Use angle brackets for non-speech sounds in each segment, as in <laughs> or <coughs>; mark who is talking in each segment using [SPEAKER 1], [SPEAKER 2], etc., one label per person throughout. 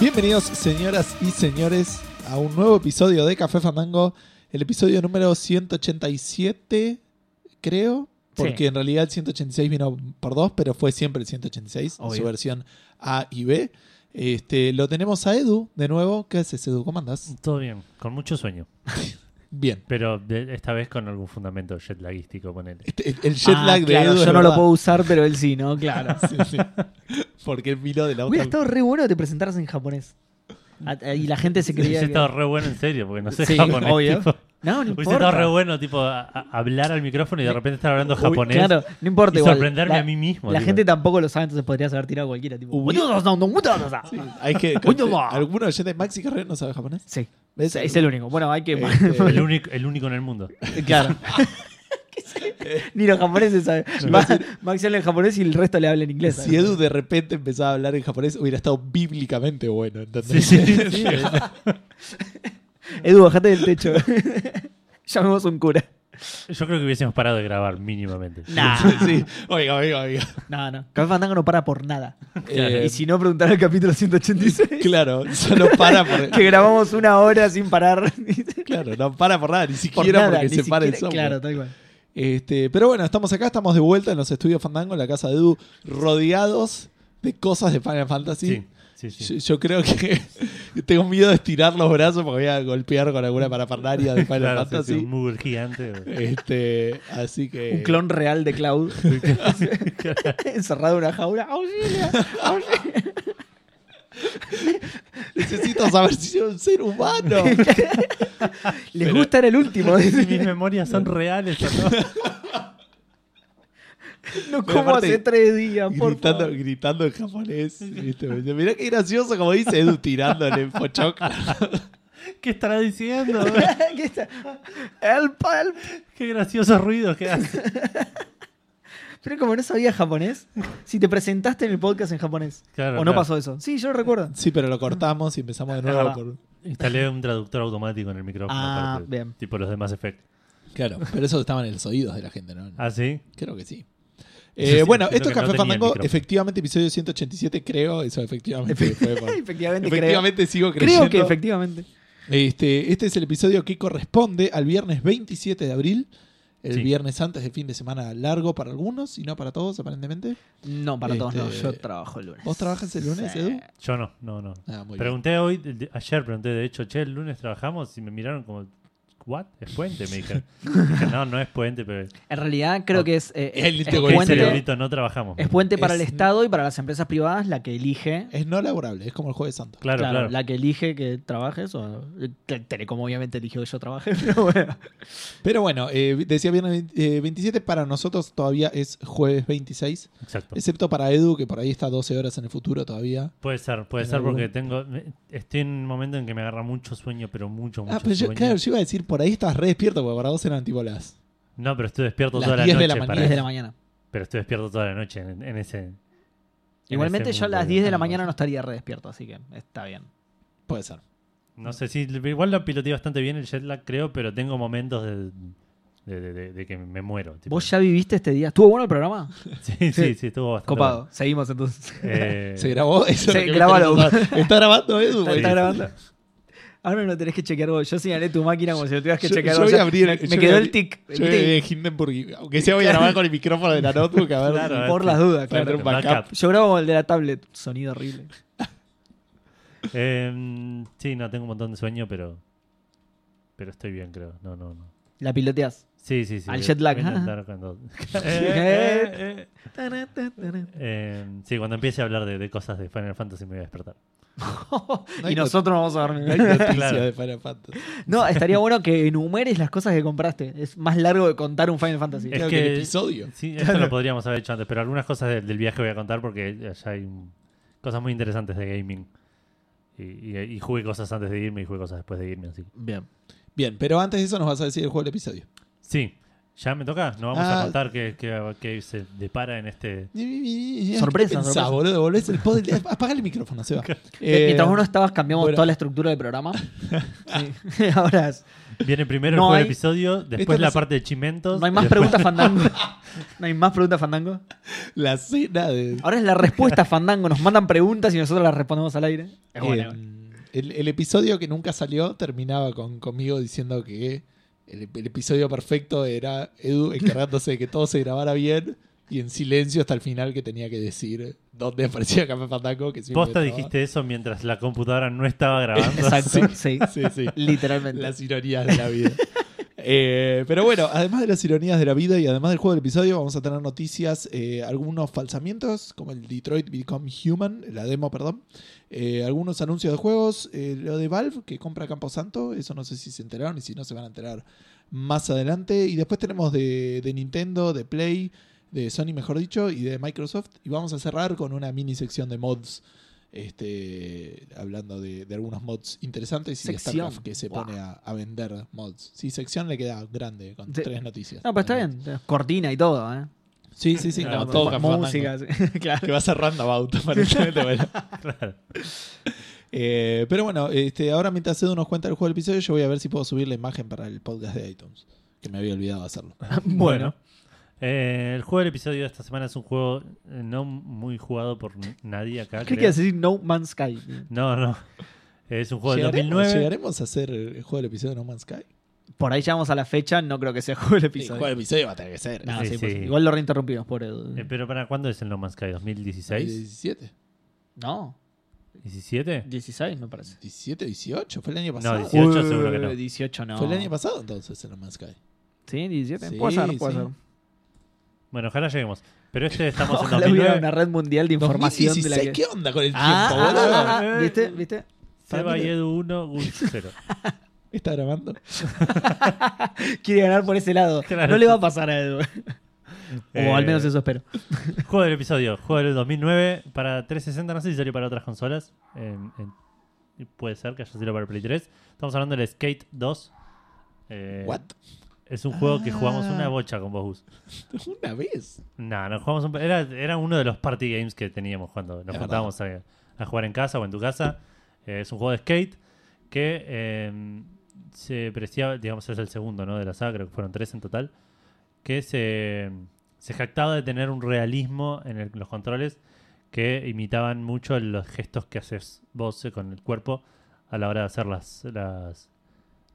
[SPEAKER 1] Bienvenidos, señoras y señores, a un nuevo episodio de Café Fandango. El episodio número 187, creo. Porque
[SPEAKER 2] Sí.
[SPEAKER 1] en realidad el 186 vino por dos, pero fue siempre el 186, en su
[SPEAKER 2] Obvio.
[SPEAKER 1] versión A y B. Este, lo tenemos a Edu de nuevo. ¿Qué haces, Edu? ¿Cómo andás?
[SPEAKER 2] Todo bien, con mucho sueño.
[SPEAKER 1] Bien.
[SPEAKER 2] Pero de- esta vez con algún fundamento jetlaguístico, ponele.
[SPEAKER 1] Este, el, el jet
[SPEAKER 3] Ah,
[SPEAKER 1] lag de
[SPEAKER 3] claro,
[SPEAKER 1] Edu.
[SPEAKER 3] yo
[SPEAKER 1] es
[SPEAKER 3] no lo
[SPEAKER 1] verdad.
[SPEAKER 3] puedo usar, pero él
[SPEAKER 1] <laughs>
[SPEAKER 3] sí, ¿no? Claro.
[SPEAKER 1] Sí, sí. Porque él vino de la
[SPEAKER 3] Hubiera
[SPEAKER 1] otra.
[SPEAKER 3] estado re bueno que te presentaras en japonés. A- a- Y la gente se
[SPEAKER 2] Hubiese
[SPEAKER 3] <laughs> creía.
[SPEAKER 2] estado
[SPEAKER 3] que...
[SPEAKER 2] re bueno en serio, porque no sé
[SPEAKER 3] Sí,
[SPEAKER 2] japonés.
[SPEAKER 3] obvio.
[SPEAKER 2] tipo.
[SPEAKER 3] No, no
[SPEAKER 2] <laughs> hubiese estado re
[SPEAKER 3] importa.
[SPEAKER 2] bueno, tipo, a- a- hablar al micrófono y de repente estar hablando japonés. eh,
[SPEAKER 3] Claro, no importa.
[SPEAKER 2] y
[SPEAKER 3] igual.
[SPEAKER 2] sorprenderme
[SPEAKER 3] La-
[SPEAKER 2] a mí mismo.
[SPEAKER 3] La
[SPEAKER 2] tipo.
[SPEAKER 3] gente tampoco lo sabe, entonces podrías haber tirado cualquiera. Tipo,
[SPEAKER 1] Hubiera- Sí, hay
[SPEAKER 3] <laughs>
[SPEAKER 1] que.
[SPEAKER 3] Coño, va.
[SPEAKER 1] Alguno de Maxi Carrera no sabe japonés.
[SPEAKER 3] Sí,
[SPEAKER 1] ¿Ves?
[SPEAKER 3] es, es el único. Bueno, hay que. <laughs> eh,
[SPEAKER 1] Este,
[SPEAKER 2] El único, el único en el mundo.
[SPEAKER 1] <laughs>
[SPEAKER 3] claro. ¿Qué sé? Ni los japoneses saben. Ma- Max habla en japonés y el resto le habla en inglés.
[SPEAKER 1] Si Edu de repente empezaba a hablar en japonés, hubiera estado bíblicamente bueno.
[SPEAKER 2] Sí,
[SPEAKER 1] ¿entendés?
[SPEAKER 2] sí,
[SPEAKER 1] <laughs>
[SPEAKER 2] sí. sí.
[SPEAKER 3] Edu, bajate del techo. <laughs> Llamemos un cura.
[SPEAKER 2] Yo creo que hubiésemos parado de grabar mínimamente.
[SPEAKER 3] Nah.
[SPEAKER 1] Sí. Oiga, oiga, oiga.
[SPEAKER 3] No, no. Café Fandango no para
[SPEAKER 1] <laughs>
[SPEAKER 3] por nada.
[SPEAKER 1] Eh,
[SPEAKER 3] y si no, preguntar al
[SPEAKER 1] <laughs>
[SPEAKER 3] capítulo 186.
[SPEAKER 1] Claro, solo para por.
[SPEAKER 3] <laughs> que grabamos una hora
[SPEAKER 1] <laughs>
[SPEAKER 3] sin parar. Por
[SPEAKER 1] Claro, no para por nada, ni siquiera
[SPEAKER 3] nada,
[SPEAKER 1] porque
[SPEAKER 3] ni
[SPEAKER 1] se para el
[SPEAKER 3] siquiera-
[SPEAKER 1] software.
[SPEAKER 3] Claro, tal cual.
[SPEAKER 1] Este, pero bueno, estamos acá, estamos de vuelta en los estudios Fandango, en la casa de Edu, rodeados de cosas de Final Fantasy.
[SPEAKER 2] Sí, sí,
[SPEAKER 1] Yo,
[SPEAKER 2] sí.
[SPEAKER 1] yo creo que <laughs> tengo miedo de estirar los brazos porque voy a golpear con alguna parafernalia de Final
[SPEAKER 2] Claro, sí, sí,
[SPEAKER 1] Fantasy.
[SPEAKER 2] un Moogle gigante.
[SPEAKER 3] <laughs>
[SPEAKER 2] güey.
[SPEAKER 1] Este, así que.
[SPEAKER 3] Un clon real
[SPEAKER 1] <laughs>
[SPEAKER 3] de Cloud. <laughs> Encerrado en una jaula.
[SPEAKER 1] <laughs>
[SPEAKER 3] ¡Auxilio! ¡Auxilio!
[SPEAKER 1] Necesito saber si soy un ser humano.
[SPEAKER 3] Les gusta era
[SPEAKER 1] <laughs>
[SPEAKER 3] el último.
[SPEAKER 2] Si <laughs> mis memorias son reales o no. <laughs>
[SPEAKER 3] no
[SPEAKER 1] Pero
[SPEAKER 3] como
[SPEAKER 1] aparte,
[SPEAKER 3] hace tres días, por
[SPEAKER 1] gritando,
[SPEAKER 3] favor.
[SPEAKER 1] gritando en japonés. ¿viste? Me dice, Mirá qué gracioso, como dice Edu tirándole en pochocla.
[SPEAKER 2] ¿Qué estará diciendo?
[SPEAKER 3] <laughs> ¿Qué está? Help, help.
[SPEAKER 2] Qué graciosos ruidos que hace.
[SPEAKER 3] Pero como no sabía japonés, si te presentaste en el podcast en japonés.
[SPEAKER 2] Claro,
[SPEAKER 3] o no
[SPEAKER 2] claro.
[SPEAKER 3] pasó eso. Sí, yo lo recuerdo.
[SPEAKER 1] Sí, pero lo cortamos y empezamos de nuevo.
[SPEAKER 3] verdad.
[SPEAKER 1] Por...
[SPEAKER 2] Instalé un traductor automático en el micrófono.
[SPEAKER 3] Ah,
[SPEAKER 2] aparte,
[SPEAKER 3] bien.
[SPEAKER 2] Tipo los demás efectos.
[SPEAKER 1] Claro, pero eso estaba en los oídos de la gente, ¿no?
[SPEAKER 2] Ah, sí.
[SPEAKER 1] Creo que sí.
[SPEAKER 2] Yo
[SPEAKER 1] Eh,
[SPEAKER 2] sí,
[SPEAKER 1] bueno,
[SPEAKER 2] siento
[SPEAKER 1] esto es Café
[SPEAKER 2] que no tenía el
[SPEAKER 1] Fandango,
[SPEAKER 2] micrófono.
[SPEAKER 1] efectivamente, episodio 187, creo. Eso, efectivamente. fue
[SPEAKER 2] <laughs>
[SPEAKER 1] por-
[SPEAKER 3] <laughs> Efectivamente, creo.
[SPEAKER 1] efectivamente, sigo
[SPEAKER 3] creo.
[SPEAKER 1] creyendo.
[SPEAKER 3] que efectivamente.
[SPEAKER 1] Este, este es el episodio que corresponde al viernes 27 de abril. El
[SPEAKER 2] Sí.
[SPEAKER 1] viernes antes del fin de semana largo para algunos y no para todos, aparentemente.
[SPEAKER 3] No, para todos no.
[SPEAKER 1] Este,
[SPEAKER 3] Yo trabajo el lunes.
[SPEAKER 1] ¿Vos trabajas el lunes,
[SPEAKER 3] Sí.
[SPEAKER 1] Edu?
[SPEAKER 2] Yo no, no, no.
[SPEAKER 1] Ah, muy bien.
[SPEAKER 2] pregunté hoy, de- de- ayer pregunté, de hecho, che, el lunes trabajamos y me miraron como, ¿what? ¿Es puente? Me dijeron. Dije, no, no es puente, pero es
[SPEAKER 3] En realidad creo que es, eh,
[SPEAKER 1] El
[SPEAKER 3] es,
[SPEAKER 1] Integrity.
[SPEAKER 3] puente,
[SPEAKER 2] cerebrito, no trabajamos.
[SPEAKER 3] es puente para
[SPEAKER 1] Es-
[SPEAKER 3] el Estado y para las empresas privadas la que elige.
[SPEAKER 1] Es no laborable, es como el jueves santo.
[SPEAKER 2] Claro, claro.
[SPEAKER 3] La que elige que trabajes. O, Te- Telecom obviamente eligió que yo trabaje. <laughs> Pero bueno.
[SPEAKER 1] Pero bueno, eh, decía viernes eh, 27, para nosotros todavía es jueves 26,
[SPEAKER 2] Exacto.
[SPEAKER 1] excepto para Edu, que por ahí está 12 horas en el futuro todavía.
[SPEAKER 2] Puede ser, puede
[SPEAKER 1] En
[SPEAKER 2] ser porque
[SPEAKER 1] algún-
[SPEAKER 2] tengo, me- estoy en un momento en que me agarra mucho sueño, pero mucho, mucho
[SPEAKER 1] Ah, pero yo,
[SPEAKER 2] sueño.
[SPEAKER 1] claro, yo iba a decir, por ahí estás re despierto, porque para vos eran tipo las...
[SPEAKER 2] No, pero estoy despierto
[SPEAKER 1] Las
[SPEAKER 2] toda la
[SPEAKER 1] 10
[SPEAKER 2] noche.
[SPEAKER 1] de la mañana.
[SPEAKER 2] para
[SPEAKER 3] 10 de la
[SPEAKER 2] eso.
[SPEAKER 3] mañana.
[SPEAKER 2] Pero estoy despierto toda la noche en, en ese... en
[SPEAKER 3] Igualmente
[SPEAKER 2] ese
[SPEAKER 3] yo a las
[SPEAKER 2] mundo.
[SPEAKER 3] 10 de la mañana no estaría re despierto, así que está bien.
[SPEAKER 1] Puede ser.
[SPEAKER 2] No sé si. Igual lo piloteé bastante bien el jet lag, creo, pero tengo momentos de, de, de- de- de que me muero. tipo.
[SPEAKER 3] ¿Vos ya viviste este día? ¿Estuvo bueno el programa?
[SPEAKER 2] <laughs> Sí, sí, sí, estuvo bastante.
[SPEAKER 3] Copado. Seguimos entonces. <laughs>
[SPEAKER 2] bueno. Eh,
[SPEAKER 1] ¿Se grabó? <laughs> Eso
[SPEAKER 3] Sí,
[SPEAKER 1] es lo que
[SPEAKER 3] grabalo.
[SPEAKER 1] me interesa. ¿Está grabando Edu?
[SPEAKER 3] Está,
[SPEAKER 1] Porque-
[SPEAKER 3] está grabando. Ahora no tenés que chequear vos. Yo señalé tu máquina como si lo tuvieras que
[SPEAKER 1] Yo-
[SPEAKER 3] chequear
[SPEAKER 1] yo
[SPEAKER 3] vos.
[SPEAKER 1] voy a
[SPEAKER 3] Ya-
[SPEAKER 1] abrir-
[SPEAKER 3] me
[SPEAKER 1] yo
[SPEAKER 3] me
[SPEAKER 1] voy a
[SPEAKER 3] quedó el
[SPEAKER 1] abrir-
[SPEAKER 3] tic. el
[SPEAKER 1] Yo
[SPEAKER 3] tic,
[SPEAKER 1] de Hindenburg, aunque sea voy a grabar con el micrófono de la notebook, a ver
[SPEAKER 2] Claro.
[SPEAKER 1] si-
[SPEAKER 3] por las dudas,
[SPEAKER 1] para hacer
[SPEAKER 3] claro.
[SPEAKER 1] un
[SPEAKER 2] Backup.
[SPEAKER 1] backup.
[SPEAKER 3] Yo grabo como el de la tablet. Sonido horrible.
[SPEAKER 2] eh, sí, no, tengo un montón de sueño, pero. Pero estoy bien, creo. No, no, no.
[SPEAKER 3] La piloteas.
[SPEAKER 2] Sí, sí, sí.
[SPEAKER 3] Al
[SPEAKER 2] voy-
[SPEAKER 3] jet lag,
[SPEAKER 2] voy a
[SPEAKER 3] ¿ah?
[SPEAKER 2] intentar cuando- Eh, eh,
[SPEAKER 3] <laughs>
[SPEAKER 2] eh. <laughs> Eh, sí, cuando empiece a hablar de, de cosas de Final Fantasy me voy a despertar.
[SPEAKER 1] No hay
[SPEAKER 3] y nosotros nos vamos a
[SPEAKER 1] No hay
[SPEAKER 3] dormir.
[SPEAKER 1] noticias
[SPEAKER 2] Claro.
[SPEAKER 1] de Final Fantasy.
[SPEAKER 3] No, estaría bueno que enumeres las cosas que compraste. Es más largo que contar un Final Fantasy.
[SPEAKER 2] Es
[SPEAKER 1] Creo que...
[SPEAKER 2] que-
[SPEAKER 1] el episodio.
[SPEAKER 2] Sí, esto lo podríamos haber hecho antes, pero algunas cosas del, del viaje voy a contar porque allá hay mm, cosas muy interesantes de gaming. Y, y- y jugué cosas antes de irme y jugué cosas después de irme, así que-
[SPEAKER 3] Bien.
[SPEAKER 1] Bien, pero antes de eso nos vas a decir el juego del episodio.
[SPEAKER 2] Sí. ¿Ya me toca? No vamos
[SPEAKER 1] Ah.
[SPEAKER 2] a contar qué, qué- qué se depara en este.
[SPEAKER 3] Sorpresa,
[SPEAKER 1] Sorpresa,
[SPEAKER 3] sorpresa.
[SPEAKER 1] boludo. Volvés el pod. <laughs> Apaga el micrófono, <laughs> Seba. Eh,
[SPEAKER 3] Mientras uno estabas, cambiamos
[SPEAKER 1] bueno.
[SPEAKER 3] toda la estructura del
[SPEAKER 2] <laughs>
[SPEAKER 3] programa. Sí. <laughs> Ahora es-
[SPEAKER 2] Viene primero
[SPEAKER 3] No
[SPEAKER 2] el
[SPEAKER 3] hay-
[SPEAKER 2] juego episodio, después
[SPEAKER 1] no
[SPEAKER 2] la
[SPEAKER 1] se-
[SPEAKER 2] parte de chimentos.
[SPEAKER 3] no hay más
[SPEAKER 2] después-
[SPEAKER 3] preguntas fandango. No hay más preguntas fandango.
[SPEAKER 1] La cena de.
[SPEAKER 3] Ahora es la respuesta fandango. Nos mandan preguntas y nosotros las respondemos al aire. Es bueno,
[SPEAKER 1] Eh,
[SPEAKER 3] bueno.
[SPEAKER 1] el, el episodio que nunca salió terminaba con, conmigo diciendo que el, el episodio perfecto era Edu encargándose de que todo se grabara bien y en silencio hasta el final que tenía que decir dónde <laughs> aparecía Café Fandango. Que siempre
[SPEAKER 2] <laughs> Posta
[SPEAKER 1] estaba.
[SPEAKER 2] dijiste eso mientras la computadora no estaba grabando.
[SPEAKER 3] Exacto, sí.
[SPEAKER 1] Sí, sí.
[SPEAKER 3] Literalmente.
[SPEAKER 1] Las ironías de la vida. <laughs> Eh, pero bueno, además de las ironías de la vida y además del juego del episodio, vamos a tener noticias, eh, algunos falsamientos, como el Detroit Become Human, la demo, perdón, eh, algunos anuncios de juegos, eh, lo de Valve que compra Camposanto, eso no sé si se enteraron y si no se van a enterar más adelante. Y después tenemos de, de Nintendo, de Play, de Sony, mejor dicho, y de Microsoft. Y vamos a cerrar con una mini sección de mods. Este, hablando de, de algunos mods interesantes y de
[SPEAKER 3] Sección.
[SPEAKER 1] StarCraft que se
[SPEAKER 3] Wow.
[SPEAKER 1] pone a, a vender mods. Sí, sección le queda grande con
[SPEAKER 3] Sí.
[SPEAKER 1] tres noticias.
[SPEAKER 3] No, pero está bien. Cortina y todo, ¿eh?
[SPEAKER 1] Sí, sí, sí.
[SPEAKER 2] Claro,
[SPEAKER 1] como
[SPEAKER 2] con
[SPEAKER 1] todo Café
[SPEAKER 3] música.
[SPEAKER 1] Fandango.
[SPEAKER 2] <laughs>
[SPEAKER 3] sí. claro.
[SPEAKER 1] Que va cerrando, va automáticamente. bueno.
[SPEAKER 2] Claro.
[SPEAKER 1] Eh, pero bueno, este, ahora mientras Edu nos cuenta el juego del episodio, yo voy a ver si puedo subir la imagen para el podcast de iTunes. Que me había olvidado hacerlo.
[SPEAKER 2] <laughs> Bueno. Eh, el juego del episodio de esta semana es un juego eh, no muy jugado por n- nadie acá.
[SPEAKER 3] ¿Qué
[SPEAKER 2] creo.
[SPEAKER 3] quieres decir? No Man's Sky.
[SPEAKER 2] No, no. Es un juego del
[SPEAKER 1] ¿Llegaremos,
[SPEAKER 2] 2009.
[SPEAKER 1] llegaremos a hacer el juego del episodio de No Man's Sky?
[SPEAKER 3] Por ahí llegamos a la fecha, no creo que sea juego el
[SPEAKER 1] El
[SPEAKER 3] episodio.
[SPEAKER 1] juego del episodio va a tener que ser. Ah,
[SPEAKER 3] No,
[SPEAKER 2] Sí,
[SPEAKER 3] sí, pues,
[SPEAKER 2] sí.
[SPEAKER 3] Igual lo reinterrumpimos por Edu.
[SPEAKER 2] Eh, pero para cuándo es el No Man's Sky? ¿2016?
[SPEAKER 1] 17.
[SPEAKER 3] No,
[SPEAKER 2] ¿17?
[SPEAKER 3] 16 me parece.
[SPEAKER 1] 17, 18. Fue el año pasado.
[SPEAKER 2] 18. 18 seguro que no.
[SPEAKER 3] 18 no.
[SPEAKER 1] Fue el año pasado entonces el No Man's Sky.
[SPEAKER 3] Sí, 17.
[SPEAKER 1] Sí,
[SPEAKER 3] puede ser, puede
[SPEAKER 1] sí.
[SPEAKER 3] ser.
[SPEAKER 2] Bueno, ojalá lleguemos. Pero
[SPEAKER 3] <laughs>
[SPEAKER 2] este estamos en
[SPEAKER 3] Ojalá hubiera
[SPEAKER 2] 2009.
[SPEAKER 3] una red mundial de información de la
[SPEAKER 1] 2016,
[SPEAKER 3] que...
[SPEAKER 1] ¿Qué onda con el
[SPEAKER 3] Ah,
[SPEAKER 1] tiempo,
[SPEAKER 3] ah,
[SPEAKER 1] boludo?
[SPEAKER 3] ah, ah, ¿Viste? ¿Viste?
[SPEAKER 2] Seba
[SPEAKER 1] Para mí-
[SPEAKER 2] y Edu 1, Gus 0.
[SPEAKER 1] ¿Está grabando?
[SPEAKER 3] Quiere ganar por ese lado.
[SPEAKER 2] Claro.
[SPEAKER 3] No le va a pasar a Edu.
[SPEAKER 2] Eh,
[SPEAKER 3] o al menos eso espero.
[SPEAKER 2] Juego del episodio. Juego del 2009 para 360. No sé si salió para otras consolas. Eh, eh, puede ser que haya salido para Play 3. Estamos hablando del Skate 2. Eh,
[SPEAKER 1] ¿What? <laughs>
[SPEAKER 2] Es un juego que
[SPEAKER 1] Ah.
[SPEAKER 2] jugamos una bocha con vos, Gus.
[SPEAKER 1] Una vez.
[SPEAKER 2] No, no jugamos un- era, era uno de los party games que teníamos cuando nos
[SPEAKER 1] Es
[SPEAKER 2] juntábamos a, a jugar en casa o en tu casa. Eh, es un juego de skate que eh, se preciaba, digamos, es el segundo ¿no? de la saga, creo que fueron tres en total, que se, se jactaba de tener un realismo en el- los controles que imitaban mucho los gestos que haces vos eh, con el cuerpo a la hora de hacer las, las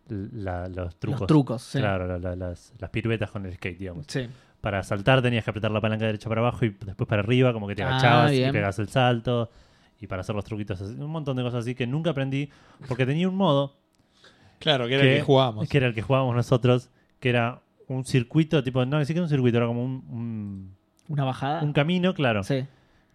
[SPEAKER 2] la- los trucos.
[SPEAKER 3] Los trucos, sí.
[SPEAKER 2] Claro, la- la- las, las piruetas con el skate, digamos
[SPEAKER 3] Sí.
[SPEAKER 2] para saltar tenías que apretar la palanca derecha para abajo y después para arriba, como que te
[SPEAKER 3] Ah,
[SPEAKER 2] agachabas y
[SPEAKER 3] bien.
[SPEAKER 2] pegabas el salto. Y para hacer los truquitos, así, un montón de cosas así que nunca aprendí, porque tenía un modo
[SPEAKER 1] Claro, que era
[SPEAKER 2] que-
[SPEAKER 1] el que jugábamos.
[SPEAKER 2] que era el que jugábamos nosotros, que era un circuito, tipo, no, ni siquiera un circuito, era como un, un-
[SPEAKER 3] Una bajada.
[SPEAKER 2] un camino, claro.
[SPEAKER 3] Ah. Sí.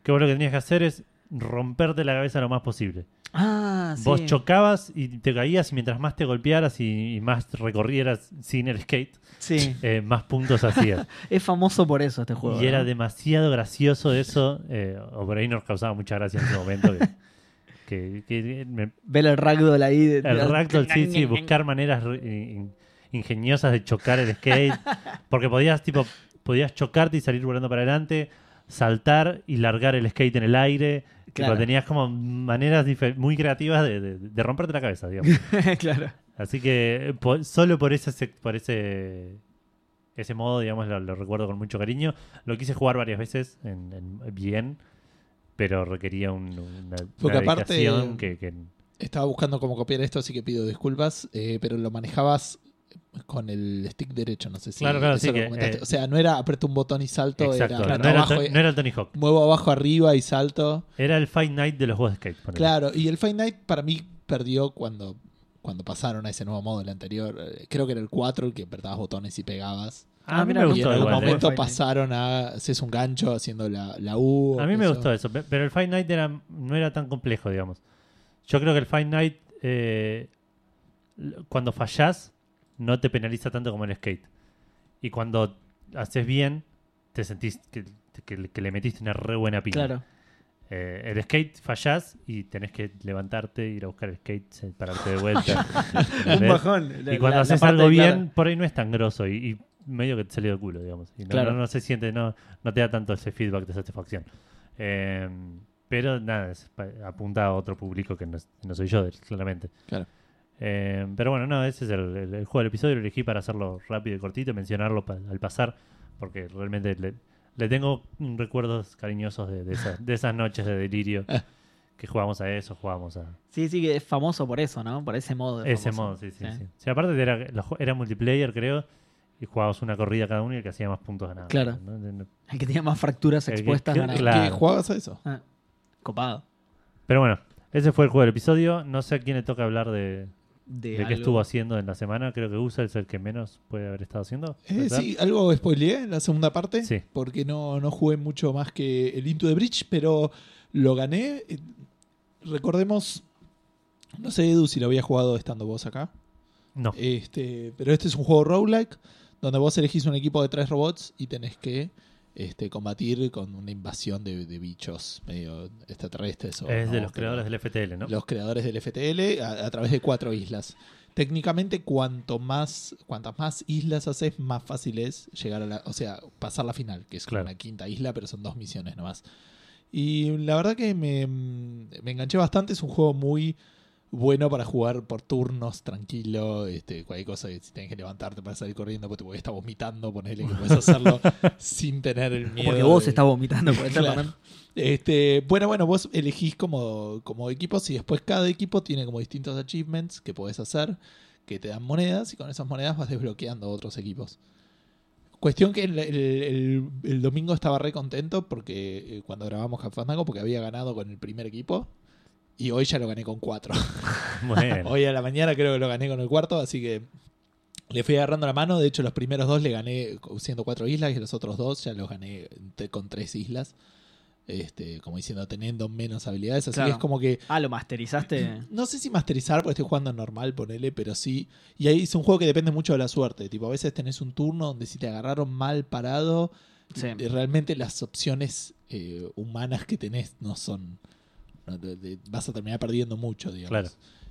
[SPEAKER 2] Que vos lo que tenías que hacer es romperte la cabeza lo más posible.
[SPEAKER 3] Ah, sí.
[SPEAKER 2] Vos chocabas y te caías y mientras más te golpearas y, y más recorrieras sin el skate,
[SPEAKER 3] Sí.
[SPEAKER 2] eh, más puntos hacías.
[SPEAKER 3] Es famoso por eso este juego.
[SPEAKER 2] Y era
[SPEAKER 3] ¿no?
[SPEAKER 2] demasiado gracioso eso. eh, o por ahí nos causaba mucha gracia en ese momento.
[SPEAKER 3] <laughs>
[SPEAKER 2] Que, que- que me-
[SPEAKER 3] Ver el ragdoll ahí. de-
[SPEAKER 2] el ragdoll, sí, sí, buscar maneras re- in- ingeniosas de chocar el
[SPEAKER 3] <laughs>
[SPEAKER 2] skate. Porque podías, tipo, podías chocarte y salir volando para adelante, saltar y largar el skate en el aire. Tipo,
[SPEAKER 3] Claro.
[SPEAKER 2] tenías como maneras dife- muy creativas de, de- de romperte la cabeza, digamos.
[SPEAKER 3] <laughs> claro.
[SPEAKER 2] Así que eh, po- solo por ese, sec- por ese ese modo, digamos, lo, lo recuerdo con mucho cariño. Lo quise jugar varias veces en, en- bien, pero requería un- una,
[SPEAKER 1] Porque
[SPEAKER 2] una
[SPEAKER 1] aparte-
[SPEAKER 2] dedicación que, que-
[SPEAKER 1] Estaba buscando cómo copiar esto, así que pido disculpas, eh, pero lo manejabas con el stick derecho, no sé si
[SPEAKER 2] Claro, claro,
[SPEAKER 1] eso
[SPEAKER 2] sí
[SPEAKER 1] lo
[SPEAKER 2] que,
[SPEAKER 1] comentaste.
[SPEAKER 2] eh,
[SPEAKER 1] o sea, no era aprieto un botón y salto,
[SPEAKER 2] Exacto,
[SPEAKER 1] era
[SPEAKER 2] no,
[SPEAKER 1] aprieto
[SPEAKER 2] era,
[SPEAKER 1] abajo,
[SPEAKER 2] el- no era el Tony Hawk.
[SPEAKER 1] muevo abajo arriba y salto.
[SPEAKER 2] Era el Fight Night de los juegos de skate. ponele. Ah,
[SPEAKER 1] Claro, y el Fight Night para mí perdió cuando, cuando pasaron a ese nuevo modo, el anterior. eh, Creo que era el 4 el que apretabas botones y pegabas.
[SPEAKER 2] A
[SPEAKER 3] Ah,
[SPEAKER 2] mí
[SPEAKER 3] mira,
[SPEAKER 2] me
[SPEAKER 1] y en
[SPEAKER 2] gustó
[SPEAKER 1] algún
[SPEAKER 2] igual, eh.
[SPEAKER 1] momento
[SPEAKER 3] Fight Night.
[SPEAKER 1] pasaron a haces un gancho haciendo la, la U. o
[SPEAKER 2] eh. A mí me
[SPEAKER 1] eso.
[SPEAKER 2] gustó eso, pe- pero el Fight Night era, no era tan complejo, digamos. Yo creo que el Fight Night, eh, l- cuando fallás, no te penaliza tanto como el skate. Y cuando haces bien, te sentís que, que- que le metiste una re buena piña.
[SPEAKER 3] Claro.
[SPEAKER 2] Eh, el skate fallás y tenés que levantarte, ir a buscar el skate, se- pararte de vuelta. ¿entendés?
[SPEAKER 3] Un bajón.
[SPEAKER 2] Y cuando haces algo bien, por ahí no es tan grosso. Y, y medio que te salió de culo, digamos. Y no,
[SPEAKER 3] Claro.
[SPEAKER 2] no, no se siente, no, no te da tanto ese feedback de satisfacción. Eh, pero nada, es pa- apunta a otro público que no, es- no soy yo, claramente.
[SPEAKER 1] Claro.
[SPEAKER 2] Eh, pero bueno, no, ese es el, el- el juego del episodio. Lo elegí para hacerlo rápido y cortito, mencionarlo pa- al pasar, porque realmente le, le tengo mm, recuerdos cariñosos de, de esas, de esas noches de delirio que jugamos a eso, jugamos a
[SPEAKER 3] Sí, sí, que es famoso por eso, ¿no? Por ese modo. es
[SPEAKER 2] ese
[SPEAKER 3] famoso.
[SPEAKER 2] modo. Sí, sí, sí. Sí, aparte era, los ju- era multiplayer, creo, y jugabas una corrida cada uno y el que hacía más puntos ganaba.
[SPEAKER 3] Claro.
[SPEAKER 2] ¿no? De- no-
[SPEAKER 3] El que tenía más fracturas
[SPEAKER 2] El que-
[SPEAKER 3] expuestas
[SPEAKER 2] que-
[SPEAKER 3] ganaba.
[SPEAKER 2] claro.
[SPEAKER 1] ¿Qué jugabas a eso?
[SPEAKER 3] Ah, copado.
[SPEAKER 2] Pero bueno, ese fue el juego del episodio. No sé a quién le toca hablar de,
[SPEAKER 3] De,
[SPEAKER 2] de
[SPEAKER 3] algo.
[SPEAKER 2] qué estuvo haciendo en la semana. Creo que Usa es el que menos puede haber estado haciendo.
[SPEAKER 1] Eh,
[SPEAKER 2] ¿puede ser?
[SPEAKER 1] sí, algo spoileé en la segunda parte,
[SPEAKER 2] Sí.
[SPEAKER 1] porque no, no jugué mucho más que el Into the Bridge, pero lo gané. Eh, Recordemos, no sé Edu si lo había jugado estando vos acá,
[SPEAKER 2] No.
[SPEAKER 1] este, pero este es un juego roguelike, donde vos elegís un equipo de tres robots y tenés que este, combatir con una invasión de, de bichos medio extraterrestres. O
[SPEAKER 2] es de
[SPEAKER 1] no,
[SPEAKER 2] los
[SPEAKER 1] pero-
[SPEAKER 2] creadores del FTL, <laughs> ¿no?
[SPEAKER 1] los creadores del FTL a, a través de cuatro islas. Técnicamente, cuanto más, cuantas más islas haces, más fácil es llegar a la, o sea, pasar la final, que es
[SPEAKER 2] Claro.
[SPEAKER 1] una quinta isla, pero son dos misiones nomás. Y la verdad que me, me enganché bastante, es un juego muy bueno para jugar por turnos, tranquilo, este, cualquier cosa que si tenés que levantarte para salir corriendo, porque te podés estar vomitando, ponele que puedes
[SPEAKER 3] <laughs>
[SPEAKER 1] hacerlo sin tener el miedo.
[SPEAKER 3] Porque vos
[SPEAKER 1] de-
[SPEAKER 3] estás vomitando
[SPEAKER 1] <laughs>
[SPEAKER 3] por el
[SPEAKER 1] Claro.
[SPEAKER 3] tema, ¿no?
[SPEAKER 1] este, bueno, bueno, vos elegís como, como equipos y después cada equipo tiene como distintos achievements que podés hacer, que te dan monedas y con esas monedas vas desbloqueando otros equipos. Cuestión que el, el- el- el domingo estaba re contento porque eh, cuando grabamos Cafandango porque había ganado con el primer equipo y hoy ya lo gané con cuatro.
[SPEAKER 2] Bueno,
[SPEAKER 1] <laughs> Hoy a la mañana creo que lo gané con el cuarto, así que le fui agarrando la mano. De hecho, los primeros dos le gané siendo cuatro islas y los otros dos ya los gané te- con tres islas. Este, como diciendo, teniendo menos habilidades. Así
[SPEAKER 3] Claro.
[SPEAKER 1] que es como que.
[SPEAKER 3] Ah, lo masterizaste.
[SPEAKER 1] No sé si masterizar, porque estoy jugando en normal, ponele, pero sí. Y ahí es un juego que depende mucho de la suerte. Tipo, a veces tenés un turno donde si te agarraron mal parado,
[SPEAKER 3] Sí.
[SPEAKER 1] eh, realmente las opciones eh, humanas que tenés no son. no te- te- vas a terminar perdiendo mucho, digamos.
[SPEAKER 2] <laughs> Claro.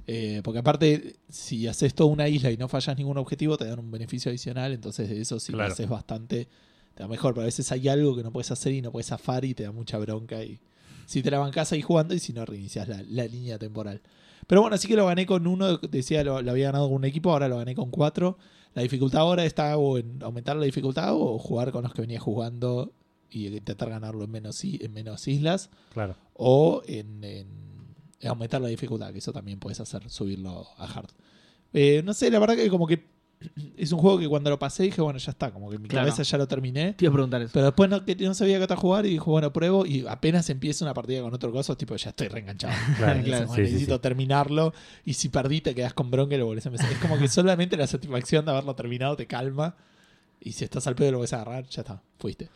[SPEAKER 1] Eh, porque aparte, si haces toda una isla y no fallas ningún objetivo, te dan un beneficio adicional. Entonces, de eso, si
[SPEAKER 2] Claro.
[SPEAKER 1] lo haces bastante, te va mejor. Pero a veces hay algo que no puedes hacer y no puedes zafar y te da mucha bronca. Y si te la bancas ahí jugando y si no, reinicias la, la línea temporal. Pero bueno, así que lo gané con uno. Decía, lo, lo había ganado con un equipo, ahora lo gané con cuatro. La dificultad ahora está o en aumentar la dificultad o jugar con los que venía jugando y intentar ganarlo en menos, i- en menos islas
[SPEAKER 2] claro.
[SPEAKER 1] o en, en- en aumentar la dificultad, que eso también puedes hacer, subirlo a hard. Eh, no sé, la verdad que como que <clears throat> es un juego que cuando lo pasé dije, bueno, ya está, como que en mi
[SPEAKER 3] Claro.
[SPEAKER 1] cabeza ya lo terminé.
[SPEAKER 3] Te iba a preguntar eso.
[SPEAKER 1] Pero después no, que- no sabía qué otra jugar y dije, bueno, pruebo. Y apenas empiezo una partida con otro coso, tipo, ya estoy reenganchado. <laughs>
[SPEAKER 2] Claro,
[SPEAKER 1] Entonces,
[SPEAKER 2] claro.
[SPEAKER 1] bueno,
[SPEAKER 2] Sí, sí,
[SPEAKER 1] necesito
[SPEAKER 2] sí.
[SPEAKER 1] terminarlo. Y si perdí, te quedas con bronca y lo volvés a empezar. Es como que solamente la satisfacción de haberlo terminado te calma. Y si estás al pedo y lo vas a agarrar, ya está, fuiste.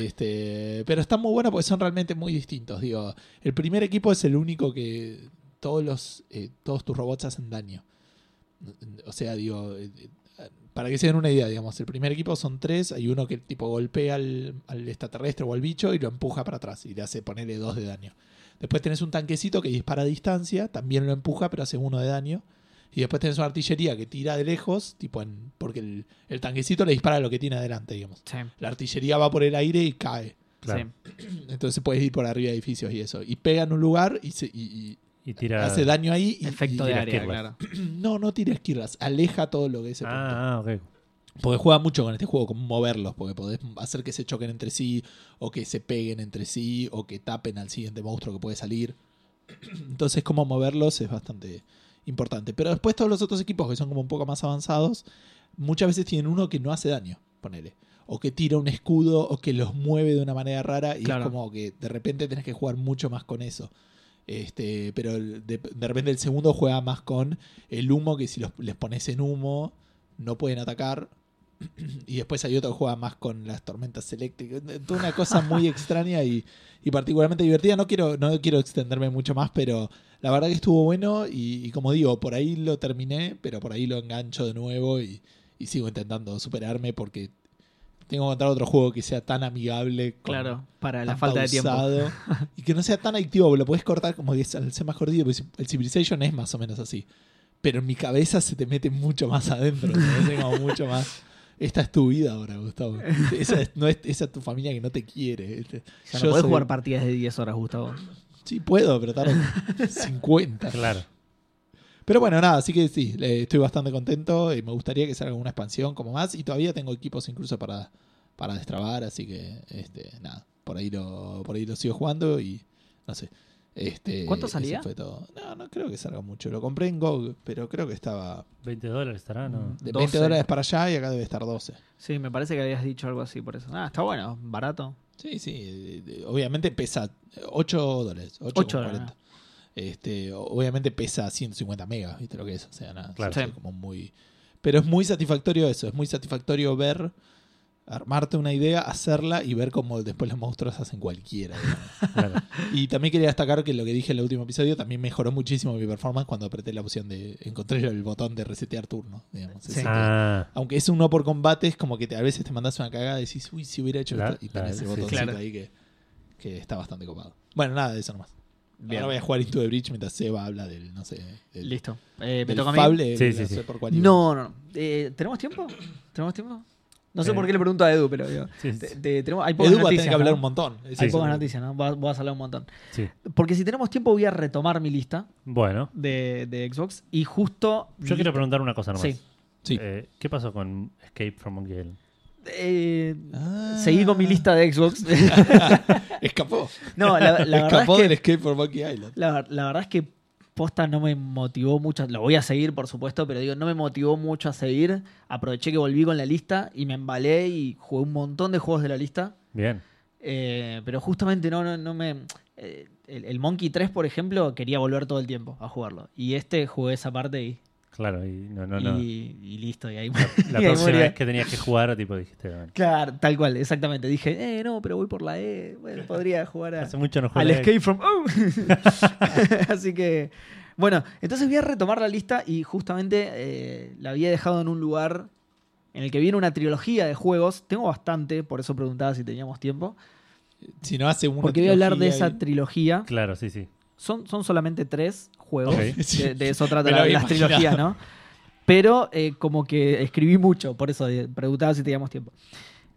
[SPEAKER 1] Este, pero está muy bueno porque son realmente muy distintos. Digo, el primer equipo es el único que todos los eh, todos tus robots hacen daño. O sea, digo, eh, eh, para que se den una idea, digamos, el primer equipo son tres, hay uno que tipo golpea al, al extraterrestre o al bicho y lo empuja para atrás y le hace ponerle dos de daño. Después tenés un tanquecito que dispara a distancia, también lo empuja, pero hace uno de daño. Y después tenés una artillería que tira de lejos, tipo en, porque el, el tanquecito le dispara a lo que tiene adelante, digamos.
[SPEAKER 3] Sí,
[SPEAKER 1] La artillería va por el aire y cae.
[SPEAKER 2] Claro.
[SPEAKER 3] sí.
[SPEAKER 1] Entonces puedes ir por arriba de edificios y eso. Y pega en un lugar y, se- y-
[SPEAKER 2] Y
[SPEAKER 1] y
[SPEAKER 2] tira.
[SPEAKER 1] hace daño ahí. Y,
[SPEAKER 3] Efecto
[SPEAKER 1] y-
[SPEAKER 3] de
[SPEAKER 2] las
[SPEAKER 3] área,
[SPEAKER 2] kirlas.
[SPEAKER 3] claro.
[SPEAKER 1] <clears throat> No, no tira esquirlas. Aleja todo lo que es ese punto.
[SPEAKER 2] Ah, ah, ok.
[SPEAKER 1] <laughs> Porque juega mucho con este juego, con moverlos, porque podés hacer que se choquen entre sí, o que se peguen entre sí, o que tapen al siguiente monstruo que puede salir. <clears throat> Entonces, cómo moverlos es bastante importante. Pero después todos los otros equipos que son como un poco más avanzados, muchas veces tienen uno que no hace daño, ponele. O que tira un escudo, o que los mueve de una manera rara, y
[SPEAKER 3] Claro.
[SPEAKER 1] es como que de repente tenés que jugar mucho más con eso. Este, pero el- de, de repente el segundo juega más con el humo, que si los, les pones en humo, no pueden atacar. Y después hay otro que juega más con las tormentas eléctricas. Eh, Toda una cosa muy extraña y, y particularmente divertida. No quiero, no quiero extenderme mucho más, pero la verdad que estuvo bueno. Y, y como digo, por ahí lo terminé, pero por ahí lo engancho de nuevo y, y sigo intentando superarme porque tengo que encontrar otro juego que sea tan amigable. con-
[SPEAKER 3] Claro, para la
[SPEAKER 1] tan
[SPEAKER 3] falta de tiempo. <laughs>
[SPEAKER 1] pausado, y que no sea tan adictivo, porque lo puedes cortar como que es- al ser más cortito, porque el Civilization es
[SPEAKER 3] <laughs>
[SPEAKER 1] más o menos así. Pero en mi cabeza se te mete mucho más adentro, se me hace como mucho más. Esta es tu vida ahora, Gustavo. Esa es, no es, esa es tu familia que no te quiere. Este,
[SPEAKER 3] Ya
[SPEAKER 1] yo
[SPEAKER 3] no podés
[SPEAKER 1] soy-
[SPEAKER 3] jugar partidas de 10 horas, Gustavo.
[SPEAKER 1] Sí, puedo, pero
[SPEAKER 3] <laughs>
[SPEAKER 1] tardo 50.
[SPEAKER 2] Claro.
[SPEAKER 1] Pero bueno, nada, así que sí, eh, estoy bastante contento. y me gustaría que salga una expansión como más. Y todavía tengo equipos incluso para, para destrabar, así que este, nada, por ahí lo, por ahí lo sigo jugando y no sé. Este,
[SPEAKER 3] ¿Cuánto
[SPEAKER 1] eso
[SPEAKER 3] salía?
[SPEAKER 1] Fue todo. No, no creo que salga mucho. Lo compré en GOG, pero creo que estaba
[SPEAKER 2] 20 dólares estará, ¿no?
[SPEAKER 1] de 20
[SPEAKER 3] 12.
[SPEAKER 1] dólares para allá y acá debe estar 12.
[SPEAKER 3] Sí, me parece que habías dicho algo así por eso. Ah, está bueno, barato.
[SPEAKER 1] Sí, sí. eh, eh, Obviamente pesa 8 dólares. 8,
[SPEAKER 3] Ocho dólares,
[SPEAKER 1] Este, o- obviamente pesa 150 megas, ¿viste lo que es? O sea, nada.
[SPEAKER 2] Claro.
[SPEAKER 1] sí,
[SPEAKER 3] Sí.
[SPEAKER 1] como muy... Pero es muy satisfactorio eso. Es muy satisfactorio ver, armarte una idea, hacerla y ver cómo después los monstruos hacen cualquiera. digamos. <laughs>
[SPEAKER 2] Claro.
[SPEAKER 1] y también quería destacar que lo que dije en el último episodio también mejoró muchísimo mi performance cuando apreté la opción de. Encontré el botón de resetear turno, digamos.
[SPEAKER 3] Sí.
[SPEAKER 1] Ese que-
[SPEAKER 2] Ah,
[SPEAKER 1] aunque es un no por combate, es como que te- a veces te mandas una cagada y decís, uy, si hubiera hecho
[SPEAKER 2] Claro,
[SPEAKER 1] esto. Y
[SPEAKER 2] claro,
[SPEAKER 1] tenés ese
[SPEAKER 2] sí.
[SPEAKER 1] botoncito
[SPEAKER 3] Claro.
[SPEAKER 1] ahí que, que está bastante copado. Bueno, nada de eso nomás.
[SPEAKER 3] Bien.
[SPEAKER 1] Ahora voy a jugar Into the Bridge mientras Seba habla del, no sé, del,
[SPEAKER 3] Listo. Eh, ¿Me
[SPEAKER 1] del
[SPEAKER 3] toca a mí?
[SPEAKER 1] Fable.
[SPEAKER 2] Sí,
[SPEAKER 1] no
[SPEAKER 2] sí,
[SPEAKER 1] sé
[SPEAKER 2] sí.
[SPEAKER 1] por cuál iba.
[SPEAKER 3] No, no. no. Eh, ¿Tenemos tiempo? ¿Tenemos tiempo? No sé
[SPEAKER 2] Eh.
[SPEAKER 3] por qué le pregunto a Edu, pero digo,
[SPEAKER 2] sí,
[SPEAKER 3] te-
[SPEAKER 2] sí,
[SPEAKER 3] te- tenemos, hay pocas
[SPEAKER 1] Edu va a
[SPEAKER 3] noticias.
[SPEAKER 1] tener que hablar
[SPEAKER 3] ¿no?
[SPEAKER 1] un montón. Eso
[SPEAKER 3] Hay
[SPEAKER 1] es
[SPEAKER 3] pocas
[SPEAKER 1] seguro.
[SPEAKER 3] noticias, ¿no? Voy a- voy a hablar un montón.
[SPEAKER 2] sí.
[SPEAKER 3] Porque si tenemos tiempo, voy a retomar mi lista
[SPEAKER 2] Bueno,
[SPEAKER 3] de, de Xbox. Y justo.
[SPEAKER 2] yo quiero preguntar una cosa nomás.
[SPEAKER 3] Sí.
[SPEAKER 1] Sí.
[SPEAKER 2] Eh, ¿Qué pasó con Escape from Monkey Island?
[SPEAKER 3] Eh,
[SPEAKER 1] Ah.
[SPEAKER 3] Seguí con mi lista de Xbox. <laughs>
[SPEAKER 1] Escapó.
[SPEAKER 3] no,
[SPEAKER 1] <laughs>
[SPEAKER 3] la, la verdad es
[SPEAKER 1] Escapó
[SPEAKER 3] que.
[SPEAKER 1] del Escape for Monkey Island.
[SPEAKER 3] La, la verdad es que Posta no me motivó mucho. Lo voy a seguir, por supuesto, pero digo, no me motivó mucho a seguir. Aproveché que volví con la lista y me embalé y jugué un montón de juegos de la lista.
[SPEAKER 2] Bien.
[SPEAKER 3] Eh, pero justamente no, no, no me. eh, el, el Monkey 3, por ejemplo, quería volver todo el tiempo a jugarlo. Y este jugué esa parte y,
[SPEAKER 2] Claro, y no, no, no.
[SPEAKER 3] y- y listo. Y ahí,
[SPEAKER 2] <laughs>
[SPEAKER 3] <laughs>
[SPEAKER 2] La
[SPEAKER 3] y ahí
[SPEAKER 2] próxima
[SPEAKER 3] moría.
[SPEAKER 2] vez que tenías que jugar, tipo, dijiste, bueno,
[SPEAKER 3] Claro, tal cual, exactamente. Dije, eh, no, pero voy por la E.
[SPEAKER 2] <laughs>
[SPEAKER 3] Bueno, podría jugar a.
[SPEAKER 2] hace mucho no
[SPEAKER 3] Al
[SPEAKER 2] juego.
[SPEAKER 3] Escape from
[SPEAKER 1] <laughs>
[SPEAKER 3] Oh. <laughs> Así que, bueno, entonces voy a retomar la lista y justamente eh, la había dejado en un lugar en el que viene una trilogía de juegos. Tengo bastante, por eso preguntaba si teníamos tiempo.
[SPEAKER 1] Si no hace uno.
[SPEAKER 3] Porque voy a hablar de esa
[SPEAKER 1] trilogía
[SPEAKER 3] trilogía.
[SPEAKER 2] Claro, sí, sí.
[SPEAKER 3] Son, son solamente tres juegos.
[SPEAKER 2] Ok.
[SPEAKER 3] De, de eso trata
[SPEAKER 1] Me lo
[SPEAKER 3] la,
[SPEAKER 1] había
[SPEAKER 3] las
[SPEAKER 1] imaginado.
[SPEAKER 3] trilogías, ¿no? Pero eh, como que escribí mucho, por eso eh, preguntaba si teníamos tiempo.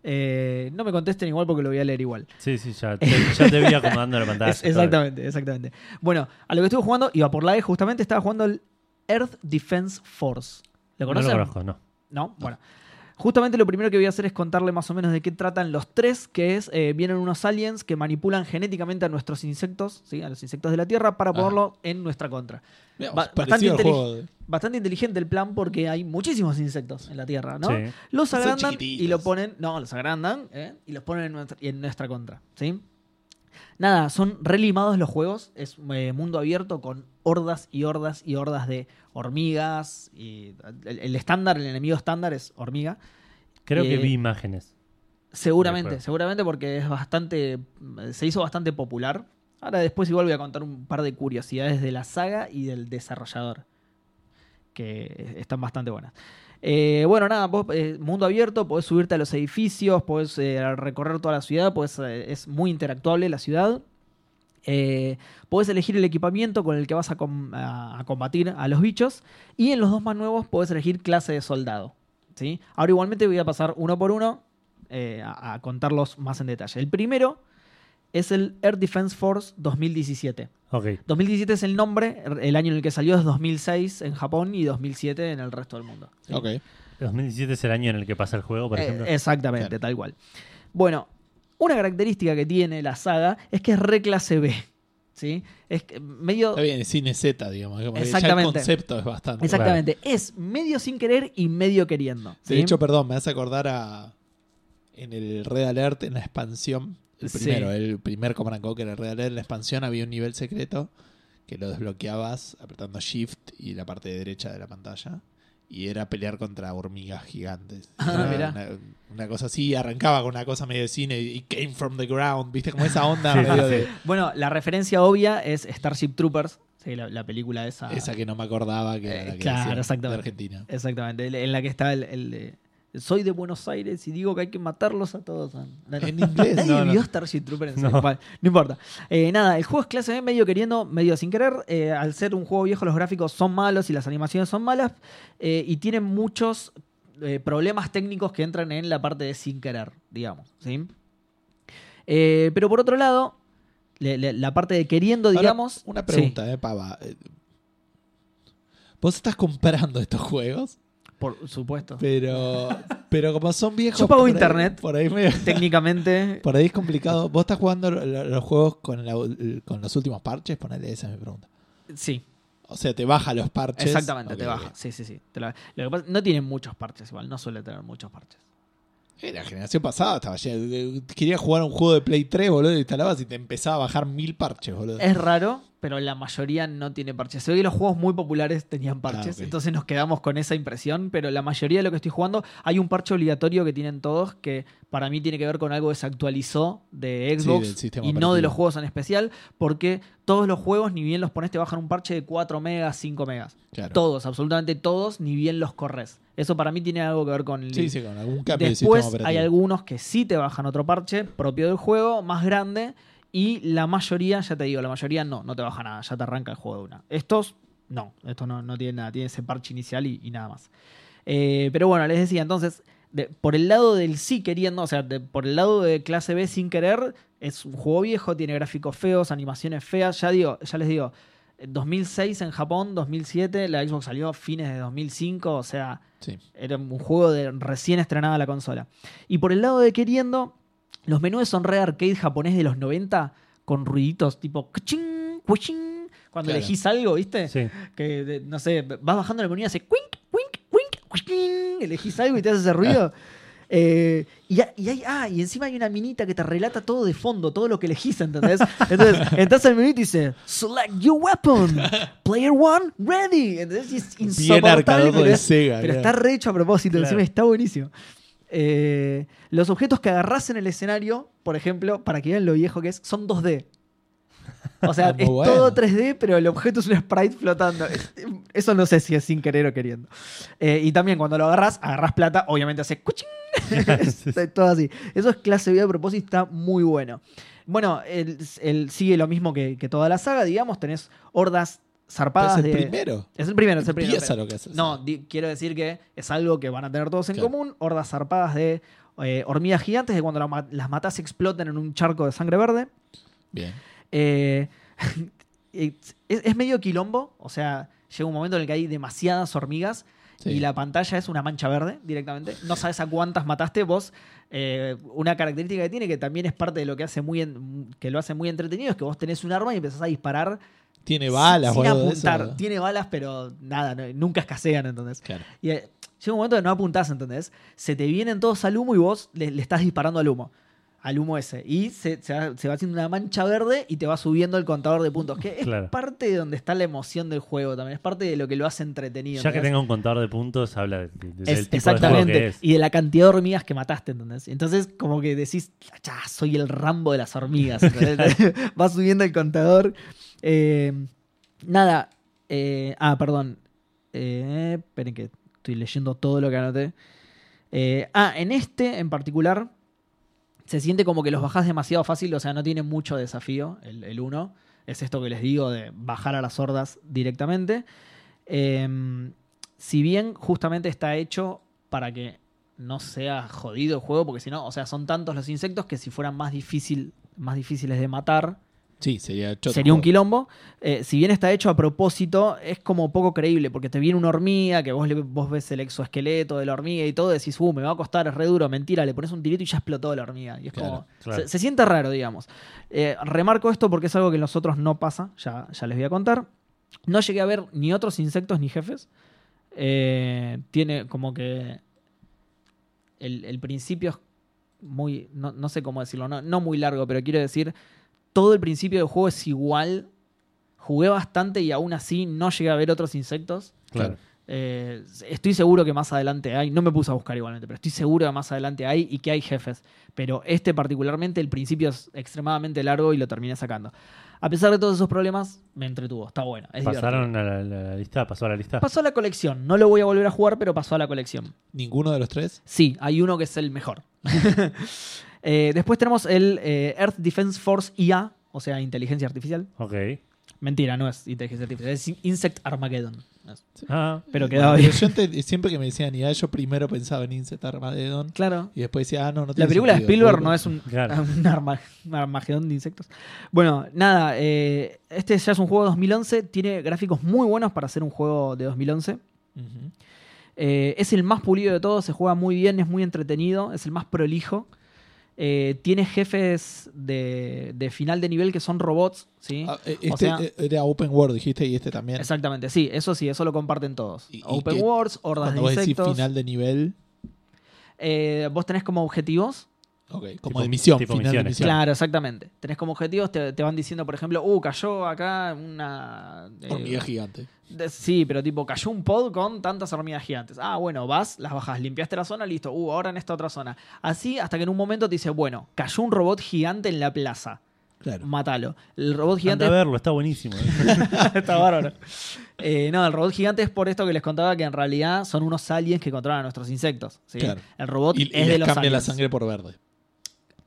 [SPEAKER 3] Eh, no me contesten igual porque lo voy a leer igual.
[SPEAKER 2] Sí, sí, ya te,
[SPEAKER 3] <laughs>
[SPEAKER 2] ya te vi acomodando la pantalla.
[SPEAKER 3] Es- exactamente, exactamente. Bueno, a lo que estuve jugando, iba por la E, justamente estaba jugando el Earth Defense Force. ¿Lo
[SPEAKER 2] todo. No lo
[SPEAKER 3] conocen?
[SPEAKER 2] conozco, no.
[SPEAKER 3] No, bueno. Justamente lo primero que voy a hacer es contarle más o menos de qué tratan los tres, que es, eh, vienen unos aliens que manipulan genéticamente a nuestros insectos, ¿sí? a los insectos de la Tierra, para
[SPEAKER 1] Ajá.
[SPEAKER 3] ponerlo en nuestra contra. ba-
[SPEAKER 1] Parecido al
[SPEAKER 3] bastante
[SPEAKER 1] juego. de-
[SPEAKER 3] Bastante inteligente el plan porque hay muchísimos insectos en la Tierra, ¿no?
[SPEAKER 2] Sí.
[SPEAKER 3] Los
[SPEAKER 1] Son
[SPEAKER 3] agrandan y
[SPEAKER 1] chiquititos.
[SPEAKER 3] lo ponen. No, los agrandan ¿eh? y los ponen en nuestra, en nuestra contra. ¿sí? Nada, son relimados los juegos. Es eh, mundo abierto con hordas y hordas y hordas de hormigas. Y el, el estándar, el enemigo estándar es hormiga.
[SPEAKER 2] Creo que
[SPEAKER 3] Eh,
[SPEAKER 2] vi imágenes. Del
[SPEAKER 3] Seguramente,
[SPEAKER 2] juego.
[SPEAKER 3] seguramente porque es bastante. mm, Se hizo bastante popular. Ahora después igual voy a contar un par de curiosidades de la saga y del desarrollador. Que están bastante buenas. Eh, bueno, nada, vos, eh, mundo abierto, podés subirte a los edificios, podés eh, recorrer toda la ciudad, podés, eh, es muy interactuable la ciudad. Eh, podés elegir el equipamiento con el que vas a, com- a- a combatir a los bichos. Y en los dos más nuevos podés elegir clase de soldado. ¿sí? Ahora igualmente voy a pasar uno por uno eh, a, a contarlos más en detalle. El primero es el Air Defense Force 2017.
[SPEAKER 2] Ok,
[SPEAKER 3] 2017 es el nombre, el año en el que salió es 2006 en Japón y 2007 en el resto del mundo. ¿sí?
[SPEAKER 1] Ok.
[SPEAKER 2] 2017 es el año en el que pasa el juego, por
[SPEAKER 3] Eh,
[SPEAKER 2] ejemplo.
[SPEAKER 3] exactamente,
[SPEAKER 1] Claro.
[SPEAKER 3] tal cual. Bueno, una característica que tiene la saga es que es re clase B. ¿sí? Es que medio.
[SPEAKER 1] Está bien, es cine Z, digamos. como que Ya el
[SPEAKER 3] Exactamente.
[SPEAKER 1] concepto es bastante.
[SPEAKER 3] Exactamente, es medio sin querer y medio queriendo.
[SPEAKER 1] De
[SPEAKER 3] ¿sí?
[SPEAKER 1] hecho, perdón, me hace acordar a. En el Red Alert, en la expansión. El
[SPEAKER 3] Sí.
[SPEAKER 1] primero, el primer Command and Conquer, el Red Alert, en la expansión había un nivel secreto que lo desbloqueabas apretando Shift y la parte derecha de la pantalla. Y era pelear contra hormigas gigantes.
[SPEAKER 3] Ah,
[SPEAKER 1] Era
[SPEAKER 3] mirá.
[SPEAKER 1] una, una cosa así, arrancaba con una cosa medio de cine y came from the ground, ¿viste? Como esa onda
[SPEAKER 2] Sí, sí,
[SPEAKER 1] medio
[SPEAKER 2] sí.
[SPEAKER 1] de.
[SPEAKER 3] Bueno, la referencia obvia es Starship Troopers, ¿sí? la, la película esa.
[SPEAKER 1] Esa que no me acordaba que era
[SPEAKER 3] Ah. Eh,
[SPEAKER 1] la que
[SPEAKER 3] claro,
[SPEAKER 1] decían, de
[SPEAKER 3] exactamente.
[SPEAKER 1] Argentina.
[SPEAKER 3] Exactamente, el- en la que está el, el de, soy de Buenos Aires y digo que hay que matarlos a todos. <laughs>
[SPEAKER 1] En inglés,
[SPEAKER 3] Nadie
[SPEAKER 1] no, no.
[SPEAKER 3] vio Starship Troopers en
[SPEAKER 2] No.
[SPEAKER 3] serio. Bueno, no importa. Eh, nada, el juego es clase B, medio queriendo, medio sin querer. Eh, al ser un juego viejo, los gráficos son malos y las animaciones son malas. eh, y tienen muchos eh, problemas técnicos que entran en la parte de sin querer, digamos. ¿sí? Eh, pero por otro lado, le- le- la parte de queriendo,
[SPEAKER 1] Ahora,
[SPEAKER 3] digamos.
[SPEAKER 1] Una
[SPEAKER 3] sí,
[SPEAKER 1] pregunta, eh, Pava. Eh, Vos estás comprando estos juegos,
[SPEAKER 3] por supuesto.
[SPEAKER 1] pero, pero como son viejos.
[SPEAKER 3] Yo pago
[SPEAKER 1] por ahí-
[SPEAKER 3] internet.
[SPEAKER 1] por, ahí medio-
[SPEAKER 3] <laughs> Técnicamente.
[SPEAKER 1] por ahí es complicado. ¿Vos estás jugando lo- lo- los juegos con, la- con los últimos parches? Ponele, esa es mi pregunta.
[SPEAKER 3] Sí,
[SPEAKER 1] O sea, te baja los parches.
[SPEAKER 3] exactamente,
[SPEAKER 1] Ok,
[SPEAKER 3] te
[SPEAKER 1] ok.
[SPEAKER 3] baja. Sí, sí, sí. te la- lo que pasa- no tienen muchos parches igual, no suele tener muchos parches.
[SPEAKER 1] Eh, la generación pasada estaba llena de- Quería jugar un juego de Play 3, boludo, y instalabas y te empezaba a bajar mil parches, boludo.
[SPEAKER 3] Es raro, pero la mayoría no tiene parches. Se ve que los juegos muy populares tenían parches,
[SPEAKER 1] Ah, ok.
[SPEAKER 3] entonces nos quedamos con esa impresión, pero la mayoría de lo que estoy jugando, hay un parche obligatorio que tienen todos que para mí tiene que ver con algo que se actualizó de
[SPEAKER 1] Sí, del
[SPEAKER 3] Xbox
[SPEAKER 1] sistema
[SPEAKER 3] y no de
[SPEAKER 1] operativo.
[SPEAKER 3] los juegos en especial, porque todos los juegos, ni bien los pones, te bajan un parche de 4 megas, 5 megas.
[SPEAKER 1] Claro.
[SPEAKER 3] Todos, absolutamente todos, ni bien los corres. Eso para mí tiene algo que ver con el-
[SPEAKER 1] Sí, sí, con algún cambio de
[SPEAKER 3] Después
[SPEAKER 1] sistema
[SPEAKER 3] hay
[SPEAKER 1] operativo.
[SPEAKER 3] algunos que sí te bajan otro parche propio del juego, más grande, y la mayoría, ya te digo, la mayoría no, no te baja nada, ya te arranca el juego de una. Estos, no, estos no, no tienen nada, tienen ese parche inicial y, y nada más. Eh, pero bueno, les decía, entonces, de- por el lado del sí queriendo, o sea, de- por el lado de clase B sin querer, es un juego viejo, tiene gráficos feos, animaciones feas, ya digo, ya les digo, eh, 2006 en Japón, 2007, la Xbox salió a fines de 2005, o sea,
[SPEAKER 1] Sí.
[SPEAKER 3] era un juego de recién estrenada la consola. Y por el lado de queriendo, los menús son re arcade japonés de los 90 con ruiditos tipo kuching, kuching. Cuando
[SPEAKER 1] Claro.
[SPEAKER 3] elegís algo, ¿viste?
[SPEAKER 2] Sí.
[SPEAKER 3] Que, de- no sé, vas bajando el menú y hace cuink, cuink, cuink, cuching. Elegís algo y te hace
[SPEAKER 1] <laughs>
[SPEAKER 3] ese ruido. Eh, y, ha- y hay, ah, y encima hay una minita que te relata todo de fondo, todo lo que elegís, ¿entendés? Entonces,
[SPEAKER 1] <laughs>
[SPEAKER 3] entras al menú y te dice, select your weapon, player one, ready. Entonces, y es
[SPEAKER 1] Bien
[SPEAKER 3] insoportable.
[SPEAKER 1] arcador
[SPEAKER 3] pero
[SPEAKER 1] de
[SPEAKER 3] es-
[SPEAKER 1] Sega.
[SPEAKER 3] pero
[SPEAKER 1] claro.
[SPEAKER 3] está re hecho a propósito,
[SPEAKER 2] Claro.
[SPEAKER 3] encima está buenísimo. Eh, los objetos que agarrás en el escenario, por ejemplo, para que vean lo viejo que es, son 2D. O sea,
[SPEAKER 1] Ah, Muy
[SPEAKER 3] es
[SPEAKER 1] bueno.
[SPEAKER 3] todo 3D, pero el objeto es un sprite flotando. Es- Eso no sé si es sin querer o queriendo. Eh, y también cuando lo agarras, agarras plata, obviamente hace cuchín.
[SPEAKER 1] <laughs>
[SPEAKER 3] <laughs> Está todo así. Eso es clase B a propósito, está muy bueno. Bueno, el, el- sigue lo mismo que, que toda la saga, digamos, tenés hordas
[SPEAKER 1] Pero
[SPEAKER 3] zarpadas
[SPEAKER 1] es el
[SPEAKER 3] de.
[SPEAKER 1] primero.
[SPEAKER 3] Es el primero, es el primero.
[SPEAKER 1] Empieza lo que haces.
[SPEAKER 3] No, di- quiero decir que es algo que van a tener todos en
[SPEAKER 1] Claro.
[SPEAKER 3] común. Hordas zarpadas de eh, hormigas gigantes que cuando la ma- las matas explotan en un charco de sangre verde.
[SPEAKER 1] Bien.
[SPEAKER 3] Eh, <laughs> es, es medio quilombo, o sea, llega un momento en el que hay demasiadas hormigas
[SPEAKER 1] Sí.
[SPEAKER 3] y la pantalla es una mancha verde directamente. No sabes a cuántas mataste vos. Eh, una característica que tiene que también es parte de lo que hace muy en- que lo hace muy entretenido es que vos tenés un arma y empezás a disparar
[SPEAKER 1] Tiene balas,
[SPEAKER 3] sin, sin
[SPEAKER 1] boludo,
[SPEAKER 3] apuntar.
[SPEAKER 1] eso.
[SPEAKER 3] Tiene balas, pero nada, no- nunca escasean, entonces.
[SPEAKER 1] Claro.
[SPEAKER 3] Y eh, llega un momento que no apuntás, ¿entendés? Se te vienen todos al humo y vos le, le estás disparando al humo. Al humo ese. Y se, se va, se va haciendo una mancha verde y te va subiendo el contador de puntos. Que es
[SPEAKER 2] Claro.
[SPEAKER 3] parte de donde está la emoción del juego también. Es parte de lo que lo hace entretenido.
[SPEAKER 2] Ya que
[SPEAKER 3] ¿entendés?
[SPEAKER 2] tenga un contador de puntos, habla de- de- del
[SPEAKER 3] Es-
[SPEAKER 2] tipo
[SPEAKER 3] exactamente.
[SPEAKER 2] de juego que es.
[SPEAKER 3] Y de la cantidad de hormigas que mataste, ¿entendés? Entonces, como que decís, ya, soy el rambo de las hormigas. ¿entendés?
[SPEAKER 2] <laughs>
[SPEAKER 3] <laughs> Va subiendo el contador. Eh, nada. eh, ah, perdón. Eh, esperen que estoy leyendo todo lo que anoté. Eh, ah, en este en particular se siente como que los bajás demasiado fácil, o sea, no tiene mucho desafío el 1. es esto que les digo de bajar a las hordas directamente. Eh, si bien justamente está hecho para que no sea jodido el juego, porque si no, o sea, son tantos los insectos que si fueran más, difícil, más difíciles de matar,
[SPEAKER 1] Sí, sería choto
[SPEAKER 3] sería un
[SPEAKER 1] juego.
[SPEAKER 3] quilombo. Eh, si bien está hecho a propósito, es como poco creíble, porque te viene una hormiga, que vos, le- vos ves el exoesqueleto de la hormiga y todo, decís, uh, me va a costar, es re duro, mentira, le pones un tirito y ya explotó la hormiga. Y es
[SPEAKER 1] Claro,
[SPEAKER 3] como,
[SPEAKER 2] claro.
[SPEAKER 3] Se, se siente raro, digamos. Eh, remarco esto porque es algo que en los otros no pasa, ya, ya les voy a contar. No llegué a ver ni otros insectos ni jefes. Eh, tiene como que el, el principio es muy, no, no sé cómo decirlo, no, no muy largo, pero quiero decir, todo el principio del juego es igual. Jugué bastante y aún así no llegué a ver otros insectos.
[SPEAKER 2] Claro.
[SPEAKER 3] Eh, estoy seguro que más adelante hay, no me puse a buscar igualmente, pero estoy seguro que más adelante hay y que hay jefes. Pero este particularmente, el principio es extremadamente largo y lo terminé sacando. A pesar de todos esos problemas, me entretuvo, está bueno. es divertido.
[SPEAKER 2] Pasaron a la, la- la lista, pasó a la lista.
[SPEAKER 3] Pasó a la colección, no lo voy a volver a jugar, pero pasó a la colección.
[SPEAKER 1] ¿Ninguno de los tres?
[SPEAKER 3] Sí, hay uno que es el mejor. <laughs> Eh, después tenemos el eh, Earth Defense Force IA, o sea, inteligencia artificial.
[SPEAKER 2] Ok.
[SPEAKER 3] Mentira, no es inteligencia artificial, es In- Insect Armageddon. Es-
[SPEAKER 2] Ah,
[SPEAKER 3] Pero quedaba
[SPEAKER 1] Bueno,
[SPEAKER 3] bien.
[SPEAKER 1] yo te- siempre que me decían IA, yo primero pensaba en Insect Armageddon
[SPEAKER 3] <laughs> Claro.
[SPEAKER 1] y después decía, ah, no, no
[SPEAKER 3] La
[SPEAKER 1] tiene
[SPEAKER 3] película de
[SPEAKER 1] sentido,
[SPEAKER 3] Spielberg
[SPEAKER 1] boludo.
[SPEAKER 3] no
[SPEAKER 1] <laughs>
[SPEAKER 3] es un,
[SPEAKER 2] Claro.
[SPEAKER 3] <laughs> un arma- un armagedón de insectos. Bueno, nada, eh, este ya es un juego de 2011, tiene gráficos muy buenos para ser un juego de 2011.
[SPEAKER 1] Ujú.
[SPEAKER 3] Eh, es el más pulido de todos, se juega muy bien, es muy entretenido, es el más prolijo. Eh, tiene jefes de, de final de nivel que son robots, ¿sí?
[SPEAKER 1] Ah, eh,
[SPEAKER 3] O
[SPEAKER 1] Este
[SPEAKER 3] sea-
[SPEAKER 1] eh, era Open World, dijiste, y este también.
[SPEAKER 3] Exactamente, sí, eso sí, eso lo comparten todos.
[SPEAKER 1] Y- y
[SPEAKER 3] Open
[SPEAKER 1] que-
[SPEAKER 3] Wars, hordas
[SPEAKER 1] Cuando
[SPEAKER 3] de
[SPEAKER 1] vos decís
[SPEAKER 3] insectos.
[SPEAKER 1] final de nivel,
[SPEAKER 3] Eh, vos tenés como objetivos
[SPEAKER 1] ok, como
[SPEAKER 2] Tipo-
[SPEAKER 1] de misión,
[SPEAKER 2] tipo
[SPEAKER 1] final de
[SPEAKER 2] misiones,
[SPEAKER 1] misión.
[SPEAKER 3] Claro, exactamente. Tenés como objetivos, te, te van diciendo, por ejemplo, uh, cayó acá una. eh,
[SPEAKER 1] Hormiga gigante.
[SPEAKER 3] de- sí, pero tipo, cayó un pod con tantas hormigas gigantes. Ah, bueno, vas, las bajas, limpiaste la zona, listo. Uh, ahora en esta otra zona. Así hasta que en un momento te dice, bueno, cayó un robot gigante en la plaza.
[SPEAKER 1] Claro.
[SPEAKER 3] Mátalo. El robot
[SPEAKER 2] anda
[SPEAKER 3] gigante.
[SPEAKER 2] a verlo,
[SPEAKER 3] <laughs>
[SPEAKER 2] está buenísimo. eh.
[SPEAKER 3] Está bárbaro. Eh, no, el robot gigante es por esto que les contaba que en realidad son unos aliens que controlan a nuestros insectos. ¿sí?
[SPEAKER 1] Claro.
[SPEAKER 3] El robot
[SPEAKER 1] Y, y
[SPEAKER 3] es de
[SPEAKER 1] les
[SPEAKER 3] los
[SPEAKER 1] cambia
[SPEAKER 3] aliens.
[SPEAKER 1] la sangre por verde.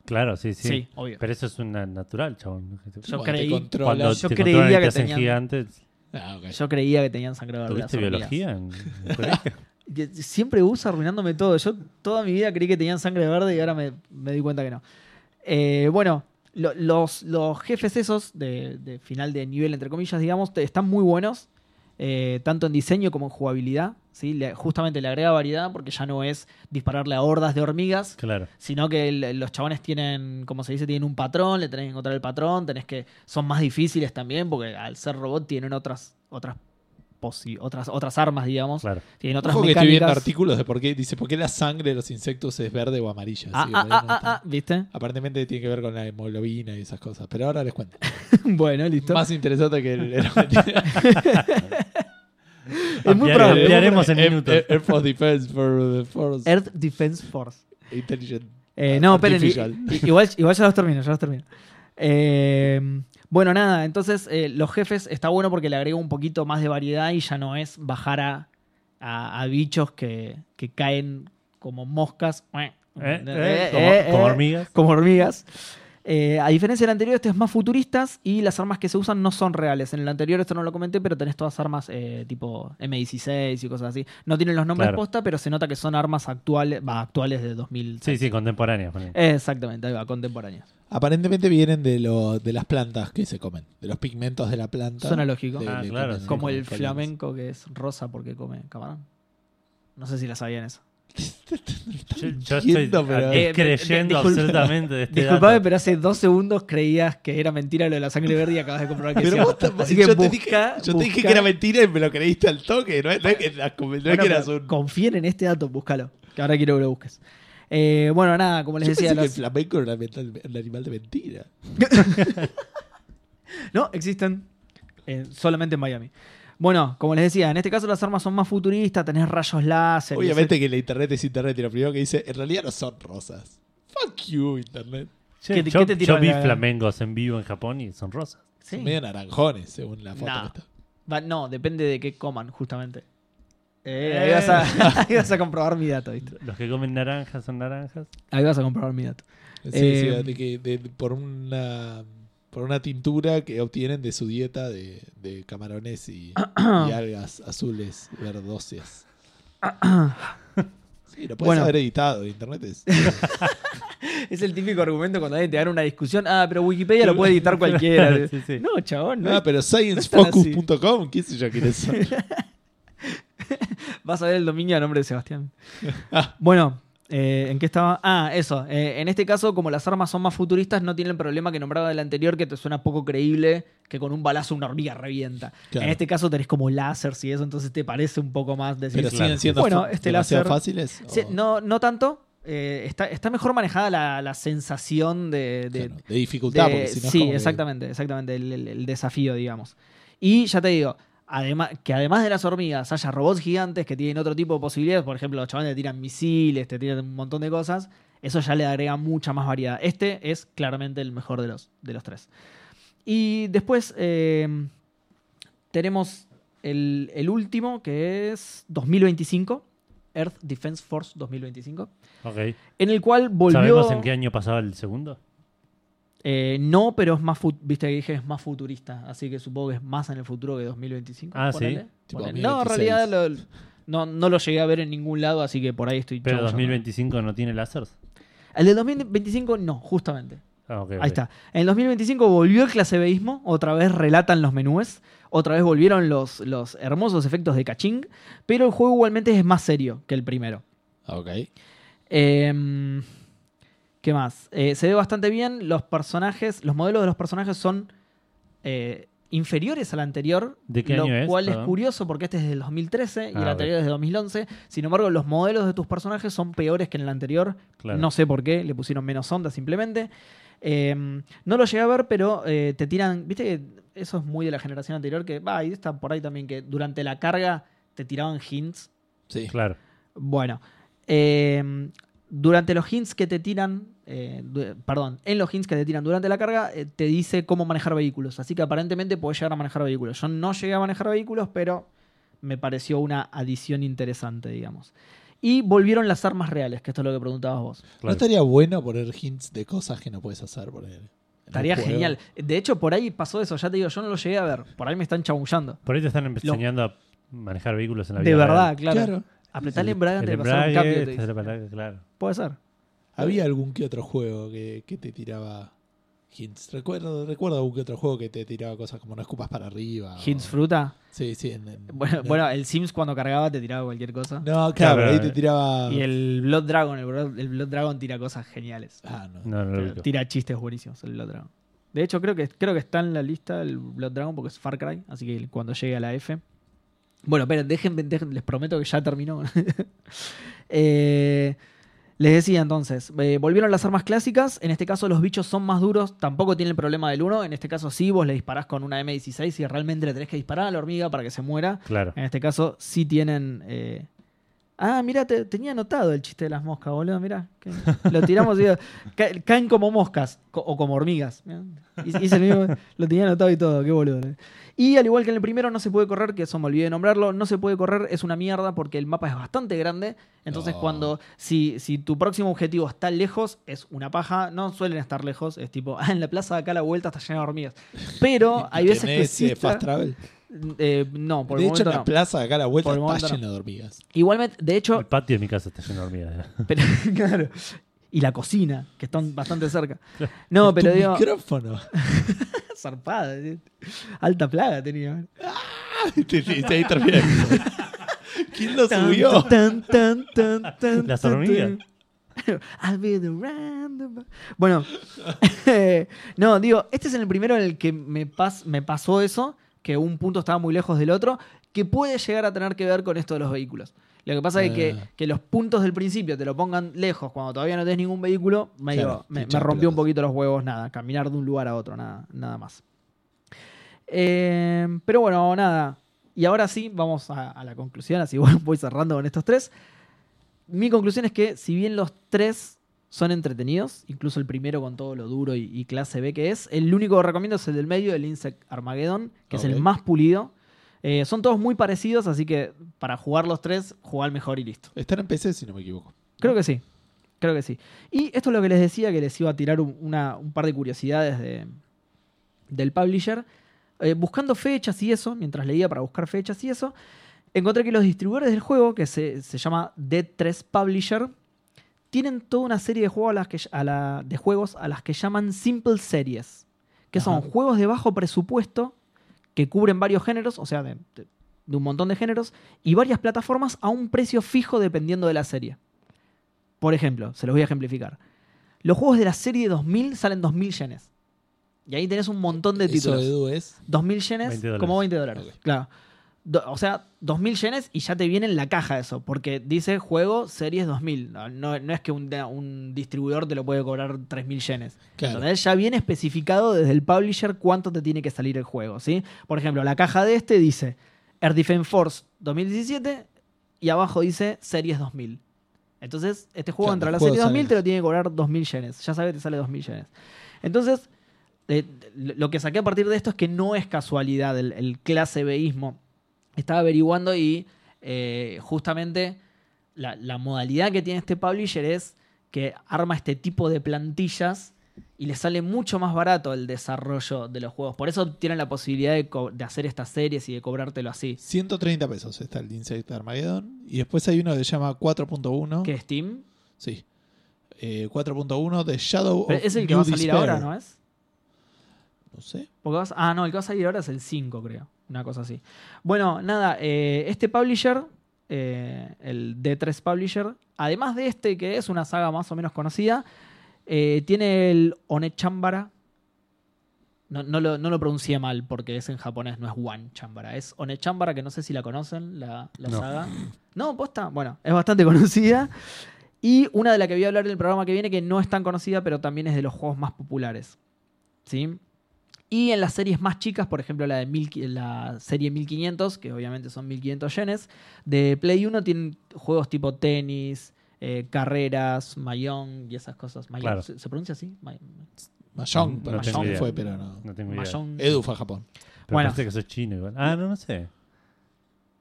[SPEAKER 2] claro, sí, sí.
[SPEAKER 3] Sí, obvio.
[SPEAKER 2] Pero eso es una natural, chabón.
[SPEAKER 3] Yo
[SPEAKER 1] Cuando te
[SPEAKER 3] creí-
[SPEAKER 1] controlan-
[SPEAKER 2] Cuando
[SPEAKER 3] yo
[SPEAKER 2] te
[SPEAKER 3] creía
[SPEAKER 2] controlan y
[SPEAKER 3] que
[SPEAKER 2] te hacen
[SPEAKER 3] tenían-
[SPEAKER 2] gigantes.
[SPEAKER 1] Ah, ok.
[SPEAKER 3] Yo creía que tenían sangre verde. las
[SPEAKER 2] ¿Tuviste
[SPEAKER 3] hormigas.
[SPEAKER 2] biología
[SPEAKER 3] <laughs>
[SPEAKER 2] en en el colegio?
[SPEAKER 3] Que Siempre usa arruinándome todo. Yo toda mi vida creí que tenían sangre verde y ahora me, me di cuenta que no. Eh, bueno, lo- los, los jefes esos de, de final de nivel, entre comillas, digamos, te- están muy buenos. eh, tanto en diseño como en jugabilidad. ¿sí? Le- justamente le agrega variedad porque ya no es dispararle a hordas de hormigas,
[SPEAKER 2] Claro.
[SPEAKER 3] sino que el- los chabones tienen, como se dice, tienen un patrón, le tenés que encontrar el patrón, tenés que son más difíciles también porque al ser robot tienen otras otras posi- otras otras armas, digamos,
[SPEAKER 2] Claro.
[SPEAKER 3] tienen otras
[SPEAKER 1] Ojo que estoy viendo
[SPEAKER 3] mecánicas.
[SPEAKER 1] artículos de por qué dice por qué la sangre de los insectos es verde o amarilla.
[SPEAKER 3] ah,
[SPEAKER 1] Así que
[SPEAKER 3] ah,
[SPEAKER 1] por ahí
[SPEAKER 3] ah,
[SPEAKER 1] no
[SPEAKER 3] ah,
[SPEAKER 1] está.
[SPEAKER 3] ah, ¿viste? <laughs>
[SPEAKER 1] Aparentemente tiene que ver con la hemoglobina y esas cosas, pero ahora les cuento.
[SPEAKER 3] bueno, listo.
[SPEAKER 1] Más interesante que
[SPEAKER 2] <laughs>
[SPEAKER 1] el.
[SPEAKER 3] es muy
[SPEAKER 2] Ampliar-
[SPEAKER 3] probable.
[SPEAKER 2] ampliaremos en
[SPEAKER 1] Air-
[SPEAKER 2] minutos.
[SPEAKER 1] Air- Air Force Defense for the Force
[SPEAKER 3] Earth Defense Force.
[SPEAKER 1] Intelligent.
[SPEAKER 3] Eh, no, esperen.
[SPEAKER 1] Ah, Artificial.
[SPEAKER 3] i- i- Igual, igual ya los termino, ya los termino. Eh, bueno, nada, entonces eh, los jefes está bueno porque le agrega un poquito más de variedad y ya no es bajar a, a- a bichos que, que caen como moscas.
[SPEAKER 2] Eh,
[SPEAKER 3] Eh,
[SPEAKER 2] eh, como, como
[SPEAKER 3] eh,
[SPEAKER 2] hormigas.
[SPEAKER 3] como hormigas. Eh, a diferencia del anterior, este es más futuristas y las armas que se usan no son reales. En el anterior, esto no lo comenté, pero tenés todas armas eh, tipo M16 y cosas así. No tienen los nombres
[SPEAKER 2] Claro.
[SPEAKER 3] posta, pero se nota que son armas actuales, va, actuales de 2000.
[SPEAKER 2] Sí, sí, contemporáneas. ponele.
[SPEAKER 3] Exactamente, ahí va, contemporáneas.
[SPEAKER 1] Aparentemente vienen de, lo, de las plantas que se comen, de los pigmentos de la planta.
[SPEAKER 3] Suena lógico.
[SPEAKER 1] De-
[SPEAKER 2] Ah,
[SPEAKER 1] de-
[SPEAKER 2] claro,
[SPEAKER 1] comen-
[SPEAKER 2] sí.
[SPEAKER 3] Como el
[SPEAKER 1] colores.
[SPEAKER 3] flamenco que es rosa porque come camarón. No sé si la sabían eso.
[SPEAKER 1] <laughs>
[SPEAKER 2] Yo, yo
[SPEAKER 1] Entiendo,
[SPEAKER 2] estoy
[SPEAKER 1] pero-
[SPEAKER 2] eh,
[SPEAKER 3] Eh,
[SPEAKER 2] creyendo
[SPEAKER 3] disculpa- <laughs>
[SPEAKER 2] absolutamente de este
[SPEAKER 3] Disculpame,
[SPEAKER 2] dato.
[SPEAKER 3] pero hace dos segundos creías que era mentira lo de la sangre verde y acabas de comprobar que sí.
[SPEAKER 1] Pero vos te-
[SPEAKER 3] Así que
[SPEAKER 1] yo, te
[SPEAKER 3] busca-
[SPEAKER 1] dije, yo te dije
[SPEAKER 3] busca-
[SPEAKER 1] que era mentira y me lo creíste al toque. No es, no es que, no es
[SPEAKER 3] Bueno,
[SPEAKER 1] que
[SPEAKER 3] pero
[SPEAKER 1] eras un.
[SPEAKER 3] Confíen en este dato, búscalo. Que ahora quiero que lo busques. Eh, bueno, nada, como les
[SPEAKER 1] Yo
[SPEAKER 3] decía.
[SPEAKER 1] pensé que el
[SPEAKER 3] los-
[SPEAKER 1] flamenco era mental- el animal de mentira.
[SPEAKER 3] No, existen eh, solamente en Miami. Bueno, como les decía, en este caso las armas son más futuristas, tenés rayos láser. y
[SPEAKER 1] Obviamente que la internet es internet y lo primero que dice, en realidad no son rosas. Fuck you, internet.
[SPEAKER 2] Che,
[SPEAKER 3] ¿qué te-
[SPEAKER 2] yo,
[SPEAKER 3] qué te tiró
[SPEAKER 2] yo vi
[SPEAKER 3] la-
[SPEAKER 2] flamengos en vivo en Japón y son rosas.
[SPEAKER 3] ese-
[SPEAKER 1] Son
[SPEAKER 3] Sí.
[SPEAKER 1] medio naranjones, según la foto.
[SPEAKER 3] Nah.
[SPEAKER 1] que está.
[SPEAKER 3] Va- no, depende de qué coman, justamente. Eh,
[SPEAKER 2] Eh.
[SPEAKER 3] ahí, vas a, <laughs> ahí vas a comprobar mi dato, ¿viste?
[SPEAKER 2] Los que comen naranjas son naranjas.
[SPEAKER 3] Ahí vas a comprobar mi dato.
[SPEAKER 1] Sí,
[SPEAKER 3] Eh,
[SPEAKER 1] sí, de que- de- por una por una tintura que obtienen de su dieta de, de camarones y,
[SPEAKER 3] <coughs>
[SPEAKER 1] y algas azules verdosas. sí, lo puedes
[SPEAKER 3] Bueno.
[SPEAKER 1] haber editado. Internet
[SPEAKER 3] <coughs>
[SPEAKER 1] es.
[SPEAKER 3] Es el típico argumento cuando alguien te da una discusión. Ah, pero Wikipedia lo puede <laughs> editar cualquiera.
[SPEAKER 2] Sí, sí.
[SPEAKER 3] No, chabón, no.
[SPEAKER 1] Ah,
[SPEAKER 3] es-
[SPEAKER 1] pero
[SPEAKER 3] están así.
[SPEAKER 1] sciencefocus.com, qué sé yo quién es.
[SPEAKER 3] <laughs> Vas a ver el dominio a nombre
[SPEAKER 1] <laughs>
[SPEAKER 3] de Sebastián.
[SPEAKER 1] Ah.
[SPEAKER 3] bueno, eh, ¿en qué estaba? Ah, eso. Eh, en este caso, como las armas son más futuristas, no tienen el problema que nombraba del anterior, que te suena poco creíble que con un balazo una hormiga revienta.
[SPEAKER 1] Claro.
[SPEAKER 3] En este caso tenés como láseres y eso, entonces te parece un poco más decir.
[SPEAKER 1] Pero
[SPEAKER 2] Sí,
[SPEAKER 1] siguen
[SPEAKER 2] claro.
[SPEAKER 1] siendo
[SPEAKER 3] Bueno,
[SPEAKER 1] fu-
[SPEAKER 3] este
[SPEAKER 1] demasiado
[SPEAKER 3] láser-
[SPEAKER 1] fáciles.
[SPEAKER 3] Sí,
[SPEAKER 1] o-
[SPEAKER 3] no, no tanto. Eh, está, está mejor manejada la, la sensación de- de,
[SPEAKER 1] claro, de dificultad,
[SPEAKER 3] de-
[SPEAKER 1] porque si no es
[SPEAKER 3] sí,
[SPEAKER 1] como que-
[SPEAKER 3] exactamente, exactamente, el, el- el desafío, digamos. Y ya te digo, además, que además de las hormigas haya robots gigantes que tienen otro tipo de posibilidades, por ejemplo, los chavales te tiran misiles, te tiran un montón de cosas, eso ya le agrega mucha más variedad. Este es claramente el mejor de los, de los tres. Y después eh, tenemos el, el último, que es 2025, Earth Defense Force 2025,
[SPEAKER 2] Ok.
[SPEAKER 3] en el cual volvió...
[SPEAKER 2] ¿Sabemos en qué año pasaba el segundo?
[SPEAKER 3] Eh, no, pero es más, fut- viste que dije, es más futurista, así que supongo que es más en el futuro que 2025.
[SPEAKER 2] Ah, sí.
[SPEAKER 1] Tipo
[SPEAKER 3] ponele. No, en realidad lo- no, no lo llegué a ver en ningún lado, así que por ahí estoy...
[SPEAKER 2] Pero
[SPEAKER 3] chamullando.
[SPEAKER 2] 2025 no tiene lásers.
[SPEAKER 3] El de 2025 no, justamente.
[SPEAKER 2] Ah, ok, ok.
[SPEAKER 3] Ahí está. En el 2025 volvió el clasebeísmo, otra vez relatan los menúes, otra vez volvieron los, los hermosos efectos de caching, pero el juego igualmente es más serio que el primero.
[SPEAKER 1] Ah, ok.
[SPEAKER 3] Em, ¿Qué más? Eh, se ve bastante bien. Los personajes, los modelos de los personajes son eh, inferiores al anterior.
[SPEAKER 2] ¿De qué
[SPEAKER 3] lo
[SPEAKER 2] año es?
[SPEAKER 3] cual es
[SPEAKER 2] Perdón.
[SPEAKER 3] curioso porque este es del 2013 y
[SPEAKER 2] Ah,
[SPEAKER 3] el
[SPEAKER 2] ok.
[SPEAKER 3] anterior es de 2011. Sin embargo, los modelos de tus personajes son peores que en el anterior.
[SPEAKER 2] Claro.
[SPEAKER 3] No sé por qué, le pusieron menos onda simplemente. Eh, no lo llegué a ver, pero eh, te tiran. Viste que eso es muy de la generación anterior. Que va, y está por ahí también que durante la carga te tiraban hints
[SPEAKER 1] Sí.
[SPEAKER 2] Claro.
[SPEAKER 3] bueno, eh, durante los hints que te tiran, eh, du- perdón, en los hints que te tiran durante la carga, eh, te dice cómo manejar vehículos. Así que aparentemente podés llegar a manejar vehículos. Yo no llegué a manejar vehículos, pero me pareció una adición interesante, digamos. Y volvieron las armas reales, que esto es lo que preguntabas vos.
[SPEAKER 1] ¿No
[SPEAKER 2] claro.
[SPEAKER 1] estaría bueno poner hints de cosas que no puedes hacer por él?
[SPEAKER 3] Estaría genial. De hecho, por ahí pasó eso. Ya te digo, yo no lo llegué a ver. Por ahí me están chabullando.
[SPEAKER 2] Por ahí te están
[SPEAKER 3] Lo-
[SPEAKER 2] enseñando a manejar vehículos en la vida.
[SPEAKER 3] De verdad,
[SPEAKER 2] real.
[SPEAKER 3] claro.
[SPEAKER 1] claro.
[SPEAKER 3] Apretá el
[SPEAKER 2] El-
[SPEAKER 3] embrague
[SPEAKER 2] el
[SPEAKER 3] antes de pasar un
[SPEAKER 2] embrague,
[SPEAKER 3] cambio. te
[SPEAKER 2] esta es
[SPEAKER 3] dice.
[SPEAKER 2] la palabra, claro.
[SPEAKER 3] Puede ser.
[SPEAKER 1] Había algún que otro juego que, que te tiraba hints. Recuerdo, recuerdo algún que otro juego que te tiraba cosas como no escupas para arriba. o-
[SPEAKER 3] Hints fruta.
[SPEAKER 1] Sí, sí. en- en-
[SPEAKER 3] Bueno,
[SPEAKER 2] <laughs>
[SPEAKER 1] en-
[SPEAKER 3] bueno, el Sims cuando cargaba te tiraba cualquier cosa.
[SPEAKER 1] No, claro,
[SPEAKER 2] Claro,
[SPEAKER 1] pero ahí
[SPEAKER 2] eh.
[SPEAKER 1] te tiraba.
[SPEAKER 3] Y el Blood Dragon, el Blood, el Blood Dragon tira cosas geniales.
[SPEAKER 1] Ah, no.
[SPEAKER 2] No, no lo ubico.
[SPEAKER 3] Tira chistes buenísimos el Blood Dragon. De hecho, creo que, creo que está en la lista el Blood Dragon porque es Far Cry, así que cuando llegue a la F. Bueno, esperen, déjenme, déjenme, les prometo que ya terminó. <laughs> Eh, les decía entonces, eh, volvieron las armas clásicas, en este caso los bichos son más duros, tampoco tienen el problema del 1, en este caso sí, vos le disparás con una M16 y realmente le tenés que disparar a la hormiga para que se muera,
[SPEAKER 2] Claro.
[SPEAKER 3] en este caso, sí tienen. eh, Ah, mira, tenía anotado el chiste de las moscas, boludo. Mirá, que lo tiramos y <laughs> ca- caen como moscas co- o como hormigas. mirá. Hice- hice el mismo- lo tenía anotado y todo, qué boludo. eh. Y al igual que en el primero, no se puede correr, que eso me olvidé de nombrarlo. No se puede correr, es una mierda porque el mapa es bastante grande. Entonces,
[SPEAKER 1] No.
[SPEAKER 3] cuando. Si, si tu próximo objetivo está lejos, es una paja. No suelen estar lejos. Es tipo, ah, en la plaza de acá a la vuelta está llena de hormigas. Pero
[SPEAKER 1] <laughs>
[SPEAKER 3] hay veces que.
[SPEAKER 1] ¿Tenés,
[SPEAKER 3] Sí
[SPEAKER 1] eh, Fast
[SPEAKER 3] está-
[SPEAKER 1] Travel.
[SPEAKER 3] eh, no, por
[SPEAKER 1] de
[SPEAKER 3] el
[SPEAKER 1] hecho, en
[SPEAKER 3] momento
[SPEAKER 1] la
[SPEAKER 3] no.
[SPEAKER 1] plaza de acá a la vuelta
[SPEAKER 3] Por el
[SPEAKER 1] está
[SPEAKER 3] momento no.
[SPEAKER 1] llena de hormigas.
[SPEAKER 3] Igualmente, de hecho,
[SPEAKER 2] <laughs> El patio de mi casa está lleno de hormigas.
[SPEAKER 3] pero, claro, y la cocina, que están bastante cerca. No, pero
[SPEAKER 1] tu
[SPEAKER 3] digo,
[SPEAKER 1] micrófono. <laughs>
[SPEAKER 3] zarpada, eh. alta plaga tenía.
[SPEAKER 1] Sí, sí, sí, ahí termina
[SPEAKER 3] <laughs>
[SPEAKER 1] el episodio. ¿Quién lo
[SPEAKER 3] Tan,
[SPEAKER 1] subió?
[SPEAKER 3] tan, tan, tan, tan,
[SPEAKER 2] Las
[SPEAKER 3] tan, <laughs>
[SPEAKER 2] hormigas.
[SPEAKER 3] tan. I'll be the random- Bueno, <laughs> eh, no, digo, este es el primero en el que me, pas- me pasó eso, que un punto estaba muy lejos del otro, que puede llegar a tener que ver con esto de los vehículos. Lo que pasa es que,
[SPEAKER 1] Ah.
[SPEAKER 3] que los puntos del principio te lo pongan lejos cuando todavía no tenés ningún vehículo, medio-
[SPEAKER 1] Claro,
[SPEAKER 3] me,
[SPEAKER 1] hincha
[SPEAKER 3] me rompió un
[SPEAKER 1] pelotas.
[SPEAKER 3] poquito los huevos, nada, caminar de un lugar a otro, nada, nada más. Eh, pero bueno, nada. Y ahora sí, vamos a, a la conclusión, así <laughs> voy- voy cerrando con estos tres. Mi conclusión es que si bien los tres son entretenidos, incluso el primero con todo lo duro y, y clase B que es, el único que recomiendo es el del medio, el Insect Armageddon, que es
[SPEAKER 1] Ok.
[SPEAKER 3] el más pulido. Eh, son todos muy parecidos, así que para jugar los tres, jugar mejor y listo.
[SPEAKER 1] Están en PC, si no me equivoco.
[SPEAKER 3] Creo que sí. Creo que sí. Y esto es lo que les decía, que les iba a tirar un, una- un par de curiosidades de- del publisher. Eh, buscando fechas y eso, mientras leía para buscar fechas y eso, encontré que los distribuidores del juego, que se, se llama Dead 3 Publisher, tienen toda una serie de juegos a las que, a la- de juegos a las que llaman Simple Series, que son
[SPEAKER 1] Ajá.
[SPEAKER 3] juegos de bajo presupuesto que cubren varios géneros, o sea, de- de- de un montón de géneros, y varias plataformas a un precio fijo dependiendo de la serie. Por ejemplo, se los voy a ejemplificar. Los juegos de la serie 2000 salen 2000 yenes. Y ahí tenés un montón de
[SPEAKER 1] Eso,
[SPEAKER 3] títulos.
[SPEAKER 1] Edu, es.
[SPEAKER 3] 2000 yenes,
[SPEAKER 2] 20 dólares.
[SPEAKER 3] como 20 dólares.
[SPEAKER 1] Ok.
[SPEAKER 3] Claro. Do- o sea, 2000 yenes y ya te viene en la caja eso, porque dice juego series 2000. No, no- no es que un, da- un distribuidor te lo puede cobrar 3000 yenes.
[SPEAKER 1] Claro.
[SPEAKER 3] Entonces ya viene especificado desde el publisher cuánto te tiene que salir el juego, ¿sí? Por ejemplo, la caja de este dice Air Defense Force 2017 y abajo dice series 2000. Entonces, este juego
[SPEAKER 1] Claro,
[SPEAKER 3] entra a
[SPEAKER 1] el
[SPEAKER 3] la
[SPEAKER 1] juego
[SPEAKER 3] serie 2000,
[SPEAKER 1] sale-
[SPEAKER 3] te lo tiene que cobrar 2000 yenes. Ya sabes, te sale 2000 yenes. Entonces, eh, lo lo que saqué a partir de esto es que no es casualidad el, el clase Bismo. Estaba averiguando y eh, justamente la, la modalidad que tiene este publisher es que arma este tipo de plantillas y les sale mucho más barato el desarrollo de los juegos. Por eso tienen la posibilidad de, co- de hacer estas series y de cobrártelo así.
[SPEAKER 1] 130 pesos está el Insect Armageddon. Y después hay uno que se llama 4.1.
[SPEAKER 3] Que Steam.
[SPEAKER 1] Sí. Eh, 4.1 de Shadow
[SPEAKER 3] Pero
[SPEAKER 1] of
[SPEAKER 3] es el que
[SPEAKER 1] New
[SPEAKER 3] va a salir
[SPEAKER 1] Despair.
[SPEAKER 3] ahora, ¿no es?
[SPEAKER 1] No sé.
[SPEAKER 3] Porque vas- ah, no, el que va a salir ahora es el 5, creo. Una cosa así. Bueno, nada, eh, este publisher, eh, el D3 Publisher, además de este, que es una saga más o menos conocida, eh, tiene el Onechambara. No, no, lo, no lo pronuncié mal porque es en japonés, no es One Chambara. Es Onechambara, que no sé si la conocen, la, la
[SPEAKER 4] No.
[SPEAKER 3] saga. No, posta. Bueno, es bastante <laughs> conocida. Y una de la que voy a hablar en el programa que viene, que no es tan conocida, pero también es de los juegos más populares. ¿Sí? Y en las series más chicas, por ejemplo la, de mil- la serie 1500, que obviamente son 1500 yenes, de Play 1 tienen juegos tipo tenis, eh, carreras, mayón y esas cosas. Mayón,
[SPEAKER 2] Claro.
[SPEAKER 3] ¿se, se pronuncia así? May-
[SPEAKER 1] Mahjong,
[SPEAKER 2] No
[SPEAKER 1] pero
[SPEAKER 3] tengo
[SPEAKER 1] Mahjong
[SPEAKER 3] idea.
[SPEAKER 1] fue, pero no.
[SPEAKER 2] No tengo idea.
[SPEAKER 3] mayón.
[SPEAKER 1] Edu fue a Japón.
[SPEAKER 2] Pero
[SPEAKER 3] Bueno.
[SPEAKER 2] parece que sos chino igual. Ah, no, no sé.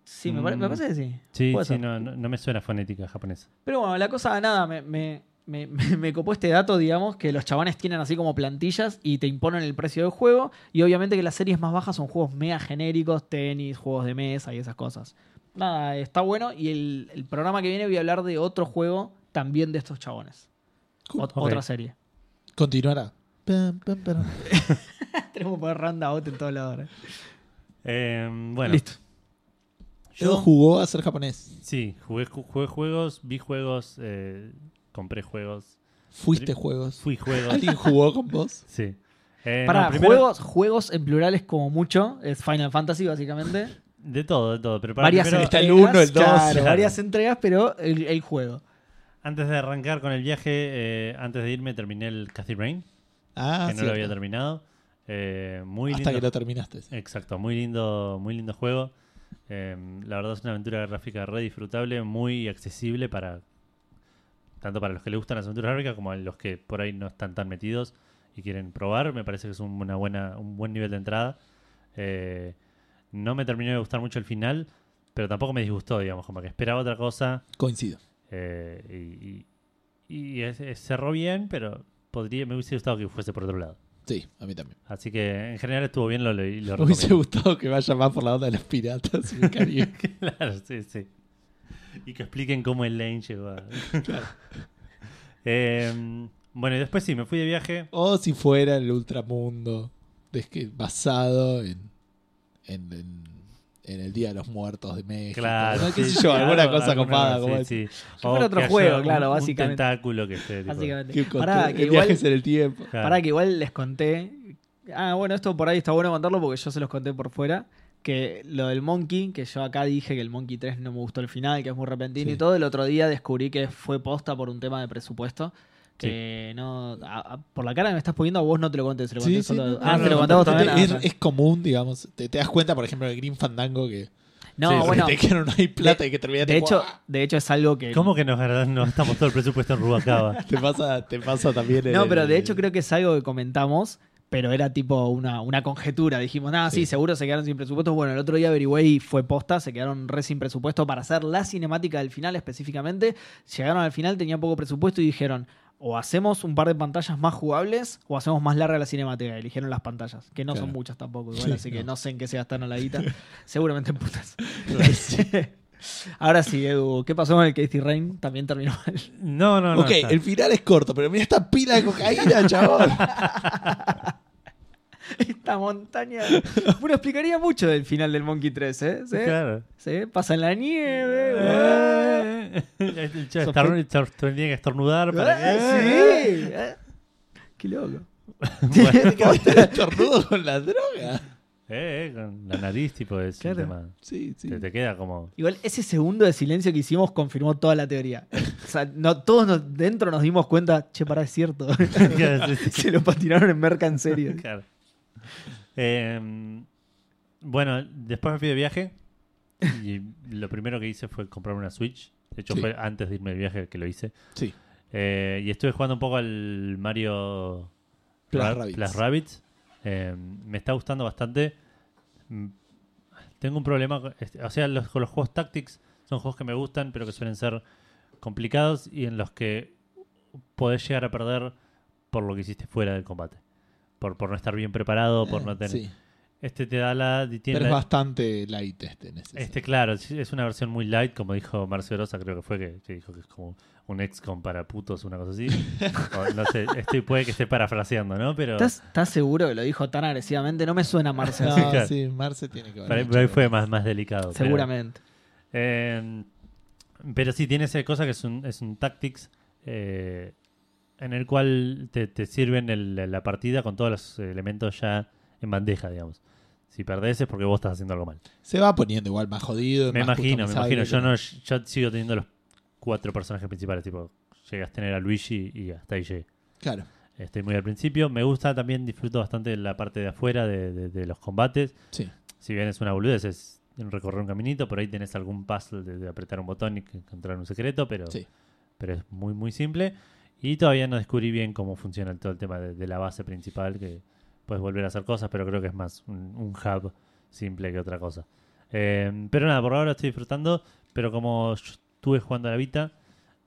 [SPEAKER 3] Sí, me, pare- me
[SPEAKER 2] Mm.
[SPEAKER 3] parece que sí.
[SPEAKER 2] Sí,
[SPEAKER 3] Puede
[SPEAKER 2] sí,
[SPEAKER 3] ser.
[SPEAKER 2] no, no, no me suena fonética japonesa.
[SPEAKER 3] Pero bueno, la cosa, nada, me, me, me- <laughs> me- me copó este dato, digamos, que los chabones tienen así como plantillas y te imponen el precio del juego. Y obviamente que las series más bajas son juegos mega genéricos, tenis, juegos de mesa y esas cosas. Nada, está bueno. Y el, el programa que viene voy a hablar de otro juego también de estos chabones.
[SPEAKER 1] Cool.
[SPEAKER 3] Ot-
[SPEAKER 2] Ok.
[SPEAKER 3] Otra serie. <laughs>
[SPEAKER 1] Continuará. Pam, pam, pam.
[SPEAKER 3] Tenemos que poner Randa Out en todos lados. ahora.
[SPEAKER 2] Eh, bueno,
[SPEAKER 3] Listo.
[SPEAKER 1] Edu
[SPEAKER 2] yo
[SPEAKER 1] jugó a ser japonés.
[SPEAKER 2] sí, jugué, ju- jugué juegos, vi juegos, eh, compré juegos,
[SPEAKER 1] Fuiste
[SPEAKER 2] Pri-
[SPEAKER 1] juegos.
[SPEAKER 2] fui juegos.
[SPEAKER 1] ¿Alguien jugó con vos?
[SPEAKER 2] sí. Eh,
[SPEAKER 3] Para
[SPEAKER 2] no, primero-
[SPEAKER 3] juegos, juegos en plural es como mucho. Es Final Fantasy, básicamente.
[SPEAKER 2] De todo, de todo. Pero para
[SPEAKER 3] varias
[SPEAKER 2] primero-
[SPEAKER 1] Está
[SPEAKER 3] entregas.
[SPEAKER 1] el uno, el dos.
[SPEAKER 3] claro,
[SPEAKER 2] Claro.
[SPEAKER 3] varias entregas, pero el, el juego.
[SPEAKER 2] antes de arrancar con el viaje, eh, antes de irme, terminé el Cathy Rain,
[SPEAKER 1] Ah,
[SPEAKER 2] <laughs> que no lo
[SPEAKER 1] cierto.
[SPEAKER 2] había terminado. Eh, muy
[SPEAKER 1] Hasta que
[SPEAKER 2] lindo Eh.
[SPEAKER 1] lo terminaste.
[SPEAKER 2] Exacto, muy lindo, muy lindo juego. Eh, la verdad es una aventura gráfica re disfrutable, muy accesible para tanto para los que les gustan las aventuras gráficas como a los que por ahí no están tan metidos y quieren probar. Me parece que es un, una buena, un buen nivel de entrada. Eh, no me terminó de gustar mucho el final, pero tampoco me disgustó, digamos, como que esperaba otra cosa.
[SPEAKER 1] Coincido.
[SPEAKER 2] eh, y y- y es- es- cerró bien, pero podría, me hubiese gustado que fuese por otro lado.
[SPEAKER 1] Sí, a mí también.
[SPEAKER 2] Así que en general estuvo bien, lo, leí, lo
[SPEAKER 1] Me hubiese
[SPEAKER 2] recomiendo.
[SPEAKER 1] gustado que vaya más por la onda de los piratas y el Caribe.
[SPEAKER 2] <laughs> Claro, sí, sí. Y que expliquen cómo el Lane llegó a- <laughs> Eh, bueno, y después sí, me fui de viaje.
[SPEAKER 1] O si fuera el ultramundo de que- basado en, en, en, en el Día de los Muertos de México.
[SPEAKER 2] Claro.
[SPEAKER 1] ¿no? ¿Qué
[SPEAKER 2] sí,
[SPEAKER 1] sé yo?
[SPEAKER 2] claro,
[SPEAKER 1] alguna cosa
[SPEAKER 2] alguna-
[SPEAKER 1] copada.
[SPEAKER 2] sí,
[SPEAKER 1] como esa.
[SPEAKER 2] sí.
[SPEAKER 3] fuera
[SPEAKER 2] O
[SPEAKER 3] otro
[SPEAKER 2] que
[SPEAKER 3] juego,
[SPEAKER 2] haya
[SPEAKER 3] claro,
[SPEAKER 2] un-
[SPEAKER 3] básicamente.
[SPEAKER 2] Un tentáculo que esté. tipo,
[SPEAKER 3] Básicamente.
[SPEAKER 1] Qué contento.
[SPEAKER 3] Pará, que
[SPEAKER 1] El
[SPEAKER 3] igual,
[SPEAKER 1] viajes en el tiempo.
[SPEAKER 2] claro.
[SPEAKER 3] pará, que igual les conté. Ah, bueno, esto por ahí está bueno contarlo porque yo se los conté por fuera. Que lo del Monkey, que yo acá dije que el Monkey 3 no me gustó el final, que es muy repentino
[SPEAKER 1] Sí.
[SPEAKER 3] y todo. El otro día descubrí que fue posta por un tema de presupuesto. Que no. a- a- por la cara que me estás poniendo, a vos no te lo conté, se lo conté
[SPEAKER 1] Sí, sí,
[SPEAKER 3] solo.
[SPEAKER 1] no, no,
[SPEAKER 3] ah,
[SPEAKER 2] no,
[SPEAKER 3] se lo
[SPEAKER 2] no,
[SPEAKER 3] conté a vos
[SPEAKER 2] no,
[SPEAKER 3] también.
[SPEAKER 2] no,
[SPEAKER 3] Ah,
[SPEAKER 1] es,
[SPEAKER 3] no.
[SPEAKER 1] es común, digamos. Te, te das cuenta, por ejemplo, de Green Fandango que
[SPEAKER 3] no,
[SPEAKER 2] sí, sí.
[SPEAKER 3] bueno.
[SPEAKER 1] te dijeron no hay plata y que ah, terminaste
[SPEAKER 3] De hecho, de hecho, es algo que.
[SPEAKER 2] ¿Cómo que nos no estamos todo el presupuesto en
[SPEAKER 3] <laughs>
[SPEAKER 2] Rubacaba?
[SPEAKER 1] Te pasa, te pasa también. en
[SPEAKER 3] No,
[SPEAKER 1] el-
[SPEAKER 3] pero de hecho creo que es algo que comentamos, pero era tipo una, una conjetura. Dijimos, nada, sí.
[SPEAKER 1] Sí.
[SPEAKER 3] seguro se quedaron sin presupuesto. Bueno, el otro día averigüé y fue posta, se quedaron re sin presupuesto para hacer la cinemática del final específicamente. Llegaron al final, tenían poco presupuesto y dijeron, o hacemos un par de pantallas más jugables o hacemos más larga la cinemática. Eligieron las pantallas, que no son
[SPEAKER 1] Claro.
[SPEAKER 3] muchas tampoco, igual,
[SPEAKER 1] Sí,
[SPEAKER 3] así que
[SPEAKER 1] no.
[SPEAKER 3] no sé en qué se gastaron la
[SPEAKER 1] <laughs>
[SPEAKER 3] guita. Seguramente en putas. <laughs> Ahora sí, Edu, ¿qué pasó con el Casey Rain? También terminó mal.
[SPEAKER 2] No, no, no.
[SPEAKER 1] ok,
[SPEAKER 2] está.
[SPEAKER 1] el final es corto, pero mira esta pila de cocaína,
[SPEAKER 3] <laughs>
[SPEAKER 1] chaval.
[SPEAKER 3] Esta montaña. Bueno, explicaría mucho del final del Monkey 3, ¿eh? ¿Sí?
[SPEAKER 2] Claro.
[SPEAKER 3] ¿Sí? Pasa en la nieve. ¿eh?
[SPEAKER 2] Eh, el chavo estar- el chavo Tenía que estornudar para que-
[SPEAKER 3] ¿Eh? Sí. ¿eh? Qué loco.
[SPEAKER 1] Tiene que haber estornudo con la droga.
[SPEAKER 2] Eh, eh, con la nariz, tipo, es
[SPEAKER 3] Claro.
[SPEAKER 2] un tema.
[SPEAKER 1] Sí, sí.
[SPEAKER 2] Te, te queda
[SPEAKER 1] <laughs>
[SPEAKER 2] como.
[SPEAKER 3] Igual ese segundo de silencio que hicimos confirmó toda la teoría. O sea, no, todos nos- dentro nos dimos cuenta, che, pará, es cierto. <laughs>
[SPEAKER 2] Sí, sí, sí.
[SPEAKER 3] Se lo patinaron en merca en serio.
[SPEAKER 2] Claro. Eh, bueno, después me fui de viaje y lo primero que hice fue comprar una Switch. De hecho,
[SPEAKER 1] Sí.
[SPEAKER 2] fue antes de irme de viaje que lo hice.
[SPEAKER 1] Sí.
[SPEAKER 2] Eh, y estuve jugando un poco al Mario
[SPEAKER 1] Plus
[SPEAKER 2] Ra-
[SPEAKER 1] Rabbids.
[SPEAKER 2] Plus Rabbids. Eh, me está gustando bastante. Mm, Tengo un problema. con- este, O sea, los, con los juegos Tactics son juegos que me gustan, pero que suelen ser complicados y en los que podés llegar a perder por lo que hiciste fuera del combate. Por, por no estar bien preparado, por no tener.
[SPEAKER 1] Eh, Sí.
[SPEAKER 2] Este te da la. Tiene
[SPEAKER 1] Pero es
[SPEAKER 2] la-
[SPEAKER 1] bastante light este en ese
[SPEAKER 2] este, claro, es- es una versión muy light, como dijo Marcio Rosa, creo que fue, que, que dijo que es como un XCOM para putos, una cosa así. O, no sé, estoy, puede que esté parafraseando, ¿no? Pero
[SPEAKER 3] ¿Estás, estás seguro que lo dijo tan agresivamente? No me suena Marcel.
[SPEAKER 1] sentido.
[SPEAKER 2] Sí,
[SPEAKER 1] No,
[SPEAKER 2] claro.
[SPEAKER 1] sí, Marce tiene que ver.
[SPEAKER 2] para-
[SPEAKER 1] mucho
[SPEAKER 2] pero ahí
[SPEAKER 1] con
[SPEAKER 2] fue
[SPEAKER 1] eso.
[SPEAKER 2] más, más delicado. pero-
[SPEAKER 3] Seguramente.
[SPEAKER 2] Eh, pero sí, tiene esa cosa que es un, es un tactics eh, en el cual te, te sirven el- la partida con todos los elementos ya en bandeja, digamos. Si perdés es porque vos estás haciendo algo mal.
[SPEAKER 1] Se va poniendo igual más jodido.
[SPEAKER 2] Me
[SPEAKER 1] más
[SPEAKER 2] imagino, me
[SPEAKER 1] customizable,
[SPEAKER 2] imagino. Yo,
[SPEAKER 1] pero-
[SPEAKER 2] no, yo sigo teniendo los cuatro personajes principales. Tipo, llegas a tener a Luigi y hasta ahí llegué.
[SPEAKER 1] Claro.
[SPEAKER 2] Estoy muy al principio. Me gusta también, disfruto bastante la parte de afuera de- de- de los combates
[SPEAKER 1] Sí.
[SPEAKER 2] si bien es una boludez, es recorrer un caminito, por ahí tenés algún puzzle de, de apretar un botón y que- encontrar un secreto, pero,
[SPEAKER 1] Sí.
[SPEAKER 2] pero es muy, muy simple. Y todavía no descubrí bien cómo funciona todo el tema de, de la base principal, que puedes volver a hacer cosas, pero creo que es más un, un hub simple que otra cosa. Eh, pero nada, por ahora estoy disfrutando, pero como yo estuve jugando a la Vita,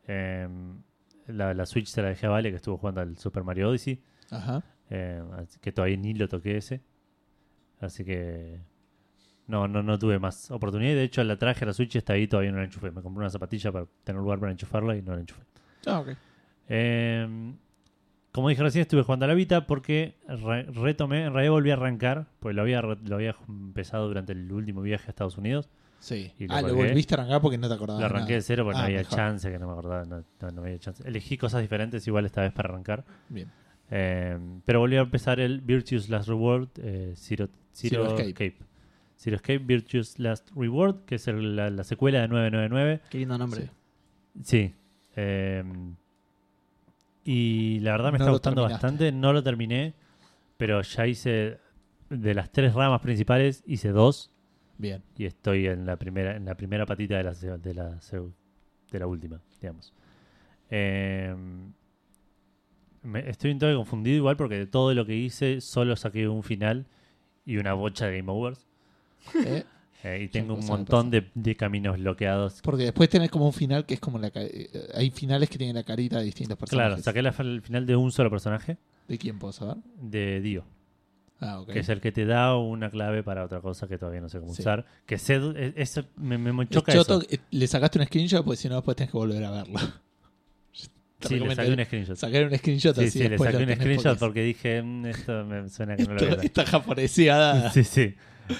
[SPEAKER 2] eh, la, la Switch se la dejé a Vale, que estuvo jugando al Super Mario Odyssey.
[SPEAKER 1] Ajá.
[SPEAKER 2] Eh, así que todavía ni lo toqué ese. Así que no, no, no tuve más oportunidad. De hecho, la traje, la Switch está ahí, todavía no la enchufé. Me compré una zapatilla para tener lugar para enchufarla y no la enchufé.
[SPEAKER 1] Ah, ok.
[SPEAKER 2] Eh, como dije recién, estuve jugando a la Vita porque re- retomé, en realidad volví a arrancar, porque lo había, re- lo había empezado durante el último viaje a Estados Unidos.
[SPEAKER 1] Sí.
[SPEAKER 2] Y lo
[SPEAKER 1] Ah, lo
[SPEAKER 2] colgué.
[SPEAKER 1] volviste a arrancar porque no te acordabas.
[SPEAKER 2] Lo arranqué
[SPEAKER 1] nada.
[SPEAKER 2] de cero porque
[SPEAKER 1] Ah,
[SPEAKER 2] no había
[SPEAKER 1] mejor.
[SPEAKER 2] chance, que no me acordaba, no- no- no había chance. Elegí cosas diferentes igual esta vez para arrancar.
[SPEAKER 1] Bien.
[SPEAKER 2] Eh, pero volvió a empezar el Virtuous Last Reward eh, Zero, Zero
[SPEAKER 1] Zero Escape.
[SPEAKER 2] Escape. Zero Escape Virtuous Last Reward, que es el- la, la secuela de 999.
[SPEAKER 3] Qué lindo nombre.
[SPEAKER 2] Sí. eh, y la verdad me
[SPEAKER 1] No
[SPEAKER 2] está
[SPEAKER 1] lo
[SPEAKER 2] gustando
[SPEAKER 1] terminaste.
[SPEAKER 2] bastante. No lo terminé, pero ya hice de las tres ramas principales, hice dos
[SPEAKER 1] Bien.
[SPEAKER 2] y estoy en la primera en la primera patita de la se- de la, se- de la última digamos Eh, me- estoy un toque confundido igual porque de todo lo que hice solo saqué un final y una bocha de game overs
[SPEAKER 1] Eh,
[SPEAKER 2] Eh, y tengo un
[SPEAKER 1] cosa me
[SPEAKER 2] montón de, de caminos bloqueados
[SPEAKER 1] Porque después tenés como un final que es como la. ca- eh, Hay finales que tienen la carita de distintos personajes.
[SPEAKER 2] claro saqué la, el final de un solo personaje
[SPEAKER 1] ¿De quién puedo saber?
[SPEAKER 2] de Dio
[SPEAKER 1] Ah, ok.
[SPEAKER 2] que es el que te da una clave para otra cosa que todavía no sé cómo
[SPEAKER 1] Sí.
[SPEAKER 2] usar que sé dó- es- es- me, me- me
[SPEAKER 1] Es
[SPEAKER 2] choca
[SPEAKER 1] choto
[SPEAKER 2] eso
[SPEAKER 1] que le sacaste un screenshot porque si no después tenés que volver a verlo. <laughs> Te
[SPEAKER 2] sí le
[SPEAKER 1] recomendaría
[SPEAKER 2] saqué un screenshot
[SPEAKER 1] sacar un screenshot
[SPEAKER 2] Sí,
[SPEAKER 1] Pues así
[SPEAKER 2] sí, le
[SPEAKER 1] después
[SPEAKER 2] saqué
[SPEAKER 1] lo
[SPEAKER 2] un
[SPEAKER 1] tenés
[SPEAKER 2] screenshot
[SPEAKER 1] porque
[SPEAKER 2] porque dije, "Mm, esto me suena que no lo
[SPEAKER 1] Esta, <laughs>
[SPEAKER 2] voy a ver".
[SPEAKER 1] esta japoneseada.
[SPEAKER 2] Sí, sí.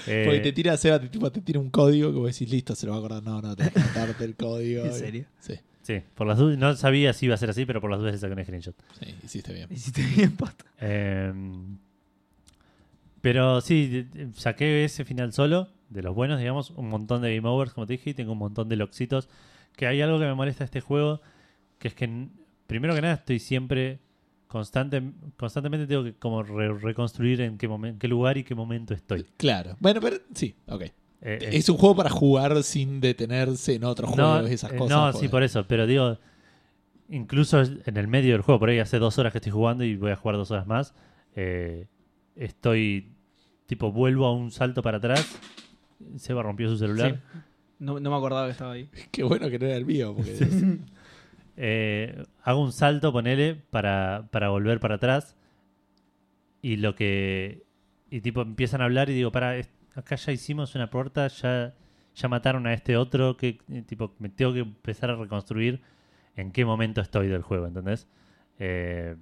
[SPEAKER 2] Eh,
[SPEAKER 1] <laughs> Porque te tira Seba, te, tipo, te tira un código que vos decís, listo, se lo va a acordar. No, no, tenés que darte el código.
[SPEAKER 3] <laughs> ¿En serio?
[SPEAKER 1] Sí,
[SPEAKER 2] sí, por las dudas, no sabía si iba a ser así, pero por las dudas le saqué un screenshot.
[SPEAKER 1] sí, hiciste bien.
[SPEAKER 3] Hiciste bien, posta.
[SPEAKER 2] Eh, pero sí, de- de- saqué ese final solo, de los buenos, digamos, un montón de game overs, como te dije, y tengo un montón de loxitos. Que hay algo que me molesta de este juego, que es que, n- primero que nada, estoy siempre constante, constantemente tengo que como re- reconstruir en qué, momen- qué lugar y qué momento estoy.
[SPEAKER 1] Claro. Bueno, pero sí, ok.
[SPEAKER 2] Eh, eh,
[SPEAKER 1] Es un juego para jugar sin detenerse en otros juegos y esas
[SPEAKER 2] eh,
[SPEAKER 1] cosas. pues.
[SPEAKER 2] no,
[SPEAKER 1] porque-
[SPEAKER 2] sí, por eso. Pero digo, incluso en el medio del juego, por ahí hace dos horas que estoy jugando y voy a jugar dos horas más. eh, estoy, tipo, vuelvo a un salto para atrás. Seba rompió su celular.
[SPEAKER 3] Sí. No, no me acordaba que estaba ahí.
[SPEAKER 1] <laughs> Qué bueno que no era el mío. Porque
[SPEAKER 2] Eh, hago un salto, ponele, para, para volver para atrás. Y lo que. Y tipo, empiezan a hablar y digo, para, es- acá ya hicimos una puerta, ya, ya mataron a este otro, que eh, tipo, me tengo que empezar a reconstruir en qué momento estoy del juego, ¿entendés? Eh,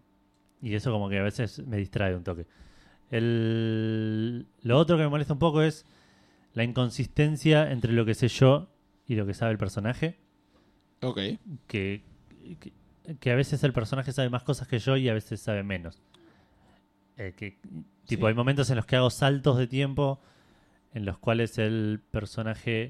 [SPEAKER 2] y eso como que a veces me distrae un toque. El- lo otro que me molesta un poco es la inconsistencia entre lo que sé yo y lo que sabe el personaje
[SPEAKER 1] ok.
[SPEAKER 2] que, que, que a veces el personaje sabe más cosas que yo y a veces sabe menos. Eh, que, tipo,
[SPEAKER 1] Sí.
[SPEAKER 2] hay momentos en los que hago saltos de tiempo en los cuales el personaje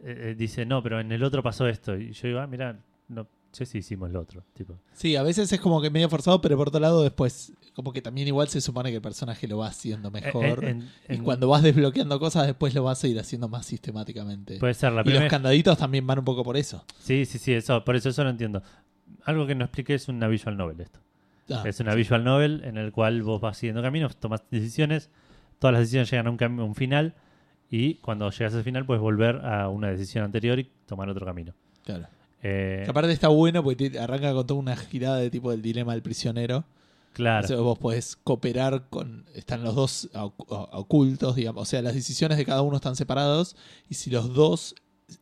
[SPEAKER 2] eh, eh, dice, no, pero en el otro pasó esto. Y yo digo, ah, mira, no sé si hicimos lo otro. Tipo,
[SPEAKER 1] Sí, a veces es como que medio forzado, pero por otro lado después, como que también igual se supone que el personaje lo va haciendo mejor.
[SPEAKER 2] Eh, eh, en-
[SPEAKER 1] y
[SPEAKER 2] en-
[SPEAKER 1] cuando vas desbloqueando cosas, después lo vas a ir haciendo más sistemáticamente.
[SPEAKER 2] Puede ser la
[SPEAKER 1] y los
[SPEAKER 2] primera.
[SPEAKER 1] candaditos también van un poco por eso.
[SPEAKER 2] Sí, sí, sí, eso, por eso eso lo entiendo. Algo que no expliqué es una visual novel esto.
[SPEAKER 1] Ah,
[SPEAKER 2] Es una visual novel en el cual vos vas siguiendo caminos, tomas decisiones, todas las decisiones llegan a un, cam- un final y cuando llegas al final puedes volver a una decisión anterior y tomar otro camino.
[SPEAKER 1] claro.
[SPEAKER 2] Eh,
[SPEAKER 1] Que aparte está bueno porque te- arranca con toda una girada de tipo del dilema del prisionero.
[SPEAKER 2] claro.
[SPEAKER 1] O sea, vos podés cooperar con. Están los dos a- a- ocultos, digamos. O sea, las decisiones de cada uno están separados. Y si los dos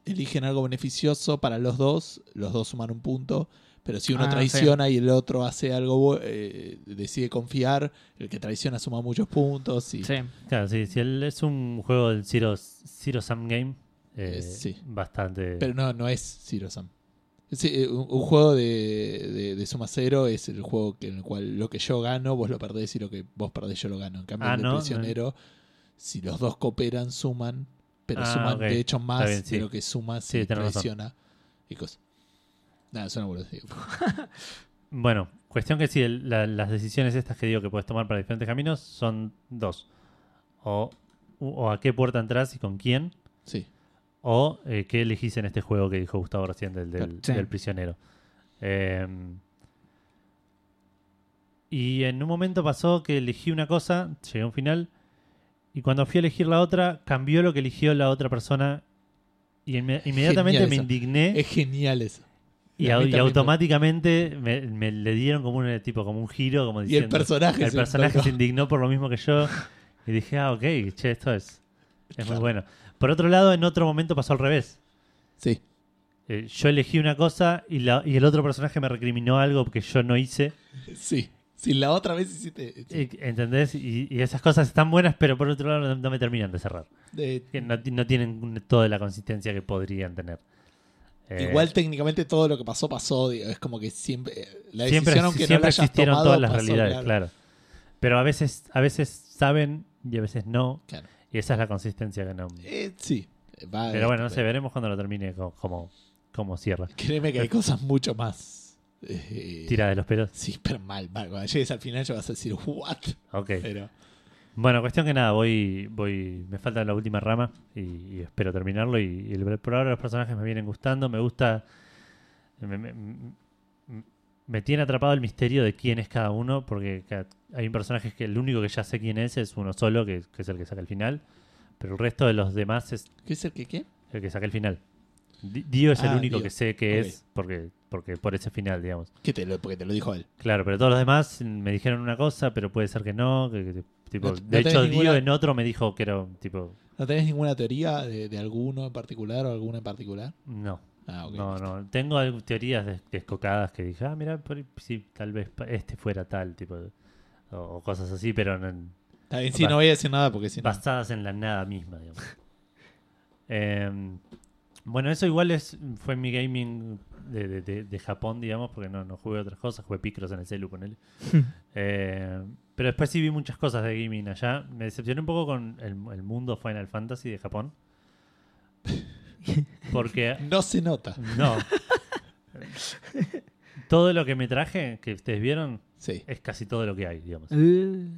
[SPEAKER 1] eligen algo beneficioso para los dos, los dos suman un punto. Pero si uno
[SPEAKER 3] Ah,
[SPEAKER 1] traiciona y el otro hace algo, bu- eh, decide confiar, el que traiciona suma muchos puntos. Y,
[SPEAKER 3] Sí.
[SPEAKER 2] Claro, sí, si él es un juego del Zero, Zero Sum Game, eh,
[SPEAKER 1] Eh, sí.
[SPEAKER 2] bastante.
[SPEAKER 1] Pero no, no es Zero Sum. Sí, eh, un, un juego de, de- de suma cero es el juego que- en el cual lo que yo gano, vos lo perdés y lo que vos perdés yo lo gano. En cambio,
[SPEAKER 2] Ah,
[SPEAKER 1] el de
[SPEAKER 2] ¿no?
[SPEAKER 1] prisionero, si los dos cooperan, suman, pero
[SPEAKER 2] Ah,
[SPEAKER 1] suman
[SPEAKER 2] ok.
[SPEAKER 1] de hecho más
[SPEAKER 2] bien, sí.
[SPEAKER 1] de lo que suma
[SPEAKER 2] Sí,
[SPEAKER 1] si
[SPEAKER 2] tenés razón.
[SPEAKER 1] traiciona y cosas. Nada, suena boludo.
[SPEAKER 2] Bueno, cuestión que sí, el- la- las decisiones estas que digo que puedes tomar para diferentes caminos son dos. O, o a qué puerta entras y con quién,
[SPEAKER 1] Sí.
[SPEAKER 2] o eh, qué elegís en este juego que dijo Gustavo recién del, del-
[SPEAKER 3] Sí.
[SPEAKER 2] del prisionero. Eh, y en un momento pasó que elegí una cosa, llegué a un final, y cuando fui a elegir la otra, cambió lo que eligió la otra persona. Y inme- inmediatamente
[SPEAKER 1] <laughs> Genial
[SPEAKER 2] me
[SPEAKER 1] eso.
[SPEAKER 2] indigné.
[SPEAKER 1] Es genial eso.
[SPEAKER 2] Y,
[SPEAKER 1] Y a
[SPEAKER 2] au-
[SPEAKER 1] mí
[SPEAKER 2] y
[SPEAKER 1] también me-
[SPEAKER 2] automáticamente me, me le dieron como un eh, tipo como un giro, como
[SPEAKER 1] Y
[SPEAKER 2] diciendo.
[SPEAKER 1] el personaje
[SPEAKER 2] el
[SPEAKER 1] se
[SPEAKER 2] personaje se
[SPEAKER 1] involucró.
[SPEAKER 2] indignó por lo mismo
[SPEAKER 1] <laughs>
[SPEAKER 2] que yo. Y dije, ah, ok, che, esto es, es muy
[SPEAKER 1] Claro.
[SPEAKER 2] bueno. Por otro lado, en otro momento pasó al revés.
[SPEAKER 1] <laughs> Sí.
[SPEAKER 2] Eh, yo elegí una cosa y, la- y el otro personaje me recriminó algo que yo no hice.
[SPEAKER 1] Sí. Si la otra vez hiciste. sí.
[SPEAKER 2] Eh, ¿Entendés? Y, y esas cosas están buenas, pero por otro lado no, no me terminan de cerrar.
[SPEAKER 1] Eh,
[SPEAKER 2] Que No, ti- no tienen toda la consistencia que podrían tener. Eh,
[SPEAKER 1] Igual técnicamente todo lo que pasó, pasó. digo, es como que siempre. eh, La decisión,
[SPEAKER 2] siempre,
[SPEAKER 1] aunque no
[SPEAKER 2] siempre
[SPEAKER 1] la hayas
[SPEAKER 2] existieron
[SPEAKER 1] tomado,
[SPEAKER 2] todas las
[SPEAKER 1] pasó,
[SPEAKER 2] realidades,
[SPEAKER 1] claro.
[SPEAKER 2] claro. Pero a veces, a veces saben y a veces no.
[SPEAKER 1] Claro.
[SPEAKER 2] Y esa es la consistencia que no.
[SPEAKER 1] Eh, sí. Va,
[SPEAKER 2] Pero bueno, no
[SPEAKER 1] este,
[SPEAKER 2] sé, veremos cuando lo termine co- como, como cierra.
[SPEAKER 1] Créeme
[SPEAKER 2] <laughs>
[SPEAKER 1] que hay cosas mucho más. eh,
[SPEAKER 2] Tira de los pelos.
[SPEAKER 1] Sí, pero mal, mal. Cuando llegues al final ya vas a decir, ¿what?
[SPEAKER 2] Ok.
[SPEAKER 1] Pero
[SPEAKER 2] Bueno, cuestión que nada, voy, voy, me falta la última rama y, y espero terminarlo. Y, y el- por ahora los personajes me vienen gustando, me gusta, me, me- me- me tiene atrapado el misterio de quién es cada uno, porque ca- hay un personaje que el único que ya sé quién es es uno solo, que, que es el que saca el final, pero el resto de los demás es
[SPEAKER 1] ¿qué es el que qué?
[SPEAKER 2] el que saca el final. Di- Dio es el
[SPEAKER 1] Ah,
[SPEAKER 2] único
[SPEAKER 1] Dio.
[SPEAKER 2] que sé que
[SPEAKER 1] Ok.
[SPEAKER 2] es, porque, porque por ese final, digamos.
[SPEAKER 1] Que te lo, porque te lo dijo él.
[SPEAKER 2] Claro, pero todos los demás me dijeron una cosa, pero puede ser que no. que- que- tipo,
[SPEAKER 1] No- no
[SPEAKER 2] de hecho,
[SPEAKER 1] tenés
[SPEAKER 2] Dio
[SPEAKER 1] ninguna-
[SPEAKER 2] en otro me dijo que era un tipo.
[SPEAKER 1] ¿No tenés ninguna teoría de, de alguno en particular o alguna en particular?
[SPEAKER 2] No,
[SPEAKER 1] Ah, ok.
[SPEAKER 2] no, no. Tengo al- teorías des- descocadas que dije, ah, mira, sí, tal vez pa- este fuera tal, tipo. O, o cosas así, pero no-
[SPEAKER 1] Está bien, sí, no voy a decir nada porque si no.
[SPEAKER 2] basadas en la nada misma, digamos. <laughs> Em, bueno, eso igual es fue mi gaming de, de- de- de Japón, digamos, porque no, no jugué otras cosas, jugué Picross en el celu con <laughs> él. pero después sí vi muchas cosas de gaming allá. Me decepcioné un poco con el, el mundo Final Fantasy de Japón. <laughs> Porque
[SPEAKER 1] No se
[SPEAKER 2] <laughs>
[SPEAKER 1] nota.
[SPEAKER 2] no. Todo lo que me traje, que ustedes vieron,
[SPEAKER 1] Sí.
[SPEAKER 2] es casi todo lo que hay, digamos.
[SPEAKER 3] Eh,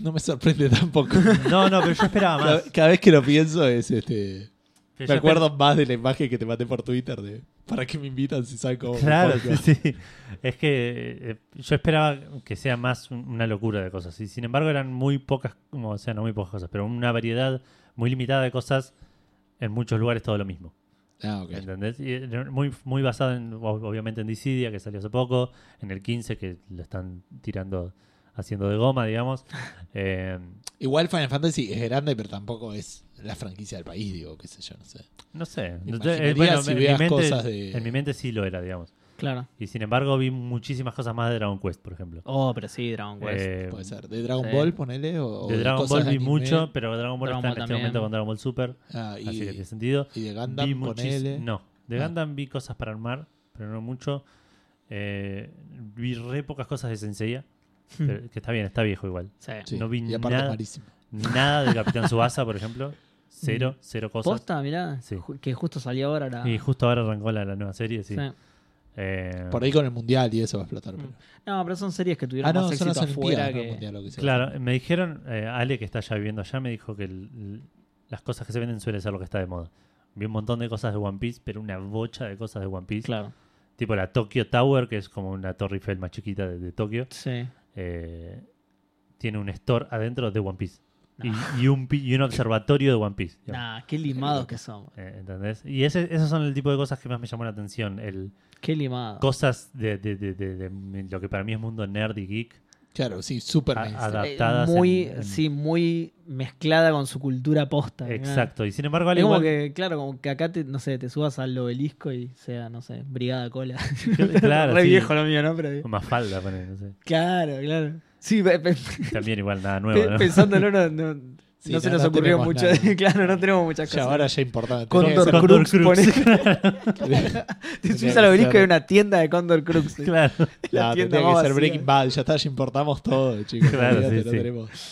[SPEAKER 1] No me sorprende tampoco.
[SPEAKER 2] No, no, pero yo esperaba
[SPEAKER 1] cada,
[SPEAKER 2] más.
[SPEAKER 1] cada vez que <laughs> lo pienso es este.
[SPEAKER 2] Yo
[SPEAKER 1] Me acuerdo más de la imagen que te mandé por Twitter de ¿para qué me invitan si saco? un
[SPEAKER 2] Claro, sí,
[SPEAKER 1] podcast?
[SPEAKER 2] sí. Es que eh, yo esperaba que sea más un- una locura de cosas. Y sin embargo, eran muy pocas, como, o sea, no muy pocas cosas, pero una variedad muy limitada de cosas. En muchos lugares todo lo mismo.
[SPEAKER 1] <laughs> Ah, ok.
[SPEAKER 2] ¿Entendés? Y era muy, muy basado en, ob- obviamente en Dissidia, que salió hace poco, en el 15, que lo están tirando, haciendo de
[SPEAKER 1] <laughs>
[SPEAKER 2] goma, digamos. Eh,
[SPEAKER 1] Igual Final Fantasy es grande, pero tampoco es la franquicia del país, digo, qué sé yo, no sé.
[SPEAKER 2] no sé.
[SPEAKER 1] Me
[SPEAKER 2] Entonces, eh,
[SPEAKER 1] imaginaría si
[SPEAKER 2] en, mi
[SPEAKER 1] veas
[SPEAKER 2] mente,
[SPEAKER 1] cosas de-
[SPEAKER 2] en mi mente sí lo era, digamos.
[SPEAKER 3] claro.
[SPEAKER 2] Y sin embargo, vi muchísimas cosas más de Dragon Quest, por ejemplo.
[SPEAKER 3] Oh, pero sí, Dragon Quest.
[SPEAKER 2] Eh,
[SPEAKER 1] Puede ser. ¿De Dragon
[SPEAKER 3] sí.
[SPEAKER 1] Ball, ponele? O, o
[SPEAKER 2] de Dragon
[SPEAKER 1] cosas
[SPEAKER 2] Ball
[SPEAKER 1] de
[SPEAKER 2] vi
[SPEAKER 1] anime.
[SPEAKER 2] mucho, pero Dragon Ball
[SPEAKER 3] Dragon
[SPEAKER 2] está en
[SPEAKER 3] Ball
[SPEAKER 2] este
[SPEAKER 3] también.
[SPEAKER 2] momento con Dragon Ball Super,
[SPEAKER 1] Ah, y,
[SPEAKER 2] así que tiene sentido.
[SPEAKER 1] y de Gundam,
[SPEAKER 2] Vi
[SPEAKER 1] ponele.
[SPEAKER 2] muchis- No, de
[SPEAKER 1] Ah.
[SPEAKER 2] Gundam vi cosas para armar, pero no mucho. Eh, vi re pocas cosas de
[SPEAKER 1] <laughs>
[SPEAKER 2] Senseiya, pero- que está bien, está viejo igual.
[SPEAKER 3] Sí.
[SPEAKER 1] Sí,
[SPEAKER 2] no vi
[SPEAKER 1] y aparte
[SPEAKER 2] nada.
[SPEAKER 1] es malísimo.
[SPEAKER 2] Nada de Capitán Subasa, por ejemplo.
[SPEAKER 1] Mm.
[SPEAKER 2] Cero, cero cosas.
[SPEAKER 3] Posta, mirá.
[SPEAKER 2] Sí.
[SPEAKER 3] ju- Que justo salió ahora la.
[SPEAKER 2] Y justo ahora arrancó la, la nueva serie, sí.
[SPEAKER 3] Sí.
[SPEAKER 2] Eh,
[SPEAKER 1] Por ahí con el mundial y eso va a explotar. Pero...
[SPEAKER 3] Mm. No, pero son series que tuvieron
[SPEAKER 1] Ah, no,
[SPEAKER 3] más
[SPEAKER 1] son
[SPEAKER 3] éxito
[SPEAKER 1] las
[SPEAKER 3] afuera
[SPEAKER 1] Olimpiadas. no el
[SPEAKER 3] que.
[SPEAKER 1] mundial, lo que sea.
[SPEAKER 2] Claro, me dijeron, eh, Ale, que está ya viviendo allá, me dijo que el- las cosas que se venden suelen ser lo que está de moda. Vi un montón de cosas de One Piece, pero una bocha de cosas de One Piece.
[SPEAKER 3] Claro.
[SPEAKER 2] Tipo la Tokyo Tower, que es como una torre Eiffel más chiquita de, de Tokio.
[SPEAKER 3] Sí.
[SPEAKER 2] eh, tiene un store adentro de One Piece. y, y un, pi- y un observatorio de One Piece. digamos.
[SPEAKER 3] Nah, qué limados que somos.
[SPEAKER 2] Eh, ¿Entendés? Y ese, esos son el tipo de cosas que más me llamó la atención. El,
[SPEAKER 3] Qué limados.
[SPEAKER 2] cosas de, de- de- de- de lo que para mí es mundo nerd y geek.
[SPEAKER 1] Claro, sí, super E
[SPEAKER 2] A-
[SPEAKER 1] mainstream.
[SPEAKER 2] a-
[SPEAKER 3] Eh,
[SPEAKER 2] adaptadas
[SPEAKER 3] muy,
[SPEAKER 2] en- en-
[SPEAKER 3] sí, muy mezclada con su cultura posta. mirá.
[SPEAKER 2] Exacto. Y sin embargo, al
[SPEAKER 3] es como
[SPEAKER 2] igual-
[SPEAKER 3] que, claro, como que acá te, no sé, te subas al obelisco y sea, no sé, brigada cola.
[SPEAKER 2] <laughs>
[SPEAKER 3] <laughs>
[SPEAKER 2] Claro,
[SPEAKER 3] Re
[SPEAKER 2] sí.
[SPEAKER 3] viejo lo mío, ¿no? Pero,
[SPEAKER 2] Más falda, ponele, no sé.
[SPEAKER 3] claro, claro. Sí, pe- pe-
[SPEAKER 2] También igual
[SPEAKER 3] <laughs>
[SPEAKER 2] nada
[SPEAKER 3] pe-
[SPEAKER 2] nuevo, ¿no?
[SPEAKER 3] pensándolo no, no,
[SPEAKER 1] <laughs> Sí,
[SPEAKER 3] no se
[SPEAKER 1] no-
[SPEAKER 3] nos
[SPEAKER 1] no
[SPEAKER 3] ocurrió
[SPEAKER 1] tenemos
[SPEAKER 3] mucho.
[SPEAKER 1] nada.
[SPEAKER 3] <laughs> claro, no tenemos muchas
[SPEAKER 1] Ya,
[SPEAKER 3] cosas.
[SPEAKER 1] ahora ya importante.
[SPEAKER 3] Condor
[SPEAKER 1] Tenía
[SPEAKER 2] Condor
[SPEAKER 3] Crux,
[SPEAKER 2] Crux.
[SPEAKER 3] ponés-
[SPEAKER 1] que ser-
[SPEAKER 3] <laughs> te subís
[SPEAKER 1] que
[SPEAKER 3] al obelisco y
[SPEAKER 1] ser-
[SPEAKER 3] hay una tienda de
[SPEAKER 1] <laughs>
[SPEAKER 3] Condor Crux.
[SPEAKER 2] <laughs> Claro.
[SPEAKER 3] La
[SPEAKER 1] No,
[SPEAKER 3] tienda
[SPEAKER 1] tendría que
[SPEAKER 3] más
[SPEAKER 1] ser
[SPEAKER 3] vacía.
[SPEAKER 1] Breaking Bad. Ya está, ya importamos todo, chicos.
[SPEAKER 2] Claro,
[SPEAKER 1] Olvídate,
[SPEAKER 2] sí,
[SPEAKER 1] no
[SPEAKER 2] sí.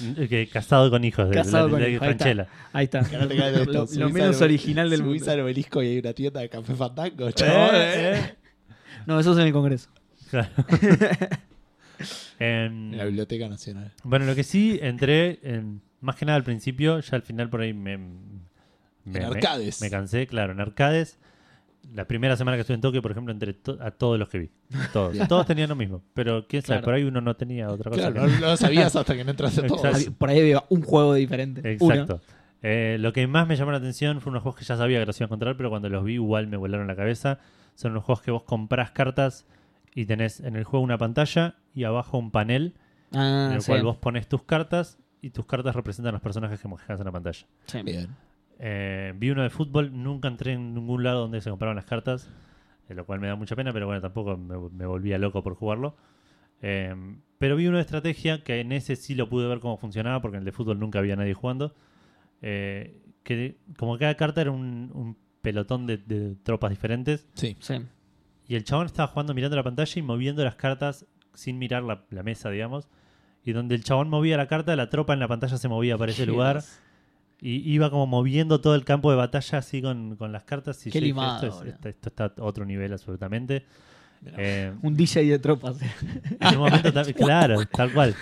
[SPEAKER 1] tenemos.
[SPEAKER 2] Que casado con hijos. de-
[SPEAKER 3] Casado
[SPEAKER 2] de-
[SPEAKER 3] con
[SPEAKER 2] de- de
[SPEAKER 3] hijos, ahí está.
[SPEAKER 2] Franchella. Eh,
[SPEAKER 3] Ahí está.
[SPEAKER 1] Que no te
[SPEAKER 3] <laughs>
[SPEAKER 1] caiga de esto.
[SPEAKER 3] Lo, lo
[SPEAKER 1] Subís
[SPEAKER 3] menos
[SPEAKER 1] al-
[SPEAKER 3] original del
[SPEAKER 1] subís
[SPEAKER 3] mundo.
[SPEAKER 1] al obelisco y hay una tienda de café fandango, chaval.
[SPEAKER 2] Eh, eh.
[SPEAKER 3] No, eso es en el Congreso.
[SPEAKER 1] <laughs>
[SPEAKER 2] Claro. Em,
[SPEAKER 1] En la Biblioteca Nacional.
[SPEAKER 2] bueno, lo que sí entré, em, más que nada al principio, ya al final por ahí me. me- me-
[SPEAKER 1] arcades.
[SPEAKER 2] Me, cansé, claro, en arcades. La primera semana que estuve en Tokio, por ejemplo, entré to- a todos los que vi. Todos. todos tenían lo mismo. Pero quién sabe,
[SPEAKER 3] Claro.
[SPEAKER 2] por ahí uno no tenía otra cosa.
[SPEAKER 1] Claro,
[SPEAKER 2] que-
[SPEAKER 1] no no lo sabías hasta que no entraste todos.
[SPEAKER 2] Exacto.
[SPEAKER 3] Por ahí había un
[SPEAKER 1] <laughs>
[SPEAKER 3] juego diferente. Uno.
[SPEAKER 2] Exacto. Eh, lo que más me llamó la atención fueron unos juegos que ya sabía que los iba a encontrar, pero cuando los vi igual me volaron la cabeza. Son unos juegos que vos comprás cartas y tenés en el juego una pantalla y abajo un panel
[SPEAKER 3] Ah,
[SPEAKER 2] en el
[SPEAKER 3] sí.
[SPEAKER 2] cual vos pones tus cartas y tus cartas representan los personajes que mostrás en la pantalla.
[SPEAKER 3] Sí.
[SPEAKER 1] Bien.
[SPEAKER 2] Eh, vi uno de fútbol, nunca entré en ningún lado donde se compraban las cartas, eh, lo cual me da mucha pena, pero bueno, tampoco me, me volvía loco por jugarlo. Eh, pero vi uno de estrategia, que en ese sí lo pude ver cómo funcionaba, porque en el de fútbol nunca había nadie jugando. eh, que como cada carta era un, un pelotón de, de tropas diferentes,
[SPEAKER 1] Sí.
[SPEAKER 3] Sí.
[SPEAKER 2] y el chabón estaba jugando mirando la pantalla y moviendo las cartas sin mirar la, la mesa, digamos. Y donde el chabón movía la carta, la tropa en la pantalla se movía para ese
[SPEAKER 3] Qué
[SPEAKER 2] lugar.
[SPEAKER 3] grosso.
[SPEAKER 2] Y iba como moviendo todo el campo de batalla así con, con las cartas. Y
[SPEAKER 3] Qué
[SPEAKER 2] yo dije,
[SPEAKER 3] limado,
[SPEAKER 2] esto, es-
[SPEAKER 3] boludo.
[SPEAKER 2] esto- esto está a otro nivel absolutamente. Eh,
[SPEAKER 3] Un DJ de tropas.
[SPEAKER 2] en un
[SPEAKER 3] <laughs>
[SPEAKER 2] momento, tal- claro, tal cual.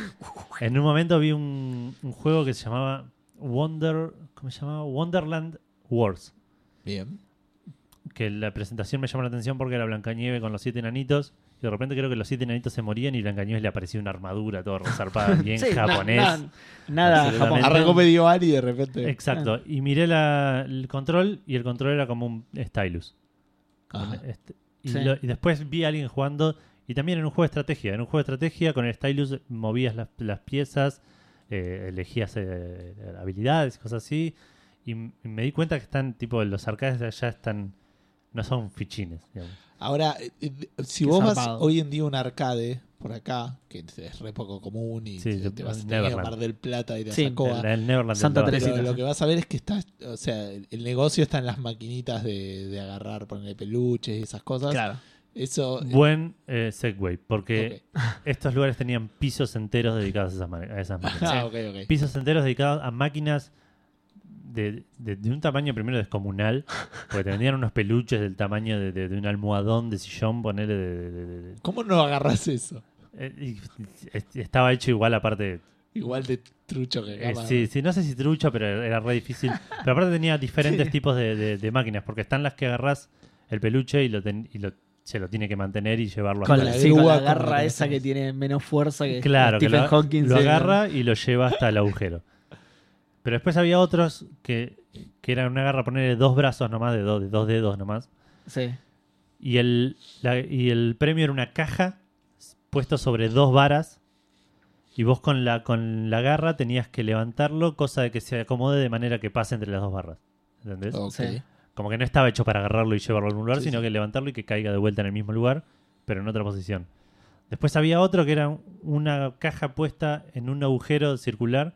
[SPEAKER 2] En un momento vi un, un juego que se llamaba Wonder, ¿cómo se llamaba? Wonderland Wars.
[SPEAKER 1] Bien.
[SPEAKER 2] Que la presentación me llamó la atención porque era Blancanieve con los siete enanitos. Y de repente creo que los siete enanitos se morían y Blancanieves le aparecía una armadura
[SPEAKER 3] <laughs>
[SPEAKER 2] todo resarpada, bien
[SPEAKER 3] Sí, na-
[SPEAKER 2] japonés.
[SPEAKER 3] na- nada,
[SPEAKER 2] Absolutamente.
[SPEAKER 3] Japón.
[SPEAKER 1] Arrancó medieval y de repente.
[SPEAKER 2] Exacto. Y miré la- el control y el control era como un stylus.
[SPEAKER 1] Ajá.
[SPEAKER 2] Este, y,
[SPEAKER 3] Sí.
[SPEAKER 2] lo- y después vi a alguien jugando. Y también en un juego de estrategia. En un juego de estrategia, con el stylus movías las, las piezas, eh, elegías eh, habilidades, cosas así. Y, m- y me di cuenta que están, tipo, los arcades de allá están. No son fichines, digamos.
[SPEAKER 1] Ahora, eh, eh, si
[SPEAKER 3] Qué
[SPEAKER 1] vos vas
[SPEAKER 3] zarpado.
[SPEAKER 1] hoy en día a un arcade por acá, que es re poco común y
[SPEAKER 2] Sí,
[SPEAKER 1] te,
[SPEAKER 2] yo-
[SPEAKER 1] te vas
[SPEAKER 2] Neverland.
[SPEAKER 1] a Mar del Plata y la
[SPEAKER 3] Sí,
[SPEAKER 1] Sacoa.
[SPEAKER 2] El, el Neverland. del
[SPEAKER 3] Santa
[SPEAKER 2] norte.
[SPEAKER 3] Teresita.
[SPEAKER 1] Pero lo que vas a ver es que está, o sea, el, el negocio está en las maquinitas de, de agarrar, ponerle peluches y esas cosas.
[SPEAKER 3] Claro.
[SPEAKER 1] Eso. eh,
[SPEAKER 2] Buen eh, segue, porque
[SPEAKER 1] ok.
[SPEAKER 2] estos lugares tenían pisos enteros dedicados a esas, ma- a esas máquinas.
[SPEAKER 1] Ah, ok, ok.
[SPEAKER 2] pisos enteros dedicados a máquinas de, de- de un tamaño primero descomunal, porque te vendían unos peluches del tamaño de, de- de un almohadón de sillón, ponele de... de- de- de-
[SPEAKER 1] ¿Cómo no agarras eso?
[SPEAKER 2] eh, y- est- estaba hecho igual aparte...
[SPEAKER 1] Igual de trucho que
[SPEAKER 2] eh,
[SPEAKER 1] agarra.
[SPEAKER 2] sí, sí, no sé si trucha, pero era re difícil. Pero aparte tenía diferentes
[SPEAKER 3] Sí.
[SPEAKER 2] tipos de, de- de máquinas, porque están las que agarras el peluche y, lo ten- y lo- se lo tiene que mantener y llevarlo
[SPEAKER 3] Con
[SPEAKER 1] la
[SPEAKER 3] la,
[SPEAKER 2] hasta-
[SPEAKER 3] sí, con
[SPEAKER 1] grúa,
[SPEAKER 3] la
[SPEAKER 1] con la
[SPEAKER 3] garra
[SPEAKER 1] que
[SPEAKER 3] esa que
[SPEAKER 1] hacemos.
[SPEAKER 3] tiene menos fuerza que
[SPEAKER 2] Claro, que
[SPEAKER 3] Stephen
[SPEAKER 2] lo,
[SPEAKER 3] Hawking.
[SPEAKER 2] lo
[SPEAKER 3] sí,
[SPEAKER 2] agarra y lo lleva hasta el agujero. Pero después había otros que, que eran una garra, ponerle dos brazos nomás, de, dos- de dos dedos nomás.
[SPEAKER 3] Sí.
[SPEAKER 2] Y el, la- y el premio era una caja puesto sobre dos varas. Y vos con la, con la garra tenías que levantarlo, cosa de que se acomode de manera que pase entre las dos barras. ¿Entendés?
[SPEAKER 1] Ok.
[SPEAKER 3] Sí.
[SPEAKER 2] Como que no estaba hecho para agarrarlo y llevarlo a algún lugar,
[SPEAKER 1] Sí,
[SPEAKER 2] sino
[SPEAKER 1] sí.
[SPEAKER 2] que levantarlo y que caiga de vuelta en el mismo lugar, pero en otra posición. Después había otro que era una caja puesta en un agujero circular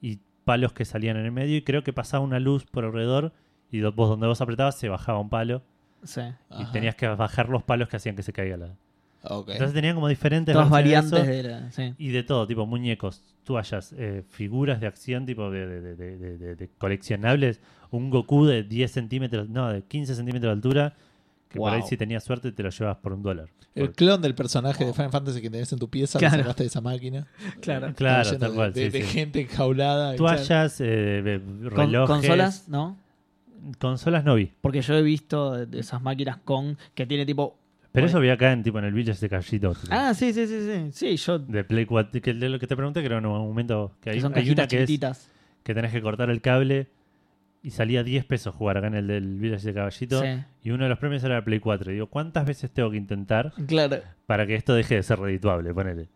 [SPEAKER 2] y palos que salían en el medio y creo que pasaba una luz por alrededor y do- vos donde vos apretabas se bajaba un palo
[SPEAKER 3] sí.
[SPEAKER 1] Ajá.
[SPEAKER 2] y tenías que bajar los palos que hacían que se caiga la...
[SPEAKER 1] Ok.
[SPEAKER 2] Entonces tenían como diferentes
[SPEAKER 3] Todas
[SPEAKER 2] versiones de
[SPEAKER 3] variantes
[SPEAKER 2] eso
[SPEAKER 3] de la. Sí.
[SPEAKER 2] y de todo, tipo muñecos, toallas, eh, figuras de acción, tipo de, de- de- de- de- de- de coleccionables. Un Goku de 10 centímetros, no, de 15 centímetros de altura, que por ahí
[SPEAKER 1] Wow.
[SPEAKER 2] si tenías suerte te lo llevabas por un dólar.
[SPEAKER 1] El
[SPEAKER 2] Por- Oh.
[SPEAKER 1] clon del personaje de Final Fantasy que tenés en tu pieza,
[SPEAKER 3] Claro.
[SPEAKER 1] lo sacaste de esa
[SPEAKER 2] <laughs>
[SPEAKER 1] máquina.
[SPEAKER 3] Claro.
[SPEAKER 1] Está
[SPEAKER 2] claro,
[SPEAKER 1] lleno
[SPEAKER 2] tal
[SPEAKER 1] de,
[SPEAKER 2] cual.
[SPEAKER 1] de-
[SPEAKER 2] sí,
[SPEAKER 1] de
[SPEAKER 2] sí.
[SPEAKER 1] gente enjaulada. y-
[SPEAKER 2] Toallas, eh, be- be-
[SPEAKER 3] Con-
[SPEAKER 2] relojes.
[SPEAKER 3] ¿Consolas? ¿No?
[SPEAKER 2] Consolas no vi.
[SPEAKER 3] Porque yo he visto de- de esas máquinas con. que tiene tipo.
[SPEAKER 2] Pero
[SPEAKER 3] Bueno.
[SPEAKER 2] eso vi acá en tipo en el Village de Callito. tipo,
[SPEAKER 3] Ah, sí, sí, sí. Sí, sí yo.
[SPEAKER 2] De Play 4, que de lo que te pregunté, creo en un momento que hay,
[SPEAKER 3] que son
[SPEAKER 2] hay una
[SPEAKER 3] cajitas
[SPEAKER 2] que es,
[SPEAKER 3] chiquititas.
[SPEAKER 2] que tenés que cortar el cable y salía 10 pesos jugar acá en el del Village de Caballito.
[SPEAKER 3] Sí.
[SPEAKER 2] Y uno de los premios era la Play 4. Y digo, ¿cuántas veces tengo que intentar
[SPEAKER 3] Claro.
[SPEAKER 2] para que esto deje de ser redituable? Ponele.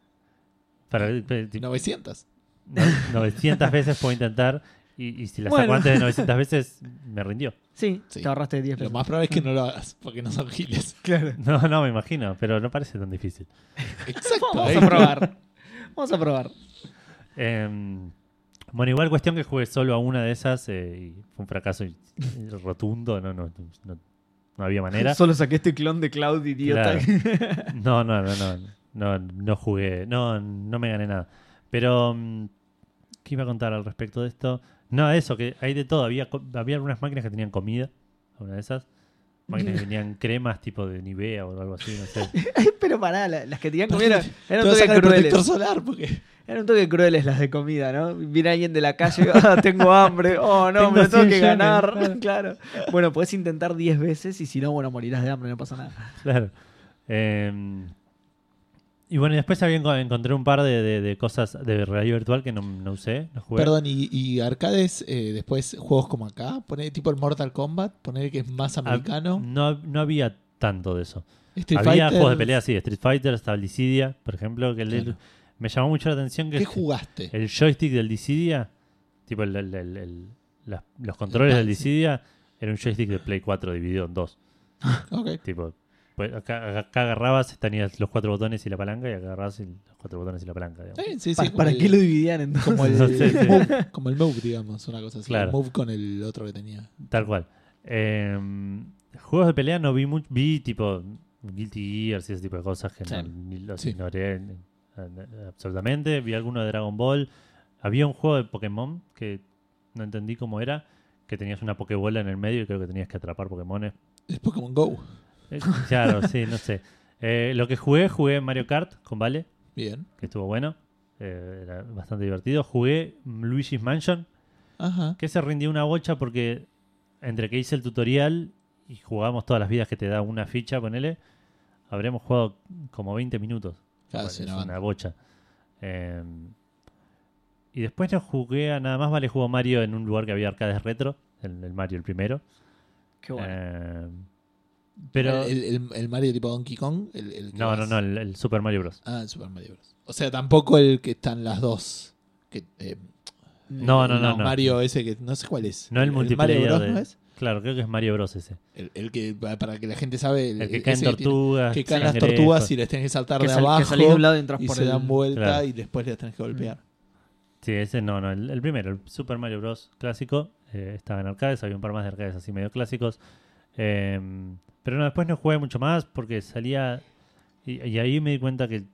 [SPEAKER 2] Para, eh, pe- ti-
[SPEAKER 1] 900.
[SPEAKER 2] no- 900 veces puedo intentar y, y si la saco
[SPEAKER 3] Bueno. <laughs>
[SPEAKER 2] antes de 900 veces, me rindió.
[SPEAKER 3] Sí,
[SPEAKER 1] Sí.
[SPEAKER 3] te ahorraste 10
[SPEAKER 1] Lo
[SPEAKER 3] pesos.
[SPEAKER 1] más probable es que no lo hagas, porque
[SPEAKER 2] <laughs>
[SPEAKER 1] no son giles.
[SPEAKER 3] Claro.
[SPEAKER 2] No, no, me imagino, pero no parece tan difícil.
[SPEAKER 1] Exacto.
[SPEAKER 3] Vamos
[SPEAKER 1] ahí.
[SPEAKER 3] a probar.
[SPEAKER 1] <laughs>
[SPEAKER 3] Vamos a probar.
[SPEAKER 2] Em, bueno, igual cuestión que jugué solo a una de esas eh, y fue un fracaso y- y rotundo, no, no, no, no había
[SPEAKER 3] <laughs>
[SPEAKER 2] manera.
[SPEAKER 3] Solo saqué este clon de Cloud, idiota. <laughs>
[SPEAKER 2] <laughs> No, no, no, no, no, no jugué, no, no me gané nada. Pero, mm, ¿qué iba a contar al respecto de esto? No, eso, que hay de todo, había, co- había algunas máquinas que tenían comida, una de esas. Máquinas que tenían cremas tipo de Nivea o algo así, no
[SPEAKER 1] <laughs>
[SPEAKER 2] sé.
[SPEAKER 3] Pero pará, la- las que tenían
[SPEAKER 1] Pará,
[SPEAKER 3] comida eran-
[SPEAKER 1] Te
[SPEAKER 3] eran un
[SPEAKER 1] vas a sacar
[SPEAKER 3] toque
[SPEAKER 1] el protector
[SPEAKER 3] crueles.
[SPEAKER 1] solar, porque.
[SPEAKER 3] Eran un toque crueles las de comida, ¿no? Viene alguien de la <laughs> calle, ah, tengo hambre, oh no,
[SPEAKER 2] Tengo
[SPEAKER 3] me lo tengo
[SPEAKER 2] 100
[SPEAKER 3] que
[SPEAKER 2] yenes,
[SPEAKER 3] ganar. Claro. <laughs> Bueno, podés intentar 10 veces y si no, bueno, morirás de hambre, no pasa nada.
[SPEAKER 2] Claro. Em, y bueno, y después había enco- encontré un par de, de- de cosas de realidad virtual que no, no usé, no jugué.
[SPEAKER 1] Perdón, y, y arcades, eh, después juegos como acá, poner tipo el Mortal Kombat, poner que es más
[SPEAKER 2] Ah,
[SPEAKER 1] americano.
[SPEAKER 2] No, no había tanto de eso.
[SPEAKER 1] Street
[SPEAKER 2] había
[SPEAKER 1] Fighter.
[SPEAKER 2] juegos de pelea, sí, Street Fighter, hasta el Dissidia, por ejemplo, que el-
[SPEAKER 1] Claro.
[SPEAKER 2] me llamó mucho la atención que
[SPEAKER 1] ¿Qué
[SPEAKER 2] el-
[SPEAKER 1] jugaste?
[SPEAKER 2] el joystick del Dissidia, tipo el- el- el- el- las- los controles
[SPEAKER 1] pad,
[SPEAKER 2] del
[SPEAKER 1] Ah, sí.
[SPEAKER 2] Dissidia, era un joystick de Play 4 dividido en dos.
[SPEAKER 1] Ok.
[SPEAKER 2] Tipo, pues acá, acá agarrabas, tenías los cuatro botones y la palanca, y acá agarrabas el- los cuatro botones y la palanca. digamos.
[SPEAKER 1] Está bien, sí, sí,
[SPEAKER 3] Pa-
[SPEAKER 1] como
[SPEAKER 3] ¿Para
[SPEAKER 1] el-
[SPEAKER 3] qué lo dividían entonces?
[SPEAKER 1] Como el,
[SPEAKER 2] No sé, <laughs> sí.
[SPEAKER 1] move, como el Move, digamos, una cosa así.
[SPEAKER 2] Claro.
[SPEAKER 1] El Move con el otro que tenía.
[SPEAKER 2] Tal cual. Eh, juegos de pelea no vi mucho. Vi tipo Guilty Gears y ese tipo de cosas que no,
[SPEAKER 1] Sí.
[SPEAKER 2] ni los
[SPEAKER 1] Sí.
[SPEAKER 2] ignoré eh, eh, absolutamente. Vi alguno de Dragon Ball. Había un juego de Pokémon que no entendí cómo era. Que tenías una Pokébola en el medio y creo que tenías que atrapar Pokémones.
[SPEAKER 1] Es Pokémon Go.
[SPEAKER 2] Eh, claro, sí, no sé. Eh, lo que jugué, jugué Mario Kart con Vale,
[SPEAKER 1] Bien.
[SPEAKER 2] que estuvo bueno. Eh, era bastante divertido. Jugué Luigi's Mansion,
[SPEAKER 1] Ajá.
[SPEAKER 2] que se rindió una bocha porque entre que hice el tutorial y jugamos todas las vidas que te da una ficha, ponele, habremos jugado como 20 minutos.
[SPEAKER 1] Claro,
[SPEAKER 2] Bueno,
[SPEAKER 1] sí,
[SPEAKER 2] es
[SPEAKER 1] no,
[SPEAKER 2] una bocha. Eh, y después no jugué a nada más, vale, jugó Mario en un lugar que había arcades retro, el, el Mario el primero.
[SPEAKER 3] Qué bueno.
[SPEAKER 2] Eh, pero...
[SPEAKER 1] El, el- el Mario tipo Donkey Kong. El, el que
[SPEAKER 2] no, no,
[SPEAKER 1] vas-
[SPEAKER 2] no, el, el Super Mario Bros.
[SPEAKER 1] Ah, el Super Mario Bros. O sea, tampoco el que están las dos. Que, eh,
[SPEAKER 2] No, no,
[SPEAKER 1] el
[SPEAKER 2] no, no.
[SPEAKER 1] Mario ese que no sé cuál es.
[SPEAKER 2] No el, multiplayer.
[SPEAKER 1] Mario Bros,
[SPEAKER 2] de-
[SPEAKER 1] ¿no es?
[SPEAKER 2] Claro, creo que es Mario Bros ese.
[SPEAKER 1] El, el que, para que la gente sabe. El,
[SPEAKER 2] El que caen
[SPEAKER 1] Eh, ese tiene-
[SPEAKER 2] tortugas.
[SPEAKER 1] Que caen las
[SPEAKER 2] cangrejos.
[SPEAKER 1] tortugas y les tenés que saltar
[SPEAKER 3] Que,
[SPEAKER 1] de
[SPEAKER 3] sal- que
[SPEAKER 1] abajo.
[SPEAKER 3] salís de un lado y entras
[SPEAKER 1] y
[SPEAKER 3] por
[SPEAKER 1] se
[SPEAKER 3] el... Mm.
[SPEAKER 1] dan vuelta
[SPEAKER 2] Claro.
[SPEAKER 1] y después les tenés que golpear.
[SPEAKER 2] Sí, ese no, no, el, el primero, el Super Mario Bros. clásico, eh, estaba en arcades, había un par más de arcades así medio clásicos. Eh, pero no, después no jugué mucho más porque salía. Y, y ahí me di cuenta que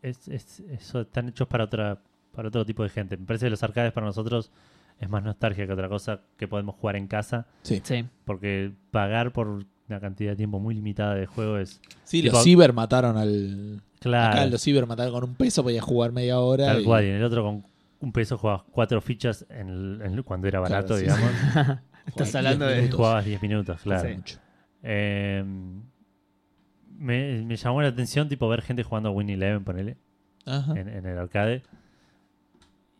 [SPEAKER 2] es, es- eso están hechos para otra para otro tipo de gente. Me parece que los arcades para nosotros es más nostalgia que otra cosa que podemos jugar en casa,
[SPEAKER 1] Sí.
[SPEAKER 3] Sí.
[SPEAKER 2] porque pagar por una cantidad de tiempo muy limitada de juego es.
[SPEAKER 1] Sí,
[SPEAKER 2] Tipo-
[SPEAKER 1] los ciber mataron al. Acá
[SPEAKER 2] Claro,
[SPEAKER 1] los ciber mataron con un peso, podías jugar media hora.
[SPEAKER 2] tal
[SPEAKER 1] y-
[SPEAKER 2] cual. Y en el otro con un peso jugabas cuatro fichas en el- en el- cuando era
[SPEAKER 1] Claro,
[SPEAKER 2] barato,
[SPEAKER 1] sí, sí.
[SPEAKER 2] digamos.
[SPEAKER 3] <laughs> Estás
[SPEAKER 1] Jugar
[SPEAKER 3] hablando
[SPEAKER 1] 10
[SPEAKER 3] de-
[SPEAKER 1] minutos.
[SPEAKER 2] Jugabas 10 minutos, claro.
[SPEAKER 3] Sí.
[SPEAKER 1] Mucho.
[SPEAKER 2] Eh, me, me llamó la atención tipo ver gente jugando a Win Eleven, ponele,
[SPEAKER 3] Ah.
[SPEAKER 1] Ajá.
[SPEAKER 2] en, en el arcade.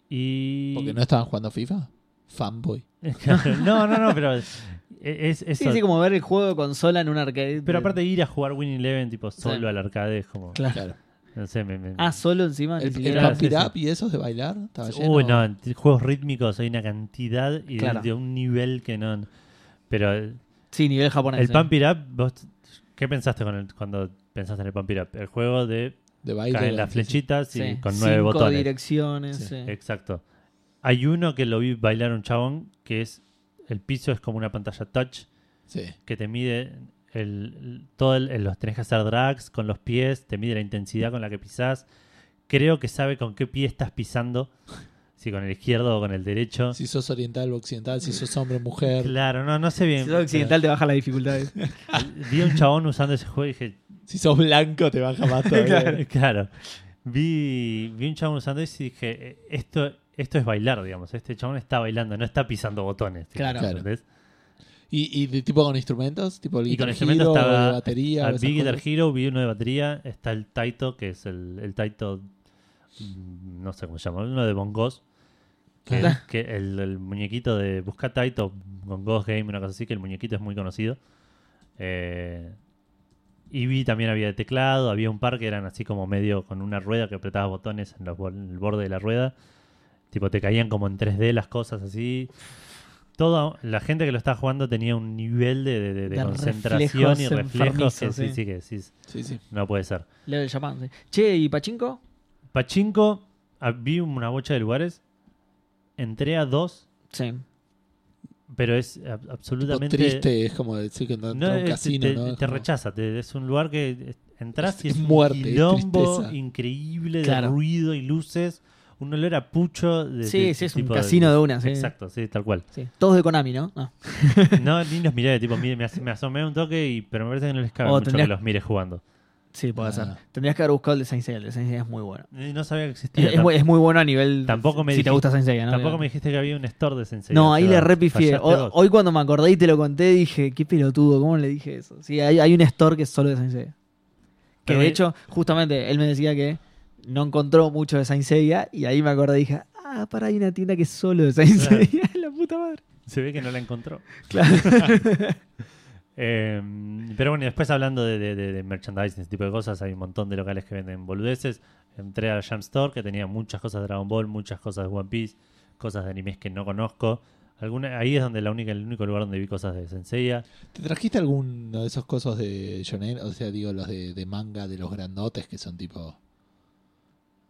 [SPEAKER 2] Y...
[SPEAKER 1] Porque no estaban jugando FIFA. Fanboy.
[SPEAKER 2] <laughs> no, no, no, pero es, es
[SPEAKER 3] Sí,
[SPEAKER 2] eso.
[SPEAKER 3] sí, como ver el juego de consola en un arcade.
[SPEAKER 2] Pero aparte ir a jugar Win Eleven tipo solo
[SPEAKER 3] Sí.
[SPEAKER 2] al arcade es como...
[SPEAKER 3] Claro.
[SPEAKER 1] Claro.
[SPEAKER 2] No sé, me... me-
[SPEAKER 3] Ah, solo encima. ni
[SPEAKER 1] El, el
[SPEAKER 3] siquiera-
[SPEAKER 2] Claro,
[SPEAKER 1] Pump
[SPEAKER 2] sí,
[SPEAKER 1] It
[SPEAKER 2] sí.
[SPEAKER 1] Up y esos de bailar. Estaba lleno.
[SPEAKER 2] Uy, no, t- juegos rítmicos hay una cantidad y de-
[SPEAKER 3] Claro.
[SPEAKER 2] de, un nivel que no... Pero el,
[SPEAKER 3] Sí, nivel japonés.
[SPEAKER 2] el
[SPEAKER 3] sí.
[SPEAKER 2] Pump It Up, vos- ¿qué pensaste con el- cuando pensaste en el Pump It Up? El juego de
[SPEAKER 1] De baile.
[SPEAKER 2] caen las flechitas y
[SPEAKER 3] Sí.
[SPEAKER 2] con nueve
[SPEAKER 3] Cinco
[SPEAKER 2] botones. Eh,
[SPEAKER 3] direcciones.
[SPEAKER 1] Sí.
[SPEAKER 3] sí.
[SPEAKER 2] Exacto. Hay uno que lo vi bailar a un chabón que es el piso es como una pantalla touch
[SPEAKER 1] Sí.
[SPEAKER 2] que te mide el, todo el- el- los tenés que hacer drags con los pies, te mide la intensidad con la que pisás. Creo que sabe con qué pie estás pisando, si con el izquierdo o con el
[SPEAKER 3] Ah.
[SPEAKER 2] derecho.
[SPEAKER 1] Si sos oriental o occidental, si sos hombre o mujer.
[SPEAKER 2] Claro, no, no sé bien.
[SPEAKER 3] Si sos occidental te baja la dificultad.
[SPEAKER 2] <laughs> Vi a un chabón usando ese juego y dije,
[SPEAKER 1] Si sos blanco, te baja más todavía.
[SPEAKER 2] <laughs> claro. Vi, vi un chabón usando eso y dije, "Eh, esto, esto es bailar, digamos. Este chabón está bailando, no está pisando botones.
[SPEAKER 3] Claro.
[SPEAKER 1] Claro.
[SPEAKER 2] ¿entendés?
[SPEAKER 1] Y, y de tipo con instrumentos, tipo el
[SPEAKER 2] Y con
[SPEAKER 1] Guitar
[SPEAKER 2] instrumentos
[SPEAKER 1] Hero,
[SPEAKER 2] estaba-
[SPEAKER 1] de batería.
[SPEAKER 2] Ah,
[SPEAKER 1] o esas
[SPEAKER 2] vi Guitar
[SPEAKER 1] cosas.
[SPEAKER 2] Hero, vi uno de batería. Está el Taito, que es el, el Taito, mm, no sé cómo se llama, uno de bongos, Que,
[SPEAKER 3] Claro.
[SPEAKER 2] que el, el muñequito de Busca Taito con Ghost Game, una cosa así, que el muñequito es muy conocido. Eh, y vi también había de teclado, había un par que eran así como medio con una rueda que apretabas botones en, los bol- en el borde de la rueda. Tipo, te caían como en 3D las cosas así. Toda la gente que lo estaba jugando tenía un nivel de, de- de- de
[SPEAKER 3] De
[SPEAKER 2] concentración y
[SPEAKER 3] reflejos
[SPEAKER 2] reflejos
[SPEAKER 3] enfermizos,
[SPEAKER 2] que
[SPEAKER 3] eh.
[SPEAKER 2] sí,
[SPEAKER 3] sí.
[SPEAKER 2] sí, que decís,
[SPEAKER 1] Sí, sí.
[SPEAKER 2] no puede ser.
[SPEAKER 3] Level Japan, sí. Che, ¿y Pachinko?
[SPEAKER 2] Pachinko, ah, vi una bocha de lugares. Entré a dos,
[SPEAKER 3] Sí.
[SPEAKER 2] pero es ab-
[SPEAKER 1] Tipo
[SPEAKER 2] absolutamente.
[SPEAKER 1] triste es como decir que no, entra a
[SPEAKER 2] No,
[SPEAKER 1] un
[SPEAKER 2] es- este,
[SPEAKER 1] casino,
[SPEAKER 2] te,
[SPEAKER 1] ¿no?
[SPEAKER 2] te
[SPEAKER 1] Es como-
[SPEAKER 2] rechaza, te- es un lugar que entras y
[SPEAKER 1] Es
[SPEAKER 2] es,
[SPEAKER 1] muerte,
[SPEAKER 2] un
[SPEAKER 1] es
[SPEAKER 2] quilombo
[SPEAKER 1] tristeza.
[SPEAKER 2] increíble de
[SPEAKER 3] Claro.
[SPEAKER 2] ruido y luces, un olor a pucho. De,
[SPEAKER 3] Sí,
[SPEAKER 2] de-
[SPEAKER 3] sí, es un
[SPEAKER 2] tipo
[SPEAKER 3] casino de una, sí.
[SPEAKER 2] Exacto, sí, tal cual.
[SPEAKER 3] sí. Todos de Konami, ¿no? No.
[SPEAKER 2] No, ni los miré, tipo, mire, me, as- me asomé un toque, y, pero me parece que no les cabe
[SPEAKER 3] Oh,
[SPEAKER 2] mucho
[SPEAKER 3] tendrías-
[SPEAKER 2] que los mire jugando.
[SPEAKER 3] Sí, puede
[SPEAKER 1] Ah.
[SPEAKER 3] ser. Tendrías que haber buscado el de Saint Seiya. El de Saint Seiya es muy bueno.
[SPEAKER 2] Y No sabía que existía.
[SPEAKER 3] Es, es muy, es muy bueno a nivel.
[SPEAKER 2] Tampoco me
[SPEAKER 3] Si te
[SPEAKER 2] dijiste-
[SPEAKER 3] gusta Saint Seiya, ¿no?
[SPEAKER 2] Tampoco me dijiste que había un store de Sensei.
[SPEAKER 3] No, ahí le repifié.
[SPEAKER 2] repifié
[SPEAKER 3] Hoy, hoy cuando me acordé y te lo conté, dije, qué pelotudo, ¿cómo le dije eso? Sí, hay, hay un store que es solo de Saint Seiya. Que
[SPEAKER 2] Pero
[SPEAKER 3] de
[SPEAKER 2] ahí-
[SPEAKER 3] hecho, justamente, él me decía que no encontró mucho de Saint Seiya y ahí me acordé y dije, ah, para, hay una tienda que es solo de Saint
[SPEAKER 2] Claro.
[SPEAKER 3] Seiya, <laughs> la puta madre.
[SPEAKER 2] Se ve que no la
[SPEAKER 1] <laughs>
[SPEAKER 2] encontró. <laughs>
[SPEAKER 3] Claro.
[SPEAKER 2] Eh, pero bueno, y después hablando de, de- de- de merchandising, ese tipo de cosas, hay un montón de locales que venden boludeces. Entré a la Jam Store, que tenía muchas cosas de Dragon Ball, muchas cosas de One Piece, cosas de animes que no conozco. Alguna, ahí es donde la única, el único lugar donde vi cosas de Senseiya.
[SPEAKER 1] ¿Te trajiste alguno de esos cosos de shonen? O sea, digo, los de, de manga de los grandotes que son tipo...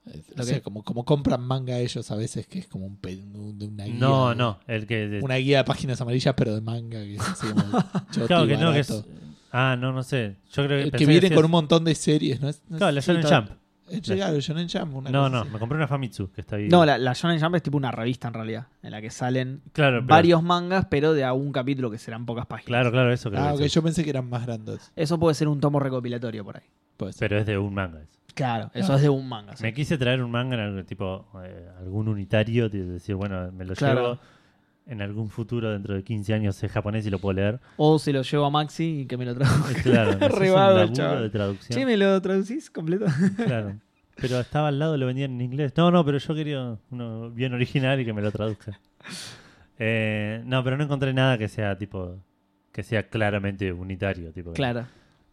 [SPEAKER 1] eh, No
[SPEAKER 3] Lo
[SPEAKER 1] sé,
[SPEAKER 3] que-
[SPEAKER 1] como, como compran manga ellos a veces que es como un, pe- un- una guía.
[SPEAKER 2] No,
[SPEAKER 1] de-
[SPEAKER 2] no, el que... de-
[SPEAKER 1] Una guía de páginas amarillas, pero de manga que es así
[SPEAKER 2] <laughs>
[SPEAKER 1] como choto
[SPEAKER 2] claro
[SPEAKER 1] y
[SPEAKER 2] que no, que
[SPEAKER 1] barato.
[SPEAKER 2] es... Ah, no, no sé. Yo creo que...
[SPEAKER 1] Eh,
[SPEAKER 2] pensé
[SPEAKER 1] que viene
[SPEAKER 2] decías-
[SPEAKER 1] con un montón de series, ¿no? Es, no es-
[SPEAKER 2] Claro, la
[SPEAKER 1] sí,
[SPEAKER 2] Shonen
[SPEAKER 1] todo-
[SPEAKER 2] Jump.
[SPEAKER 1] Es claro, Shonen Jump. una
[SPEAKER 2] No,
[SPEAKER 1] cosa
[SPEAKER 2] no,
[SPEAKER 1] así.
[SPEAKER 2] me compré una Famitsu, que está ahí.
[SPEAKER 3] No, la, la Shonen Jump es tipo una revista en realidad, en la que salen
[SPEAKER 2] Claro, pero-
[SPEAKER 3] varios mangas, pero de a un capítulo que serán pocas páginas.
[SPEAKER 2] Claro, claro, eso creo
[SPEAKER 1] Ah,
[SPEAKER 2] que
[SPEAKER 1] ok,
[SPEAKER 2] es.
[SPEAKER 1] yo pensé que eran más grandes. pues.
[SPEAKER 3] Eso puede ser un tomo recopilatorio por ahí.
[SPEAKER 1] Puede ser.
[SPEAKER 2] Pero es de un manga. eso.
[SPEAKER 3] Claro, eso
[SPEAKER 1] Claro.
[SPEAKER 3] es de un manga. sí.
[SPEAKER 2] Me quise traer un manga, en algún tipo eh, algún unitario, de decir, bueno, me lo
[SPEAKER 3] Claro.
[SPEAKER 2] llevo en algún futuro dentro de 15 años es japonés y lo
[SPEAKER 3] <laughs>
[SPEAKER 2] puedo leer.
[SPEAKER 3] O se lo llevo a Maxi y que me lo trajo.
[SPEAKER 2] Claro, me
[SPEAKER 3] <laughs>
[SPEAKER 2] haces
[SPEAKER 3] Re
[SPEAKER 2] un
[SPEAKER 3] vago el
[SPEAKER 2] laburo
[SPEAKER 3] chabón.
[SPEAKER 2] de traducción.
[SPEAKER 3] Che, ¿me lo traducís completo?
[SPEAKER 2] Claro. Pero estaba al lado, lo vendían en inglés. No, no, pero yo quería uno bien original y que me
[SPEAKER 3] <laughs>
[SPEAKER 2] lo traduzca. Eh, no, pero no encontré nada que sea tipo que sea claramente unitario, tipo.
[SPEAKER 3] Claro.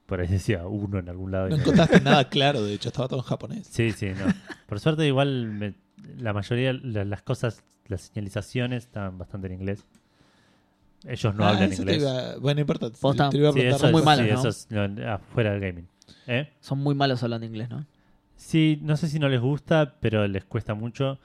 [SPEAKER 2] Por ahí decía uno en algún lado. y
[SPEAKER 1] No
[SPEAKER 2] no-
[SPEAKER 1] encontraste nada claro, de hecho, estaba todo en japonés.
[SPEAKER 2] Sí, sí, no. Por suerte, igual me- la mayoría de las cosas, las señalizaciones estaban bastante en inglés. Ellos no
[SPEAKER 1] Ah,
[SPEAKER 2] hablan
[SPEAKER 1] eso te
[SPEAKER 2] inglés.
[SPEAKER 1] iba- bueno, no importa. te-
[SPEAKER 3] Posta.
[SPEAKER 1] Te iba a
[SPEAKER 2] Sí,
[SPEAKER 1] preguntar
[SPEAKER 2] eso,
[SPEAKER 3] son muy
[SPEAKER 2] es-
[SPEAKER 1] después.
[SPEAKER 3] malos,
[SPEAKER 2] sí,
[SPEAKER 3] ¿no?
[SPEAKER 2] eso es no, afuera del gaming. ¿Eh?
[SPEAKER 3] Son muy malos hablando inglés, ¿no?
[SPEAKER 2] Sí, no sé si no les gusta, pero les cuesta mucho.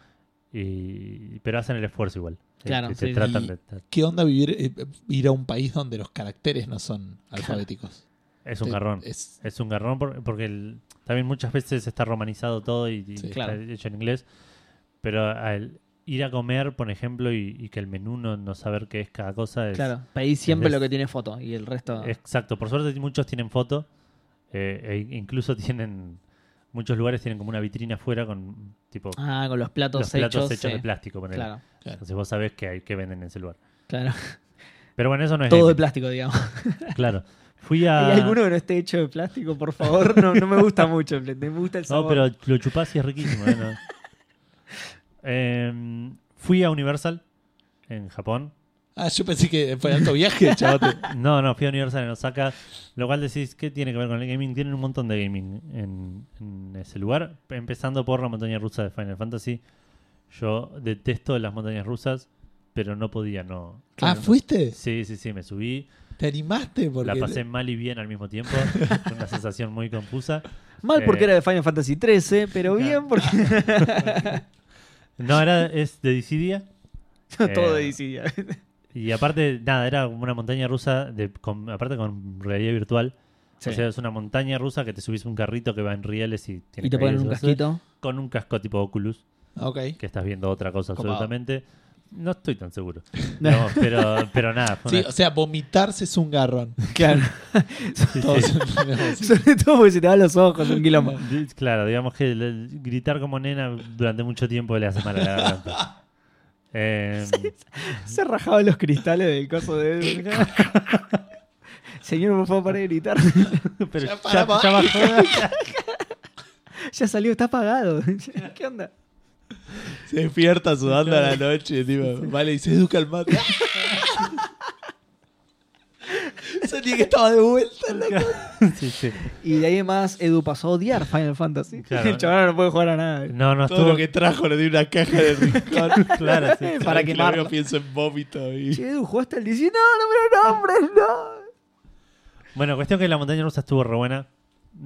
[SPEAKER 2] Y, pero hacen el esfuerzo igual. Eh,
[SPEAKER 3] Claro,
[SPEAKER 2] que te
[SPEAKER 3] sí, sí.
[SPEAKER 2] tratan
[SPEAKER 1] Y-
[SPEAKER 2] de- te-
[SPEAKER 1] ¿Qué onda vivir eh, ir a un país donde los caracteres no son alfabéticos?
[SPEAKER 2] Es un
[SPEAKER 1] Te-
[SPEAKER 2] garrón. Es,
[SPEAKER 1] es-
[SPEAKER 2] un garrón por- porque el- también muchas veces está romanizado todo y, y
[SPEAKER 1] Sí.
[SPEAKER 2] está
[SPEAKER 3] Claro.
[SPEAKER 2] hecho en inglés. Pero al ir a comer, por ejemplo, y, y que el menú no, no saber qué es cada cosa es,
[SPEAKER 3] Claro. Pedís siempre
[SPEAKER 2] es-
[SPEAKER 3] lo que tiene foto y el resto.
[SPEAKER 2] Exacto, por suerte muchos tienen foto, eh, e incluso <laughs> tienen, muchos lugares tienen como una vitrina afuera con tipo
[SPEAKER 3] Ah, con los platos
[SPEAKER 2] los platos hechos,
[SPEAKER 3] sí.
[SPEAKER 2] de plástico, ponele.
[SPEAKER 3] Claro,
[SPEAKER 2] Entonces vos sabés que hay que venden en ese lugar.
[SPEAKER 3] claro.
[SPEAKER 2] <laughs> Pero bueno, eso no es
[SPEAKER 3] Todo de
[SPEAKER 2] gaming,
[SPEAKER 3] plástico, digamos.
[SPEAKER 2] claro. Fui a
[SPEAKER 3] <laughs> ¿Hay alguno que no esté hecho de plástico? Por favor, no, no me gusta mucho. Me gusta el
[SPEAKER 2] No,
[SPEAKER 3] sabor.
[SPEAKER 2] pero lo chupás y es riquísimo. ¿eh? No. Eh, fui a Universal en Japón.
[SPEAKER 1] Ah, yo pensé que fue alto <laughs> viaje, chaval.
[SPEAKER 2] No, no, fui a Universal en Osaka. Lo cual decís, ¿qué tiene que ver con el gaming? Tienen un montón de gaming en, en ese lugar. Empezando por la montaña rusa de Final Fantasy. Yo detesto las montañas rusas, pero no podía, no.
[SPEAKER 1] Ah, ¿fuiste?
[SPEAKER 2] Sí, sí, sí, me subí.
[SPEAKER 1] ¿Te animaste? Porque
[SPEAKER 2] La pasé mal y bien al mismo tiempo. Una sensación muy confusa.
[SPEAKER 3] Mal porque
[SPEAKER 2] Eh.
[SPEAKER 3] era de Final Fantasy XIII, pero
[SPEAKER 2] Claro.
[SPEAKER 3] bien porque <laughs>
[SPEAKER 2] No, era, es de Dissidia.
[SPEAKER 3] todo
[SPEAKER 2] Eh,
[SPEAKER 3] decidía.
[SPEAKER 2] Y aparte, nada, era como una montaña rusa, de, con- aparte con realidad virtual.
[SPEAKER 3] Sí.
[SPEAKER 2] O sea, es una montaña rusa que te subís a un carrito que va en rieles y tiene
[SPEAKER 3] Y te ponen
[SPEAKER 2] caídas
[SPEAKER 3] un
[SPEAKER 2] y cosas.
[SPEAKER 3] casquito.
[SPEAKER 2] Con un casco tipo Oculus,
[SPEAKER 1] Ok.
[SPEAKER 2] que estás viendo otra cosa
[SPEAKER 1] Copado.
[SPEAKER 2] absolutamente. No estoy tan
[SPEAKER 1] <laughs>
[SPEAKER 2] seguro. No, pero, pero nada. fue
[SPEAKER 1] Sí,
[SPEAKER 2] una-
[SPEAKER 1] o sea, vomitarse es un garrón.
[SPEAKER 3] <laughs> Claro.
[SPEAKER 2] sí,
[SPEAKER 1] Todos-
[SPEAKER 2] <laughs> sí.
[SPEAKER 3] Sobre todo porque se te van los ojos, un
[SPEAKER 2] <laughs>
[SPEAKER 3] quilombo.
[SPEAKER 2] Di- Claro, digamos que el- el gritar como nena durante mucho tiempo le hace mal a la
[SPEAKER 1] <laughs>
[SPEAKER 2] garganta. Eh,
[SPEAKER 3] Se rajaban los cristales del coso
[SPEAKER 2] <laughs>
[SPEAKER 3] de. Señor, por favor, para de gritar.
[SPEAKER 2] pero
[SPEAKER 1] Ya
[SPEAKER 2] ya,
[SPEAKER 1] para, <laughs>
[SPEAKER 2] ya bajó.
[SPEAKER 3] <laughs> Ya salió, está apagado. ¿Qué onda?
[SPEAKER 1] <laughs> Se despierta sudando a la noche, tipo, vale, y se educa el <laughs> mate. Sentí que estaba de vuelta en la
[SPEAKER 2] sí, sí.
[SPEAKER 3] Y de ahí en más, Edu pasó a odiar Final Fantasy.
[SPEAKER 2] Claro.
[SPEAKER 3] El chaval no puede jugar a nada.
[SPEAKER 2] No, no
[SPEAKER 1] Todo
[SPEAKER 2] estuvo.
[SPEAKER 1] lo que trajo lo di una caja <laughs> de rincón.
[SPEAKER 2] <laughs> Claro,
[SPEAKER 1] <laughs>
[SPEAKER 2] sí.
[SPEAKER 3] Para
[SPEAKER 1] que
[SPEAKER 3] quemarlo.
[SPEAKER 1] Yo pienso en vómito y...
[SPEAKER 3] Che, Edu, jugaste el 19. No, no me lo nombres, no.
[SPEAKER 2] Bueno, cuestión que la montaña rusa estuvo re buena.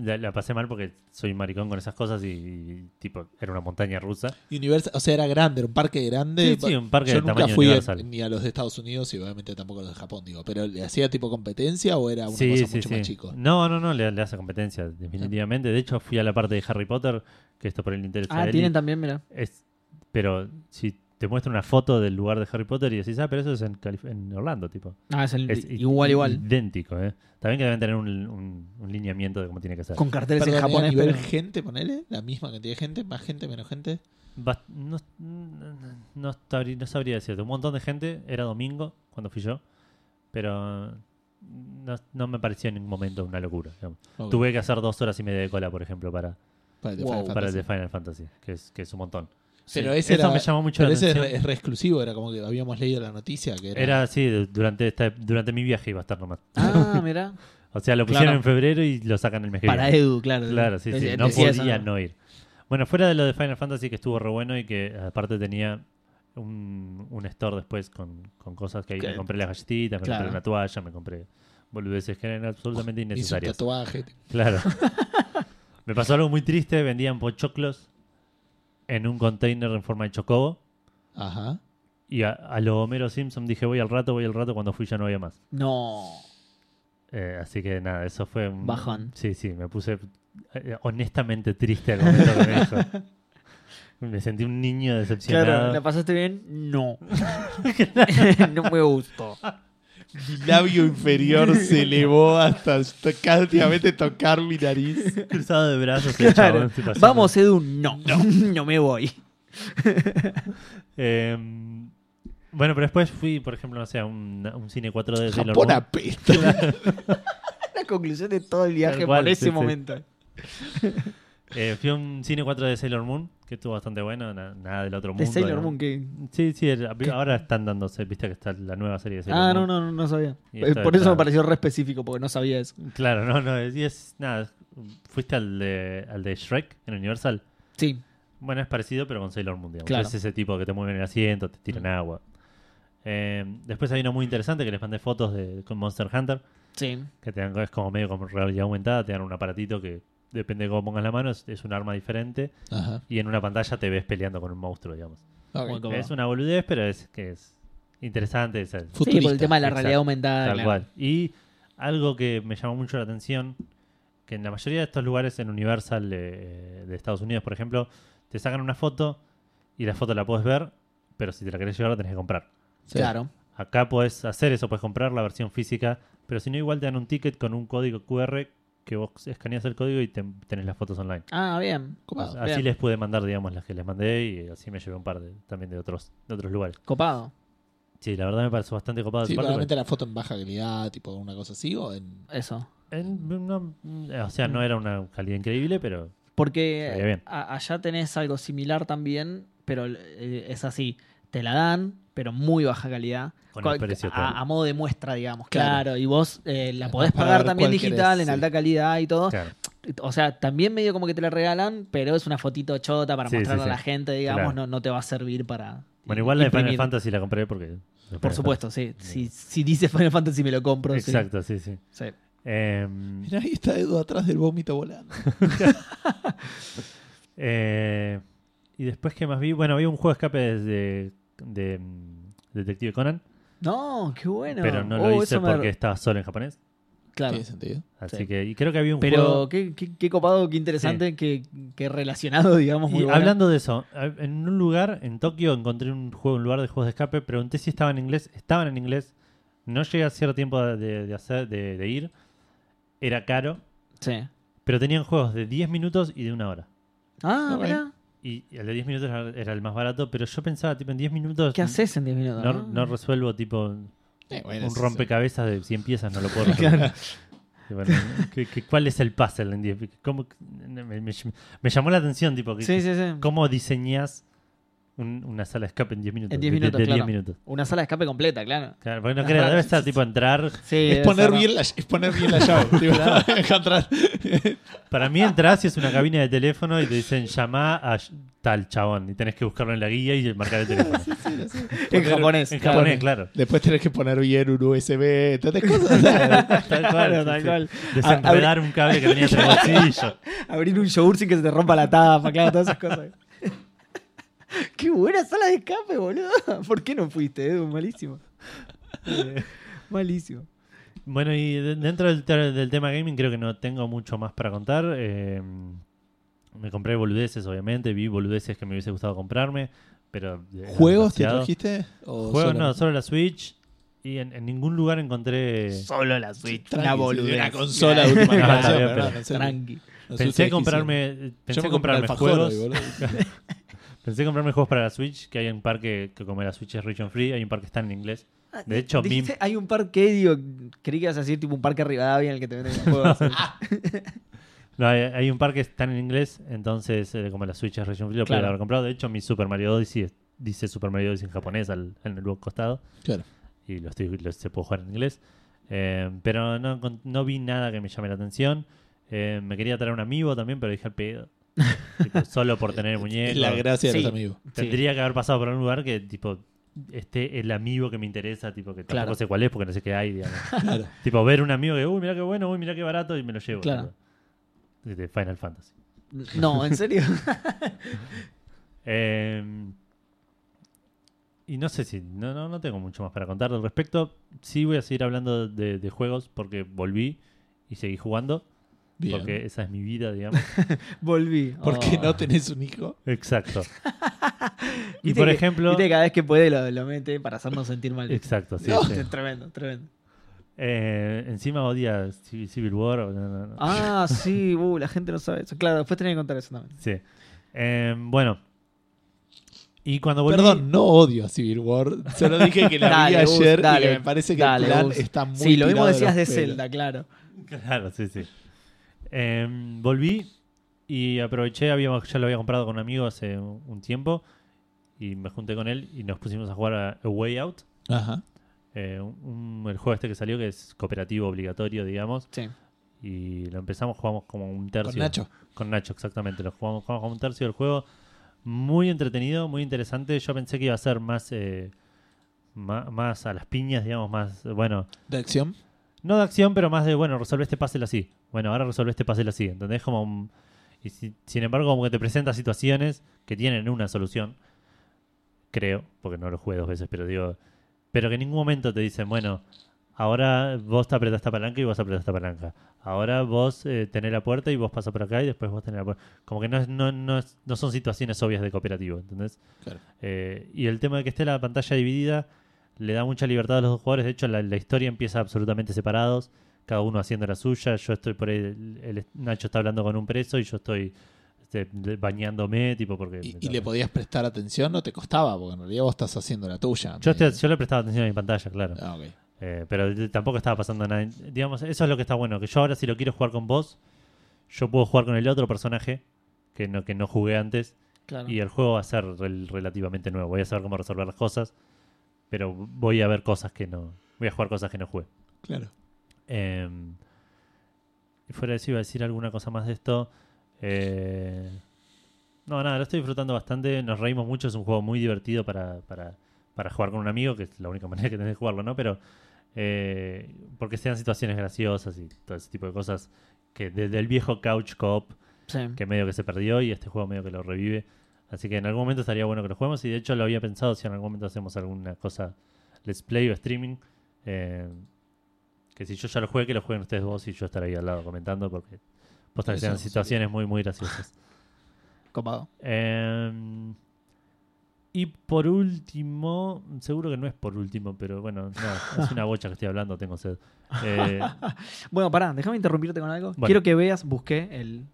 [SPEAKER 2] La, la pasé mal porque soy maricón con esas cosas y, y, tipo, era una montaña rusa.
[SPEAKER 1] Universal, o sea, era grande, era un parque grande.
[SPEAKER 2] Sí, sí, un parque
[SPEAKER 1] Yo
[SPEAKER 2] de
[SPEAKER 1] nunca
[SPEAKER 2] tamaño
[SPEAKER 1] fui
[SPEAKER 2] Universal.
[SPEAKER 1] en- ni a los de Estados Unidos y obviamente tampoco a los de Japón, digo. Pero ¿le hacía tipo competencia o era una cosa mucho más chico?
[SPEAKER 2] No, no, no, le, le hace competencia, definitivamente. De hecho, fui a la parte de Harry Potter, que esto por el interés
[SPEAKER 3] Ah, tienen también, mira.
[SPEAKER 2] es, Pero si te muestro una foto del lugar de Harry Potter y decís, ah, pero eso es en, Calif- en Orlando, tipo.
[SPEAKER 3] Ah, es el,
[SPEAKER 2] Es i-
[SPEAKER 3] igual, igual.
[SPEAKER 2] Idéntico, ¿eh? También que deben tener un, un- un lineamiento de cómo tiene que ser.
[SPEAKER 3] Con carteles
[SPEAKER 1] Perdón,
[SPEAKER 3] en
[SPEAKER 1] ¿eh? a
[SPEAKER 3] japonés.
[SPEAKER 1] nivel
[SPEAKER 3] pero-
[SPEAKER 1] gente, ponele, la misma cantidad de gente, más gente, menos gente.
[SPEAKER 2] Bast- no, no, sabría, no sabría decirte. Un montón de gente. Era domingo cuando fui yo. Pero no, no me pareció en ningún momento una locura. digamos.
[SPEAKER 1] Ok,
[SPEAKER 2] Tuve que hacer dos horas y media de cola, por ejemplo, para,
[SPEAKER 1] para el de
[SPEAKER 3] Wow,
[SPEAKER 1] Final
[SPEAKER 2] para el
[SPEAKER 1] Fantasy.
[SPEAKER 2] de Final Fantasy, que es, que es un montón.
[SPEAKER 1] Pero
[SPEAKER 2] Sí.
[SPEAKER 1] ese
[SPEAKER 2] Eso
[SPEAKER 1] era-
[SPEAKER 2] me llamó mucho
[SPEAKER 1] pero
[SPEAKER 2] la
[SPEAKER 1] ese es
[SPEAKER 2] atención.
[SPEAKER 1] re, es re exclusivo, era como que habíamos leído la noticia. que Era,
[SPEAKER 2] Era así, du- durante, esta- durante mi viaje iba a estar nomás.
[SPEAKER 3] <laughs> Ah, mira.
[SPEAKER 2] O sea, lo pusieron
[SPEAKER 3] Claro.
[SPEAKER 2] en febrero y lo sacan el mes que
[SPEAKER 3] Para
[SPEAKER 2] viene.
[SPEAKER 3] Edu, claro.
[SPEAKER 2] Claro, sí, sí.
[SPEAKER 3] Decía-
[SPEAKER 2] No
[SPEAKER 3] Eh, decía
[SPEAKER 2] podía
[SPEAKER 3] eso,
[SPEAKER 2] no ir. Bueno, fuera de lo de Final Fantasy que estuvo re bueno y que aparte tenía un, un store después con, con cosas que ahí
[SPEAKER 3] Que-
[SPEAKER 2] me compré las galletitas, me
[SPEAKER 3] Claro.
[SPEAKER 2] compré una toalla, me compré boludeces que eran absolutamente
[SPEAKER 1] hizo un
[SPEAKER 2] innecesarias.
[SPEAKER 1] tatuaje.
[SPEAKER 2] Claro. me pasó algo muy triste, vendían pochoclos en un container en forma de chocobo
[SPEAKER 1] Ajá.
[SPEAKER 2] y a, a lo Homero Simpson dije voy al rato, voy al rato, cuando fui ya no había más.
[SPEAKER 3] No.
[SPEAKER 2] Eh, así que nada, eso fue un...
[SPEAKER 3] Bajón.
[SPEAKER 2] Sí, sí, me puse eh, honestamente triste al momento que
[SPEAKER 3] <laughs>
[SPEAKER 2] me dijo. Me sentí un niño
[SPEAKER 3] Claro,
[SPEAKER 2] decepcionado.
[SPEAKER 3] ¿la pasaste bien?
[SPEAKER 2] <laughs>
[SPEAKER 3] No. <laughs> no me gustó.
[SPEAKER 1] Mi labio <laughs> inferior se elevó hasta, hasta prácticamente tocar mi nariz.
[SPEAKER 2] <laughs> Cruzado de brazos. el
[SPEAKER 3] Claro.
[SPEAKER 2] chabón, se pasó.
[SPEAKER 3] Vamos, Edu, no. <laughs> No, me voy.
[SPEAKER 2] Eh, bueno, pero después fui, por ejemplo, no sé, a un, a un cine 4D de Sailor
[SPEAKER 1] Japón
[SPEAKER 2] Moon.
[SPEAKER 1] apesta.
[SPEAKER 3] La conclusión de todo el viaje
[SPEAKER 2] Tal cual,
[SPEAKER 3] por ese
[SPEAKER 2] sí, sí.
[SPEAKER 3] momento.
[SPEAKER 2] Eh, fui a un cine 4D de Sailor Moon, que estuvo bastante bueno, na- nada del otro
[SPEAKER 3] De
[SPEAKER 2] mundo.
[SPEAKER 3] Sailor
[SPEAKER 2] digamos.
[SPEAKER 3] Moon, que.
[SPEAKER 2] Sí, sí, el- ahora están dándose, viste que está la nueva serie de Sailor
[SPEAKER 3] Ah,
[SPEAKER 2] Moon.
[SPEAKER 3] no, no, no, no sabía.
[SPEAKER 2] Y
[SPEAKER 3] Eh,
[SPEAKER 2] está
[SPEAKER 3] Por eso
[SPEAKER 2] detrás.
[SPEAKER 3] me pareció re específico, porque no sabía eso.
[SPEAKER 2] Claro, no, no, es- y es nada, fuiste al de, al de Shrek en Universal.
[SPEAKER 3] Sí.
[SPEAKER 2] Bueno, es parecido, pero con Sailor Moon, digamos.
[SPEAKER 3] Claro.
[SPEAKER 2] Es ese tipo que te mueven el asiento, te tiran
[SPEAKER 3] Mm.
[SPEAKER 2] agua. Eh, después hay uno muy interesante que les mandé fotos de, con Monster Hunter,
[SPEAKER 3] Sí.
[SPEAKER 2] que te dan, es como medio como realidad aumentada, te dan un aparatito que depende de cómo pongas la mano, es, es un arma diferente
[SPEAKER 1] Ajá.
[SPEAKER 2] y en una pantalla te ves peleando con un monstruo, digamos.
[SPEAKER 1] ok.
[SPEAKER 3] Muy cómodo.
[SPEAKER 2] Es una boludez, pero es que es interesante. es- es-
[SPEAKER 3] Sí, por el
[SPEAKER 1] Futurista.
[SPEAKER 3] tema de la
[SPEAKER 2] Exacto.
[SPEAKER 3] realidad aumentada.
[SPEAKER 2] Tal
[SPEAKER 3] claro.
[SPEAKER 2] cual. Y algo que me llamó mucho la atención, que en la mayoría de estos lugares en Universal eh, de Estados Unidos, por ejemplo, te sacan una foto y la foto la puedes ver, pero si te la querés llevar la tenés que comprar.
[SPEAKER 1] Sí.
[SPEAKER 3] Claro.
[SPEAKER 2] Acá puedes hacer eso, puedes comprar la versión física, pero si no igual te dan un ticket con un código QR que vos escaneas el código y te- tenés las fotos online.
[SPEAKER 3] Ah, bien.
[SPEAKER 1] Copado.
[SPEAKER 2] Así
[SPEAKER 3] bien.
[SPEAKER 2] les pude mandar, digamos, las que les mandé y así me llevé un par de, también de otros, de otros lugares.
[SPEAKER 3] Copado.
[SPEAKER 2] Sí, la verdad me pareció bastante copado.
[SPEAKER 1] Sí,
[SPEAKER 2] esa parte,
[SPEAKER 1] probablemente la foto en baja calidad, tipo una cosa así, o en...
[SPEAKER 3] Eso.
[SPEAKER 2] En- no, o sea, no era una calidad increíble, pero Se veía
[SPEAKER 3] Porque
[SPEAKER 2] bien.
[SPEAKER 3] a- allá tenés algo similar también, pero eh, es así. Te la dan, pero muy baja calidad.
[SPEAKER 2] Con
[SPEAKER 3] Co-
[SPEAKER 2] el precio
[SPEAKER 3] a,
[SPEAKER 2] tal.
[SPEAKER 3] a modo de muestra, digamos. Claro.
[SPEAKER 1] Claro.
[SPEAKER 3] y vos eh, la
[SPEAKER 1] Además,
[SPEAKER 3] podés
[SPEAKER 1] para
[SPEAKER 3] pagar
[SPEAKER 1] ver
[SPEAKER 3] también
[SPEAKER 1] cuál querés,
[SPEAKER 3] digital, en
[SPEAKER 1] sí.
[SPEAKER 3] alta calidad y todo.
[SPEAKER 2] claro.
[SPEAKER 3] O sea, también medio como que te la regalan, pero es una fotito chota para
[SPEAKER 2] Sí,
[SPEAKER 3] mostrarle
[SPEAKER 2] sí,
[SPEAKER 3] a la
[SPEAKER 2] sí.
[SPEAKER 3] gente, digamos.
[SPEAKER 2] Claro.
[SPEAKER 3] No, no te va a servir para.
[SPEAKER 2] Bueno, igual la de Final
[SPEAKER 3] imprimir.
[SPEAKER 2] Fantasy la compré porque. Final
[SPEAKER 3] Por
[SPEAKER 2] Fantasy.
[SPEAKER 3] supuesto, sí. Si, si dice Final Fantasy, me lo compro. sí.
[SPEAKER 2] Exacto, sí, sí.
[SPEAKER 3] Sí.
[SPEAKER 2] Em,
[SPEAKER 1] Mirá, ahí está Edu atrás del vómito volando.
[SPEAKER 2] eh, y después, ¿qué más vi? Bueno, vi un juego de escape de, de, mm, Detective Conan,
[SPEAKER 3] No, qué bueno.
[SPEAKER 2] pero no
[SPEAKER 3] Oh,
[SPEAKER 2] lo hice
[SPEAKER 3] eso me-
[SPEAKER 2] porque estaba solo en japonés.
[SPEAKER 3] Claro.
[SPEAKER 1] Tiene sentido.
[SPEAKER 2] Así
[SPEAKER 3] Sí.
[SPEAKER 2] que, y creo que había un
[SPEAKER 3] Pero
[SPEAKER 2] juego.
[SPEAKER 3] qué, qué, qué copado, qué interesante, qué, qué relacionado, <laughs> digamos. Muy
[SPEAKER 2] Y
[SPEAKER 3] bueno.
[SPEAKER 2] hablando de eso, a- en un lugar, en Tokio, encontré un juego, un lugar de juegos de escape. Pregunté si estaba en inglés. Estaban en inglés. No llegué a cierto tiempo de, de hacer, de- de ir. Era caro.
[SPEAKER 3] Sí.
[SPEAKER 2] Pero tenían juegos de 10 minutos y de una hora.
[SPEAKER 3] Ah,
[SPEAKER 1] Ok.
[SPEAKER 3] mira.
[SPEAKER 2] Y el de 10 minutos era- era el más barato, pero yo pensaba, tipo, en 10 minutos.
[SPEAKER 3] ¿Qué haces en 10 minutos? Ah.
[SPEAKER 2] No, no resuelvo, tipo,
[SPEAKER 1] Eh, bueno,
[SPEAKER 2] un
[SPEAKER 1] eso
[SPEAKER 2] rompecabezas de 100 piezas, no
[SPEAKER 1] <laughs>
[SPEAKER 2] lo puedo resolver. Y bueno, ¿qué- qué- cuál es el puzzle en 10? ¿Cómo- me, me- me llamó la atención, tipo, que-
[SPEAKER 3] Sí, sí, sí.
[SPEAKER 2] ¿cómo diseñas un- una sala de escape en 10 minutos.
[SPEAKER 3] En 10
[SPEAKER 2] de- de-
[SPEAKER 3] minutos,
[SPEAKER 2] de 10
[SPEAKER 3] claro.
[SPEAKER 2] minutos.
[SPEAKER 3] Una sala de escape completa, claro.
[SPEAKER 2] Claro, porque no creo, debe estar tipo entrar.
[SPEAKER 3] Sí,
[SPEAKER 1] Es
[SPEAKER 3] debe
[SPEAKER 1] poner,
[SPEAKER 3] ser, ¿no?
[SPEAKER 1] bien la, es poner bien la llave.
[SPEAKER 3] <laughs>
[SPEAKER 1] tipo, encontrar-
[SPEAKER 2] Para mí entras y es una cabina de teléfono y te dicen llamá a sh- tal chabón y tenés que buscarlo en la guía y marcar
[SPEAKER 3] <laughs>
[SPEAKER 2] el teléfono.
[SPEAKER 3] en japonés.
[SPEAKER 2] en
[SPEAKER 3] claro. <laughs>
[SPEAKER 2] japonés, claro.
[SPEAKER 1] Después tenés que poner bien un USB, tantas cosas.
[SPEAKER 2] Tal cual.
[SPEAKER 3] <laughs> Claro,
[SPEAKER 2] sí,
[SPEAKER 3] tal
[SPEAKER 2] sí.
[SPEAKER 3] cual.
[SPEAKER 2] Desenredar un
[SPEAKER 3] <laughs>
[SPEAKER 2] cable que tenía en el bolsillo.
[SPEAKER 3] Abrir un yogur sin que se te rompa la tapa, claro, todas esas cosas. <laughs> Qué buena sala de escape, boludo. ¿Por qué no fuiste, Edu? <laughs> Malísimo. Eh, Malísimo.
[SPEAKER 2] Bueno, y de- dentro del, ter- del tema gaming creo que no tengo mucho más para contar. Eh, me compré boludeces, obviamente. Vi boludeces que me hubiese gustado comprarme, pero... eran
[SPEAKER 1] ¿Juegos te
[SPEAKER 2] demasiado.
[SPEAKER 1] trajiste? O
[SPEAKER 2] Juegos
[SPEAKER 1] solo?
[SPEAKER 2] no, solo la Switch. Y en, en ningún lugar encontré...
[SPEAKER 3] Solo la Switch.
[SPEAKER 1] Tranqui,
[SPEAKER 3] Una
[SPEAKER 1] sí,
[SPEAKER 3] boludez.
[SPEAKER 1] Una consola de última
[SPEAKER 2] Ah,
[SPEAKER 1] generación,
[SPEAKER 2] bien,
[SPEAKER 1] pero <laughs>
[SPEAKER 2] pero-
[SPEAKER 1] no, no sé.
[SPEAKER 3] Tranqui.
[SPEAKER 1] No sé,
[SPEAKER 2] Pensé
[SPEAKER 1] difícil.
[SPEAKER 2] comprarme,
[SPEAKER 1] Yo
[SPEAKER 2] pensé
[SPEAKER 1] me compré un
[SPEAKER 2] comprarme
[SPEAKER 1] alfajor
[SPEAKER 2] juegos.
[SPEAKER 1] hoy, boludo.
[SPEAKER 2] Pensé comprarme juegos para la Switch, que hay un par que, que como la Switch es region free, hay un par que está en inglés.
[SPEAKER 3] Ah,
[SPEAKER 2] De hecho, mi-
[SPEAKER 3] Dijiste, hay un parque, digo, creí que ibas a decir tipo un parque Rivadavia en el que te venden los <laughs> juegos.
[SPEAKER 2] no, hay, hay un par que están en inglés, entonces eh, como la Switch es region free, lo
[SPEAKER 3] Claro.
[SPEAKER 2] puedo haber comprado. De hecho, mi Super Mario Odyssey es- dice Super Mario Odyssey en japonés al, en el costado
[SPEAKER 1] Claro.
[SPEAKER 2] y lo estoy, lo- se puede jugar en inglés. Eh, pero no, encon- no vi nada que me llame la atención. Eh, me quería traer un amigo también, pero dije
[SPEAKER 3] <laughs>
[SPEAKER 2] al pedo. Tipo, solo por tener el muñeco.
[SPEAKER 1] Es la gracia de
[SPEAKER 3] Sí.
[SPEAKER 1] los amigos. <laughs>
[SPEAKER 2] Tendría que haber pasado por un lugar que, tipo, esté el amigo que me interesa, tipo, que tampoco
[SPEAKER 3] Claro.
[SPEAKER 2] sé cuál es porque no sé qué
[SPEAKER 3] <laughs>
[SPEAKER 2] hay, digamos.
[SPEAKER 1] Claro.
[SPEAKER 2] tipo, ver un amigo que, uy, mira qué bueno, uy, mira qué barato y me lo llevo.
[SPEAKER 3] Claro.
[SPEAKER 2] tipo. De Final Fantasy.
[SPEAKER 3] No, en serio.
[SPEAKER 2] Eh, y no sé si, no, no, no tengo mucho más para contar al respecto. Sí voy a seguir hablando de, de juegos porque volví y seguí jugando.
[SPEAKER 1] Bien.
[SPEAKER 2] Porque esa es mi vida, digamos.
[SPEAKER 3] <laughs> Volví.
[SPEAKER 1] ¿Por qué
[SPEAKER 3] Oh.
[SPEAKER 1] no tenés un hijo?
[SPEAKER 2] Exacto. y
[SPEAKER 3] Viste
[SPEAKER 2] por
[SPEAKER 3] que-
[SPEAKER 2] ejemplo...
[SPEAKER 3] Viste que cada vez que puede lo, lo mete para hacernos sentir mal. <laughs>
[SPEAKER 2] Exacto, sí.
[SPEAKER 1] No.
[SPEAKER 2] sí.
[SPEAKER 3] Tremendo, tremendo.
[SPEAKER 2] Eh, encima odia Ci- Civil War. o- no, no, no.
[SPEAKER 3] Ah, sí, uh, la gente no sabe eso. Claro, después tenía que contar eso también.
[SPEAKER 2] Sí. Eh, bueno. Y cuando volví...
[SPEAKER 1] Perdón, no odio a Civil War. Solo dije que la vi
[SPEAKER 3] <laughs> Dale, Gus,
[SPEAKER 1] ayer
[SPEAKER 3] dale,
[SPEAKER 1] y que me parece que
[SPEAKER 3] dale,
[SPEAKER 1] el plan
[SPEAKER 3] Gus.
[SPEAKER 1] está muy
[SPEAKER 3] Sí, lo
[SPEAKER 1] tirado
[SPEAKER 3] mismo
[SPEAKER 1] de
[SPEAKER 3] decías de,
[SPEAKER 1] los pelos.
[SPEAKER 3] Zelda, claro.
[SPEAKER 2] Claro, sí, sí. Eh, volví y aproveché, había, ya lo había comprado con un amigo hace un un tiempo y me junté con él y nos pusimos a jugar a A Way Out.
[SPEAKER 1] Ajá.
[SPEAKER 2] eh, un- el juego este que salió que es cooperativo obligatorio, digamos.
[SPEAKER 3] Sí.
[SPEAKER 2] Y lo empezamos, jugamos como un tercio.
[SPEAKER 1] Con Nacho.
[SPEAKER 2] Con Nacho, exactamente. Lo jugamos, jugamos como un tercio del juego. Muy entretenido, muy interesante. Yo pensé que iba a ser más, eh, ma- más, a las piñas, digamos, más, eh, bueno,
[SPEAKER 1] De acción.
[SPEAKER 2] no de acción, pero más de, bueno, resolve este páselo así. Bueno, ahora resolve este páselo así. ¿Entendés? Como un- y si- sin embargo, como que te presenta situaciones que tienen una solución. Creo, porque no lo jugué dos veces, pero digo. Pero que en ningún momento te dicen, bueno, ahora vos te apretás esta palanca y vos apretás esta palanca. Ahora vos eh, tenés la puerta y vos pasás por acá y después vos tenés la puerta. Como que no, es- no, no, es- no son situaciones obvias de cooperativo, ¿entendés?
[SPEAKER 1] Claro.
[SPEAKER 2] Eh, y el tema de que esté la pantalla dividida le da mucha libertad a los dos jugadores. De hecho, la, la historia empieza absolutamente separados, cada uno haciendo la suya. Yo estoy por ahí, el, el- Nacho está hablando con un preso y yo estoy este, de- bañándome, tipo, porque.
[SPEAKER 1] Y,
[SPEAKER 2] me
[SPEAKER 1] y le
[SPEAKER 2] toca.
[SPEAKER 1] podías prestar atención, no te costaba, porque en realidad vos estás haciendo la tuya.
[SPEAKER 2] yo, estoy- yo le prestaba atención a mi pantalla, claro.
[SPEAKER 1] Ah, ok.
[SPEAKER 2] Eh, pero de- tampoco estaba pasando nada. Digamos, eso es lo que está bueno. Que yo ahora si lo quiero jugar con vos, yo puedo jugar con el otro personaje que no, que no jugué antes.
[SPEAKER 3] Claro.
[SPEAKER 2] Y eh, el juego va a ser rel- relativamente nuevo. Voy a saber cómo resolver las cosas. Pero voy a ver cosas que no. Voy a jugar cosas que no jugué.
[SPEAKER 1] Claro.
[SPEAKER 2] Eh, y fuera de eso iba a decir alguna cosa más de esto. Eh, no, nada, lo estoy disfrutando bastante. Nos reímos mucho. Es un juego muy divertido para, para, para jugar con un amigo, que es la única <laughs> manera que tenés de jugarlo, ¿no? Pero eh, porque sean situaciones graciosas y todo ese tipo de cosas que desde el viejo couch co-op
[SPEAKER 3] Sí.
[SPEAKER 2] que medio que se perdió y este juego medio que lo revive. Así que en algún momento estaría bueno que lo juguemos y de hecho lo había pensado si en algún momento hacemos alguna cosa, let's play o streaming. eh, que si yo ya lo juegue, que lo jueguen ustedes vos y yo estaré ahí al lado comentando porque posta que
[SPEAKER 1] Eso
[SPEAKER 2] sean
[SPEAKER 1] sería.
[SPEAKER 2] situaciones muy,
[SPEAKER 3] <laughs>
[SPEAKER 2] muy graciosas.
[SPEAKER 3] Copado.
[SPEAKER 2] Eh, y por último, seguro que no es por último, pero bueno, no, es una bocha que estoy hablando, tengo sed.
[SPEAKER 3] <laughs>
[SPEAKER 2] Eh,
[SPEAKER 3] Bueno, pará, déjame interrumpirte con algo.
[SPEAKER 2] Bueno.
[SPEAKER 3] Quiero que veas, busqué el.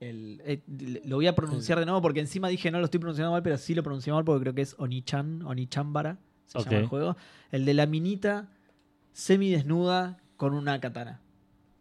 [SPEAKER 3] el eh, lo voy a pronunciar de nuevo porque encima dije no lo estoy pronunciando mal, pero sí lo pronuncié mal porque creo que es Onichan, Onichambara, se
[SPEAKER 2] Ok.
[SPEAKER 3] llama el juego. El de la minita semidesnuda con una katana.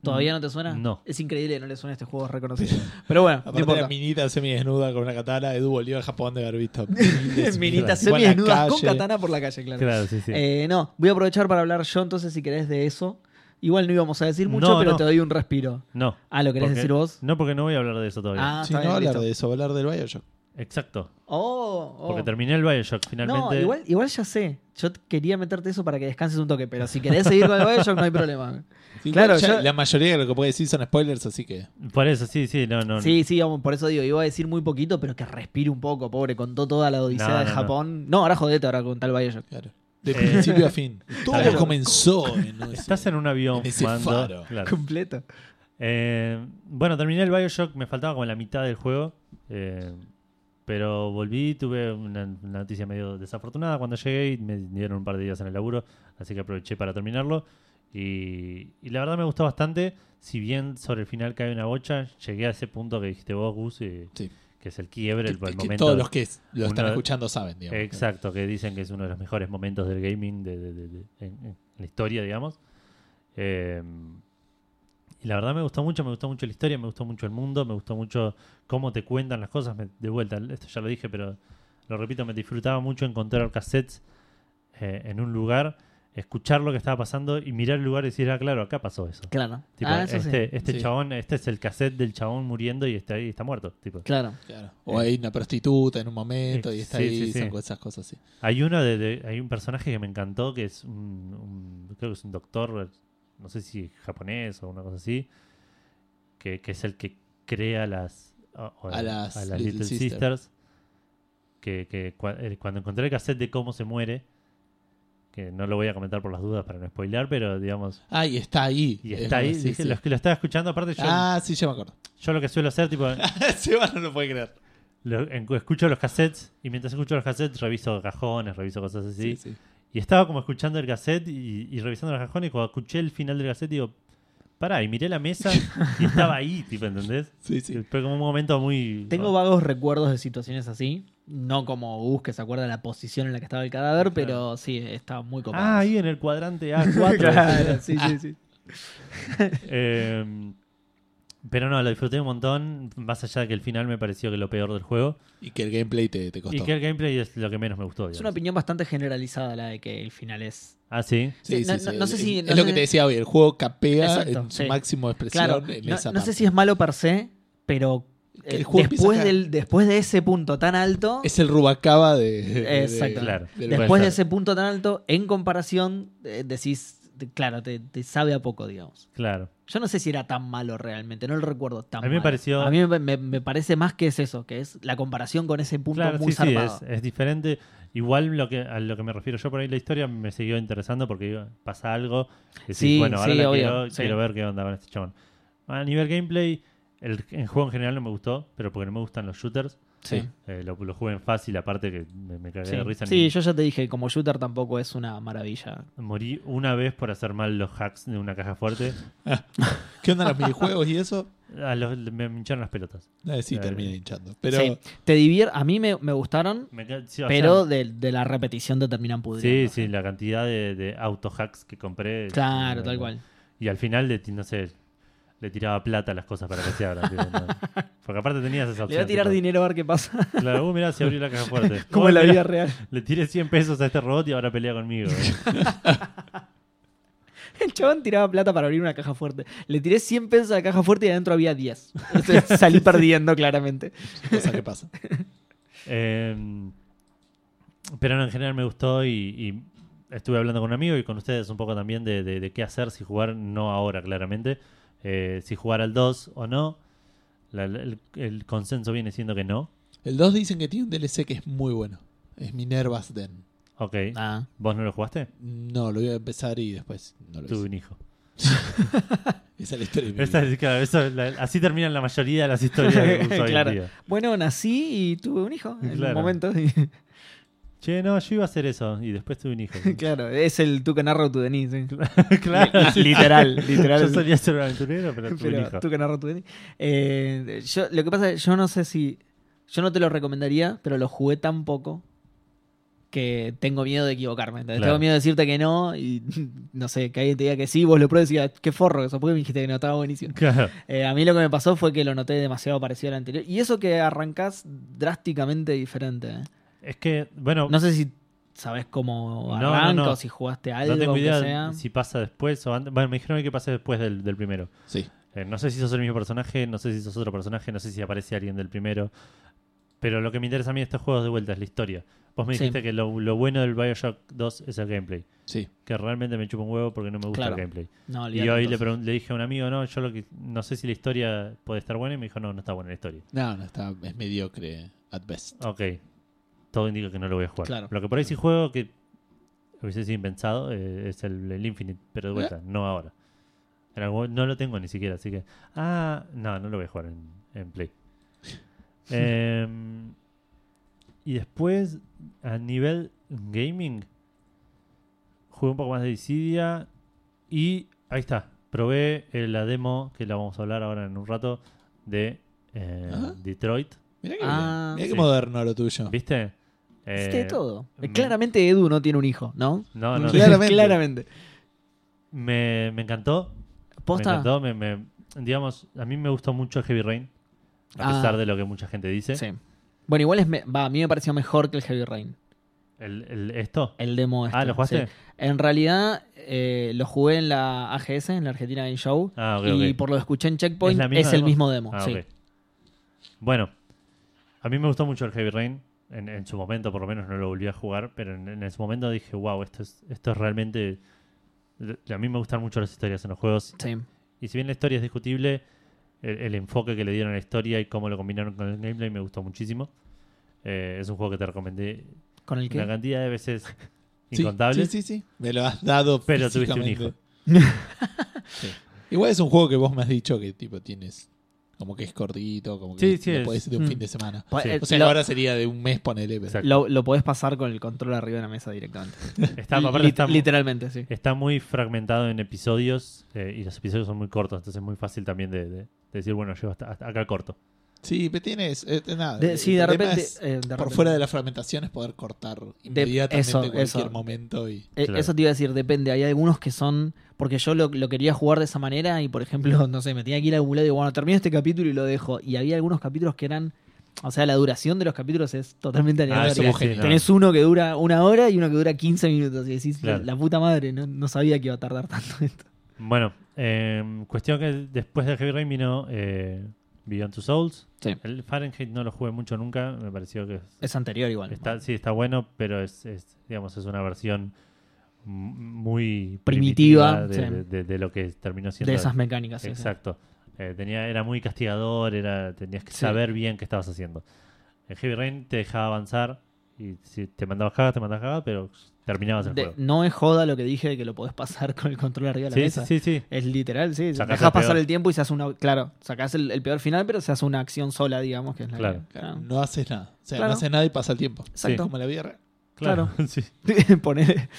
[SPEAKER 3] ¿Todavía no te suena?
[SPEAKER 2] Mm, No.
[SPEAKER 3] Es increíble que no le suena a este juego es reconocido. Pero bueno, no
[SPEAKER 1] Aparte
[SPEAKER 3] <laughs> importa.
[SPEAKER 1] la minita semidesnuda con una katana, Edu volvió a Japón de haber <laughs> visto.
[SPEAKER 3] Minitas
[SPEAKER 1] Igual la
[SPEAKER 3] semidesnudas con
[SPEAKER 1] calle.
[SPEAKER 3] katana por la calle, claro.
[SPEAKER 2] Claro, sí, sí.
[SPEAKER 3] Eh, no, voy a aprovechar para hablar yo entonces, si querés, de eso. Igual no íbamos a decir mucho,
[SPEAKER 2] No,
[SPEAKER 3] pero
[SPEAKER 2] no.
[SPEAKER 3] te doy un respiro.
[SPEAKER 2] no.
[SPEAKER 3] Ah, ¿lo querés
[SPEAKER 2] porque-
[SPEAKER 3] decir vos?
[SPEAKER 2] No, porque no voy a hablar de eso todavía.
[SPEAKER 3] Ah,
[SPEAKER 1] Si
[SPEAKER 3] está
[SPEAKER 1] no
[SPEAKER 3] bien,
[SPEAKER 1] hablar
[SPEAKER 3] listo.
[SPEAKER 1] de eso, hablar del Bioshock.
[SPEAKER 2] Exacto.
[SPEAKER 3] Oh, oh.
[SPEAKER 2] Porque terminé el Bioshock finalmente.
[SPEAKER 3] No, igual, igual ya sé. Yo t- quería meterte eso para que descanses un toque, pero si querés seguir con el Bioshock no hay
[SPEAKER 2] <laughs>
[SPEAKER 3] problema.
[SPEAKER 1] Sí,
[SPEAKER 3] Claro,
[SPEAKER 1] ya
[SPEAKER 3] yo-
[SPEAKER 1] la mayoría de lo que puede decir son spoilers, así que.
[SPEAKER 2] Por eso, sí, sí, no, no.
[SPEAKER 3] Sí, sí, vamos, por eso digo, iba a decir muy poquito, pero que respire un poco, pobre. Contó toda la odisea
[SPEAKER 2] No,
[SPEAKER 3] de
[SPEAKER 2] no, no.
[SPEAKER 3] Japón. No, ahora jodete ahora con tal Bioshock.
[SPEAKER 1] Claro. De
[SPEAKER 2] Eh,
[SPEAKER 1] principio a
[SPEAKER 2] <laughs>
[SPEAKER 1] fin. Todo
[SPEAKER 2] bien.
[SPEAKER 1] comenzó en ese-
[SPEAKER 2] <laughs> Estás en un avión
[SPEAKER 1] en ese
[SPEAKER 2] fumando.
[SPEAKER 1] faro.
[SPEAKER 2] Claro.
[SPEAKER 3] Completo.
[SPEAKER 2] Eh, bueno, terminé el Bioshock, me faltaba como la mitad del juego. eh, pero volví, tuve una, una noticia medio desafortunada cuando llegué y me dieron un par de días en el laburo, así que aproveché para terminarlo. Y, y la verdad me gustó bastante, si bien sobre el final cae una bocha, llegué a ese punto que dijiste vos, Gus, y-
[SPEAKER 1] Sí.
[SPEAKER 2] que es el quiebre, el, el
[SPEAKER 1] Que- que
[SPEAKER 2] momento.
[SPEAKER 1] todos los que es- lo
[SPEAKER 2] uno-
[SPEAKER 1] están escuchando saben, digamos.
[SPEAKER 2] Exacto, que dicen que es uno de los mejores momentos del gaming de, de- de- de- en, en la historia, digamos. Eh, y la verdad me gustó mucho, me gustó mucho la historia, me gustó mucho el mundo, me gustó mucho cómo te cuentan las cosas. Me- de vuelta, esto ya lo dije, pero lo repito, me disfrutaba mucho encontrar cassettes eh, en un lugar, escuchar lo que estaba pasando y mirar el lugar y decir, ah, claro, acá pasó eso.
[SPEAKER 3] Claro.
[SPEAKER 2] Tipo,
[SPEAKER 3] ah, eso sí.
[SPEAKER 2] este, este
[SPEAKER 1] Sí.
[SPEAKER 2] chabón, este es el cassette del chabón muriendo y está ahí, está muerto. Tipo.
[SPEAKER 3] Claro.
[SPEAKER 1] Claro. O hay una prostituta en un momento y está
[SPEAKER 2] Sí,
[SPEAKER 1] ahí,
[SPEAKER 2] sí, sí.
[SPEAKER 1] son esas cosas así.
[SPEAKER 2] Hay uno de, de- hay un personaje que me encantó que es un, un- creo que es un doctor, no sé si japonés o una cosa así, que, que es el que crea las a, o-
[SPEAKER 1] A las
[SPEAKER 2] Little,
[SPEAKER 1] Little
[SPEAKER 2] Sisters.
[SPEAKER 1] Sister.
[SPEAKER 2] que, que cua- eh, cuando encontré el cassette de cómo se muere, que no lo voy a comentar por las dudas para no spoilear, pero digamos
[SPEAKER 1] Ah, y está ahí.
[SPEAKER 2] y
[SPEAKER 1] Es
[SPEAKER 2] está ahí,
[SPEAKER 1] verdad, sí,
[SPEAKER 2] dije,
[SPEAKER 1] sí.
[SPEAKER 2] los que lo estaba escuchando aparte yo,
[SPEAKER 1] Ah, sí, ya me
[SPEAKER 2] <laughs>
[SPEAKER 1] acuerdo.
[SPEAKER 2] yo lo que suelo hacer
[SPEAKER 1] <laughs>
[SPEAKER 2] tipo
[SPEAKER 1] Seba no lo puede creer.
[SPEAKER 2] lo- en- escucho los cassettes y mientras escucho los cassettes reviso cajones, reviso cosas
[SPEAKER 1] Sí,
[SPEAKER 2] así.
[SPEAKER 1] sí.
[SPEAKER 2] Y estaba como escuchando el cassette y, y revisando los cajones. Y cuando escuché el final del cassette, digo, pará, y miré la mesa y estaba ahí, tipo, ¿entendés?
[SPEAKER 1] Sí, sí.
[SPEAKER 2] Fue como un momento muy.
[SPEAKER 3] Tengo vagos recuerdos de situaciones así. No como Gus, que se acuerda de la posición en la que estaba el cadáver,
[SPEAKER 2] Claro.
[SPEAKER 3] pero sí, estaba muy copado.
[SPEAKER 2] Ah, ahí en el cuadrante
[SPEAKER 3] <laughs>
[SPEAKER 2] A4.
[SPEAKER 3] Claro, sí, sí, sí.
[SPEAKER 2] Eh, pero no, lo disfruté un montón. Más allá de que el final me pareció que lo peor del juego.
[SPEAKER 1] Y que el gameplay te, te costó.
[SPEAKER 2] Y que el gameplay es lo que menos me
[SPEAKER 3] <laughs>
[SPEAKER 2] gustó.
[SPEAKER 3] Es
[SPEAKER 2] digamos.
[SPEAKER 3] una opinión bastante generalizada la de que el final es.
[SPEAKER 2] Ah, sí.
[SPEAKER 3] Sí, no- no- no sé
[SPEAKER 1] Es-
[SPEAKER 3] si-
[SPEAKER 1] Es,
[SPEAKER 3] no
[SPEAKER 1] lo
[SPEAKER 3] sé-
[SPEAKER 1] que te decía hoy. El juego capea
[SPEAKER 3] Exacto,
[SPEAKER 1] en su
[SPEAKER 3] sí.
[SPEAKER 1] máximo expresión
[SPEAKER 3] Claro,
[SPEAKER 1] en
[SPEAKER 3] no,
[SPEAKER 1] esa
[SPEAKER 3] no sé
[SPEAKER 1] parte.
[SPEAKER 3] si es malo per se, pero
[SPEAKER 1] Que el
[SPEAKER 3] eh,
[SPEAKER 1] juego empieza
[SPEAKER 3] después,
[SPEAKER 1] acá.
[SPEAKER 3] del, después de ese punto tan alto,
[SPEAKER 1] Es el Rubacaba de. de-
[SPEAKER 3] Exacto.
[SPEAKER 1] de-
[SPEAKER 2] Claro.
[SPEAKER 1] del-
[SPEAKER 3] después de
[SPEAKER 2] ser.
[SPEAKER 3] ese punto tan alto, en comparación, eh, decís, te- claro, te, te sabe a poco, digamos.
[SPEAKER 2] Claro.
[SPEAKER 3] Yo no sé si era tan malo realmente, no lo recuerdo tan
[SPEAKER 2] A mí me
[SPEAKER 3] malo.
[SPEAKER 2] pareció-
[SPEAKER 3] A mí me, me- me parece más que es eso, que es la comparación con ese punto
[SPEAKER 2] Claro,
[SPEAKER 3] muy
[SPEAKER 2] sí, sí,
[SPEAKER 3] zarpado.
[SPEAKER 2] es, eh, es diferente. Igual lo que, a lo que me refiero yo por ahí, la historia me siguió interesando porque digo, pasa algo. y decís,
[SPEAKER 3] Sí,
[SPEAKER 2] bueno, ahora
[SPEAKER 3] sí,
[SPEAKER 2] la
[SPEAKER 3] obvio,
[SPEAKER 2] quiero,
[SPEAKER 3] sí.
[SPEAKER 2] quiero ver qué onda con este chabón. A nivel gameplay, el, el juego en general no me gustó, pero porque no me gustan los shooters.
[SPEAKER 3] Sí.
[SPEAKER 2] Eh, lo, lo jugué en fácil, aparte que me, me cagué
[SPEAKER 3] Sí.
[SPEAKER 2] de risa.
[SPEAKER 3] Sí,
[SPEAKER 2] ni-
[SPEAKER 3] yo ya te dije, como shooter tampoco es una maravilla.
[SPEAKER 2] Morí una vez por hacer mal los hacks de una caja fuerte.
[SPEAKER 1] ¿Qué onda los minijuegos y
[SPEAKER 2] <laughs>
[SPEAKER 1] eso?
[SPEAKER 2] A los- me hincharon las pelotas.
[SPEAKER 1] Eh, sí,
[SPEAKER 2] Claro.
[SPEAKER 1] termina hinchando. Pero.
[SPEAKER 3] Sí, te divier... A mí me, me gustaron,
[SPEAKER 2] Me ca- sí, o
[SPEAKER 3] pero
[SPEAKER 2] sea,
[SPEAKER 3] de, de la repetición te terminan
[SPEAKER 2] Sí,
[SPEAKER 3] pudriendo.
[SPEAKER 2] sí, la cantidad de, de auto-hacks que compré.
[SPEAKER 3] Claro,
[SPEAKER 2] eh,
[SPEAKER 3] tal cual.
[SPEAKER 2] Y al final, le, ti- no sé, le tiraba plata a las cosas para que se abran. tipo,
[SPEAKER 3] <laughs>
[SPEAKER 2] no. Porque aparte tenías esa
[SPEAKER 3] Le
[SPEAKER 2] opción.
[SPEAKER 3] voy a tirar
[SPEAKER 2] tipo,
[SPEAKER 3] dinero a ver qué
[SPEAKER 2] <laughs>
[SPEAKER 3] pasa.
[SPEAKER 2] Claro, uh, mirá, se abrió
[SPEAKER 3] <laughs>
[SPEAKER 2] la caja fuerte.
[SPEAKER 3] Como
[SPEAKER 2] Uy,
[SPEAKER 3] en la
[SPEAKER 2] mirá,
[SPEAKER 3] vida real. <laughs>
[SPEAKER 2] Le tiré 100 pesos a este robot y ahora pelea conmigo. eh.
[SPEAKER 3] El chabón tiraba plata para abrir una caja fuerte. Le tiré 100 pesos a la caja fuerte y adentro había <laughs> 10. Entonces, salí perdiendo, claramente.
[SPEAKER 1] Cosa que pasa.
[SPEAKER 2] Eh, pero no, en general me gustó y, y estuve hablando con un amigo y con ustedes un poco también de, de- de qué hacer si jugar, no ahora claramente, eh, si jugar al 2 o no. La- la- el, el consenso viene siendo que no.
[SPEAKER 1] El 2 dicen que tiene un DLC que es muy bueno. Es Minerva's Den.
[SPEAKER 2] Ok.
[SPEAKER 3] Ah.
[SPEAKER 2] ¿Vos no lo jugaste?
[SPEAKER 1] No, lo voy a empezar y después no lo
[SPEAKER 2] Tuve
[SPEAKER 1] hice.
[SPEAKER 2] un hijo.
[SPEAKER 1] Esa es la historia de mi
[SPEAKER 2] Esa
[SPEAKER 1] vida.
[SPEAKER 2] es- claro, eso es la- así terminan la mayoría de las historias
[SPEAKER 3] <laughs>
[SPEAKER 2] que uso hoy en
[SPEAKER 3] Claro.
[SPEAKER 2] día.
[SPEAKER 3] Bueno, nací y tuve un hijo en
[SPEAKER 2] Claro.
[SPEAKER 3] un momento.
[SPEAKER 2] Che, no, yo iba a hacer eso y después tuve un hijo.
[SPEAKER 3] <laughs> claro, es el tú que narro tu Denise. sí.
[SPEAKER 2] <laughs> claro. <laughs> sí.
[SPEAKER 3] literal, literal.
[SPEAKER 2] <laughs> Yo solía ser un aventurero, pero tuve un
[SPEAKER 3] Pero
[SPEAKER 2] hijo.
[SPEAKER 3] tú que narro tu Denise. Eh, yo, lo que pasa es que yo no sé si. Yo no te lo recomendaría, pero lo jugué tan poco que tengo miedo de equivocarme. ¿entendés?
[SPEAKER 2] Claro.
[SPEAKER 3] Tengo miedo de decirte que no y <laughs> no sé, que alguien te diga que sí, vos lo pruebes y digas, qué forro eso, porque me dijiste que no estaba buenísimo.
[SPEAKER 2] Claro.
[SPEAKER 3] Eh, a mí lo que me pasó fue que lo noté demasiado parecido al anterior. Y eso que arrancás drásticamente diferente. ¿eh?
[SPEAKER 2] Es que, bueno,
[SPEAKER 3] No sé si sabes cómo
[SPEAKER 2] No, no,
[SPEAKER 3] arranca
[SPEAKER 2] no.
[SPEAKER 3] o si jugaste algo.
[SPEAKER 2] no tengo
[SPEAKER 3] que
[SPEAKER 2] idea
[SPEAKER 3] sea.
[SPEAKER 2] si pasa después o antes. Bueno, me dijeron que pasa después del, del primero.
[SPEAKER 1] Sí.
[SPEAKER 2] Eh, no sé si sos el mismo personaje, no sé si sos otro personaje, no sé si aparece alguien del primero. Pero lo que me interesa a mí de estos juegos de vuelta es la historia. Vos me
[SPEAKER 3] Sí.
[SPEAKER 2] dijiste que lo, lo bueno del Bioshock 2 es el gameplay.
[SPEAKER 1] Sí.
[SPEAKER 2] Que realmente me chupa un huevo porque no me gusta
[SPEAKER 3] Claro.
[SPEAKER 2] el gameplay.
[SPEAKER 3] No,
[SPEAKER 2] Y
[SPEAKER 3] olvidate
[SPEAKER 2] hoy le,
[SPEAKER 3] entonces.
[SPEAKER 2] pregun- le dije a un amigo, no, yo lo que no sé si la historia puede estar buena. Y me dijo, no, no está buena la historia.
[SPEAKER 1] No, no, está, es mediocre at best.
[SPEAKER 2] Ok. Todo indica que no lo voy a jugar.
[SPEAKER 3] Claro.
[SPEAKER 2] Lo que por ahí sí juego que hubiese sido impensado eh, es el, el Infinite, pero de vuelta, no ahora. En algún- no lo tengo ni siquiera, así que. Ah, no, no lo voy a jugar en, en Play. Em, y después, a nivel gaming, jugué un poco más de Dissidia y ahí está. Probé eh, la demo, que la vamos a hablar ahora en un rato, de eh,
[SPEAKER 1] Ajá.
[SPEAKER 2] Detroit.
[SPEAKER 1] Mirá que,
[SPEAKER 3] Ah,
[SPEAKER 1] mirá que
[SPEAKER 2] sí.
[SPEAKER 1] moderno lo tuyo.
[SPEAKER 2] ¿Viste?
[SPEAKER 3] Hiciste de
[SPEAKER 2] Eh,
[SPEAKER 3] todo. Eh,
[SPEAKER 2] mm.
[SPEAKER 3] Claramente Edu no tiene un hijo, ¿no?
[SPEAKER 2] No, no,
[SPEAKER 1] Sí. Claramente.
[SPEAKER 3] <laughs> Claramente.
[SPEAKER 2] <laughs> Me, me encantó. Me
[SPEAKER 3] Posta.
[SPEAKER 2] encantó. Me, me- digamos, a mí me gustó mucho Heavy Rain. A
[SPEAKER 3] Ah.
[SPEAKER 2] pesar de lo que mucha gente dice.
[SPEAKER 3] Sí. Bueno, igual es me- va, a mí me pareció mejor que el Heavy Rain.
[SPEAKER 2] El, el- ¿Esto?
[SPEAKER 3] El demo este.
[SPEAKER 2] ah, ¿lo jugaste?
[SPEAKER 3] sí. En realidad eh, lo jugué en la AGS, en la Argentina Game Show.
[SPEAKER 2] Ah, ok,
[SPEAKER 3] y
[SPEAKER 2] ok.
[SPEAKER 3] por lo que escuché en Checkpoint,
[SPEAKER 2] la
[SPEAKER 3] es,
[SPEAKER 2] misma
[SPEAKER 3] el
[SPEAKER 2] demo?
[SPEAKER 3] mismo demo.
[SPEAKER 2] Ah,
[SPEAKER 3] sí.
[SPEAKER 2] ok. Bueno, a mí me gustó mucho el Heavy Rain. En, en su momento, por lo menos, no lo volví a jugar. Pero en, en su momento dije, wow, esto es, esto es realmente. A mí me gustan mucho las historias en los juegos.
[SPEAKER 3] Sí.
[SPEAKER 2] Y si bien la historia es discutible, el, el enfoque que le dieron a la historia y cómo lo combinaron con el gameplay me gustó muchísimo. Eh, es un juego que te recomendé
[SPEAKER 3] ¿Con el
[SPEAKER 2] una
[SPEAKER 3] que?
[SPEAKER 2] cantidad
[SPEAKER 3] <laughs>
[SPEAKER 2] de veces
[SPEAKER 1] Sí,
[SPEAKER 2] <laughs> incontables.
[SPEAKER 1] Sí, sí, sí. Me lo has dado
[SPEAKER 2] Pero tuviste un hijo.
[SPEAKER 1] <laughs> físicamente. Sí. Igual es un juego que vos me has dicho que tipo tienes. Como que es cortito, como que
[SPEAKER 2] Sí, sí,
[SPEAKER 1] lo
[SPEAKER 2] es.
[SPEAKER 1] podés de un
[SPEAKER 3] Mm.
[SPEAKER 1] fin de semana.
[SPEAKER 3] Pa-
[SPEAKER 2] Sí.
[SPEAKER 3] eh,
[SPEAKER 1] O sea,
[SPEAKER 3] lo,
[SPEAKER 1] ahora sería de un mes, ponele. pero-
[SPEAKER 2] Exacto.
[SPEAKER 3] lo- lo podés pasar con el control arriba de la mesa directamente.
[SPEAKER 2] Está,
[SPEAKER 3] Li-
[SPEAKER 2] aparte está, mu-
[SPEAKER 3] literalmente, sí.
[SPEAKER 2] está muy fragmentado en episodios eh, y los episodios son muy cortos, entonces es muy fácil también de, de- de decir, bueno, llevo hasta, hasta acá corto.
[SPEAKER 1] Sí, pero tienes. eh, nada,
[SPEAKER 3] De-
[SPEAKER 1] el
[SPEAKER 3] sí, de
[SPEAKER 1] problema
[SPEAKER 3] repente,
[SPEAKER 1] es,
[SPEAKER 3] eh, de
[SPEAKER 1] por
[SPEAKER 3] repente.
[SPEAKER 1] fuera de la fragmentación es poder cortar inmediatamente
[SPEAKER 3] eso,
[SPEAKER 1] cualquier
[SPEAKER 3] eso.
[SPEAKER 1] momento. Y,
[SPEAKER 3] Eh,
[SPEAKER 2] Claro.
[SPEAKER 3] Eso te iba a decir, depende. Hay algunos que son. Porque yo lo, lo quería jugar de esa manera y, por ejemplo, <laughs> no sé, me tenía que ir a algún lado y digo, bueno, termino este capítulo y lo dejo. Y había algunos capítulos que eran. O sea, la duración de los capítulos es totalmente
[SPEAKER 2] Ah,
[SPEAKER 3] aleatoria.
[SPEAKER 2] sí,
[SPEAKER 1] somos
[SPEAKER 2] sí,
[SPEAKER 1] geniales.
[SPEAKER 2] no.
[SPEAKER 3] Tenés uno que dura una hora y uno que dura 15 minutos. Y decís, la-
[SPEAKER 2] Claro.
[SPEAKER 3] la, puta madre, no, no sabía que iba a tardar tanto <laughs> esto.
[SPEAKER 2] Bueno, eh, cuestión que después de Heavy Rain vino eh, Beyond Two Souls.
[SPEAKER 3] Sí.
[SPEAKER 2] El Fahrenheit no lo jugué mucho nunca, me pareció que es-
[SPEAKER 3] Es anterior igual.
[SPEAKER 2] Está, sí, está bueno, pero es, es, digamos, es una versión m- muy
[SPEAKER 3] Primitiva,
[SPEAKER 2] primitiva de,
[SPEAKER 3] sí.
[SPEAKER 2] de- de lo que terminó siendo.
[SPEAKER 3] de esas mecánicas. sí, sí.
[SPEAKER 2] Exacto. Eh, tenía, era muy castigador, era, tenías que
[SPEAKER 3] Sí.
[SPEAKER 2] saber bien qué estabas haciendo. El Heavy Rain te dejaba avanzar y si te mandabas cagas, te mandabas cagas, pero terminabas el
[SPEAKER 3] De-
[SPEAKER 2] juego.
[SPEAKER 3] no es joda lo que dije de que lo podés pasar <laughs> con el control arriba de la
[SPEAKER 2] Sí,
[SPEAKER 3] mesa.
[SPEAKER 2] sí, sí, sí.
[SPEAKER 3] Es literal, sí.
[SPEAKER 2] Sacás
[SPEAKER 3] Dejás
[SPEAKER 2] el
[SPEAKER 3] pasar
[SPEAKER 2] peor.
[SPEAKER 3] el tiempo y se hace una. Claro, sacás el, el peor final, pero se hace una acción sola, digamos, que es la
[SPEAKER 2] Claro.
[SPEAKER 3] que-
[SPEAKER 1] claro,
[SPEAKER 3] claro.
[SPEAKER 1] no haces nada. O sea,
[SPEAKER 3] Claro.
[SPEAKER 1] no haces nada y pasa el tiempo.
[SPEAKER 2] Exacto.
[SPEAKER 1] Como la vida real.
[SPEAKER 2] Claro. <laughs> sí.
[SPEAKER 3] <laughs> Ponele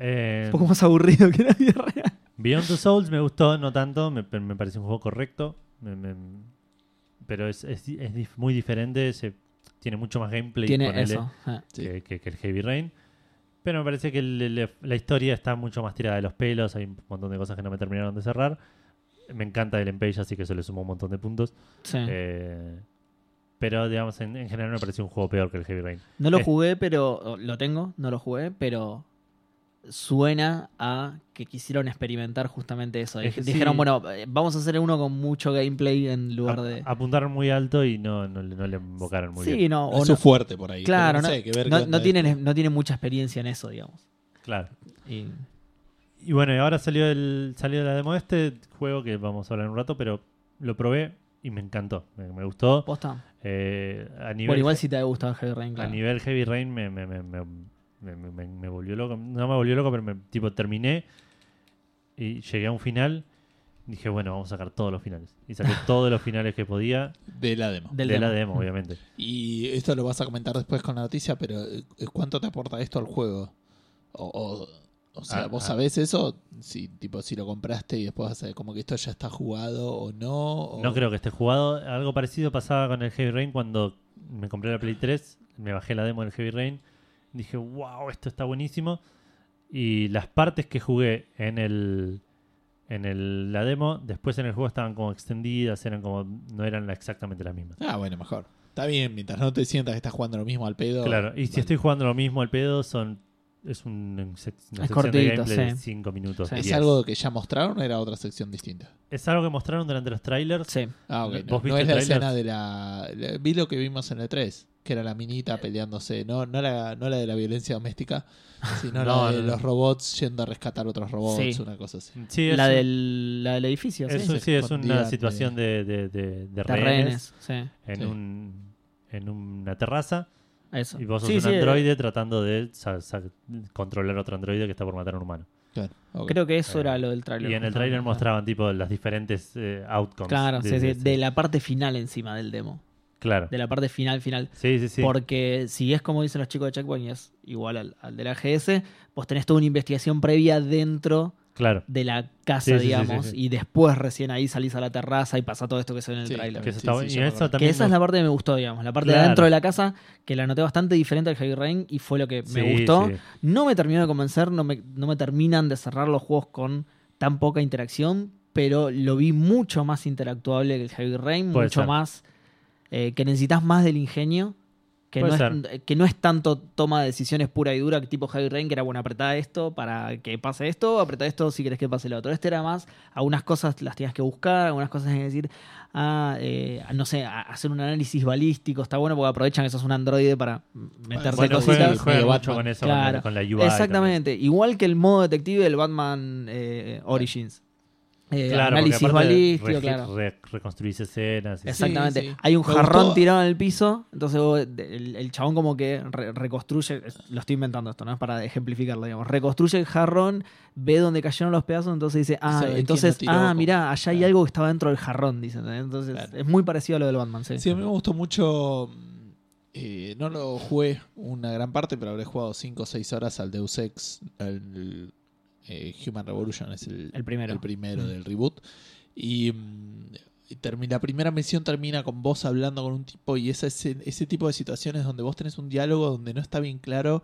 [SPEAKER 2] Eh,
[SPEAKER 3] un poco más aburrido que la vida real.
[SPEAKER 2] Beyond the Souls me gustó, no tanto, me, me parece un juego correcto, me- me- pero es, es di- es dif- muy diferente, se, tiene mucho más gameplay
[SPEAKER 3] Tiene
[SPEAKER 2] ponele,
[SPEAKER 3] eso. ah.
[SPEAKER 2] que, que- que el Heavy Rain, pero me parece que el- el- la historia está mucho más tirada de los pelos, hay un montón de cosas que no me terminaron de cerrar, me encanta el Empage, así que eso le sumó un montón de puntos,
[SPEAKER 3] Sí.
[SPEAKER 2] eh, pero digamos, en, en general me pareció un juego peor que el Heavy Rain.
[SPEAKER 3] no lo
[SPEAKER 2] eh.
[SPEAKER 3] jugué, pero. o, Lo tengo, no lo jugué, pero. Suena a que quisieron experimentar justamente eso.
[SPEAKER 2] Es que
[SPEAKER 3] Dijeron,
[SPEAKER 2] sí.
[SPEAKER 3] bueno, eh, vamos a hacer uno con mucho gameplay en lugar
[SPEAKER 2] Ap-
[SPEAKER 3] de.
[SPEAKER 2] apuntaron muy alto y no, no, le- no le invocaron ah, muy
[SPEAKER 3] sí,
[SPEAKER 2] bien.
[SPEAKER 3] no. o
[SPEAKER 1] Eso
[SPEAKER 3] no-
[SPEAKER 1] es fuerte por ahí.
[SPEAKER 3] claro,
[SPEAKER 1] pero
[SPEAKER 3] no,
[SPEAKER 1] sé, hay que ver qué
[SPEAKER 3] no-
[SPEAKER 1] onda
[SPEAKER 3] no
[SPEAKER 1] es.
[SPEAKER 3] tienen, no tienen mucha experiencia en eso, digamos.
[SPEAKER 2] Claro.
[SPEAKER 3] Y-
[SPEAKER 2] Y bueno, y ahora salió el salió la demo de este juego que vamos a hablar en un rato, pero lo probé y me encantó, me, me gustó.
[SPEAKER 3] posta.
[SPEAKER 2] Eh, a nivel,
[SPEAKER 3] Bueno, igual si te ha gustado Heavy Rain,
[SPEAKER 2] a
[SPEAKER 3] claro.
[SPEAKER 2] nivel Heavy Rain me, me, me, me, me- me- me- me volvió loco. No me volvió loco, pero me, tipo terminé y llegué a un final. Dije, bueno, vamos a sacar todos los finales.
[SPEAKER 3] <laughs>
[SPEAKER 2] Y saqué todos los finales que podía
[SPEAKER 1] De la demo.
[SPEAKER 3] Del
[SPEAKER 2] de la
[SPEAKER 3] demo.
[SPEAKER 2] demo, obviamente.
[SPEAKER 1] Y esto lo vas a comentar después con la noticia, pero eh, ¿cuánto te aporta esto al juego? O, o, o sea,
[SPEAKER 2] Ah,
[SPEAKER 1] ¿vos
[SPEAKER 2] ah.
[SPEAKER 1] sabés eso? Si, tipo, si lo compraste y después vas a- como que esto ya está jugado o no. o-
[SPEAKER 2] No creo que esté jugado. Algo parecido pasaba con el Heavy Rain cuando me compré la Play 3, me bajé la demo del Heavy Rain. Dije, wow, esto está buenísimo. Y las partes que jugué en el en el- la demo, después en el juego estaban como extendidas, eran como no eran la- exactamente las mismas.
[SPEAKER 1] Ah, bueno, mejor. Está bien, mientras no te sientas que estás jugando lo mismo al pedo.
[SPEAKER 2] Claro, y si
[SPEAKER 1] Vale.
[SPEAKER 2] estoy jugando lo mismo al pedo, son es un- una sec- una sección de
[SPEAKER 3] cortito,
[SPEAKER 2] gameplay de
[SPEAKER 3] sí.
[SPEAKER 2] 5 minutos.
[SPEAKER 3] Sí.
[SPEAKER 1] ¿Es
[SPEAKER 2] diez.
[SPEAKER 1] algo que ya mostraron o era otra sección distinta?
[SPEAKER 2] Es algo que mostraron durante los trailers.
[SPEAKER 3] Sí.
[SPEAKER 1] Ah, ok.
[SPEAKER 2] Eh, ¿Vos
[SPEAKER 1] No,
[SPEAKER 2] viste
[SPEAKER 1] no es la
[SPEAKER 2] trailers?
[SPEAKER 1] escena de la... la- Vi lo que vimos en el 3, que era la
[SPEAKER 3] Eh.
[SPEAKER 1] minita peleándose. No, no, la, no la de la violencia doméstica, sino
[SPEAKER 2] No,
[SPEAKER 1] la de
[SPEAKER 2] no, no.
[SPEAKER 1] los robots yendo a rescatar otros robots,
[SPEAKER 3] Sí.
[SPEAKER 1] una cosa así.
[SPEAKER 2] Sí, es
[SPEAKER 3] La
[SPEAKER 2] un-
[SPEAKER 3] del, la del edificio,
[SPEAKER 2] es
[SPEAKER 3] sí.
[SPEAKER 2] un- sí, es
[SPEAKER 1] escondida
[SPEAKER 2] una
[SPEAKER 1] de-
[SPEAKER 2] situación de, de, de- de
[SPEAKER 3] De
[SPEAKER 2] rehenes
[SPEAKER 3] rehenes, sí.
[SPEAKER 2] en
[SPEAKER 1] Sí.
[SPEAKER 2] un en una terraza
[SPEAKER 3] Eso.
[SPEAKER 2] y vos sos
[SPEAKER 3] Sí, eh.
[SPEAKER 2] un
[SPEAKER 3] sí,
[SPEAKER 2] androide tratando de sa- sa- controlar otro androide que está por matar a un humano.
[SPEAKER 1] Claro, ok.
[SPEAKER 3] Creo que eso
[SPEAKER 2] Eh,
[SPEAKER 3] era lo del trailer.
[SPEAKER 2] Y en el trailer
[SPEAKER 3] mostraba
[SPEAKER 2] mostraban tipo las diferentes eh, outcomes.
[SPEAKER 3] Claro, sí, sí,
[SPEAKER 2] de-
[SPEAKER 3] de la parte final encima del demo.
[SPEAKER 2] Claro.
[SPEAKER 3] De la parte final, final.
[SPEAKER 2] Sí, sí, sí.
[SPEAKER 3] Porque si es como dicen los chicos de Checkpoint y es igual al, al de la GS, vos tenés toda una investigación previa dentro
[SPEAKER 2] Claro.
[SPEAKER 3] de la
[SPEAKER 2] Sí,
[SPEAKER 3] casa,
[SPEAKER 2] sí, sí,
[SPEAKER 3] digamos,
[SPEAKER 2] sí, sí.
[SPEAKER 3] y después recién ahí salís a la terraza y pasa todo esto que se ve en el
[SPEAKER 1] Sí,
[SPEAKER 3] trailer.
[SPEAKER 2] Que eso
[SPEAKER 1] Sí,
[SPEAKER 2] está
[SPEAKER 1] sí,
[SPEAKER 2] bueno.
[SPEAKER 1] ya
[SPEAKER 2] y
[SPEAKER 1] me
[SPEAKER 2] eso
[SPEAKER 1] acordé.
[SPEAKER 3] Que
[SPEAKER 2] también.
[SPEAKER 3] esa es
[SPEAKER 2] me-
[SPEAKER 3] la parte que me gustó, digamos, la parte de
[SPEAKER 2] Claro.
[SPEAKER 3] adentro de la casa, que la noté bastante diferente al Heavy Rain y fue lo que me
[SPEAKER 2] Sí,
[SPEAKER 3] gustó.
[SPEAKER 2] sí.
[SPEAKER 3] No me terminó de convencer, no me, no me terminan de cerrar los juegos con tan poca interacción, pero lo vi mucho más interactuable que el Heavy Rain,
[SPEAKER 2] Puede
[SPEAKER 3] mucho
[SPEAKER 2] ser.
[SPEAKER 3] más eh, que necesitas más del ingenio, que no,
[SPEAKER 2] Puede
[SPEAKER 3] es,
[SPEAKER 2] ser.
[SPEAKER 3] que no es tanto toma de decisiones pura y dura, que tipo Heavy Rain, que era bueno, apretá esto para que pase esto, apretá esto si querés que pase lo otro. Este era más, algunas cosas las tenías que buscar, algunas cosas es decir, ah, eh, no sé, a- hacer un análisis balístico, está bueno porque aprovechan que sos un androide para meterse
[SPEAKER 1] Tercer
[SPEAKER 2] Bueno,
[SPEAKER 3] cositas.
[SPEAKER 2] juegan,
[SPEAKER 1] cositas.
[SPEAKER 2] juegan
[SPEAKER 1] Medio
[SPEAKER 2] mucho
[SPEAKER 1] Batman.
[SPEAKER 2] con eso,
[SPEAKER 3] Claro.
[SPEAKER 2] con, la, con la UI.
[SPEAKER 3] Exactamente. Igual que el modo detective del Batman eh, Origins. Eh,
[SPEAKER 2] también. Claro, porque
[SPEAKER 3] análisis
[SPEAKER 2] aparte
[SPEAKER 3] balístico,
[SPEAKER 2] re-
[SPEAKER 3] claro.
[SPEAKER 2] re- reconstruís escenas. y-
[SPEAKER 1] Exacto.
[SPEAKER 3] Exactamente.
[SPEAKER 1] sí.
[SPEAKER 3] Hay un
[SPEAKER 1] Me
[SPEAKER 3] jarrón
[SPEAKER 1] gustó.
[SPEAKER 3] tirado en el piso, entonces vos- el, el chabón como que re- reconstruye, lo estoy inventando esto, ¿no? Es para ejemplificarlo, digamos. Reconstruye el jarrón, ve dónde cayeron los pedazos, entonces dice, ah,
[SPEAKER 1] Sabe quién lo
[SPEAKER 3] entonces,
[SPEAKER 1] tiró,
[SPEAKER 3] ah,
[SPEAKER 1] cómo-
[SPEAKER 3] mirá, allá hay
[SPEAKER 1] Claro.
[SPEAKER 3] algo que estaba dentro del jarrón, dice. ¿entendés? Entonces
[SPEAKER 1] Claro.
[SPEAKER 3] es muy parecido a lo del Batman, sí.
[SPEAKER 1] Sí, a mí me gustó mucho. mm, eh, no lo jugué una gran parte, pero habré jugado 5 o 6 horas al Deus Ex. El, eh, Human Revolution es el,
[SPEAKER 3] El primero.
[SPEAKER 1] el primero
[SPEAKER 3] Mm.
[SPEAKER 1] del reboot. Y. mm, y termi- La primera misión termina con vos hablando con un tipo y ese, ese, ese tipo de situaciones donde vos tenés un diálogo donde no está bien claro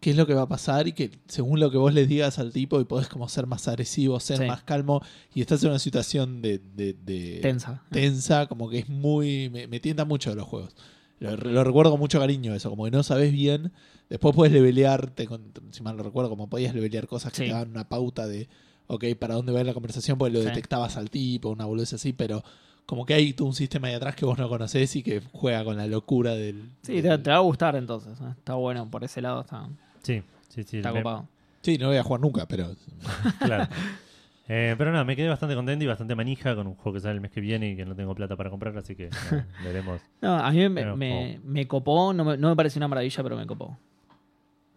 [SPEAKER 1] qué es lo que va a pasar y que según lo que vos le digas al tipo y podés como ser más agresivo, ser
[SPEAKER 3] Sí.
[SPEAKER 1] más calmo y estás en una situación de, de, de-
[SPEAKER 3] Tensa.
[SPEAKER 1] tensa, como que es muy. Me, me tienta mucho de los juegos. Lo, lo recuerdo con mucho cariño eso, como que no sabes bien. Después puedes levelearte, con- si mal no recuerdo, como podías levelear cosas que
[SPEAKER 3] Sí.
[SPEAKER 1] te daban una pauta de, ok, para dónde va a ir la conversación, porque lo
[SPEAKER 3] Sí.
[SPEAKER 1] detectabas al tipo, una boludez así, pero como que hay todo un sistema ahí atrás que vos no conocés y que juega con la locura del.
[SPEAKER 3] Sí, te,
[SPEAKER 1] del-
[SPEAKER 3] te va a gustar entonces. ¿eh? Está bueno, por ese lado está,
[SPEAKER 2] Sí, sí, sí.
[SPEAKER 3] está
[SPEAKER 2] me-
[SPEAKER 3] copado.
[SPEAKER 1] Sí, no voy a jugar nunca, pero.
[SPEAKER 2] Claro. Eh, pero nada, me quedé bastante contento y bastante manija con un juego que sale el mes que viene y que no tengo plata para comprar, así que
[SPEAKER 1] <laughs>
[SPEAKER 2] nada, veremos.
[SPEAKER 3] No, a mí me,
[SPEAKER 2] Pero,
[SPEAKER 3] me- me copó, no me, no me pareció una maravilla, pero me copó.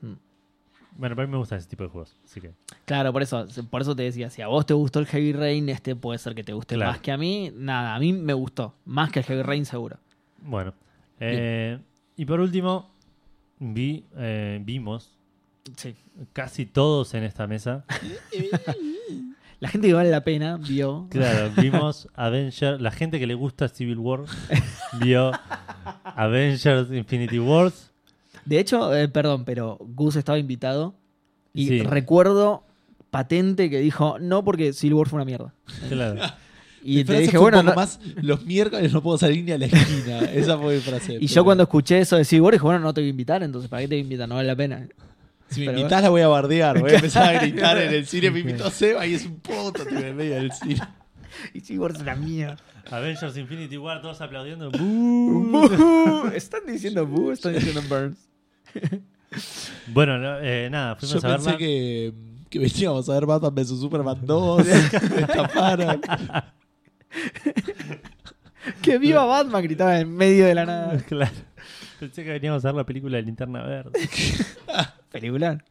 [SPEAKER 2] Bueno, para mí me gustan ese tipo de juegos, así que
[SPEAKER 3] Claro, por eso, por eso te decía, si a vos te gustó el Heavy Rain, este puede ser que te guste
[SPEAKER 2] Claro.
[SPEAKER 3] más que a mí. Nada, a mí me gustó, más que el Heavy Rain seguro.
[SPEAKER 2] bueno. Eh, y por último, vi, eh, vimos
[SPEAKER 3] Sí.
[SPEAKER 2] casi todos en
[SPEAKER 1] <laughs>
[SPEAKER 2] esta mesa.
[SPEAKER 3] La gente que vale la pena vio.
[SPEAKER 2] Claro, vimos Avengers. La gente que le gusta Civil War vio Avengers Infinity Wars.
[SPEAKER 3] De hecho, eh, perdón, pero Gus estaba invitado y
[SPEAKER 2] Sí.
[SPEAKER 3] recuerdo patente que dijo, no porque Silver fue una mierda.
[SPEAKER 1] <laughs>
[SPEAKER 2] Claro.
[SPEAKER 3] Y
[SPEAKER 1] Mi
[SPEAKER 3] te
[SPEAKER 1] frase
[SPEAKER 3] dije,
[SPEAKER 1] fue
[SPEAKER 3] bueno,
[SPEAKER 1] un poco
[SPEAKER 3] no-
[SPEAKER 1] más, los miércoles no puedo salir ni a la
[SPEAKER 3] <laughs>
[SPEAKER 1] esquina. Esa fue mi frase.
[SPEAKER 3] y yo
[SPEAKER 1] pero-
[SPEAKER 3] cuando escuché eso de Silver dije, bueno, no te voy a invitar, entonces ¿para qué te voy a invitar? No vale la pena. <laughs>
[SPEAKER 1] Si me
[SPEAKER 3] Pero
[SPEAKER 1] invitás la voy a bardear, voy a empezar a gritar en el cine, me invitó Seba y es un puto, tío, en el medio del cine.
[SPEAKER 3] Y Silver es una mierda.
[SPEAKER 2] Avengers Infinity War, todos aplaudiendo. ¡Bú!
[SPEAKER 3] Están diciendo Boo, están diciendo Burns.
[SPEAKER 2] Bueno, no, eh, nada,
[SPEAKER 1] Yo
[SPEAKER 2] fuimos a
[SPEAKER 1] pensé
[SPEAKER 2] verla.
[SPEAKER 1] que, que veníamos a ver Batman vs Superman 2, <laughs> me estafaron.
[SPEAKER 3] Que viva Batman, gritaba en medio de la nada.
[SPEAKER 2] <laughs> Claro. Pensé que veníamos a ver la película de Linterna Verde.
[SPEAKER 1] <laughs>
[SPEAKER 3] Pelicular.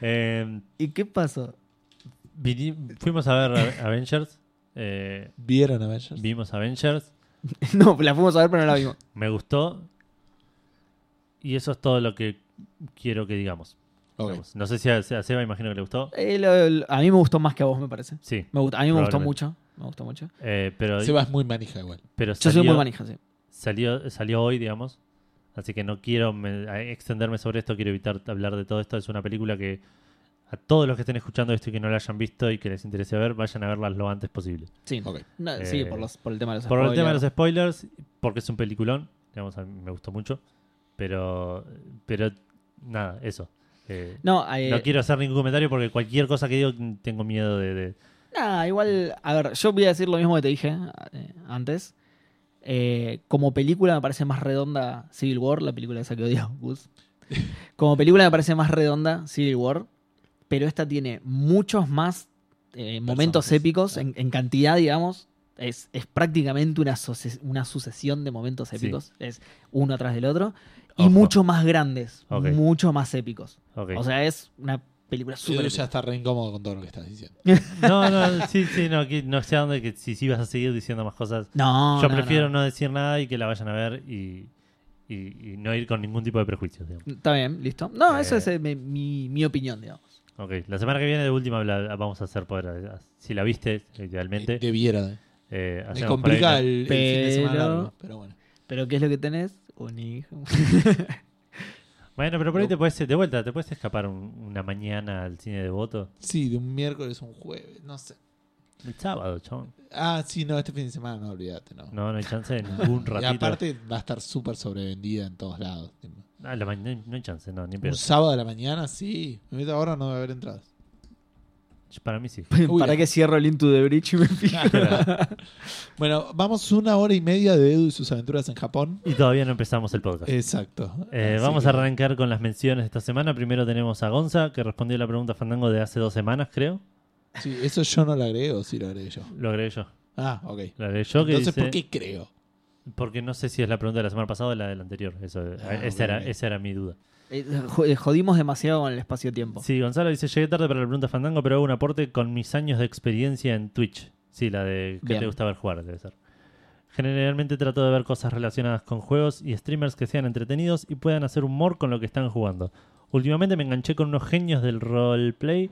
[SPEAKER 2] Eh,
[SPEAKER 3] ¿Y qué pasó? <laughs>
[SPEAKER 2] vini- fuimos a ver Ave- Avengers. eh,
[SPEAKER 1] ¿Vieron Avengers?
[SPEAKER 2] vimos Avengers.
[SPEAKER 3] No, la fuimos a ver, pero no la vimos.
[SPEAKER 2] Me gustó. Y eso es todo lo que quiero que digamos.
[SPEAKER 1] Ok.
[SPEAKER 2] Digamos, No sé si a, a Seba imagino que le gustó.
[SPEAKER 3] El- el- Eh, a mí me gustó más que a vos, me parece.
[SPEAKER 2] Sí.
[SPEAKER 3] Me gust- a mí me gustó
[SPEAKER 2] Probablemente.
[SPEAKER 3] mucho. Me gustó mucho.
[SPEAKER 2] Eh, pero
[SPEAKER 1] Seba es muy manija igual.
[SPEAKER 2] pero
[SPEAKER 3] Yo soy
[SPEAKER 2] salió,
[SPEAKER 3] muy manija, sí.
[SPEAKER 2] salió, salió hoy, digamos. Así que no quiero me- a- extenderme sobre esto, quiero evitar hablar de todo esto. Es una película que a todos los que estén escuchando esto y que no la hayan visto y que les interese ver, vayan a verla lo antes posible.
[SPEAKER 3] Sí,
[SPEAKER 1] Ok.
[SPEAKER 3] No, sí
[SPEAKER 2] Eh,
[SPEAKER 3] por, los- por el tema de los
[SPEAKER 2] Por el tema de los
[SPEAKER 3] spoilers.
[SPEAKER 2] spoilers, porque es un peliculón, digamos, a mí me gustó mucho, pero, pero nada, eso. Eh,
[SPEAKER 3] No, eh,
[SPEAKER 2] no quiero hacer ningún comentario porque cualquier cosa que digo mm, tengo miedo de... de-
[SPEAKER 3] Nah, igual, a ver, yo voy a decir lo mismo que te dije eh, antes. Eh, como película me parece más redonda Civil War, la película esa que odia <laughs> Gus. Como película me parece más redonda Civil War, pero esta tiene muchos más eh, momentos
[SPEAKER 1] Personajes,
[SPEAKER 3] épicos en, en cantidad, digamos. Es, es prácticamente una, suce- una sucesión de momentos
[SPEAKER 2] Sí.
[SPEAKER 3] épicos. Es uno atrás del otro. Y
[SPEAKER 2] Ojo.
[SPEAKER 3] mucho más grandes,
[SPEAKER 2] Ok.
[SPEAKER 3] mucho más épicos.
[SPEAKER 2] ok.
[SPEAKER 3] O sea, es una película súper...
[SPEAKER 1] Edu ya está re incómodo con todo lo que estás diciendo.
[SPEAKER 2] <laughs> No, no, sí, sí, no, que- no sé a dónde, que si, si vas a seguir diciendo más cosas.
[SPEAKER 3] No,
[SPEAKER 2] Yo
[SPEAKER 3] no, no.
[SPEAKER 2] prefiero no. decir nada y que la vayan a ver y, y- y no ir con ningún tipo de prejuicios. digamos.
[SPEAKER 3] Está bien, listo. No, eso
[SPEAKER 2] Eh,
[SPEAKER 3] es eh, mi, mi- mi opinión, digamos.
[SPEAKER 2] Ok, la semana que viene de última la- vamos a hacer poder. Si la viste, eh, idealmente.
[SPEAKER 1] Debiera. eh.
[SPEAKER 2] eh,
[SPEAKER 1] Me
[SPEAKER 2] hacemos por
[SPEAKER 1] complica
[SPEAKER 2] ahí,
[SPEAKER 1] el, el fin de semana
[SPEAKER 3] Pero-
[SPEAKER 1] largo, pero bueno.
[SPEAKER 3] Pero ¿qué es lo que tenés? Un
[SPEAKER 2] <laughs>
[SPEAKER 3] hijo.
[SPEAKER 2] ¿no? Bueno, pero por ahí te puedes, de vuelta, te puedes escapar un- una mañana al cine de voto.
[SPEAKER 1] Sí, de un miércoles a un jueves, no sé.
[SPEAKER 2] El sábado, chabón.
[SPEAKER 1] Ah, sí, no, este fin de semana no, olvídate, no.
[SPEAKER 2] No, no hay chance de <laughs> ningún
[SPEAKER 1] <laughs> y
[SPEAKER 2] ratito.
[SPEAKER 1] aparte va a estar súper sobrevendida en todos lados.
[SPEAKER 2] Ah, la ma- no, hay- no hay chance, no, ni
[SPEAKER 1] Un
[SPEAKER 2] pedo.
[SPEAKER 1] sábado a la mañana, sí. Me meto ahora, no debe haber entradas.
[SPEAKER 2] <laughs> Para mí sí.
[SPEAKER 1] Uy,
[SPEAKER 3] ¿Para
[SPEAKER 1] la-
[SPEAKER 3] que cierro el Into the Bridge y me
[SPEAKER 2] <laughs>
[SPEAKER 3] fijo?
[SPEAKER 1] Bueno, vamos una hora y media de Edu y sus aventuras en Japón.
[SPEAKER 2] y todavía no empezamos el podcast.
[SPEAKER 1] Exacto.
[SPEAKER 2] Eh,
[SPEAKER 1] Así
[SPEAKER 2] vamos
[SPEAKER 1] que-
[SPEAKER 2] a arrancar con las menciones de esta semana. Primero tenemos a Gonza, que respondió la pregunta Fandango de hace dos semanas, creo.
[SPEAKER 1] Sí, eso yo no lo agrego, sí lo agregué yo.
[SPEAKER 2] Lo agregué yo.
[SPEAKER 1] Ah, ok.
[SPEAKER 2] Lo agregué yo que
[SPEAKER 1] Entonces,
[SPEAKER 2] dice-
[SPEAKER 1] ¿por qué creo?
[SPEAKER 2] Porque no sé si es la pregunta de la semana pasada o la del anterior. Eso,
[SPEAKER 1] Ah,
[SPEAKER 2] esa,
[SPEAKER 1] ok,
[SPEAKER 2] era,
[SPEAKER 1] ok.
[SPEAKER 2] esa era mi duda.
[SPEAKER 3] Eh, jo- eh, Jodimos demasiado con el espacio-tiempo.
[SPEAKER 2] Sí, Gonzalo dice, llegué tarde para la pregunta Fandango, pero hago un aporte con mis años de experiencia en Twitch. Sí, la de que
[SPEAKER 3] Bien.
[SPEAKER 2] te gusta ver jugar, debe ser. Generalmente trato de ver cosas relacionadas con juegos y streamers que sean entretenidos y puedan hacer humor con lo que están jugando. Últimamente me enganché con unos genios del roleplay.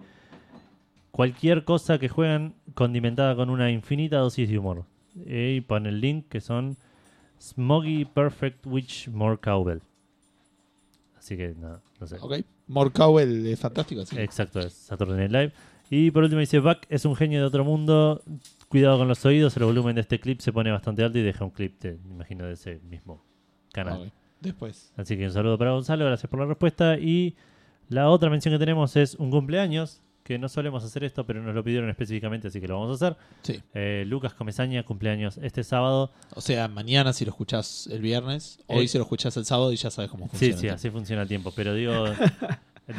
[SPEAKER 2] Cualquier cosa que juegan condimentada con una infinita dosis de humor. Eh, Y pon el link que son Smoggy Perfect Witch More Cowbell. Así que nada, no sé.
[SPEAKER 1] Ok. Morcowell es fantástico, sí.
[SPEAKER 2] Exacto, es Saturday Night Live. Y por último dice, Buck es un genio de otro mundo. Cuidado con los oídos, el volumen de este clip se pone bastante alto y deja un clip, de, me imagino, de ese mismo canal.
[SPEAKER 1] Ok. Después.
[SPEAKER 2] Así que un saludo para Gonzalo, gracias por la respuesta. Y la otra mención que tenemos es un cumpleaños, que no solemos hacer esto, pero nos lo pidieron específicamente, así que lo vamos a hacer.
[SPEAKER 1] Sí.
[SPEAKER 2] Eh, Lucas Comezaña, cumpleaños este sábado.
[SPEAKER 1] O sea, mañana si lo escuchás el viernes, hoy
[SPEAKER 2] Eh.
[SPEAKER 1] si lo escuchás el sábado y ya sabes cómo
[SPEAKER 2] Sí,
[SPEAKER 1] funciona.
[SPEAKER 2] sí,
[SPEAKER 1] el
[SPEAKER 2] así funciona el tiempo.
[SPEAKER 1] <laughs>
[SPEAKER 2] Pero digo,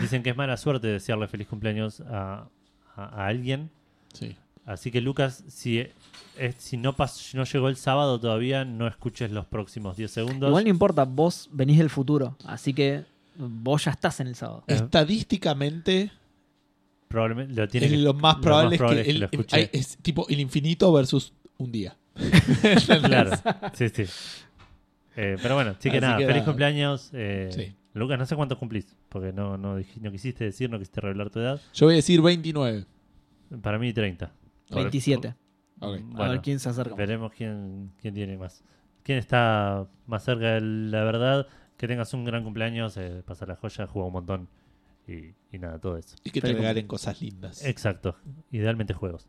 [SPEAKER 2] dicen que es mala suerte desearle feliz cumpleaños a- a- a alguien.
[SPEAKER 1] tema. Sí.
[SPEAKER 2] Eh. Así que Lucas, si, eh, es- si no, pas- si no llegó el sábado todavía, no escuches los próximos 10 segundos.
[SPEAKER 3] Igual no importa, vos venís del futuro, así que vos ya estás en el sábado.
[SPEAKER 2] Eh,
[SPEAKER 1] Estadísticamente,
[SPEAKER 2] Probablemente lo tiene
[SPEAKER 1] es
[SPEAKER 2] que-
[SPEAKER 1] lo más probable,
[SPEAKER 2] probable
[SPEAKER 1] es que, el-
[SPEAKER 2] lo escuche.
[SPEAKER 1] hay- es tipo el infinito versus un día. <laughs>
[SPEAKER 2] Claro, sí, sí. Eh, pero bueno, sí que
[SPEAKER 1] Así
[SPEAKER 2] nada,
[SPEAKER 1] que
[SPEAKER 2] feliz
[SPEAKER 1] nada.
[SPEAKER 2] cumpleaños. eh,
[SPEAKER 1] Sí.
[SPEAKER 2] Lucas, no sé cuántos cumplís, porque no, no, dij- no quisiste decir, no quisiste revelar tu edad.
[SPEAKER 1] Yo voy a decir 29.
[SPEAKER 2] Para mí 30. Por-
[SPEAKER 3] 27.
[SPEAKER 1] Ok.
[SPEAKER 3] a
[SPEAKER 2] bueno.
[SPEAKER 3] ver quién se acerca.
[SPEAKER 2] Veremos quién, quién tiene más. Quién está más cerca de la verdad. Que tengas un gran cumpleaños, eh, pasa la joya, juega un montón. Y, y nada, todo eso.
[SPEAKER 1] Y que te
[SPEAKER 3] Pero- Eh,
[SPEAKER 1] regalen cosas lindas.
[SPEAKER 2] Exacto. Idealmente juegos.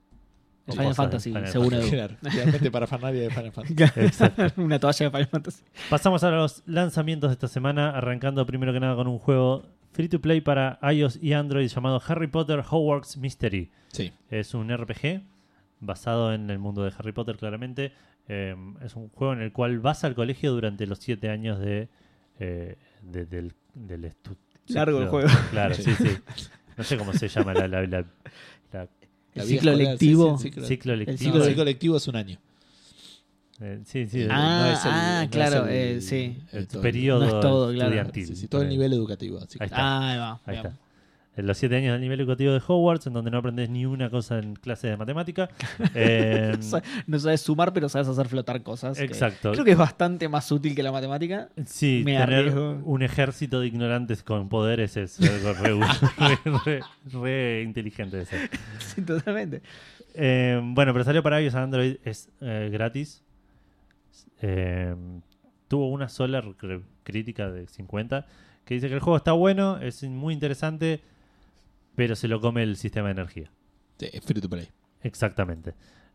[SPEAKER 3] Final
[SPEAKER 2] Cosas de
[SPEAKER 3] Fantasy,
[SPEAKER 2] Final
[SPEAKER 3] seguro.
[SPEAKER 2] Fantasy.
[SPEAKER 3] <laughs>
[SPEAKER 1] Claro, realmente para Fernalia de Final Fantasy.
[SPEAKER 2] <laughs>
[SPEAKER 3] Una toalla de Final Fantasy.
[SPEAKER 2] Pasamos a los lanzamientos de esta semana, arrancando primero que nada con un juego free to play para iOS y Android llamado Harry Potter Hogwarts Mystery.
[SPEAKER 1] Sí.
[SPEAKER 2] Es un RPG basado en el mundo de Harry Potter, claramente. Eh, es un juego en el cual vas al colegio durante los siete años de, eh, de- del, del estu-
[SPEAKER 3] Largo el
[SPEAKER 2] ciclo.
[SPEAKER 3] juego.
[SPEAKER 2] Claro, sí,
[SPEAKER 3] <laughs>
[SPEAKER 2] sí. No sé cómo se llama la, la- la- la-
[SPEAKER 1] La
[SPEAKER 3] El
[SPEAKER 1] vida
[SPEAKER 3] ciclo
[SPEAKER 1] escolar, sí,
[SPEAKER 3] lectivo.
[SPEAKER 1] sí, el ciclo-
[SPEAKER 2] ciclo
[SPEAKER 3] El
[SPEAKER 1] No,
[SPEAKER 2] lectivo.
[SPEAKER 3] ciclo
[SPEAKER 1] el
[SPEAKER 3] de-
[SPEAKER 1] ciclo lectivo es un año.
[SPEAKER 2] Eh, sí, sí.
[SPEAKER 3] Ah,
[SPEAKER 1] es el-
[SPEAKER 3] ah,
[SPEAKER 1] es
[SPEAKER 3] claro,
[SPEAKER 1] el-
[SPEAKER 3] eh, sí.
[SPEAKER 2] el
[SPEAKER 1] todo
[SPEAKER 2] periodo
[SPEAKER 3] no es todo, claro.
[SPEAKER 2] estudiantil.
[SPEAKER 1] Sí, sí, todo el nivel educativo. Así que-
[SPEAKER 2] Ahí está.
[SPEAKER 3] Ah, ahí va.
[SPEAKER 2] Ahí
[SPEAKER 3] bien.
[SPEAKER 2] está. En los siete años del nivel educativo de Hogwarts, en donde no aprendes ni una cosa en clases de matemática. Eh,
[SPEAKER 3] No sa- No sabes sumar, pero sabes hacer flotar cosas. que
[SPEAKER 2] Exacto.
[SPEAKER 3] Creo que es bastante más útil que la matemática. <laughs>
[SPEAKER 2] sí,
[SPEAKER 3] Me
[SPEAKER 2] tener
[SPEAKER 3] arriesgo.
[SPEAKER 2] un ejército de ignorantes con poderes es algo <laughs> re, re- re- re inteligente de ser.
[SPEAKER 3] Sí, totalmente.
[SPEAKER 2] Eh, bueno, pero salió para ellos Android, es eh, gratis. Eh, tuvo una sola cr- crítica de 50 que dice que el juego está bueno, es muy interesante, pero se lo come el sistema de energía.
[SPEAKER 1] Sí, es free to play.
[SPEAKER 2] Exactamente.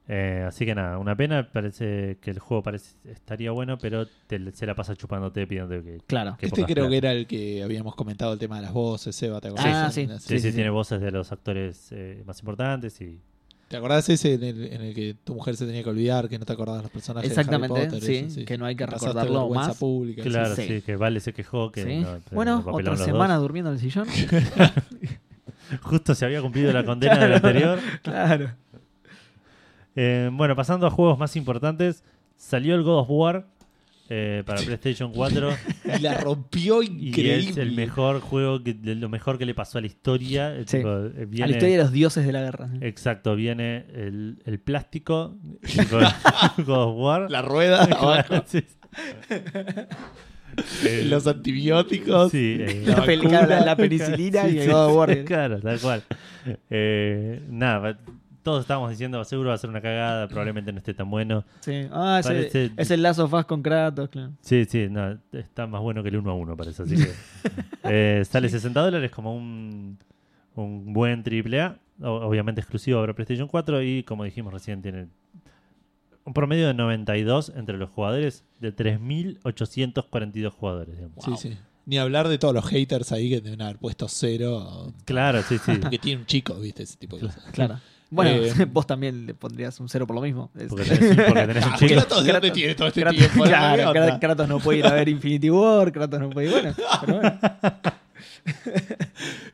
[SPEAKER 2] Eh, así que nada, una pena, parece que el juego parece, estaría bueno, pero te- se la pasa chupándote pidiendo que...
[SPEAKER 3] Claro.
[SPEAKER 2] Qué
[SPEAKER 1] este
[SPEAKER 2] pocas
[SPEAKER 1] creo que
[SPEAKER 2] plata.
[SPEAKER 1] era el que habíamos comentado el tema de las voces, Seba, ¿te acordás?
[SPEAKER 3] Ah, sí.
[SPEAKER 1] En-
[SPEAKER 2] Sí, sí,
[SPEAKER 3] sí, sí.
[SPEAKER 2] tiene voces de los actores eh, más importantes y...
[SPEAKER 1] ¿Te acordás ese en el, en el que tu mujer se tenía que olvidar, que no te acordabas los personajes de
[SPEAKER 3] Exactamente,
[SPEAKER 1] Harry Potter?
[SPEAKER 3] sí,
[SPEAKER 1] eso,
[SPEAKER 3] que no hay que
[SPEAKER 1] pasaste
[SPEAKER 3] recordarlo
[SPEAKER 1] vergüenza
[SPEAKER 3] más.
[SPEAKER 1] pública, sí.
[SPEAKER 2] Claro, sí,
[SPEAKER 3] Sí.
[SPEAKER 2] que Vale se quejó que...
[SPEAKER 3] Sí.
[SPEAKER 2] no-
[SPEAKER 3] bueno,
[SPEAKER 2] nos papilaron
[SPEAKER 3] otra
[SPEAKER 2] los dos.
[SPEAKER 3] semana durmiendo en el
[SPEAKER 2] <laughs>
[SPEAKER 3] sillón.
[SPEAKER 2] Justo se había
[SPEAKER 3] <laughs>
[SPEAKER 2] cumplido la condena del anterior.
[SPEAKER 3] claro.
[SPEAKER 2] Eh, bueno, pasando a juegos más importantes, salió el God of War eh, para PlayStation 4
[SPEAKER 1] Y la
[SPEAKER 3] <laughs>
[SPEAKER 1] rompió
[SPEAKER 2] y
[SPEAKER 1] increíble.
[SPEAKER 2] es el mejor juego, que, de lo mejor que le pasó a la historia. Eh,
[SPEAKER 3] Sí.
[SPEAKER 2] tipo, eh, viene-
[SPEAKER 3] A la historia de los dioses de la guerra.
[SPEAKER 2] Exacto, viene el, el plástico
[SPEAKER 3] <laughs>
[SPEAKER 2] y con God of War. <laughs>
[SPEAKER 1] La rueda abajo,
[SPEAKER 3] <laughs>
[SPEAKER 2] Sí.
[SPEAKER 1] <laughs>
[SPEAKER 2] Eh,
[SPEAKER 1] los antibióticos.
[SPEAKER 2] sí, eh,
[SPEAKER 1] La
[SPEAKER 3] La, pel-
[SPEAKER 1] vacuna.
[SPEAKER 3] la- la penicilina
[SPEAKER 2] Sí,
[SPEAKER 3] y el
[SPEAKER 2] sí,
[SPEAKER 3] God of War.
[SPEAKER 2] sí, <laughs> Claro, tal cual. Eh, nada, va- todos estábamos diciendo, seguro va a ser una cagada, probablemente no esté tan bueno.
[SPEAKER 3] Sí. Ah, ese-
[SPEAKER 2] Parece-
[SPEAKER 3] es el Last of Us con Kratos, claro.
[SPEAKER 2] Sí, sí, no, está más bueno que el 1 a 1, parece.
[SPEAKER 3] <laughs>
[SPEAKER 2] Así que eh, sale 60 dólares como un, un buen AAA, o- obviamente exclusivo para PlayStation 4 y como dijimos recién tiene un promedio de 92 entre los jugadores de 3.842 jugadores. digamos.
[SPEAKER 1] Sí, sí. Ni hablar de todos los haters ahí que deben haber puesto cero.
[SPEAKER 2] Claro, sí, sí.
[SPEAKER 1] <laughs> Porque tiene un chico, ¿viste? Ese tipo de cosas.
[SPEAKER 3] Claro. Bueno,
[SPEAKER 1] Eh,
[SPEAKER 3] <laughs> vos también le pondrías un cero por lo mismo. Es- <laughs>
[SPEAKER 2] Porque tenés, un- porque tenés un
[SPEAKER 1] Ah, ¿qué
[SPEAKER 2] chico.
[SPEAKER 1] datos de dónde tiene todo este
[SPEAKER 3] Kratos,
[SPEAKER 1] tiempo?
[SPEAKER 3] <laughs> claro,
[SPEAKER 1] ¿Qué
[SPEAKER 3] Kra-
[SPEAKER 1] onda?
[SPEAKER 3] Kratos no puede ir a ver Infinity War, Kratos no puede ir. Bueno, pero
[SPEAKER 2] <laughs>
[SPEAKER 3] bueno.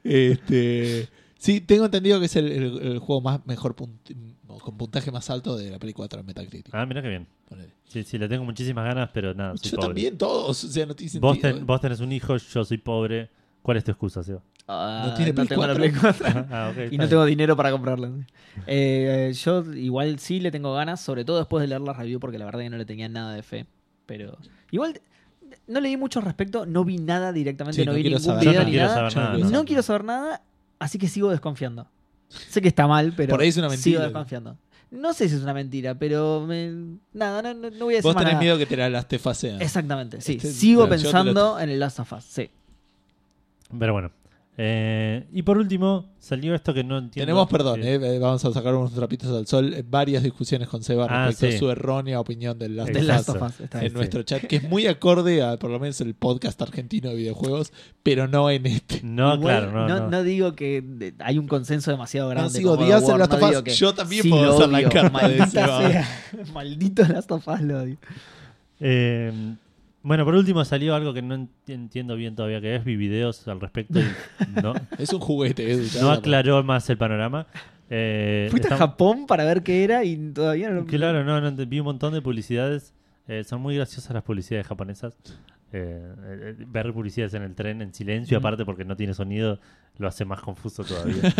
[SPEAKER 1] Este, sí, tengo entendido que es el, el- el juego más mejor punt- o con puntaje más alto de la Play 4 en Metacritic.
[SPEAKER 2] Ah, mira qué bien.
[SPEAKER 1] Ponele.
[SPEAKER 2] Sí, sí, le tengo muchísimas ganas, pero nada, soy
[SPEAKER 1] Yo
[SPEAKER 2] pobre.
[SPEAKER 1] también, todos. O sea, no tiene sentido. eh.
[SPEAKER 2] Vos, ten- vos tenés un hijo, yo soy pobre. ¿Cuál es tu excusa, Seba?
[SPEAKER 1] <laughs>
[SPEAKER 3] Ah,
[SPEAKER 1] ¿No tiene Play
[SPEAKER 3] tengo la
[SPEAKER 1] 4?
[SPEAKER 3] Play 4.
[SPEAKER 2] <laughs> Ah, ok,
[SPEAKER 3] Y
[SPEAKER 2] está
[SPEAKER 3] no
[SPEAKER 2] bien.
[SPEAKER 3] tengo dinero para comprarla. Eh, yo igual sí le tengo ganas, sobre todo después de leer la review, porque la verdad que no le tenía nada de fe. Pero igual no leí mucho al respecto, no vi nada directamente,
[SPEAKER 1] Sí,
[SPEAKER 3] no, vi
[SPEAKER 1] quiero
[SPEAKER 3] ningún
[SPEAKER 1] saber
[SPEAKER 2] Yo
[SPEAKER 3] video
[SPEAKER 1] nada.
[SPEAKER 2] no
[SPEAKER 3] ni
[SPEAKER 2] quiero
[SPEAKER 3] nada.
[SPEAKER 2] saber nada,
[SPEAKER 3] no
[SPEAKER 2] no.
[SPEAKER 3] quiero saber nada, así que sigo desconfiando. Sé que está mal, pero
[SPEAKER 1] Por ahí es una mentira.
[SPEAKER 3] sigo desconfiando. No sé si es una mentira, pero me- nada, no, no- no voy a decir
[SPEAKER 1] Vos
[SPEAKER 3] más
[SPEAKER 1] tenés
[SPEAKER 3] nada.
[SPEAKER 1] miedo que te la las te fasean.
[SPEAKER 3] Exactamente, sí.
[SPEAKER 1] Este-
[SPEAKER 3] sigo
[SPEAKER 1] claro, yo te lo-
[SPEAKER 3] pensando en el Last of Us, sí.
[SPEAKER 2] Pero bueno. Eh, y por último, salió esto que no entiendo.
[SPEAKER 1] Tenemos, perdón,
[SPEAKER 2] Que-
[SPEAKER 1] eh, eh, vamos a sacar unos trapitos al sol. eh, Varias discusiones con Seba
[SPEAKER 2] Ah,
[SPEAKER 1] respecto
[SPEAKER 2] sí.
[SPEAKER 1] a su errónea opinión del Last
[SPEAKER 2] Del
[SPEAKER 1] of
[SPEAKER 3] Del
[SPEAKER 1] Us
[SPEAKER 3] Last
[SPEAKER 2] Exacto.
[SPEAKER 3] of Us, está
[SPEAKER 1] en
[SPEAKER 3] bien.
[SPEAKER 2] Sí.
[SPEAKER 1] nuestro chat, que es muy acorde a por lo menos el podcast argentino de videojuegos, pero no en este.
[SPEAKER 2] <laughs> No,
[SPEAKER 3] Igual
[SPEAKER 2] claro, no.
[SPEAKER 3] no,
[SPEAKER 2] no.
[SPEAKER 3] no digo que de- hay un consenso demasiado grande.
[SPEAKER 1] No, si
[SPEAKER 3] como
[SPEAKER 1] odias el
[SPEAKER 3] God of War,
[SPEAKER 1] Last
[SPEAKER 3] no
[SPEAKER 1] of Us,
[SPEAKER 3] digo que
[SPEAKER 1] yo también
[SPEAKER 3] sí
[SPEAKER 1] puedo
[SPEAKER 3] lo
[SPEAKER 1] hacer la
[SPEAKER 3] odio,
[SPEAKER 1] carta de ese.
[SPEAKER 3] maldita
[SPEAKER 1] va.
[SPEAKER 3] sea. <laughs> Maldito Last of Us lo odio.
[SPEAKER 2] Eh, bueno, por último salió algo que no ent- entiendo bien todavía, que es vi videos al respecto y no,
[SPEAKER 1] Es un juguete. Edu, ya
[SPEAKER 2] no
[SPEAKER 1] la-
[SPEAKER 2] aclaró más el panorama. Eh,
[SPEAKER 3] Fuiste a
[SPEAKER 2] estamos-
[SPEAKER 3] Japón para ver qué era y todavía no lo...
[SPEAKER 2] Claro, no, no, ent- vi un montón de publicidades. eh, son muy graciosas las publicidades japonesas. Eh, eh, ver publicidades en el tren en silencio,
[SPEAKER 3] Mm.
[SPEAKER 2] aparte porque no tiene sonido, lo hace más confuso todavía.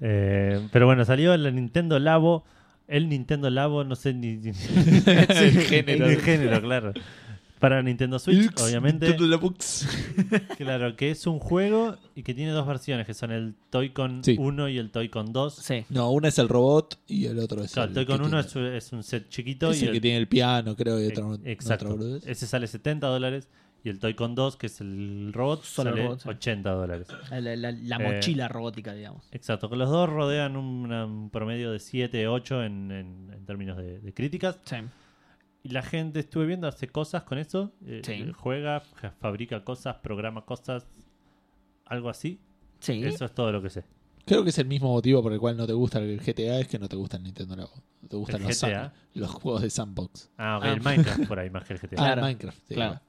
[SPEAKER 2] Eh, pero bueno, salió el Nintendo Labo. El Nintendo Labo, no sé ni, ni-
[SPEAKER 1] <laughs> el
[SPEAKER 2] ni
[SPEAKER 1] género.
[SPEAKER 2] <laughs> el género, claro. Para Nintendo Switch,
[SPEAKER 1] Ux,
[SPEAKER 2] obviamente.
[SPEAKER 1] Nintendo Labux.
[SPEAKER 2] Claro, que es un juego y que tiene dos versiones, que son el Toy-Con
[SPEAKER 1] Sí.
[SPEAKER 2] 1 y el Toy-Con 2.
[SPEAKER 3] Sí.
[SPEAKER 1] No, una es el robot y el otro es
[SPEAKER 2] Claro,
[SPEAKER 1] el
[SPEAKER 2] el Toy-Con
[SPEAKER 1] que
[SPEAKER 2] 1
[SPEAKER 1] tiene-
[SPEAKER 2] es, un- es un set chiquito
[SPEAKER 1] es
[SPEAKER 2] y
[SPEAKER 1] el
[SPEAKER 2] el
[SPEAKER 1] que tiene el piano, creo, y otro,
[SPEAKER 2] Ex- Exacto. Eh.
[SPEAKER 1] otra boludez.
[SPEAKER 2] Ese sale 70 dólares y el Toy-Con 2, que es el robot,
[SPEAKER 3] Solo el
[SPEAKER 2] sale
[SPEAKER 3] robot, sí.
[SPEAKER 2] 80 dólares.
[SPEAKER 3] La, la- la
[SPEAKER 2] Eh.
[SPEAKER 3] mochila robótica, digamos.
[SPEAKER 2] Exacto, que los dos rodean un, un promedio de 7, 8 en, en- en términos de, de críticas.
[SPEAKER 3] Sí.
[SPEAKER 2] Y la gente, estuve viendo, hace cosas con eso. eh,
[SPEAKER 3] Sí.
[SPEAKER 2] Juega, ja- fabrica cosas, programa cosas, algo así.
[SPEAKER 3] Sí.
[SPEAKER 2] Eso es todo lo que sé.
[SPEAKER 1] Creo que es el mismo motivo por el cual no te gusta el GTA, es que no te gusta el Nintendo Labo. No te gustan
[SPEAKER 2] ¿El
[SPEAKER 1] los,
[SPEAKER 2] GTA?
[SPEAKER 1] san- los juegos de sandbox.
[SPEAKER 2] Ah, ok,
[SPEAKER 3] Ah.
[SPEAKER 2] el Minecraft por ahí, más que el GTA.
[SPEAKER 3] <laughs>
[SPEAKER 1] Ah,
[SPEAKER 3] Claro,
[SPEAKER 1] Minecraft. sí,
[SPEAKER 3] claro.
[SPEAKER 1] va.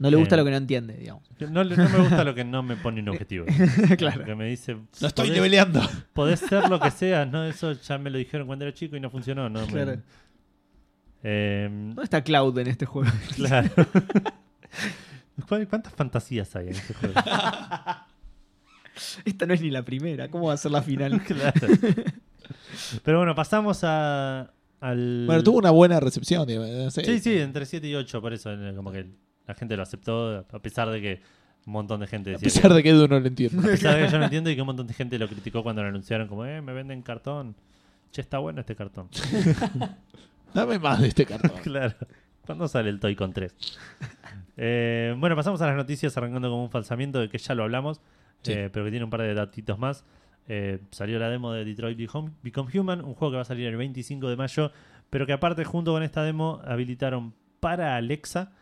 [SPEAKER 3] No le gusta
[SPEAKER 2] Eh.
[SPEAKER 3] lo que no entiende, digamos.
[SPEAKER 2] No, le- no me gusta lo que no me pone un objetivo.
[SPEAKER 3] <laughs> Claro.
[SPEAKER 2] Que me dice.
[SPEAKER 1] Lo estoy
[SPEAKER 2] "Podés-
[SPEAKER 1] leveleando.
[SPEAKER 2] Podés ser lo que seas, ¿no? Eso ya me lo dijeron cuando era chico y no funcionó, ¿no? me-
[SPEAKER 3] Claro.
[SPEAKER 2] Em,
[SPEAKER 3] ¿Dónde está Cloud en este juego? <laughs>
[SPEAKER 2] claro.
[SPEAKER 1] <laughs>
[SPEAKER 2] ¿Cuál- ¿Cuántas fantasías hay en
[SPEAKER 1] <laughs>
[SPEAKER 2] ese juego?
[SPEAKER 3] Esta no es ni la primera. ¿Cómo va a ser la
[SPEAKER 2] <laughs>
[SPEAKER 3] final?
[SPEAKER 2] Claro. Pero bueno, pasamos a, al...
[SPEAKER 1] Bueno, tuvo una buena recepción. digo, eh, no sé.
[SPEAKER 2] Sí, sí, entre 7 y 8, por eso eh, como que la gente lo aceptó, a pesar de que un montón de gente
[SPEAKER 1] A
[SPEAKER 2] decía...
[SPEAKER 1] pesar
[SPEAKER 2] que,
[SPEAKER 1] de que Edu no lo entiende. <laughs>
[SPEAKER 2] a pesar de que yo no entiendo y que un montón de gente lo criticó cuando lo anunciaron como, eh, me venden cartón. Che, está bueno este cartón.
[SPEAKER 1] Dame más de este cartón.
[SPEAKER 2] <laughs> Claro. ¿Cuándo sale el Toy
[SPEAKER 1] <laughs>
[SPEAKER 2] con 3? bueno, pasamos a las noticias arrancando con un falsamiento de que ya lo hablamos,
[SPEAKER 1] Sí.
[SPEAKER 2] eh, pero que tiene un par de datitos más. Eh, salió la demo de Detroit Become, Become Human, un juego que va a salir el 25 de mayo, pero que aparte junto con esta demo habilitaron para Alexa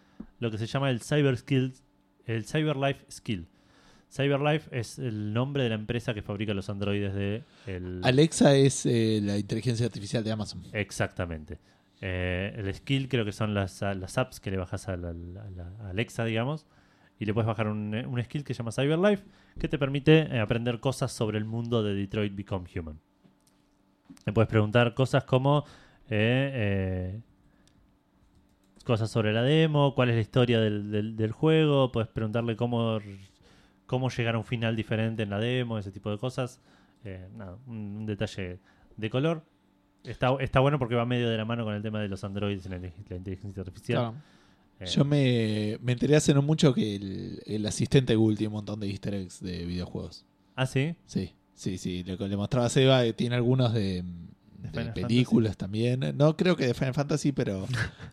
[SPEAKER 2] lo que se llama el Cyber Skills, el CyberLife Skill. CyberLife es el nombre de la empresa que fabrica los androides de el-
[SPEAKER 1] Alexa es eh, la inteligencia artificial de Amazon.
[SPEAKER 2] Exactamente. Eh, el skill creo que son las, las apps que le bajas a, la- la- la- a Alexa, digamos, y le puedes bajar un, eh, un skill que se llama CyberLife, que te permite eh, aprender cosas sobre el mundo de Detroit Become Human. Le puedes preguntar cosas como eh, eh, cosas sobre la demo, cuál es la historia del, del- del juego, puedes preguntarle cómo, cómo llegar a un final diferente en la demo, ese tipo de cosas. Eh, nada, un- un detalle de color. Está, está bueno porque va medio de la mano con el tema de los androides en la, la inteligencia artificial.
[SPEAKER 3] Claro.
[SPEAKER 2] Eh,
[SPEAKER 1] Yo me, me enteré hace no mucho que el, el asistente de Google tiene un montón de easter eggs de videojuegos.
[SPEAKER 2] Ah, sí.
[SPEAKER 1] Sí, sí, sí. Lo que le mostraba a Seba eh, tiene algunos de, de
[SPEAKER 2] Final
[SPEAKER 1] películas también. No creo que de Final Fantasy,
[SPEAKER 2] <laughs>
[SPEAKER 1] pero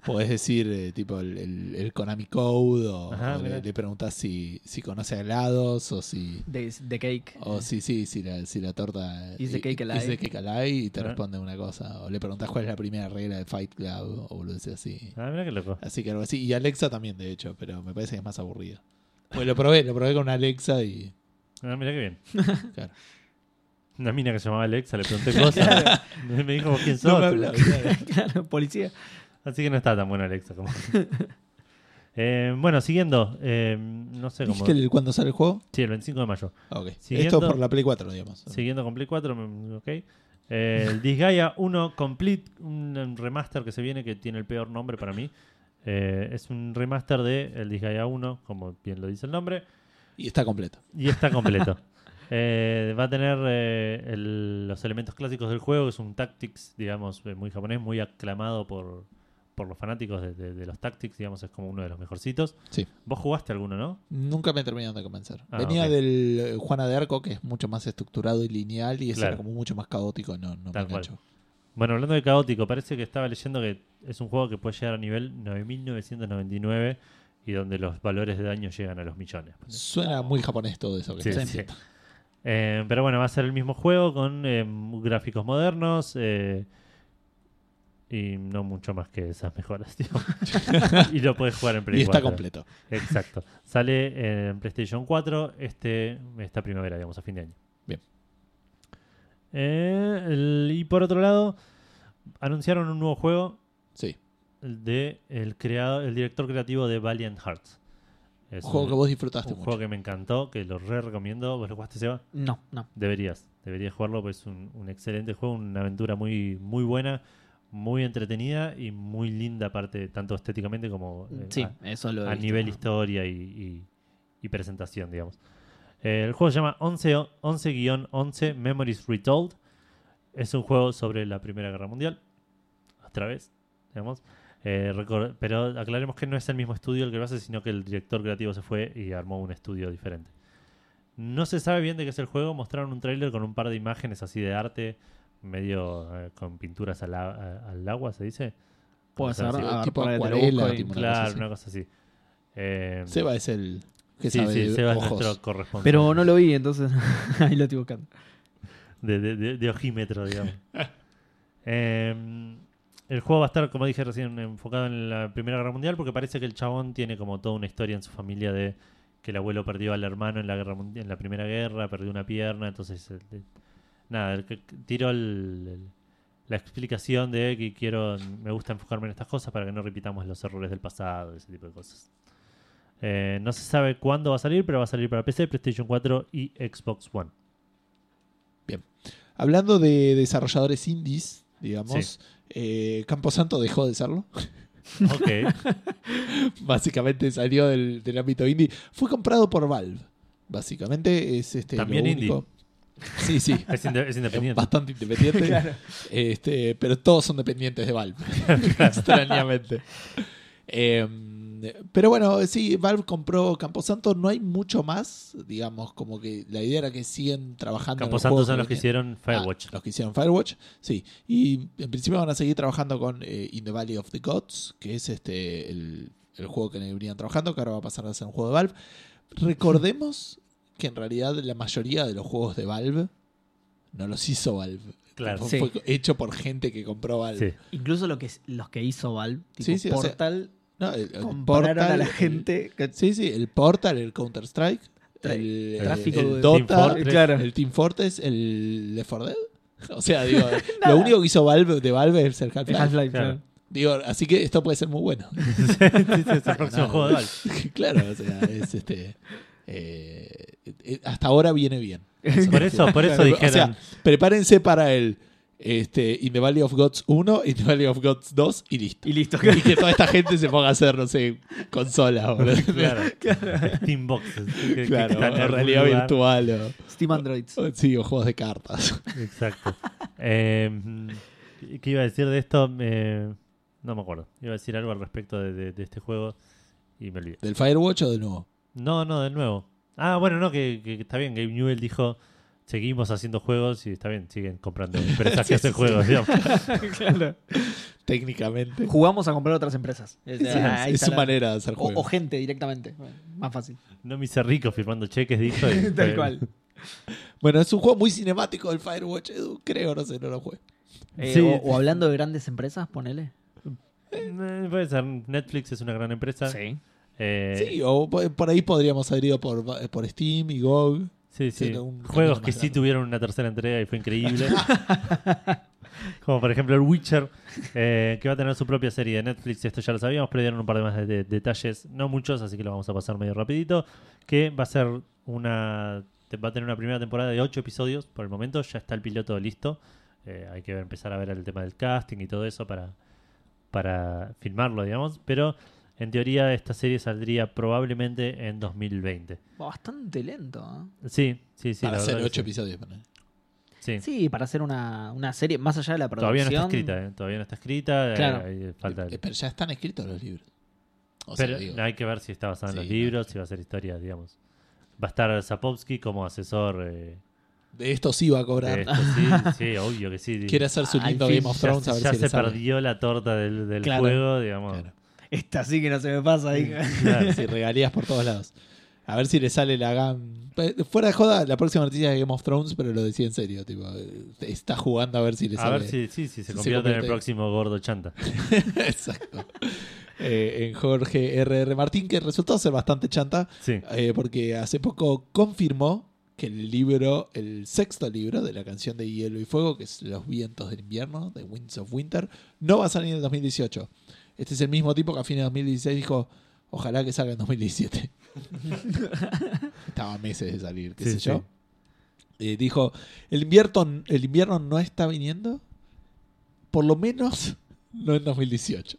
[SPEAKER 1] podés decir eh, tipo el, el- el Konami Code o,
[SPEAKER 2] Ajá,
[SPEAKER 1] o
[SPEAKER 2] mirá.
[SPEAKER 1] le, le preguntás si, si conoce helados o si...
[SPEAKER 3] De, de Cake. <laughs>
[SPEAKER 1] O sí, sí, si la, si la torta eh,
[SPEAKER 3] Is the cake alive?
[SPEAKER 1] is the cake alive, y te
[SPEAKER 2] Ah.
[SPEAKER 1] responde una cosa. O le preguntas cuál es la primera regla de Fight Club o boludeces así.
[SPEAKER 2] Ah, mira qué loco.
[SPEAKER 1] Así que algo así. Y Alexa también, de hecho, pero me parece que es más aburrida. Pues lo probé, lo probé con Alexa
[SPEAKER 2] <laughs>
[SPEAKER 1] y.
[SPEAKER 2] Ah, mira qué bien.
[SPEAKER 1] Claro.
[SPEAKER 2] Una mina que se llamaba Alexa, le pregunté cosas. <laughs> me dijo "¿Vos quién sos.
[SPEAKER 1] No me habló, claro.
[SPEAKER 3] Claro, policía.
[SPEAKER 2] Así que no está tan buena Alexa
[SPEAKER 1] <laughs>
[SPEAKER 2] como. Eh, bueno, siguiendo. eh, no sé cómo.
[SPEAKER 1] ¿Viste el- cuándo sale el juego?
[SPEAKER 2] Sí, el 25 de mayo.
[SPEAKER 1] Ah, ok.
[SPEAKER 2] Siguiendo-
[SPEAKER 1] Esto por la Play 4, digamos.
[SPEAKER 2] Siguiendo con Play 4, mm, ok. Eh, el Disgaea 1 Complete, un um, remaster que se viene que tiene el peor nombre para mí. Eh, es un remaster de el Disgaea 1, como bien lo dice el nombre,
[SPEAKER 1] Y está completo.
[SPEAKER 2] y está completo. <laughs> Eh, va a tener eh, el- los elementos clásicos del juego, es un Tactics, digamos, eh, muy japonés, muy aclamado por, por los fanáticos de, de- de los Tactics, digamos, es como uno de los mejorcitos.
[SPEAKER 1] Sí.
[SPEAKER 2] Vos jugaste alguno, ¿no?
[SPEAKER 1] Nunca me terminaron de convencer.
[SPEAKER 2] Ah,
[SPEAKER 1] Venía
[SPEAKER 2] ok.
[SPEAKER 1] del eh, Juana de Arco, que es mucho más estructurado y lineal, y ese
[SPEAKER 2] Claro.
[SPEAKER 1] era como mucho más caótico. No, no me
[SPEAKER 2] Tal cual.
[SPEAKER 1] enganchó.
[SPEAKER 2] Bueno, hablando de caótico, parece que estaba leyendo que es un juego que puede llegar a nivel 9999 y donde los valores de daño llegan a los millones.
[SPEAKER 1] Suena muy japonés todo eso. Que
[SPEAKER 2] Sí,
[SPEAKER 1] está
[SPEAKER 2] sí.
[SPEAKER 1] haciendo.
[SPEAKER 2] Eh, pero bueno, va a ser el mismo juego con eh, gráficos modernos eh, y no mucho más que esas mejoras. <laughs> digo. y lo puedes jugar en Play
[SPEAKER 1] Y está
[SPEAKER 2] 4.
[SPEAKER 1] completo.
[SPEAKER 2] Exacto. Sale en PlayStation 4 este, esta primavera, digamos, a fin de año.
[SPEAKER 1] Bien.
[SPEAKER 2] Eh, el- y por otro lado, anunciaron un nuevo juego
[SPEAKER 1] Sí.
[SPEAKER 2] de el, creado, el director creativo de Valiant Hearts. Es
[SPEAKER 1] Un juego que vos disfrutaste
[SPEAKER 2] un
[SPEAKER 1] mucho.
[SPEAKER 2] juego que me encantó, que lo re recomiendo. ¿Vos lo jugaste, Seba?
[SPEAKER 3] No, no.
[SPEAKER 2] Deberías, deberías jugarlo, pues es un, un excelente juego, una aventura muy, muy buena, muy entretenida y muy linda, aparte, tanto estéticamente como eh,
[SPEAKER 3] Sí,
[SPEAKER 2] a-
[SPEAKER 3] eso lo he
[SPEAKER 2] a,
[SPEAKER 3] visto.
[SPEAKER 2] nivel historia y, y- y presentación, digamos. Eh, el juego se llama 11 o- 11-11 Memories Retold. Es un juego sobre la Primera Guerra Mundial. Otra vez, digamos. Eh, recor- pero aclaremos que no es el mismo estudio el que lo hace, sino que el director creativo se fue y armó un estudio diferente. No se sabe bien de qué es el juego. Mostraron un tráiler con un par de imágenes así de arte, medio eh, con pinturas al, a- al agua, se dice.
[SPEAKER 3] Puede
[SPEAKER 2] Cosas
[SPEAKER 3] ser,
[SPEAKER 2] así.
[SPEAKER 3] a ver,
[SPEAKER 1] tipo
[SPEAKER 3] para que te lo
[SPEAKER 1] acuarela,
[SPEAKER 3] busco y-
[SPEAKER 1] tipo una cosa
[SPEAKER 2] Claro,
[SPEAKER 1] así.
[SPEAKER 2] una cosa así. Eh,
[SPEAKER 1] Seba es el que
[SPEAKER 2] sí,
[SPEAKER 1] sabe
[SPEAKER 2] sí,
[SPEAKER 1] de
[SPEAKER 2] Seba es
[SPEAKER 1] ojos.
[SPEAKER 2] nuestro corresponsal
[SPEAKER 3] Pero no lo vi, entonces <laughs> ahí lo estoy buscando.
[SPEAKER 2] de, de- de- de ojímetro, digamos. Eh, el juego va a estar, como dije recién, enfocado en la Primera Guerra Mundial porque parece que el chabón tiene como toda una historia en su familia de que el abuelo perdió al hermano en la, guerra, mun- en la Primera Guerra, perdió una pierna, entonces... eh, eh, nada, el que- que tiro el- el- la explicación de que quiero, me gusta enfocarme en estas cosas para que no repitamos los errores del pasado, ese tipo de cosas. Eh, no se sabe cuándo va a salir, pero va a salir para PC, PlayStation 4 y Xbox One.
[SPEAKER 1] Hablando de desarrolladores indies, digamos,
[SPEAKER 2] Sí.
[SPEAKER 1] eh, Camposanto dejó de serlo. <laughs>
[SPEAKER 2] Ok.
[SPEAKER 1] básicamente salió del, del ámbito indie. Fue comprado por Valve. Básicamente es este.
[SPEAKER 2] También
[SPEAKER 1] lo
[SPEAKER 2] indie.
[SPEAKER 1] único. Sí, sí.
[SPEAKER 2] Es, inde- es
[SPEAKER 1] Es
[SPEAKER 2] independiente.
[SPEAKER 1] bastante
[SPEAKER 2] <laughs>
[SPEAKER 1] independiente. <laughs> Este, pero todos son dependientes de Valve. extrañamente. Eh, Eh, pero bueno, sí, Valve compró Camposanto, no hay mucho más, digamos, como que la idea era que siguen trabajando. en el
[SPEAKER 2] Camposanto
[SPEAKER 1] juego
[SPEAKER 2] son los que
[SPEAKER 1] venían.
[SPEAKER 2] hicieron Firewatch.
[SPEAKER 1] Ah, los que hicieron Firewatch, sí. Y en principio van a seguir trabajando con eh, In the Valley of the Gods, que es este el, el juego que venían trabajando, que ahora va a pasar a ser un juego de Valve. Recordemos que en realidad la mayoría de los juegos de Valve no los hizo Valve.
[SPEAKER 2] Claro.
[SPEAKER 1] Fue,
[SPEAKER 3] Sí.
[SPEAKER 1] fue hecho por gente que compró <laughs> Valve.
[SPEAKER 2] Sí.
[SPEAKER 3] Incluso lo que, los que hizo Valve, tipo
[SPEAKER 1] Sí, sí, o sea,
[SPEAKER 3] Portal,
[SPEAKER 1] No, el- el
[SPEAKER 3] compraron a
[SPEAKER 1] Portal,
[SPEAKER 3] la
[SPEAKER 1] el-
[SPEAKER 3] gente. que-
[SPEAKER 1] sí, sí, el Portal, el Counter-Strike,
[SPEAKER 3] Tra-
[SPEAKER 1] el,
[SPEAKER 3] tráfico
[SPEAKER 1] el
[SPEAKER 3] de-
[SPEAKER 2] Team
[SPEAKER 1] Dota,
[SPEAKER 2] Fortress.
[SPEAKER 3] Claro.
[SPEAKER 1] <laughs> el Team Fortress, el Left 4 Dead. <laughs> O sea, digo, lo único que hizo Valve de Valve es el Half-Life.
[SPEAKER 3] Half-Life,
[SPEAKER 2] Claro.
[SPEAKER 3] claro.
[SPEAKER 1] Digo, así que esto puede ser muy bueno.
[SPEAKER 2] Sí, sí, es <laughs> el próximo
[SPEAKER 1] No,
[SPEAKER 2] juego de
[SPEAKER 1] <laughs>
[SPEAKER 2] Valve.
[SPEAKER 1] claro, o sea, es este. eh, eh, hasta ahora viene bien.
[SPEAKER 2] <laughs> Por eso, por eso
[SPEAKER 1] Claro, o sea,
[SPEAKER 2] dijeron.
[SPEAKER 1] Prepárense para el este, In the Valley of Gods 1, In the Valley of Gods 2 y listo. <laughs>
[SPEAKER 3] Y listo.
[SPEAKER 1] Y que toda esta gente se ponga a hacer, no sé, consola o,
[SPEAKER 2] claro. Steam Boxes. que- que
[SPEAKER 1] claro,
[SPEAKER 2] están en
[SPEAKER 1] o
[SPEAKER 2] algún
[SPEAKER 1] realidad
[SPEAKER 2] lugar.
[SPEAKER 1] virtual o, <laughs>
[SPEAKER 3] Steam Androids.
[SPEAKER 1] o- sí, o juegos de cartas.
[SPEAKER 2] Exacto. Eh, ¿Qué iba a decir de esto? Eh, no me acuerdo. Iba a decir algo al respecto de, de- de este juego y me olvidé.
[SPEAKER 1] ¿Del Firewatch o de nuevo?
[SPEAKER 2] No, no, de nuevo. Ah, bueno, no, que, que está bien. Gabe Newell dijo: seguimos haciendo juegos y está bien, siguen comprando empresas
[SPEAKER 1] Sí,
[SPEAKER 2] que hacen
[SPEAKER 1] sí,
[SPEAKER 2] juegos. digamos.
[SPEAKER 3] Claro. <laughs>
[SPEAKER 1] Técnicamente.
[SPEAKER 3] Jugamos a comprar otras empresas. Es, ah,
[SPEAKER 1] Sí,
[SPEAKER 3] ahí
[SPEAKER 1] <laughs> es
[SPEAKER 3] está
[SPEAKER 1] su
[SPEAKER 3] la-
[SPEAKER 1] manera de hacer
[SPEAKER 3] O,
[SPEAKER 1] juegos.
[SPEAKER 3] o gente directamente. Bueno, Más fácil.
[SPEAKER 2] No me hice rico firmando
[SPEAKER 3] <laughs>
[SPEAKER 2] cheques, dijo. y-
[SPEAKER 3] Tal cual.
[SPEAKER 1] Bueno, es un juego muy cinemático del Firewatch, Edu, creo, no sé, no lo juego.
[SPEAKER 3] Eh,
[SPEAKER 2] Sí.
[SPEAKER 3] o, o hablando de grandes empresas, ponele.
[SPEAKER 2] Eh, puede ser. Netflix es una gran empresa. Eh,
[SPEAKER 1] Sí, o po- por ahí podríamos haber ido por, va- por Steam y GOG.
[SPEAKER 2] Sí,
[SPEAKER 1] Sí,
[SPEAKER 2] sí.
[SPEAKER 1] era un camino
[SPEAKER 2] Juegos que
[SPEAKER 1] más
[SPEAKER 2] sí
[SPEAKER 1] largo.
[SPEAKER 2] tuvieron una tercera entrega y fue
[SPEAKER 1] <laughs>
[SPEAKER 2] increíble. Como por ejemplo el Witcher, eh, que va a tener su propia serie de Netflix. Esto ya lo sabíamos, pero dieron un par de más de, de- detalles, no muchos, así que lo vamos a pasar medio rapidito. Que va a ser una. te- Va a tener una primera temporada de 8 episodios por el momento. Ya está el piloto listo. Eh, hay que ver- empezar a ver el tema del casting y todo eso para, para filmarlo, digamos. Pero en teoría, esta serie saldría probablemente en 2020.
[SPEAKER 3] Bastante lento. ¿eh?
[SPEAKER 2] Sí, sí, sí.
[SPEAKER 1] para
[SPEAKER 2] la
[SPEAKER 1] hacer
[SPEAKER 2] verdad que
[SPEAKER 1] ocho
[SPEAKER 2] sí.
[SPEAKER 1] episodios. ponele.
[SPEAKER 2] Sí.
[SPEAKER 3] ¿eh? Sí, para hacer una, una serie, más allá de la producción.
[SPEAKER 2] Todavía no está escrita, ¿eh? Todavía no está escrita. eh,
[SPEAKER 3] Claro.
[SPEAKER 2] hay falta.
[SPEAKER 1] Eh, Pero ya están escritos los libros. O sea,
[SPEAKER 2] pero
[SPEAKER 1] digo,
[SPEAKER 2] hay que ver si está basada en
[SPEAKER 1] Sí,
[SPEAKER 2] los libros, si va a ser historia, digamos. Va a estar Zapovsky como asesor. eh,
[SPEAKER 1] de esto sí va a cobrar. <laughs>
[SPEAKER 2] de esto, sí, sí, obvio que sí.
[SPEAKER 1] Quiere hacer su
[SPEAKER 3] Al
[SPEAKER 1] lindo
[SPEAKER 3] fin,
[SPEAKER 1] Game of
[SPEAKER 2] ya
[SPEAKER 1] Thrones
[SPEAKER 2] se-
[SPEAKER 1] a ver
[SPEAKER 2] ya
[SPEAKER 1] si
[SPEAKER 2] se
[SPEAKER 1] le sale.
[SPEAKER 2] perdió la torta del, del
[SPEAKER 3] Claro.
[SPEAKER 2] juego, digamos.
[SPEAKER 1] Claro.
[SPEAKER 3] Esta sí que no se me pasa. dije.
[SPEAKER 1] <laughs>
[SPEAKER 2] Claro.
[SPEAKER 1] Sí, regalías por todos lados. A ver si le sale la GAM. Eh, Fuera de joda, la próxima noticia es Game of Thrones, pero lo decía en serio. Tipo, eh, está jugando a ver si le
[SPEAKER 2] A
[SPEAKER 1] sale.
[SPEAKER 2] ver si, sí, sí, se
[SPEAKER 1] se
[SPEAKER 2] convierte en el
[SPEAKER 1] convierte.
[SPEAKER 2] próximo gordo
[SPEAKER 1] <laughs>
[SPEAKER 2] chanta.
[SPEAKER 1] Exacto. Eh, en Jorge R.R. Martín, que resultó ser bastante chanta,
[SPEAKER 2] Sí.
[SPEAKER 1] eh, porque hace poco confirmó que el libro, el sexto libro de la canción de Hielo y Fuego, que es Los Vientos del Invierno, de Winds of Winter, no va a salir en el 2018. Este es el mismo tipo que a fines de 2016 dijo, ojalá que salga en 2017. <laughs> Estaba a meses de salir, qué
[SPEAKER 2] Sí,
[SPEAKER 1] sé
[SPEAKER 2] sí.
[SPEAKER 1] yo. Eh, dijo, el invierno, el invierno no está viniendo, por lo menos no en 2018.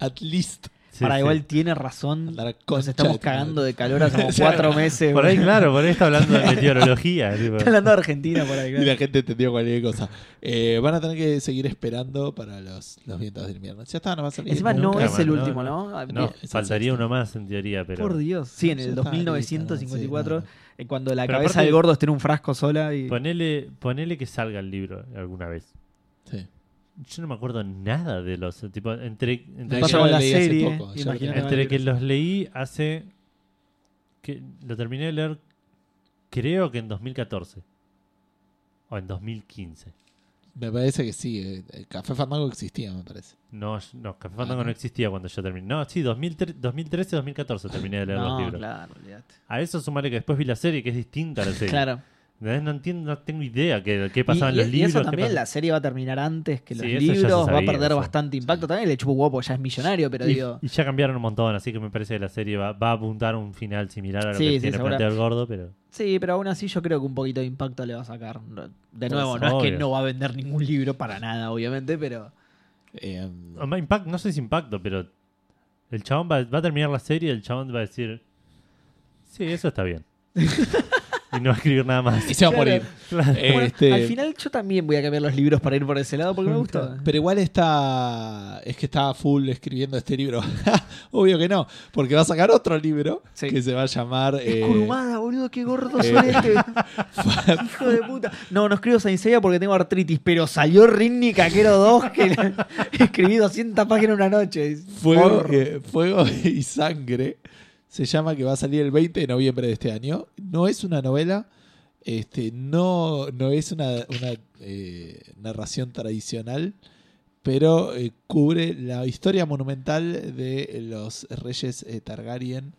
[SPEAKER 1] At least.
[SPEAKER 2] sí,
[SPEAKER 3] Para
[SPEAKER 2] sí.
[SPEAKER 3] igual tiene razón.
[SPEAKER 1] Andar a
[SPEAKER 3] Nos
[SPEAKER 1] concha
[SPEAKER 3] estamos
[SPEAKER 1] de tu madre.
[SPEAKER 3] cagando de calor hace como
[SPEAKER 1] Sí.
[SPEAKER 3] cuatro meses.
[SPEAKER 2] Por ahí,
[SPEAKER 3] boludo.
[SPEAKER 2] claro, por ahí está
[SPEAKER 1] <laughs>
[SPEAKER 2] hablando de meteorología. tipo.
[SPEAKER 3] Está hablando de Argentina por ahí.
[SPEAKER 1] Y
[SPEAKER 3] claro.
[SPEAKER 1] la gente entendió cualquier cosa. Eh, van a tener que seguir esperando para los, los vientos del invierno. Ya está, no va a salir.
[SPEAKER 3] Encima no
[SPEAKER 1] nunca
[SPEAKER 3] es
[SPEAKER 1] más.
[SPEAKER 3] el
[SPEAKER 2] no,
[SPEAKER 3] último, ¿no?
[SPEAKER 2] No,
[SPEAKER 3] Bien,
[SPEAKER 1] es el
[SPEAKER 2] faltaría
[SPEAKER 1] sexto.
[SPEAKER 2] uno más en teoría, pero.
[SPEAKER 3] Por Dios. Sí, en
[SPEAKER 1] Ya
[SPEAKER 3] el
[SPEAKER 1] está,
[SPEAKER 3] 2954,
[SPEAKER 1] listo, no,
[SPEAKER 3] eh, cuando la
[SPEAKER 2] Pero
[SPEAKER 3] cabeza
[SPEAKER 2] aparte-
[SPEAKER 3] del gordo esté en un frasco sola y...
[SPEAKER 2] Ponele, ponele que salga el libro alguna vez.
[SPEAKER 1] Sí.
[SPEAKER 2] Yo no me acuerdo nada de los. Tipo, entre entre,
[SPEAKER 1] Yo
[SPEAKER 3] pasa
[SPEAKER 1] lo
[SPEAKER 3] con la
[SPEAKER 1] leí hace
[SPEAKER 3] serie,
[SPEAKER 1] poco, yo
[SPEAKER 3] imagínate.
[SPEAKER 1] lo leí.
[SPEAKER 2] entre que los leí hace. que Lo terminé de leer, creo que en 2014. O en 2015.
[SPEAKER 1] Me parece que sí. eh, el Café Fandango existía, me parece.
[SPEAKER 2] No, yo- no Café Fandango
[SPEAKER 1] Ah,
[SPEAKER 2] no
[SPEAKER 1] no.
[SPEAKER 2] existía cuando yo terminé. No, sí, 2003 2013, 2014 terminé de leer los
[SPEAKER 3] No,
[SPEAKER 2] libros.
[SPEAKER 3] claro, olvídate.
[SPEAKER 2] A eso sumarle que después vi la serie, que es distinta a la serie.
[SPEAKER 3] Claro.
[SPEAKER 2] ¿Entendés? No, entiendo, no tengo idea qué, qué
[SPEAKER 3] Y,
[SPEAKER 2] pasaba en los
[SPEAKER 3] y- y
[SPEAKER 2] libros.
[SPEAKER 3] eso
[SPEAKER 2] qué
[SPEAKER 3] también,
[SPEAKER 2] pas-
[SPEAKER 3] la serie va a terminar antes que los
[SPEAKER 2] Sí, eso ya se
[SPEAKER 3] libros, va a
[SPEAKER 2] sabía,
[SPEAKER 3] perder
[SPEAKER 2] eso.
[SPEAKER 3] bastante impacto. También le chupo guapo, ya es millonario, pero
[SPEAKER 2] y,
[SPEAKER 3] digo...
[SPEAKER 2] y ya cambiaron un montón, así que me parece que la serie va, va a apuntar a un final similar a lo
[SPEAKER 3] Sí,
[SPEAKER 2] que
[SPEAKER 3] sí,
[SPEAKER 2] tiene
[SPEAKER 3] segura-
[SPEAKER 2] planteado el gordo, pero
[SPEAKER 3] Sí, pero aún así yo creo que un poquito de impacto le va a sacar. De nuevo,
[SPEAKER 2] ser,
[SPEAKER 3] no es que
[SPEAKER 2] obvio.
[SPEAKER 3] no va a vender ningún libro para nada, obviamente, pero...
[SPEAKER 1] Eh,
[SPEAKER 2] Ama- impact- no sé si impacto, pero el chabón va, va a terminar la serie y el chabón va a decir, sí, eso está bien. y no escribir nada más. <laughs>
[SPEAKER 1] Y se va a morir.
[SPEAKER 3] Claro.
[SPEAKER 2] Claro.
[SPEAKER 3] Bueno,
[SPEAKER 1] Este,
[SPEAKER 3] al final yo también voy a cambiar los libros para ir por ese lado porque me gustó.
[SPEAKER 1] ¿eh? Pero igual está. Es que está full escribiendo este libro. <laughs> Obvio que no, porque va a sacar otro libro
[SPEAKER 3] Sí.
[SPEAKER 1] que se va a llamar. eh,
[SPEAKER 3] Es curumada, boludo, qué gordo
[SPEAKER 1] eh, <laughs>
[SPEAKER 3] soy este. Hijo de puta. No, no escribo Saint Seiya porque tengo artritis, pero salió Rinni Caquero 2 que <laughs> escribí 200 páginas en una noche.
[SPEAKER 1] Fuego,
[SPEAKER 3] Horror.
[SPEAKER 1] eh, Fuego y Sangre. Se llama que va a salir el 20 de noviembre de este año. No es una novela. Este, no, no es una, una, eh, narración tradicional, pero eh, cubre la historia monumental de los reyes eh, Targaryen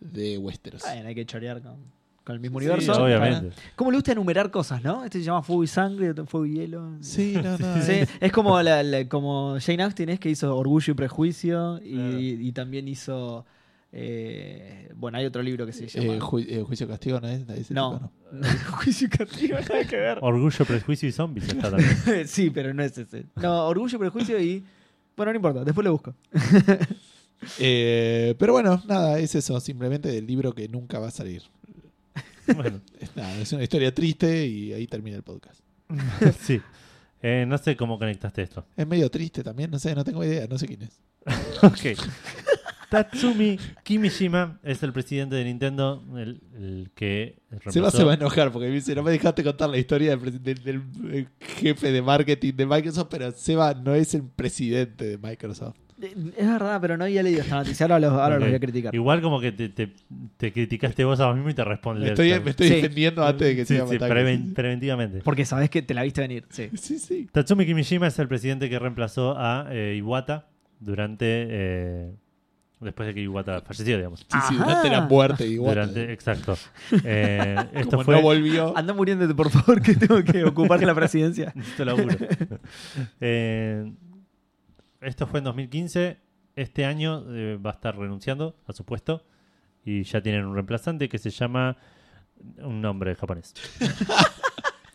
[SPEAKER 1] de Westeros.
[SPEAKER 3] Bueno, hay que chorear con, con el mismo
[SPEAKER 2] Sí,
[SPEAKER 3] universo.
[SPEAKER 2] obviamente.
[SPEAKER 3] ¿Cómo le gusta enumerar cosas, no? Este se llama Fuego y Sangre, otro Fuego y Hielo.
[SPEAKER 1] Sí, no, no.
[SPEAKER 3] Sí,
[SPEAKER 1] es-
[SPEAKER 3] es como, la, la- como Jane Austen es que hizo Orgullo y Prejuicio y,
[SPEAKER 2] Claro.
[SPEAKER 3] y también hizo... eh, bueno, hay otro libro que se llama...
[SPEAKER 1] eh, ju- eh, juicio castigo no es. Ese tipo
[SPEAKER 3] no, <laughs> Juicio y Castigo, nada que ver.
[SPEAKER 2] Orgullo, prejuicio y zombies
[SPEAKER 3] <laughs>
[SPEAKER 2] está también.
[SPEAKER 3] sí, pero no es ese. No, Orgullo y Prejuicio y... Bueno, no importa, después lo busco.
[SPEAKER 1] Eh, pero bueno, nada, es eso. Simplemente del libro que nunca va a salir.
[SPEAKER 2] Bueno,
[SPEAKER 1] Es nada, es una historia triste y ahí termina el podcast.
[SPEAKER 2] sí. Eh, no sé cómo conectaste esto.
[SPEAKER 1] Es medio triste también, no sé, no tengo idea, no sé quién es.
[SPEAKER 2] Ok. Tatsumi Kimishima es el presidente de Nintendo, el, el que
[SPEAKER 1] Seba se
[SPEAKER 2] reemplazó-
[SPEAKER 1] va a enojar porque me dice, no me dejaste contar la historia del, presi- del- del, eh, jefe de marketing de Microsoft, pero Seba no es el presidente de Microsoft.
[SPEAKER 3] Eh, Es verdad, pero no había leído esta noticia. Ahora los, ahora
[SPEAKER 2] Ok.
[SPEAKER 3] los voy a criticar.
[SPEAKER 2] Igual como que te, te- te criticaste vos a vos mismo y te respondes.
[SPEAKER 1] Me estoy, me estoy
[SPEAKER 3] Sí.
[SPEAKER 1] defendiendo antes de que
[SPEAKER 2] sí,
[SPEAKER 1] Seba me
[SPEAKER 2] sí,
[SPEAKER 1] ataque.
[SPEAKER 2] preven- preventivamente.
[SPEAKER 3] Porque sabés que te la viste venir, sí.
[SPEAKER 1] Sí, sí.
[SPEAKER 2] Tatsumi Kimishima es el presidente que reemplazó a eh, Iwata durante... eh, después de que Iwata falleció, digamos.
[SPEAKER 1] Sí, sí,
[SPEAKER 3] Ajá.
[SPEAKER 1] durante la muerte igual.
[SPEAKER 2] Durante, exacto. <laughs> Eh, esto
[SPEAKER 1] Como
[SPEAKER 2] fue...
[SPEAKER 1] no volvió.
[SPEAKER 3] Anda muriéndote, por favor, que tengo que ocupar
[SPEAKER 2] <laughs>
[SPEAKER 3] la presidencia.
[SPEAKER 2] Necesito <laughs> laburo. Eh, esto fue en 2015. Este año eh, va a estar renunciando a su puesto. Y ya tienen un reemplazante que se llama un nombre <laughs> japonés.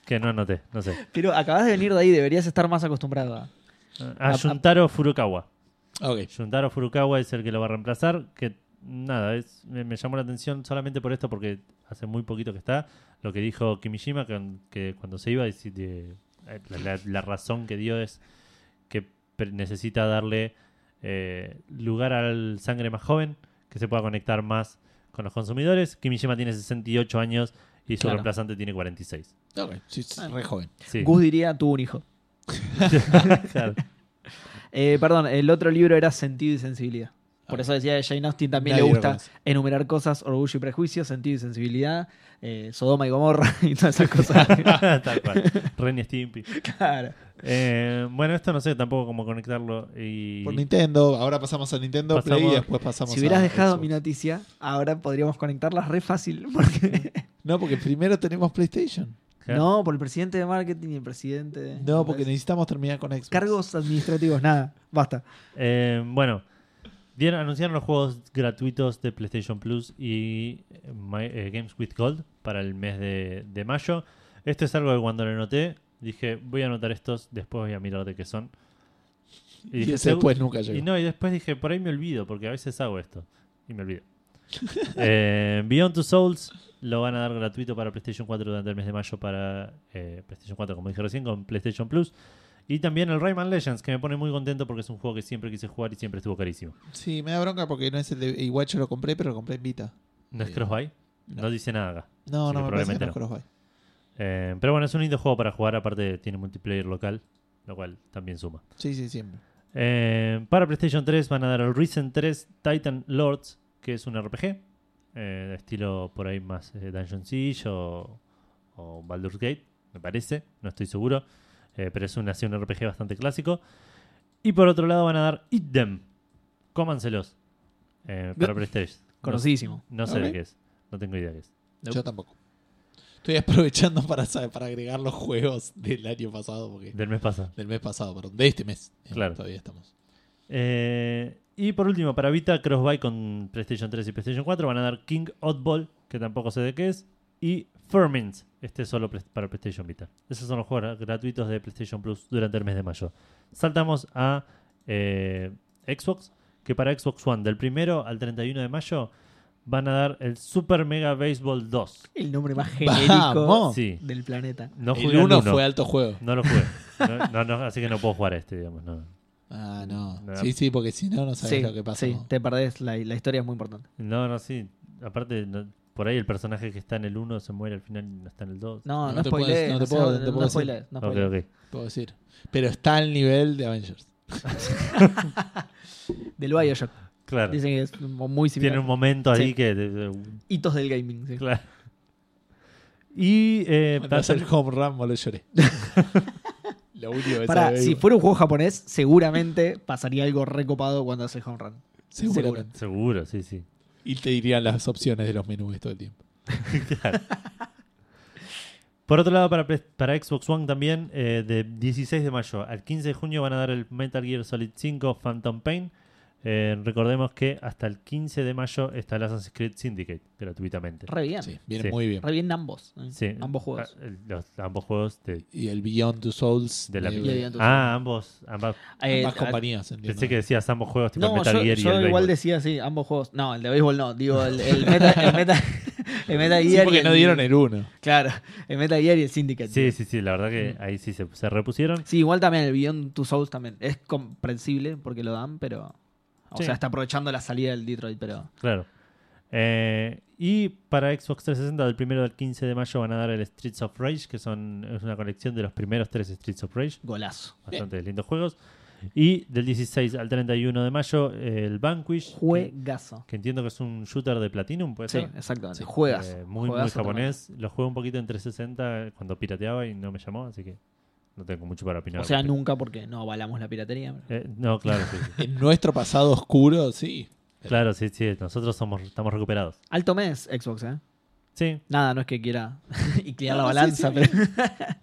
[SPEAKER 2] que no anoté, no sé.
[SPEAKER 3] Pero acabas de venir de ahí, deberías estar más acostumbrado. a-
[SPEAKER 2] A Yuntaro Furukawa.
[SPEAKER 1] Ok.
[SPEAKER 2] Yuntaro Furukawa es el que lo va a reemplazar. Que nada, es, me, me llamó la atención solamente por esto, porque hace muy poquito que está. Lo que dijo Kimishima, que, que cuando se iba, dice que, eh, la, la- la razón que dio es que pre- necesita darle eh, lugar al sangre más joven, que se pueda conectar más con los consumidores. Kimishima tiene 68 años y su
[SPEAKER 3] Claro.
[SPEAKER 2] reemplazante tiene 46.
[SPEAKER 1] Ok, sí, sí, re joven.
[SPEAKER 2] Sí. <laughs>
[SPEAKER 3] Gus diría, tuvo un hijo.
[SPEAKER 2] Claro.
[SPEAKER 3] Eh, perdón, el otro libro era Sentido y Sensibilidad. Por
[SPEAKER 1] Ah.
[SPEAKER 3] eso decía que Jane Austen también
[SPEAKER 1] Nadie
[SPEAKER 3] le
[SPEAKER 1] lo
[SPEAKER 3] gusta
[SPEAKER 1] conoce.
[SPEAKER 3] enumerar cosas, orgullo y prejuicio, sentido y sensibilidad, eh, Sodoma y Gomorra <laughs> y todas esas
[SPEAKER 1] <laughs>
[SPEAKER 3] cosas.
[SPEAKER 2] Tal cual. Ren y Stimpy.
[SPEAKER 3] claro.
[SPEAKER 2] Eh, bueno, esto no sé tampoco cómo conectarlo. Y...
[SPEAKER 1] Por Nintendo, ahora pasamos a Nintendo Play
[SPEAKER 2] Pasamos-
[SPEAKER 1] y después pasamos
[SPEAKER 3] Si hubieras
[SPEAKER 1] a
[SPEAKER 3] dejado
[SPEAKER 1] Xbox.
[SPEAKER 3] mi noticia, ahora podríamos conectarlas re fácil. <laughs> Porque...
[SPEAKER 1] No, porque primero tenemos PlayStation.
[SPEAKER 2] Claro.
[SPEAKER 3] no, por el presidente de marketing y el presidente de...
[SPEAKER 1] No, porque necesitamos terminar con Xbox.
[SPEAKER 3] Cargos administrativos, nada, basta.
[SPEAKER 2] Eh, bueno, dieron- anunciaron los juegos gratuitos de PlayStation Plus y eh, My- eh, Games with Gold para el mes de, de mayo. Esto es algo que cuando lo noté dije, voy a anotar estos, después voy a mirar de qué son.
[SPEAKER 1] Y,
[SPEAKER 2] dije,
[SPEAKER 1] ese
[SPEAKER 2] "Segu-
[SPEAKER 1] después nunca llegó.
[SPEAKER 2] Y no, y después dije, por ahí me olvido, porque a veces hago esto. Y me olvido. <laughs> Eh, Beyond Two Souls lo van a dar gratuito para PlayStation 4 durante el mes de mayo para eh, PlayStation 4, como dije recién, con PlayStation Plus. Y también el Rayman Legends, que me pone muy contento porque es un juego que siempre quise jugar y siempre estuvo carísimo.
[SPEAKER 1] Sí, me da bronca porque no es el de. Igual yo lo compré, pero lo compré en Vita.
[SPEAKER 2] ¿No es
[SPEAKER 1] Sí.
[SPEAKER 2] crossbuy? No.
[SPEAKER 1] No.
[SPEAKER 2] dice nada acá.
[SPEAKER 1] No,
[SPEAKER 2] Así
[SPEAKER 1] no, me
[SPEAKER 2] que
[SPEAKER 1] parece que no
[SPEAKER 2] probablemente
[SPEAKER 1] es crossbuy.
[SPEAKER 2] Eh, pero bueno, es un lindo juego para jugar, aparte tiene multiplayer local, lo cual también suma.
[SPEAKER 1] Sí, sí, siempre.
[SPEAKER 2] Eh, para PlayStation 3 van a dar el Risen 3 Titan Lords, que es un RPG, eh, de estilo por ahí más eh, Dungeon Siege o, o Baldur's Gate, me parece, no estoy seguro, eh, pero es un, así un RPG bastante clásico. Y por otro lado van a dar Eat Them, cómanselos, eh, para
[SPEAKER 1] Bien.
[SPEAKER 2] PlayStation. No,
[SPEAKER 3] Conocidísimo.
[SPEAKER 2] no sé de
[SPEAKER 1] Ok.
[SPEAKER 2] qué es, no tengo idea de qué es.
[SPEAKER 1] Yo tampoco. Estoy aprovechando para, sa- para agregar los juegos del año pasado, porque.
[SPEAKER 2] Del mes pasado.
[SPEAKER 1] Del mes pasado, perdón. De este mes. Eh,
[SPEAKER 2] Claro.
[SPEAKER 1] Todavía estamos.
[SPEAKER 2] Eh, y por último, para Vita, Crossbuy con PlayStation 3 y PlayStation 4 van a dar King Oddball, que tampoco sé de qué es, y Fermint, este es solo pre- para PlayStation Vita. Esos son los juegos gratuitos de PlayStation Plus durante el mes de mayo. Saltamos a eh, Xbox, que para Xbox One, del primero al 31 de mayo, van a dar el Super Mega Baseball 2.
[SPEAKER 3] El nombre más genérico
[SPEAKER 1] Vamos.
[SPEAKER 2] Sí.
[SPEAKER 3] del planeta.
[SPEAKER 2] No
[SPEAKER 1] el
[SPEAKER 2] jugué al
[SPEAKER 1] 1
[SPEAKER 2] uno.
[SPEAKER 1] fue alto juego.
[SPEAKER 2] No lo jugué. No, no, no, así que no puedo jugar a este, digamos. No,
[SPEAKER 1] Ah, no.
[SPEAKER 2] No.
[SPEAKER 1] Sí, sí, porque si no, no sabes
[SPEAKER 3] sí,
[SPEAKER 1] lo que pasó.
[SPEAKER 3] sí, te perdés. La, la historia es muy importante.
[SPEAKER 2] no, no, sí. Aparte, no- por ahí el personaje que está en el 1 se muere al final y no está en el 2.
[SPEAKER 3] No,
[SPEAKER 1] No
[SPEAKER 3] no,
[SPEAKER 1] te
[SPEAKER 3] spoilees,
[SPEAKER 1] puedo- no te
[SPEAKER 3] o sea,
[SPEAKER 1] puedo- no te
[SPEAKER 3] no
[SPEAKER 1] puedo
[SPEAKER 3] spoilees, no
[SPEAKER 2] ok,
[SPEAKER 3] spoilees.
[SPEAKER 2] ok.
[SPEAKER 1] Puedo decir. Pero está al nivel de Avengers.
[SPEAKER 3] Del Bioshock.
[SPEAKER 2] Claro.
[SPEAKER 3] Dicen que es muy similar.
[SPEAKER 2] Tiene un momento ahí
[SPEAKER 3] Sí.
[SPEAKER 2] que. de- de-
[SPEAKER 3] Hitos del gaming. sí.
[SPEAKER 2] claro. Y. Eh,
[SPEAKER 1] Cuando hace el home run, boludo, <laughs> lloré. lo único que
[SPEAKER 3] Pará,
[SPEAKER 1] sabe,
[SPEAKER 3] si
[SPEAKER 1] digo.
[SPEAKER 3] fuera un juego japonés, seguramente pasaría algo recopado cuando hace el home run.
[SPEAKER 1] Seguramente.
[SPEAKER 2] Seguro, sí, sí.
[SPEAKER 1] Y te dirían las opciones de los menús todo el tiempo.
[SPEAKER 2] Claro. Por otro lado, para, Play- para Xbox One también, eh, de 16 de mayo al 15 de junio van a dar el Metal Gear Solid 5 Phantom Pain. Eh, recordemos que hasta el 15 de mayo está el Assassin's Creed Syndicate gratuitamente.
[SPEAKER 3] Re bien.
[SPEAKER 1] Sí, viene
[SPEAKER 2] Sí.
[SPEAKER 1] muy bien.
[SPEAKER 3] Re bien ambos. eh.
[SPEAKER 2] Sí.
[SPEAKER 3] Ambos juegos.
[SPEAKER 2] Ah, el- los- ambos juegos de,
[SPEAKER 1] Y el Beyond Two Souls.
[SPEAKER 2] de la
[SPEAKER 1] eh,
[SPEAKER 3] Y el Beyond Two
[SPEAKER 2] Ah, ambos. ambas-
[SPEAKER 3] Eh,
[SPEAKER 1] Ambas
[SPEAKER 3] ah,
[SPEAKER 1] compañías,
[SPEAKER 2] pensé
[SPEAKER 1] entiendo.
[SPEAKER 2] que decías ambos juegos tipo el
[SPEAKER 3] no,
[SPEAKER 2] Metal
[SPEAKER 3] yo,
[SPEAKER 2] Gear y
[SPEAKER 3] yo
[SPEAKER 2] el
[SPEAKER 3] igual
[SPEAKER 2] béisbol.
[SPEAKER 3] decía, sí, ambos juegos. No, el de béisbol no. Digo, el, el Meta, el Meta- <laughs> el Metal
[SPEAKER 1] Sí,
[SPEAKER 3] Gear. y
[SPEAKER 1] porque
[SPEAKER 3] el,
[SPEAKER 1] no dieron el 1.
[SPEAKER 3] <laughs> Claro, el Metal Gear y el Syndicate.
[SPEAKER 2] Sí, sí, sí, la verdad que ahí sí se, se repusieron.
[SPEAKER 3] Sí, igual también el Beyond Two Souls también. Es comprensible porque lo dan, pero. O
[SPEAKER 2] Sí.
[SPEAKER 3] sea, está aprovechando la salida del Detroit, pero.
[SPEAKER 2] Claro. Eh, y para Xbox 360, del 1 al 15 de mayo van a dar el Streets of Rage, que son, es una colección de los primeros tres Streets of Rage,
[SPEAKER 3] Golazo.
[SPEAKER 2] bastante lindos juegos. Y del 16 al 31 de mayo, el Vanquish, que,
[SPEAKER 3] Juegazo.
[SPEAKER 2] que entiendo que es un shooter de Platinum, puede
[SPEAKER 3] Sí,
[SPEAKER 2] ser.
[SPEAKER 3] exactamente.
[SPEAKER 1] Sí.
[SPEAKER 3] Juegas.
[SPEAKER 2] Eh, muy, muy japonés. Lo jugué un poquito en 360 cuando pirateaba y no me llamó, así que no tengo mucho para opinar.
[SPEAKER 3] O sea,
[SPEAKER 2] al
[SPEAKER 3] nunca porque no avalamos la piratería.
[SPEAKER 2] respecto. Eh, no, claro, sí,
[SPEAKER 1] <laughs>
[SPEAKER 2] sí.
[SPEAKER 1] En nuestro pasado oscuro, sí.
[SPEAKER 2] claro, sí, sí, nosotros somos, estamos recuperados.
[SPEAKER 3] Alto mes, Xbox, ¿eh?
[SPEAKER 2] Sí,
[SPEAKER 3] Nada, no es que quiera <laughs> y crear
[SPEAKER 1] No,
[SPEAKER 3] la
[SPEAKER 1] no, sí,
[SPEAKER 3] balanza,
[SPEAKER 1] sí.
[SPEAKER 2] Eh,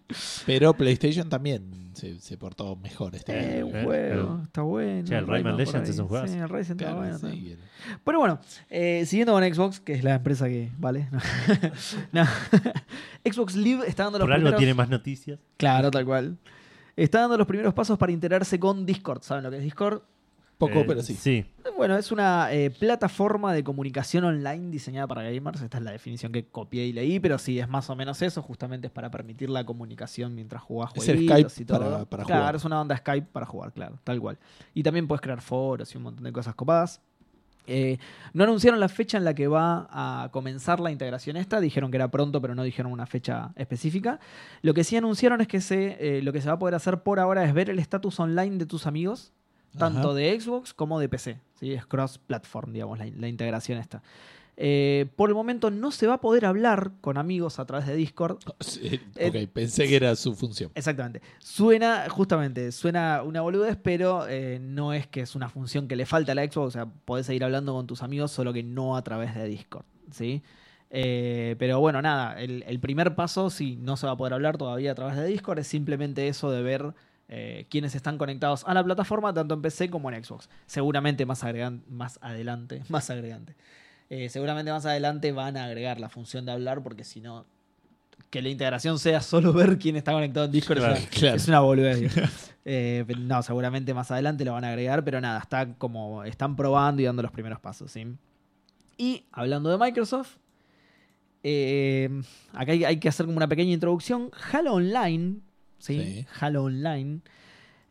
[SPEAKER 3] <laughs> pero.
[SPEAKER 1] Pero PlayStation también se, se portó mejor este
[SPEAKER 3] Eh,
[SPEAKER 1] año.
[SPEAKER 2] Eh,
[SPEAKER 3] un juego,
[SPEAKER 2] el-
[SPEAKER 3] está bueno.
[SPEAKER 2] Che, el Rayman
[SPEAKER 3] por
[SPEAKER 2] Legends
[SPEAKER 3] ahí.
[SPEAKER 2] es un juegazo.
[SPEAKER 3] Sí, el Rayman está
[SPEAKER 1] Claro,
[SPEAKER 3] bueno
[SPEAKER 1] sí,
[SPEAKER 3] también.
[SPEAKER 1] el-
[SPEAKER 3] Pero bueno, eh, siguiendo con Xbox, que es la empresa que vale. No. <laughs> No. <laughs> Xbox Live está dando los
[SPEAKER 2] por algo
[SPEAKER 3] primeros...
[SPEAKER 2] tiene más noticias.
[SPEAKER 3] Claro, tal cual. Está dando los primeros pasos para integrarse con Discord. ¿Saben lo que es Discord?
[SPEAKER 1] Poco,
[SPEAKER 2] Eh,
[SPEAKER 1] pero sí.
[SPEAKER 2] Sí,
[SPEAKER 3] Bueno, es una eh, plataforma de comunicación online diseñada para gamers. Esta es la definición que copié y leí, pero sí, es más o menos eso. Justamente es para permitir la comunicación mientras jugás
[SPEAKER 1] Es el
[SPEAKER 3] jueguitos
[SPEAKER 1] Skype
[SPEAKER 3] y todo.
[SPEAKER 1] para- para
[SPEAKER 3] claro,
[SPEAKER 1] jugar.
[SPEAKER 3] es una onda Skype para jugar, claro, tal cual. Y también puedes crear foros y un montón de cosas copadas. Eh, no anunciaron la fecha en la que va a comenzar la integración esta. Dijeron que era pronto, pero no dijeron una fecha específica. Lo que sí anunciaron es que se, eh, lo que se va a poder hacer por ahora es ver el estatus online de tus amigos tanto
[SPEAKER 1] Ajá.
[SPEAKER 3] de Xbox como de PC. ¿sí? Es cross-platform, digamos, la, la integración esta. Eh, por el momento no se va a poder hablar con amigos a través de Discord.
[SPEAKER 1] <laughs> Sí,
[SPEAKER 3] Eh,
[SPEAKER 1] ok, pensé que era su función.
[SPEAKER 3] Exactamente. Suena, justamente, suena una boludez, pero eh, no es que es una función que le falta a la Xbox. O sea, podés seguir hablando con tus amigos, solo que no a través de Discord. ¿sí? Eh, pero bueno, nada, el, el primer paso, si no se va a poder hablar todavía a través de Discord, es simplemente eso de ver eh, quienes están conectados a la plataforma, tanto en PC como en Xbox. Seguramente más, agregan- más adelante, <laughs> más agregante. Eh, seguramente más adelante van a agregar la función de hablar, porque si no, que la integración sea solo <laughs> ver quién está conectado en Discord es
[SPEAKER 2] Claro,
[SPEAKER 3] una-
[SPEAKER 1] claro.
[SPEAKER 3] es una boludez. digo. Eh, pero no, seguramente más adelante lo van a agregar, pero nada, está como están probando y dando los primeros pasos. ¿sí? Y hablando de Microsoft, eh, acá hay, hay que hacer como una pequeña introducción. Halo Online, ¿sí?
[SPEAKER 1] Sí.
[SPEAKER 3] Halo Online,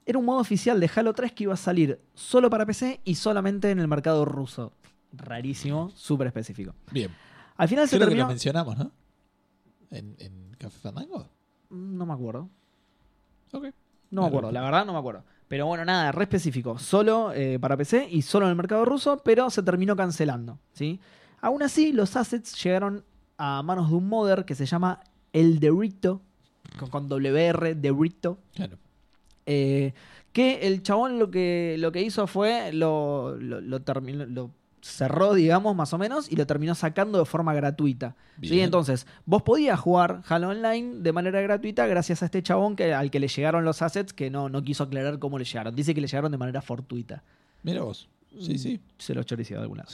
[SPEAKER 3] era un modo oficial de Halo 3 que iba a salir solo para PC y solamente en el mercado ruso. Rarísimo, súper específico.
[SPEAKER 1] Bien.
[SPEAKER 3] Al final se
[SPEAKER 1] Creo que lo
[SPEAKER 3] terminó.
[SPEAKER 1] mencionamos, ¿no? ¿En, en Café Fandango?
[SPEAKER 3] Mm, No me acuerdo.
[SPEAKER 1] Ok.
[SPEAKER 3] No me acuerdo, la verdad no me acuerdo. Pero bueno, nada, re específico. Solo eh, para PC y solo en el mercado ruso, pero se terminó cancelando. ¿sí? Aún así, los assets llegaron a manos de un modder que se llama El Derrito, con, con WR, Derrito.
[SPEAKER 1] Claro.
[SPEAKER 3] eh, que el chabón lo que, lo que hizo fue lo, lo, lo terminó- lo cerró, digamos, más o menos, y lo terminó sacando de forma gratuita. Sí,
[SPEAKER 1] Bien.
[SPEAKER 3] entonces, vos podías jugar Halo Online de manera gratuita gracias a este chabón que, al que le llegaron los assets que no, no quiso aclarar cómo le llegaron. Dice que le llegaron de manera fortuita.
[SPEAKER 1] Mira vos. Sí, sí.
[SPEAKER 3] Se los chorició de algún lado.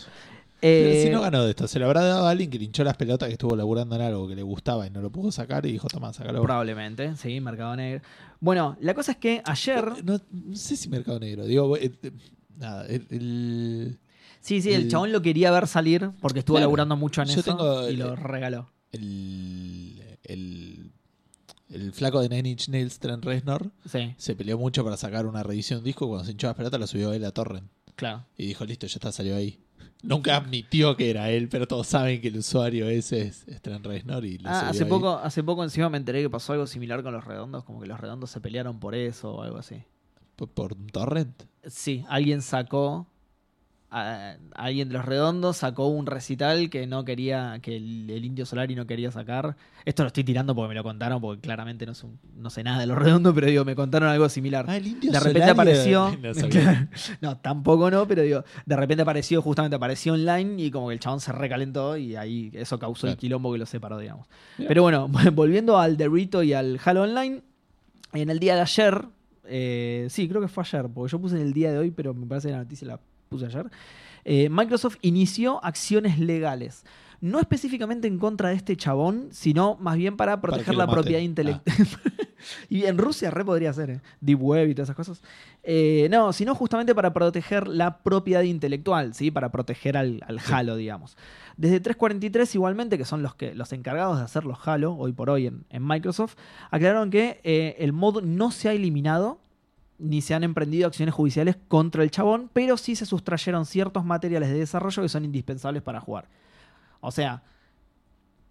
[SPEAKER 1] Pero
[SPEAKER 3] Eh,
[SPEAKER 1] si no ganó de esto, se lo habrá dado a alguien que linchó las pelotas que estuvo laburando en algo que le gustaba y no lo pudo sacar y dijo, toma, sacalo. vos".
[SPEAKER 3] probablemente, sí, Mercado Negro. Bueno, la cosa es
[SPEAKER 1] Eh,
[SPEAKER 3] que ayer...
[SPEAKER 1] No, no sé si Mercado Negro. Digo, eh, eh, nada, el, el-
[SPEAKER 3] Sí, sí, el
[SPEAKER 1] El-
[SPEAKER 3] chabón lo quería ver salir porque estuvo
[SPEAKER 1] Claro.
[SPEAKER 3] laburando mucho en
[SPEAKER 1] Yo
[SPEAKER 3] eso
[SPEAKER 1] tengo
[SPEAKER 3] y
[SPEAKER 1] el-
[SPEAKER 3] lo regaló.
[SPEAKER 1] El, el, el flaco de Nine Inch Nails, Trent Reznor,
[SPEAKER 3] Sí,
[SPEAKER 1] se peleó mucho para sacar una reedición de un disco. Cuando se hinchó las pelotas, la subió él a Torrent.
[SPEAKER 3] claro.
[SPEAKER 1] Y dijo, listo, ya está, salió ahí. Nunca admitió que era él, pero todos saben que el usuario ese es, es Trent Reznor y lo
[SPEAKER 3] Ah,
[SPEAKER 1] subió
[SPEAKER 3] hace
[SPEAKER 1] ahí.
[SPEAKER 3] poco, hace poco encima me enteré que pasó algo similar con los redondos, como que los redondos se pelearon por eso o algo así.
[SPEAKER 1] ¿Por, por un torrent?
[SPEAKER 3] Sí, alguien sacó. a- alguien de los redondos sacó un recital que no quería. que el, el indio Solari no quería sacar. Esto lo estoy tirando porque me lo contaron, porque claramente no sé, un- no sé nada de los redondos, pero digo, me contaron algo similar.
[SPEAKER 1] Ah, el indio
[SPEAKER 3] de repente
[SPEAKER 1] Solari <laughs>
[SPEAKER 3] apareció. <laughs>
[SPEAKER 1] era- No sabía.
[SPEAKER 3] no, tampoco no, pero digo, de repente apareció, justamente apareció online y como que el chabón se recalentó y ahí eso causó el
[SPEAKER 1] Claro.
[SPEAKER 3] quilombo que lo separó, digamos.
[SPEAKER 1] Mirá.
[SPEAKER 3] Pero bueno, <laughs> volviendo al Derrito y al Halo Online, en el día de ayer, eh, sí, creo que fue ayer, porque yo puse en el día de hoy, pero me parece que la noticia la puse ayer. eh, Microsoft inició acciones legales. No específicamente en contra de este chabón, sino más bien para proteger
[SPEAKER 1] que lo
[SPEAKER 3] la
[SPEAKER 1] maten.
[SPEAKER 3] propiedad
[SPEAKER 1] Ah.
[SPEAKER 3] intelectual. <laughs> y en Rusia re podría ser, ¿eh? Deep Web y todas esas cosas. Eh, no, sino justamente para proteger la propiedad intelectual, ¿sí? Para proteger al, al Halo, digamos. Desde 343 igualmente, que son los, que, los encargados de hacer los Halo hoy por hoy en, en Microsoft, aclararon que eh, el mod no se ha eliminado ni se han emprendido acciones judiciales contra el chabón, pero sí se sustrayeron ciertos materiales de desarrollo que son indispensables para jugar. O sea,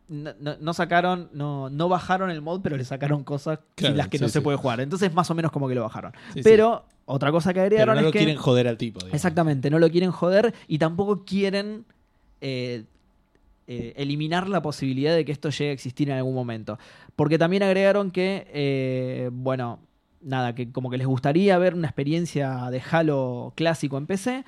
[SPEAKER 3] no, no- no sacaron, no, no bajaron el mod, pero le sacaron cosas
[SPEAKER 1] Claro,
[SPEAKER 3] sin las que
[SPEAKER 1] sí,
[SPEAKER 3] no se
[SPEAKER 1] sí.
[SPEAKER 3] puede jugar. Entonces, más o menos como que lo bajaron.
[SPEAKER 1] Sí, sí.
[SPEAKER 3] pero otra cosa que
[SPEAKER 1] Pero
[SPEAKER 3] agregaron
[SPEAKER 1] no lo
[SPEAKER 3] es que.
[SPEAKER 1] quieren joder al tipo. digamos.
[SPEAKER 3] Exactamente, no lo quieren joder y tampoco quieren eh, eh, eliminar la posibilidad de que esto llegue a existir en algún momento. Porque también agregaron que, eh, bueno, nada, que como que les gustaría ver una experiencia de Halo clásico en PC.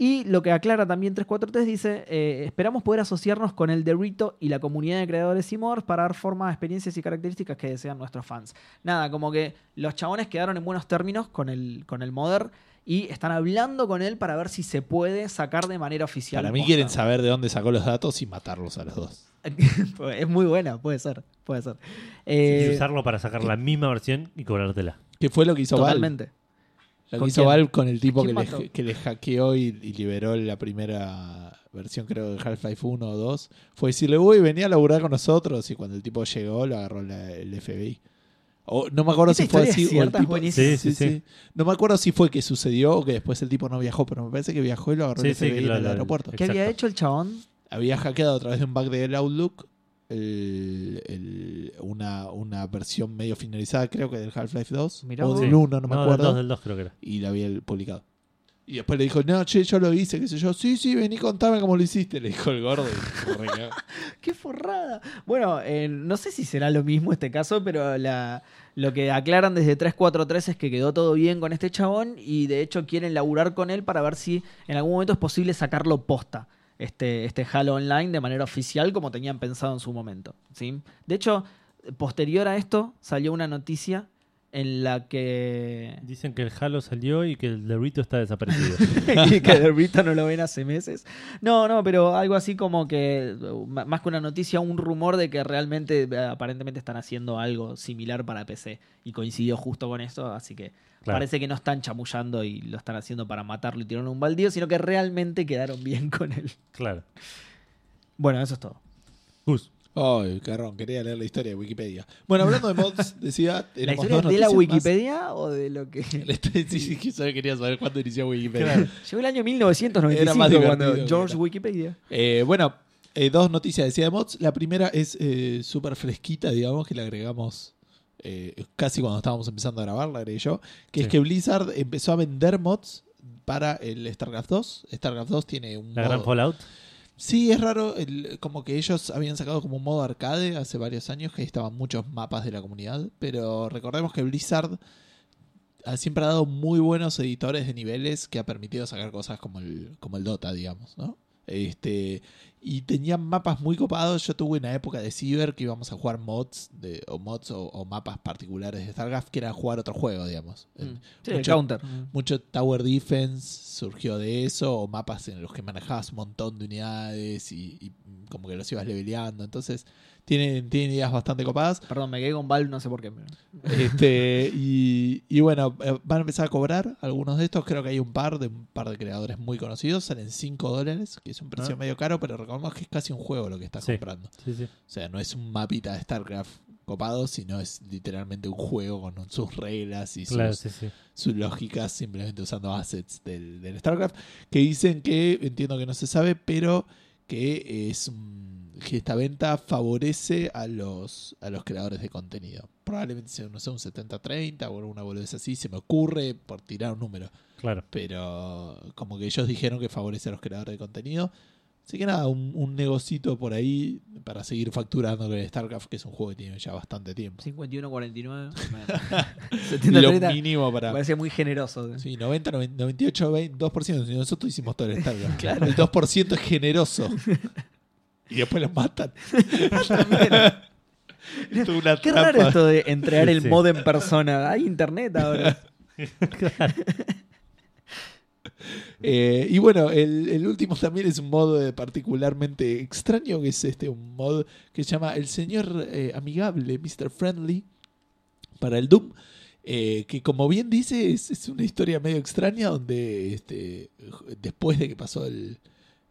[SPEAKER 3] Y lo que aclara también 343 dice, eh, esperamos poder asociarnos con el Derrito y la comunidad de creadores y mods para dar forma a experiencias y características que desean nuestros fans. Nada, como que los chabones quedaron en buenos términos con el, con el modder y están hablando con él para ver si se puede sacar de manera oficial.
[SPEAKER 1] Para mí
[SPEAKER 3] posta.
[SPEAKER 1] quieren saber de dónde sacó los datos y matarlos a los dos.
[SPEAKER 3] <laughs> es muy buena, puede ser, puede ser. Eh,
[SPEAKER 2] y usarlo para sacar la misma versión y cobrártela.
[SPEAKER 1] ¿Qué fue lo que hizo Valve?
[SPEAKER 3] totalmente.
[SPEAKER 1] Lo
[SPEAKER 3] ¿Con
[SPEAKER 1] que hizo
[SPEAKER 3] quién?
[SPEAKER 1] Valve con el tipo que
[SPEAKER 3] ¿Quién
[SPEAKER 1] le,
[SPEAKER 3] mató?
[SPEAKER 1] que le hackeó y, y liberó la primera versión, creo, de Half-Life 1 o 2. Fue decirle, uy, venía a laburar con nosotros. Y cuando el tipo llegó, lo agarró la- el FBI. O, no me acuerdo
[SPEAKER 3] Esa
[SPEAKER 1] si fue
[SPEAKER 3] historia
[SPEAKER 1] así.
[SPEAKER 3] es
[SPEAKER 1] o el
[SPEAKER 3] cierta, es
[SPEAKER 1] tipo-
[SPEAKER 3] buenísima.
[SPEAKER 2] Sí, sí, sí.
[SPEAKER 1] No me acuerdo si fue que sucedió o que después el tipo no viajó, pero me parece que viajó y lo agarró
[SPEAKER 2] Sí,
[SPEAKER 1] el
[SPEAKER 2] sí,
[SPEAKER 1] FBI
[SPEAKER 2] que lo-
[SPEAKER 1] en el
[SPEAKER 2] lo-
[SPEAKER 1] aeropuerto.
[SPEAKER 3] ¿Qué había
[SPEAKER 2] Exacto.
[SPEAKER 3] hecho el chabón?
[SPEAKER 1] había hackeado a través de un bug del Outlook el- el- una, una versión medio finalizada, creo que del Half-Life 2
[SPEAKER 3] Mirá
[SPEAKER 1] o
[SPEAKER 3] vos.
[SPEAKER 1] del
[SPEAKER 2] Sí.
[SPEAKER 1] 1, no me
[SPEAKER 2] del
[SPEAKER 1] acuerdo,
[SPEAKER 2] dos, del 2 creo que era.
[SPEAKER 1] y la había publicado. Y después le dijo, no, che, yo lo hice, qué sé yo. Sí, sí, vení, contame cómo lo hiciste, le dijo el gordo. y se
[SPEAKER 3] <laughs>
[SPEAKER 1] recagó.
[SPEAKER 3] ¡Qué forrada! Bueno, eh, no sé si será lo mismo este caso, pero la, lo que aclaran desde 343 es que quedó todo bien con este chabón y de hecho quieren laburar con él para ver si en algún momento es posible sacarlo posta. Este, este Halo Online de manera oficial como tenían pensado en su momento. ¿sí? De hecho, posterior a esto salió una noticia en la que...
[SPEAKER 2] Dicen que el Halo salió y que el Derrito está desaparecido.
[SPEAKER 1] <laughs>
[SPEAKER 3] <laughs> y que Derrita no lo ven hace meses. No, no, pero algo así como que, uh, ma- más que una noticia, un rumor de que realmente eh, aparentemente están haciendo algo similar para PC. Y coincidió justo con esto, así que
[SPEAKER 2] Claro.
[SPEAKER 3] parece que no están chamullando y lo están haciendo para matarlo y tirarlo en un baldío, sino que realmente quedaron bien con él.
[SPEAKER 2] claro.
[SPEAKER 3] Bueno, eso es todo.
[SPEAKER 2] Gus.
[SPEAKER 1] Ay, carrón, quería leer la historia de Wikipedia. Bueno, hablando de mods, decía...
[SPEAKER 3] ¿La
[SPEAKER 1] tenemos
[SPEAKER 3] historia
[SPEAKER 1] dos
[SPEAKER 3] de la
[SPEAKER 1] noticias <laughs>
[SPEAKER 3] Wikipedia o de lo que... <laughs>
[SPEAKER 1] más. Sí, sí, sí, solo quería saber cuándo inició Wikipedia.
[SPEAKER 3] Llegó el año 1995
[SPEAKER 1] Era más divertido
[SPEAKER 3] cuando
[SPEAKER 1] que
[SPEAKER 3] George
[SPEAKER 1] era.
[SPEAKER 3] Wikipedia.
[SPEAKER 1] Eh, bueno, eh, dos noticias decía de mods. La primera es eh, súper fresquita, digamos, que la agregamos eh, casi cuando estábamos empezando a grabar, la agregué yo. Que es
[SPEAKER 2] Sí.
[SPEAKER 1] que Blizzard empezó a vender mods para el StarCraft 2. StarCraft 2 tiene un
[SPEAKER 2] La
[SPEAKER 1] modo-
[SPEAKER 2] gran Fallout.
[SPEAKER 1] Sí, es raro, el- como que ellos habían sacado como un modo arcade hace varios años, que ahí estaban muchos mapas de la comunidad, pero recordemos que Blizzard ha- siempre ha dado muy buenos editores de niveles que ha permitido sacar cosas como el, como el Dota, digamos, ¿no? Este, y tenían mapas muy copados. Yo tuve una época de Cyber que íbamos a jugar mods, de, o mods o, o mapas particulares de StarCraft, que era jugar otro juego, digamos.
[SPEAKER 3] Mm. Sí, el
[SPEAKER 1] Mucho-
[SPEAKER 3] counter. Mm.
[SPEAKER 1] Mucho Tower Defense surgió de eso, o mapas en los que manejabas un montón de unidades y, y como que los ibas leveleando. Entonces, tienen, tienen ideas bastante
[SPEAKER 2] <laughs>
[SPEAKER 1] copadas.
[SPEAKER 3] Perdón, me quedé con Valve, no sé por qué.
[SPEAKER 1] Este, y, y bueno, eh, van a empezar a cobrar algunos de estos. Creo que hay un par de un par de creadores muy conocidos. Salen 5 dólares, que es un precio
[SPEAKER 2] Ah.
[SPEAKER 1] medio caro, pero recordemos que es casi un juego lo que estás
[SPEAKER 2] Sí.
[SPEAKER 1] comprando.
[SPEAKER 2] Sí, sí.
[SPEAKER 1] O sea, no es un mapita de StarCraft copado, sino es literalmente un juego con sus reglas y
[SPEAKER 2] Claro,
[SPEAKER 1] sus,
[SPEAKER 2] sí, sí.
[SPEAKER 1] sus lógicas, simplemente usando assets del, del StarCraft. Que dicen que, entiendo que no se sabe, pero que es un- que esta venta favorece a los, a los creadores de contenido. Probablemente sea, no sé, un 70-30 o alguna boludez así, se me ocurre por tirar un número.
[SPEAKER 2] Claro.
[SPEAKER 1] Pero como que ellos dijeron que favorece a los creadores de contenido. Así que nada, un, un negocito por ahí para seguir facturando con el StarCraft, que es un juego que tiene ya bastante tiempo. <laughs>
[SPEAKER 3] 51-49.
[SPEAKER 1] Lo
[SPEAKER 3] 70-30.
[SPEAKER 1] mínimo para...
[SPEAKER 3] Parece muy generoso. <laughs>
[SPEAKER 1] Sí, 90, 90, 98, 20, 2%. Si Nosotros hicimos todo el
[SPEAKER 3] <laughs>
[SPEAKER 1] StarCraft. El 2% es generoso. Y después los matan. Esto es una
[SPEAKER 3] Qué
[SPEAKER 1] trampa.
[SPEAKER 3] raro esto de entregar
[SPEAKER 2] Sí,
[SPEAKER 3] el
[SPEAKER 2] sí.
[SPEAKER 3] mod en persona. Hay
[SPEAKER 1] <laughs>
[SPEAKER 3] internet ahora.
[SPEAKER 1] Eh, y bueno, el, el último también es un mod eh, particularmente extraño, que es este, un mod que se llama El Señor eh, Amigable, Mr. Friendly, para el Doom. eh, que como bien dice, es, es una historia medio extraña donde este, después de que pasó el,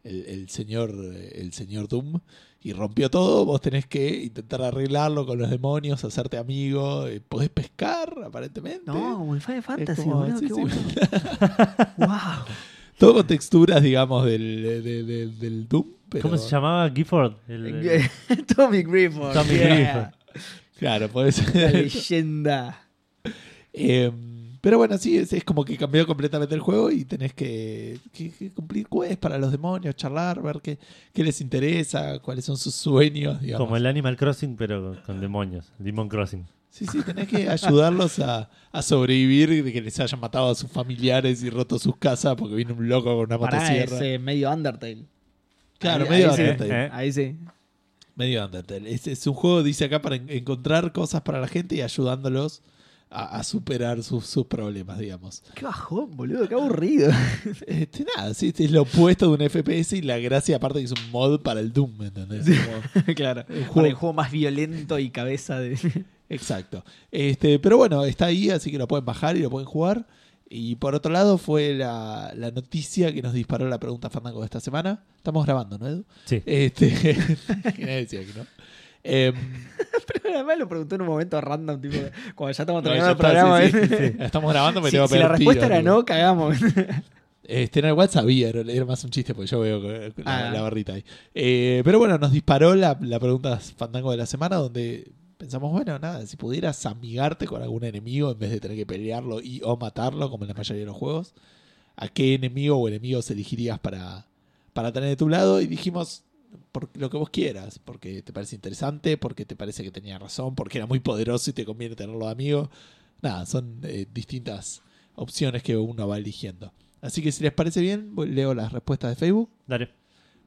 [SPEAKER 1] el, el señor, el señor Doom y rompió todo, vos tenés que intentar arreglarlo con los demonios, hacerte amigo, eh, podés pescar aparentemente.
[SPEAKER 3] No, como el Final
[SPEAKER 1] Es
[SPEAKER 3] Fantasy,
[SPEAKER 1] como-
[SPEAKER 3] boludo.
[SPEAKER 1] sí,
[SPEAKER 3] qué
[SPEAKER 1] sí.
[SPEAKER 3] bueno.
[SPEAKER 1] <laughs>
[SPEAKER 3] wow. <laughs>
[SPEAKER 1] Todo con texturas, digamos, del, de- de- del Doom. Pero, Eh,
[SPEAKER 2] ¿Cómo se llamaba Gifford? El- el-
[SPEAKER 3] Tommy Griffith.
[SPEAKER 2] Tommy
[SPEAKER 3] yeah.
[SPEAKER 1] Claro, puede <laughs>
[SPEAKER 3] La
[SPEAKER 1] ser.
[SPEAKER 3] leyenda.
[SPEAKER 1] Eh, pero bueno, sí, es, es como que cambió completamente el juego y tenés que, que- que cumplir quests para los demonios, charlar, ver qué, qué les interesa, cuáles son sus sueños, digamos.
[SPEAKER 2] como el Animal Crossing, pero con, con demonios. Demon Crossing.
[SPEAKER 1] Sí, sí, tenés que ayudarlos a, a sobrevivir de que les hayan matado a sus familiares y roto sus casas porque vino un loco con una
[SPEAKER 3] Pará, es
[SPEAKER 1] motosierra.
[SPEAKER 3] eh, medio Undertale.
[SPEAKER 1] Claro,
[SPEAKER 3] ahí-
[SPEAKER 1] medio
[SPEAKER 3] ahí sí.
[SPEAKER 1] Undertale.
[SPEAKER 2] Eh,
[SPEAKER 3] Ahí sí.
[SPEAKER 1] Medio Undertale. Es, es un juego, dice acá, para en- encontrar cosas para la gente y ayudándolos a, a superar sus, sus problemas,
[SPEAKER 3] <laughs>
[SPEAKER 1] digamos.
[SPEAKER 3] Qué bajón, boludo.
[SPEAKER 1] <laughs>
[SPEAKER 3] Qué aburrido.
[SPEAKER 1] Este, nada, sí, este es lo opuesto de un FPS y la gracia aparte que es un mod para el Doom, ¿entendés? Como-
[SPEAKER 3] <laughs> claro.
[SPEAKER 1] El
[SPEAKER 3] Para
[SPEAKER 1] juego-
[SPEAKER 3] el juego más violento y cabeza de.
[SPEAKER 1] exacto. Este, pero bueno, está ahí, así que lo pueden bajar y lo pueden jugar. Y por otro lado fue la, la noticia que nos disparó la pregunta Fandango de esta semana. Estamos grabando, ¿no, Edu?
[SPEAKER 2] Sí.
[SPEAKER 1] Este, <laughs> que nadie decía que no. Em,
[SPEAKER 3] Pero además lo preguntó en un momento random, tipo, cuando ya
[SPEAKER 1] No,
[SPEAKER 3] estamos terminando
[SPEAKER 1] ya
[SPEAKER 3] el
[SPEAKER 1] está,
[SPEAKER 3] programa.
[SPEAKER 1] sí,
[SPEAKER 3] ¿eh?
[SPEAKER 1] sí, sí, sí. Estamos grabando, me
[SPEAKER 3] Si-
[SPEAKER 1] tengo que
[SPEAKER 3] si la
[SPEAKER 1] pegar
[SPEAKER 3] respuesta
[SPEAKER 1] tiro,
[SPEAKER 3] era
[SPEAKER 1] boludo.
[SPEAKER 3] no, cagamos.
[SPEAKER 1] Este, no, igual sabía, era, era más un chiste porque yo veo que- que la,
[SPEAKER 3] Ah.
[SPEAKER 1] la barrita ahí. Eh, pero bueno, nos disparó la, la pregunta fandango de la semana donde pensamos, bueno, nada, si pudieras amigarte con algún enemigo en vez de tener que pelearlo y o matarlo, como en la mayoría de los juegos, ¿a qué enemigo o enemigos elegirías para, para tener de tu lado? Y dijimos, por lo que vos quieras, porque te parece interesante, porque te parece que tenía razón, porque era muy poderoso y te conviene tenerlo de amigo. Nada, son eh, distintas opciones que uno va eligiendo. Así que si les parece bien, voy- leo las respuestas de Facebook.
[SPEAKER 2] Dale.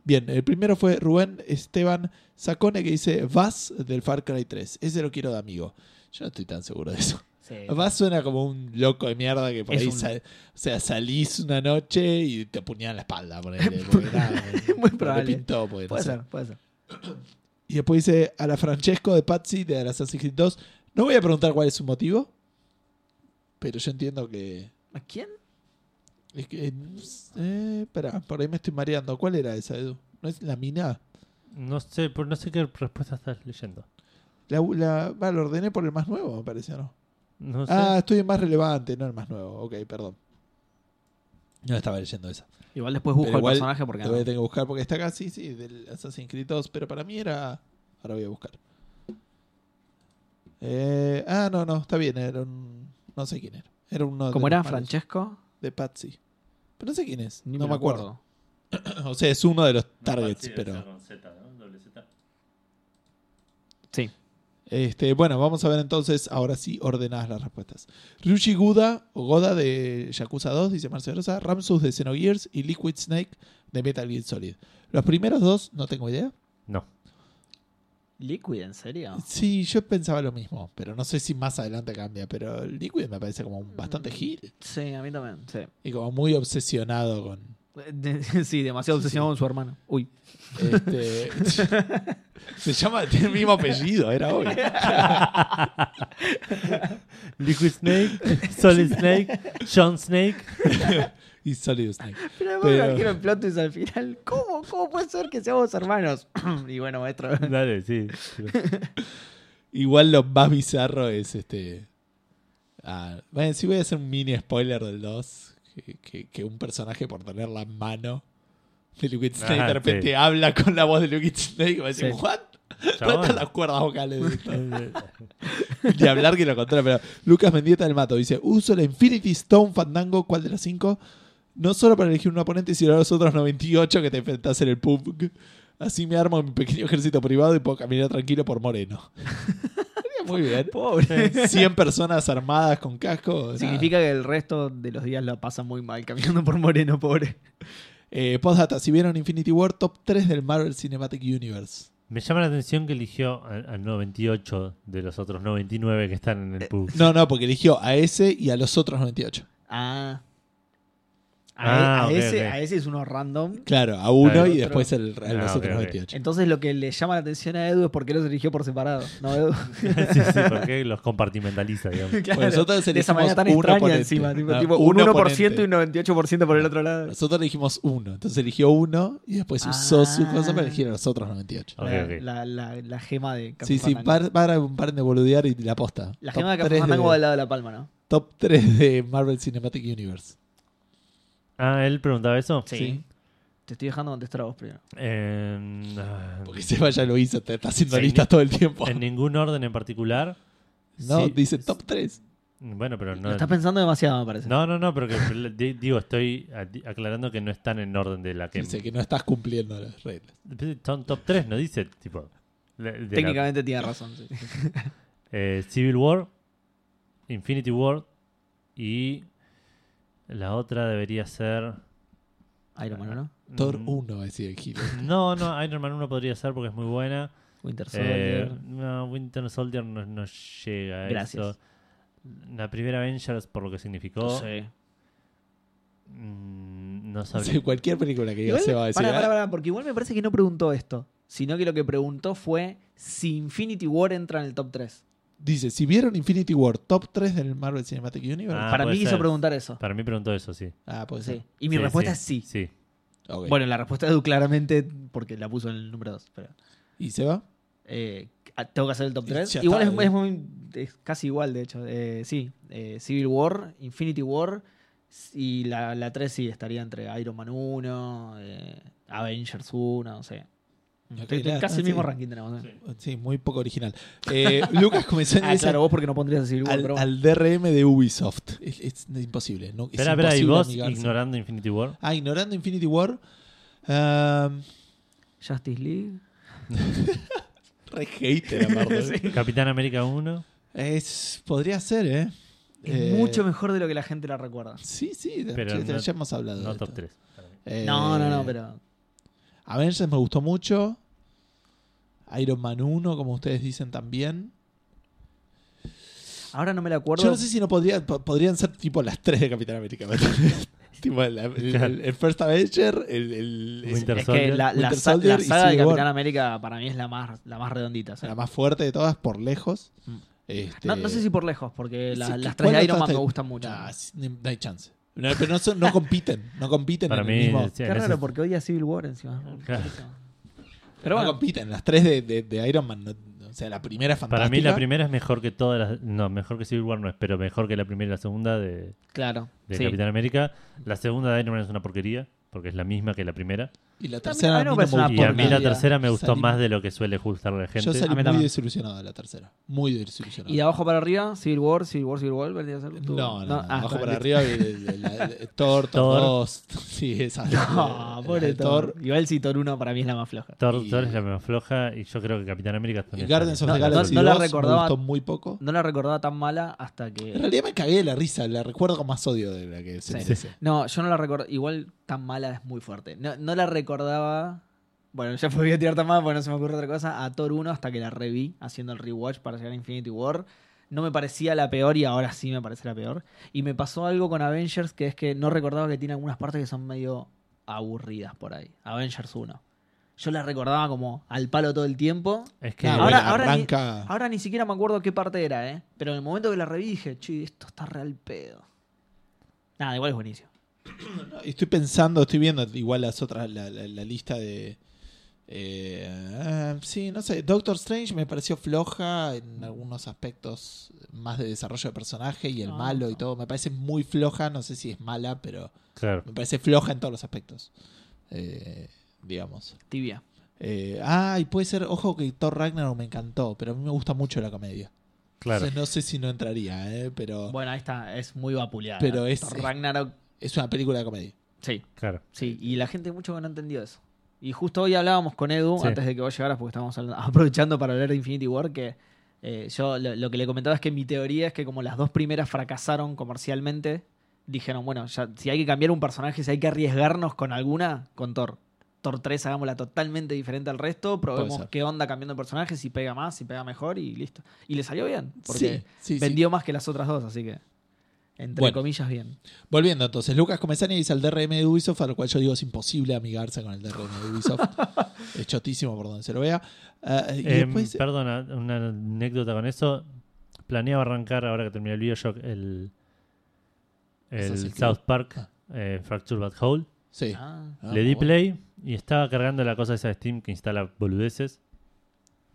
[SPEAKER 1] Bien, el primero fue Rubén Esteban Sacone que dice Vaz del Far Cry 3. Ese lo quiero de amigo. Yo no estoy tan seguro de eso. Vaz suena como un loco de mierda que por
[SPEAKER 3] Eh. Es
[SPEAKER 1] ahí
[SPEAKER 3] un-
[SPEAKER 1] sal- o sea, salís una noche y te apuñalan la espalda. ponele, porque nada,
[SPEAKER 3] <laughs>
[SPEAKER 1] eh,
[SPEAKER 3] Muy
[SPEAKER 1] porque
[SPEAKER 3] probable.
[SPEAKER 1] pintó, porque no
[SPEAKER 3] <laughs> Puede
[SPEAKER 1] sé.
[SPEAKER 3] ser, puede ser.
[SPEAKER 1] Y después dice a la Francesco de Patsy de Assassin's Creed 2. No voy a preguntar cuál es su motivo, pero yo entiendo que.
[SPEAKER 3] ¿A quién?
[SPEAKER 1] Es que. Eh, espera, por ahí me estoy mareando. ¿Cuál era esa, Edu? ¿No es la mina?
[SPEAKER 2] No sé, por- no sé qué respuesta estás leyendo.
[SPEAKER 1] La, la, va, lo ordené por el más nuevo, me pareció, ¿no?
[SPEAKER 2] No sé.
[SPEAKER 1] Ah, estoy en más relevante, no el más nuevo. Ok, perdón. No estaba leyendo esa.
[SPEAKER 3] Igual después
[SPEAKER 1] Pero
[SPEAKER 3] busco al
[SPEAKER 1] igual
[SPEAKER 3] personaje porque
[SPEAKER 1] La voy a tener que buscar porque está acá, sí, sí, del Assassin's Creed 2, pero para mí era. Ahora voy a buscar. Eh, ah, no, no, está bien, era un. No sé quién era. Era uno de
[SPEAKER 3] Como
[SPEAKER 1] los
[SPEAKER 3] era
[SPEAKER 1] malos
[SPEAKER 3] Francesco,
[SPEAKER 1] De Patsy. Pero no sé quién es,
[SPEAKER 3] ni
[SPEAKER 1] no me acuerdo. <laughs> O sea, es uno de los targets, pero.
[SPEAKER 3] Sí.
[SPEAKER 1] Este, bueno, vamos a ver entonces, ahora sí, ordenadas las respuestas. Ryushi Goda, o Goda de Yakuza 2, dice Marcelo Rosa, Ramsus de Xenogears y Liquid Snake de Metal Gear Solid. Los primeros dos, no tengo idea.
[SPEAKER 2] No.
[SPEAKER 3] Liquid, ¿en serio?
[SPEAKER 1] Sí, yo pensaba lo mismo, pero no sé si más adelante cambia, pero Liquid me parece como un bastante
[SPEAKER 3] Mm.
[SPEAKER 1] gil
[SPEAKER 3] Sí, a mí también. Sí.
[SPEAKER 1] y como muy obsesionado con,
[SPEAKER 3] <laughs> sí, demasiado obsesionado con su hermano. Uy.
[SPEAKER 1] Este, <laughs> se llama, tiene el mismo apellido, era obvio.
[SPEAKER 2] Liquid Snake, <laughs> Solid Snake, John Snake.
[SPEAKER 1] Y Solid Snake.
[SPEAKER 3] Pero además
[SPEAKER 1] Pero-
[SPEAKER 3] me imagino en plot twist al final. ¿Cómo, ¿Cómo puede ser que seamos hermanos? <clears throat> y bueno, maestro.
[SPEAKER 2] Dale, sí.
[SPEAKER 1] Igual lo más bizarro es este. ah, bueno, sí voy a hacer un mini spoiler del 2. Que, que- que un personaje por tener la mano de Liquid Snake
[SPEAKER 2] Ah,
[SPEAKER 1] de repente
[SPEAKER 2] sí.
[SPEAKER 1] habla con la voz de Liquid Snake y va a decir,
[SPEAKER 3] Sí.
[SPEAKER 1] ¿what? ¿Dónde están
[SPEAKER 2] Chabón.
[SPEAKER 1] las cuerdas vocales de esto?
[SPEAKER 2] Eh,
[SPEAKER 1] <laughs> Ni hablar que lo controla, pero Lucas Mendieta del Mato dice: Uso la Infinity Stone Fandango, ¿cuál de las cinco? No solo para elegir un oponente, sino los otros 98 que te enfrentás en el pub. Así me armo mi pequeño ejército privado y puedo caminar tranquilo por Moreno. <laughs> Muy bien.
[SPEAKER 3] Pobre.
[SPEAKER 1] 100 personas armadas con casco. nada.
[SPEAKER 3] Significa que el resto de los días la pasa muy mal caminando por Moreno, pobre.
[SPEAKER 1] Eh, postdata: si vieron Infinity War, top 3 del Marvel Cinematic Universe.
[SPEAKER 2] Me llama la atención que eligió al, al 98 de los otros 99 que están en el pub.
[SPEAKER 1] No, no, porque eligió a ese y a los otros 98.
[SPEAKER 3] Ah. A,
[SPEAKER 2] Ah,
[SPEAKER 3] a
[SPEAKER 2] ok,
[SPEAKER 3] ese,
[SPEAKER 2] ok.
[SPEAKER 3] a ese es uno random.
[SPEAKER 1] Claro, a uno
[SPEAKER 2] Claro,
[SPEAKER 1] y
[SPEAKER 3] otro.
[SPEAKER 1] después el, a los
[SPEAKER 2] Ah,
[SPEAKER 1] otros
[SPEAKER 2] ok, ok.
[SPEAKER 1] 98.
[SPEAKER 3] Entonces lo que le llama la atención a Edu es por qué los eligió por separado. ¿No,
[SPEAKER 2] <laughs>
[SPEAKER 3] Edu?
[SPEAKER 2] sí, sí, porque los compartimentaliza, digamos.
[SPEAKER 1] Bueno, nosotros
[SPEAKER 3] de esa
[SPEAKER 1] elegimos
[SPEAKER 3] manera tan
[SPEAKER 1] un
[SPEAKER 3] extraña
[SPEAKER 1] oponente.
[SPEAKER 3] encima. Tipo,
[SPEAKER 1] Ah,
[SPEAKER 3] tipo,
[SPEAKER 1] un
[SPEAKER 3] un 1%
[SPEAKER 1] oponente.
[SPEAKER 3] y un 98% por el otro lado.
[SPEAKER 1] Nosotros elegimos uno, entonces eligió uno y después usó
[SPEAKER 3] Ah.
[SPEAKER 1] su cosa para elegir a los otros 98.
[SPEAKER 2] Ok,
[SPEAKER 3] la,
[SPEAKER 2] ok.
[SPEAKER 3] la- la- la gema de Café
[SPEAKER 1] Sí, sí,
[SPEAKER 3] Fandango.
[SPEAKER 1] par- para un par de boludear y la posta.
[SPEAKER 3] La
[SPEAKER 1] Top
[SPEAKER 3] gema de Café
[SPEAKER 1] tres
[SPEAKER 3] Fandango va
[SPEAKER 1] de,
[SPEAKER 3] al lado de la palma, ¿no?
[SPEAKER 1] Top 3 de Marvel Cinematic Universe.
[SPEAKER 2] Ah, él preguntaba eso.
[SPEAKER 3] Sí. Te estoy dejando contestar a vos primero.
[SPEAKER 2] Eh, ah,
[SPEAKER 1] Porque se vaya lo hizo, te está haciendo
[SPEAKER 2] Sí,
[SPEAKER 1] listas
[SPEAKER 2] ni-
[SPEAKER 1] todo el tiempo.
[SPEAKER 2] en ningún orden en particular.
[SPEAKER 1] No,
[SPEAKER 2] Sí.
[SPEAKER 1] dice top 3.
[SPEAKER 2] Bueno, pero
[SPEAKER 3] Lo
[SPEAKER 2] no.
[SPEAKER 3] estás pensando demasiado, me parece.
[SPEAKER 2] No, no, no, pero que- di- digo, estoy ati- aclarando que no están en orden de la que.
[SPEAKER 1] Dice que no estás cumpliendo las reglas.
[SPEAKER 2] Son top 3, no dice, tipo. de- de la-
[SPEAKER 3] Técnicamente tiene razón. sí.
[SPEAKER 2] eh, Civil War, Infinity War y. La otra debería ser.
[SPEAKER 3] Iron Man, ¿no?
[SPEAKER 1] Thor
[SPEAKER 2] mm,
[SPEAKER 1] 1 va a decir el
[SPEAKER 3] <laughs>
[SPEAKER 1] giro.
[SPEAKER 2] No, no, Iron Man 1 podría ser porque es muy buena.
[SPEAKER 3] Winter Soldier.
[SPEAKER 2] Eh, no, Winter Soldier no, no llega a
[SPEAKER 3] Gracias.
[SPEAKER 2] eso. La primera Avengers, por lo que significó,
[SPEAKER 3] no sé.
[SPEAKER 2] mm, no
[SPEAKER 1] No
[SPEAKER 2] sabría.
[SPEAKER 1] sé, cualquier película que diga
[SPEAKER 3] Igual-
[SPEAKER 1] se va a decir.
[SPEAKER 3] pará, pará,
[SPEAKER 1] "Ah,
[SPEAKER 3] pará, porque igual me parece que no preguntó esto, sino que lo que preguntó fue si Infinity War entra en el top 3.
[SPEAKER 1] Dice, si vieron Infinity War, top 3 del Marvel Cinematic Universe.
[SPEAKER 2] Ah,
[SPEAKER 1] Ah,
[SPEAKER 3] Para mí
[SPEAKER 2] puede
[SPEAKER 3] quiso
[SPEAKER 2] ser.
[SPEAKER 3] preguntar eso.
[SPEAKER 2] Para mí preguntó eso, sí.
[SPEAKER 1] puede
[SPEAKER 3] Sí.
[SPEAKER 1] ser.
[SPEAKER 3] Y mi
[SPEAKER 2] Sí,
[SPEAKER 3] respuesta
[SPEAKER 2] sí,
[SPEAKER 3] es sí.
[SPEAKER 2] Sí.
[SPEAKER 1] Ok.
[SPEAKER 3] Bueno, la respuesta de Edu claramente, porque la puso en el número 2. Pero,
[SPEAKER 1] ¿Y se va?
[SPEAKER 3] eh, ¿Tengo que hacer el top
[SPEAKER 1] Y
[SPEAKER 3] 3?
[SPEAKER 1] ya
[SPEAKER 3] Igual es,
[SPEAKER 1] está. eh.
[SPEAKER 3] es muy- es casi igual, de hecho. Eh, sí, eh, Civil War, Infinity War y la, la 3 sí estaría entre Iron Man 1, eh, Avengers 1, no sé.
[SPEAKER 1] Ok, la-
[SPEAKER 3] casi
[SPEAKER 1] ah,
[SPEAKER 3] el mismo
[SPEAKER 1] sí.
[SPEAKER 3] ranking tenemos. ¿eh?
[SPEAKER 1] Sí, muy poco original. Eh, <laughs> Lucas comenzó en
[SPEAKER 3] Ah,
[SPEAKER 1] esa-
[SPEAKER 3] claro, vos porque no pondrías a Civil War,
[SPEAKER 1] al,
[SPEAKER 3] pero bueno.
[SPEAKER 1] al DRM de Ubisoft. Es, es imposible. No, es
[SPEAKER 2] Espera, espera, y
[SPEAKER 1] imposible
[SPEAKER 2] vos
[SPEAKER 1] amigarse.
[SPEAKER 2] ignorando Infinity War.
[SPEAKER 1] Ah, ignorando Infinity War. Um,
[SPEAKER 3] Justice League.
[SPEAKER 1] re hater, <laughs>
[SPEAKER 3] ¿eh? <laughs>
[SPEAKER 1] aparte.
[SPEAKER 2] Capitán América 1.
[SPEAKER 1] es, podría ser, ¿eh?
[SPEAKER 3] Es
[SPEAKER 1] Eh,
[SPEAKER 3] mucho mejor de lo que la gente la recuerda.
[SPEAKER 1] Sí, sí, de-
[SPEAKER 2] Pero
[SPEAKER 1] ya, ya
[SPEAKER 2] no-
[SPEAKER 1] hemos hablado.
[SPEAKER 2] No
[SPEAKER 1] de
[SPEAKER 2] top
[SPEAKER 1] esto.
[SPEAKER 2] 3.
[SPEAKER 1] Eh,
[SPEAKER 3] No, no, no, pero.
[SPEAKER 1] Avengers me gustó mucho. Iron Man 1, como ustedes dicen también.
[SPEAKER 3] Ahora no me la acuerdo.
[SPEAKER 1] Yo no sé si no podría, po- podrían ser tipo las tres de Capitán América. ¿me
[SPEAKER 3] <laughs>
[SPEAKER 1] entendés? tipo la- el, el- el First Avenger, el, el- es
[SPEAKER 2] Winter
[SPEAKER 3] es que
[SPEAKER 2] Soldier.
[SPEAKER 3] la, la
[SPEAKER 1] Winter
[SPEAKER 3] sa- la
[SPEAKER 1] Soldier y
[SPEAKER 3] saga de
[SPEAKER 1] Civil War.
[SPEAKER 3] Capitán América para mí es la más, la más redondita. o sea.
[SPEAKER 1] la más fuerte de todas, por lejos.
[SPEAKER 3] Mm.
[SPEAKER 1] Este-
[SPEAKER 3] no, no sé si por lejos, porque la-
[SPEAKER 1] Sí,
[SPEAKER 3] las
[SPEAKER 1] ¿cuál
[SPEAKER 3] tres de
[SPEAKER 1] es
[SPEAKER 3] Iron Man
[SPEAKER 1] esta-
[SPEAKER 3] me gustan mucho.
[SPEAKER 1] Nah, sí, ni- no hay chance. No, pero no, son- no compiten. No compiten
[SPEAKER 2] Para
[SPEAKER 1] en
[SPEAKER 2] mí.
[SPEAKER 1] el mismo.
[SPEAKER 2] sí,
[SPEAKER 3] Qué
[SPEAKER 2] en ese-
[SPEAKER 3] raro, porque odia Civil War encima.
[SPEAKER 2] Claro.
[SPEAKER 3] Pero
[SPEAKER 1] No
[SPEAKER 3] bueno,
[SPEAKER 1] compiten. Las tres de, de- de Iron Man. no- no, o sea, la primera es fantástica.
[SPEAKER 2] Para mí la primera es mejor que todas las. No, mejor que Civil War no es, pero mejor que la primera y la segunda de,
[SPEAKER 3] claro.
[SPEAKER 2] de
[SPEAKER 3] sí.
[SPEAKER 2] Capitán América. La segunda de Iron Man es una porquería, porque es la misma que la primera.
[SPEAKER 1] Y la
[SPEAKER 3] a
[SPEAKER 1] tercera.
[SPEAKER 3] mí no me parece una
[SPEAKER 2] Y a mí la
[SPEAKER 1] gustaría.
[SPEAKER 2] tercera me gustó
[SPEAKER 1] Salí-
[SPEAKER 2] más de lo que suele gustar a la gente.
[SPEAKER 1] Yo salí
[SPEAKER 3] A mí
[SPEAKER 1] muy
[SPEAKER 3] también.
[SPEAKER 1] desilusionado de la tercera. Muy desilusionado.
[SPEAKER 3] Y de abajo para arriba, Civil War, Civil War, Civil War. vendría a ser tu-
[SPEAKER 1] No, no, no,
[SPEAKER 3] ah,
[SPEAKER 1] abajo
[SPEAKER 3] está,
[SPEAKER 1] para
[SPEAKER 3] listo.
[SPEAKER 1] arriba. el- el- el- el- el- Thor, Thor
[SPEAKER 2] Thor.
[SPEAKER 1] 2. <laughs> Sí, esa.
[SPEAKER 3] <laughs> No,
[SPEAKER 1] el-
[SPEAKER 3] pobre
[SPEAKER 1] el
[SPEAKER 3] Thor. Igual si Thor 1 para mí es la más floja.
[SPEAKER 2] Thor,
[SPEAKER 1] Y-
[SPEAKER 2] Thor es la más floja y yo creo que Capitán América
[SPEAKER 1] Y
[SPEAKER 2] también.
[SPEAKER 1] Guardians of
[SPEAKER 2] está
[SPEAKER 1] the
[SPEAKER 2] bien.
[SPEAKER 3] no-
[SPEAKER 1] Galaxy
[SPEAKER 3] no la
[SPEAKER 1] 2
[SPEAKER 3] recordaba-
[SPEAKER 1] me gustó muy poco.
[SPEAKER 3] No la recordaba tan mala hasta que.
[SPEAKER 1] En realidad me cagué de la risa. La recuerdo con más odio de la que se
[SPEAKER 3] Sí.
[SPEAKER 1] merece.
[SPEAKER 3] No, yo no la recuerdo. Igual tan mala es muy fuerte. No, no la recordaba. Bueno, ya podía tirar tan mala porque no se me ocurre otra cosa. A Thor 1 hasta que la reví haciendo el rewatch para llegar a Infinity War. No me parecía la peor y ahora sí me parece la peor. Y me pasó algo con Avengers que es que no recordaba que tiene algunas partes que son medio aburridas por ahí. Avengers 1. Yo la recordaba como al palo todo el tiempo.
[SPEAKER 2] Es que
[SPEAKER 1] Nah,
[SPEAKER 3] ahora-
[SPEAKER 1] bueno,
[SPEAKER 3] ahora ni-
[SPEAKER 1] arranca.
[SPEAKER 3] Ahora ni siquiera me acuerdo qué parte era, ¿eh? Pero en el momento que la reví dije, che, esto está real pedo. Nada, igual es buenísimo.
[SPEAKER 1] No, Estoy pensando, estoy viendo igual las otras, la, la- la lista de. eh, ah, sí, no sé. Doctor Strange me pareció floja en algunos aspectos más de desarrollo de personaje y el
[SPEAKER 3] No,
[SPEAKER 1] malo y
[SPEAKER 3] Ah, no.
[SPEAKER 1] todo. Me parece muy floja, no sé si es mala, pero
[SPEAKER 2] claro.
[SPEAKER 1] me parece floja en todos los aspectos. Eh, digamos.
[SPEAKER 3] Tibia.
[SPEAKER 1] Eh, ah, y puede ser, ojo que Thor Ragnarok me encantó, pero a mí me gusta mucho la comedia.
[SPEAKER 2] Claro.
[SPEAKER 1] Entonces no sé si no entraría, eh, pero
[SPEAKER 3] Bueno, ahí está, es muy vapuleada.
[SPEAKER 1] Pero es- eh,
[SPEAKER 3] Thor Ragnarok,
[SPEAKER 1] es una película de comedia.
[SPEAKER 3] sí,
[SPEAKER 2] Claro.
[SPEAKER 3] sí. Y la gente mucho que no entendió eso. Y justo hoy hablábamos con Edu,
[SPEAKER 2] Sí.
[SPEAKER 3] antes de que vos llegaras, porque estábamos habla- <laughs> aprovechando para hablar de Infinity War, que eh, yo lo, lo que le comentaba es que mi teoría es que como las dos primeras fracasaron comercialmente, dijeron, bueno, ya, si hay que cambiar un personaje, si hay que arriesgarnos con alguna, con Thor. Thor 3 hagámosla totalmente diferente al resto, probemos
[SPEAKER 1] ser.
[SPEAKER 3] qué onda cambiando personajes, si pega más, si pega mejor y listo. Y le salió bien, porque
[SPEAKER 1] Sí, sí, sí.
[SPEAKER 3] vendió más que las otras dos, así que entre
[SPEAKER 1] Bueno.
[SPEAKER 3] comillas bien.
[SPEAKER 1] Volviendo entonces, Lucas Comesani dice el DRM de Ubisoft, a lo cual yo digo es imposible amigarse con el DRM de <laughs> Ubisoft. es chotísimo por donde se lo vea. Ah, y
[SPEAKER 2] Em,
[SPEAKER 1] después,
[SPEAKER 2] Perdona, una anécdota con eso. Planeaba arrancar, ahora que terminé el video, yo el, el
[SPEAKER 1] Assassin's Creed.
[SPEAKER 2] South Park
[SPEAKER 1] Ah.
[SPEAKER 2] eh, Fracture Bad Hole.
[SPEAKER 1] sí.
[SPEAKER 3] Ah.
[SPEAKER 1] Ah,
[SPEAKER 2] Le di
[SPEAKER 1] bueno.
[SPEAKER 2] play y estaba cargando la cosa esa de Steam que instala boludeces.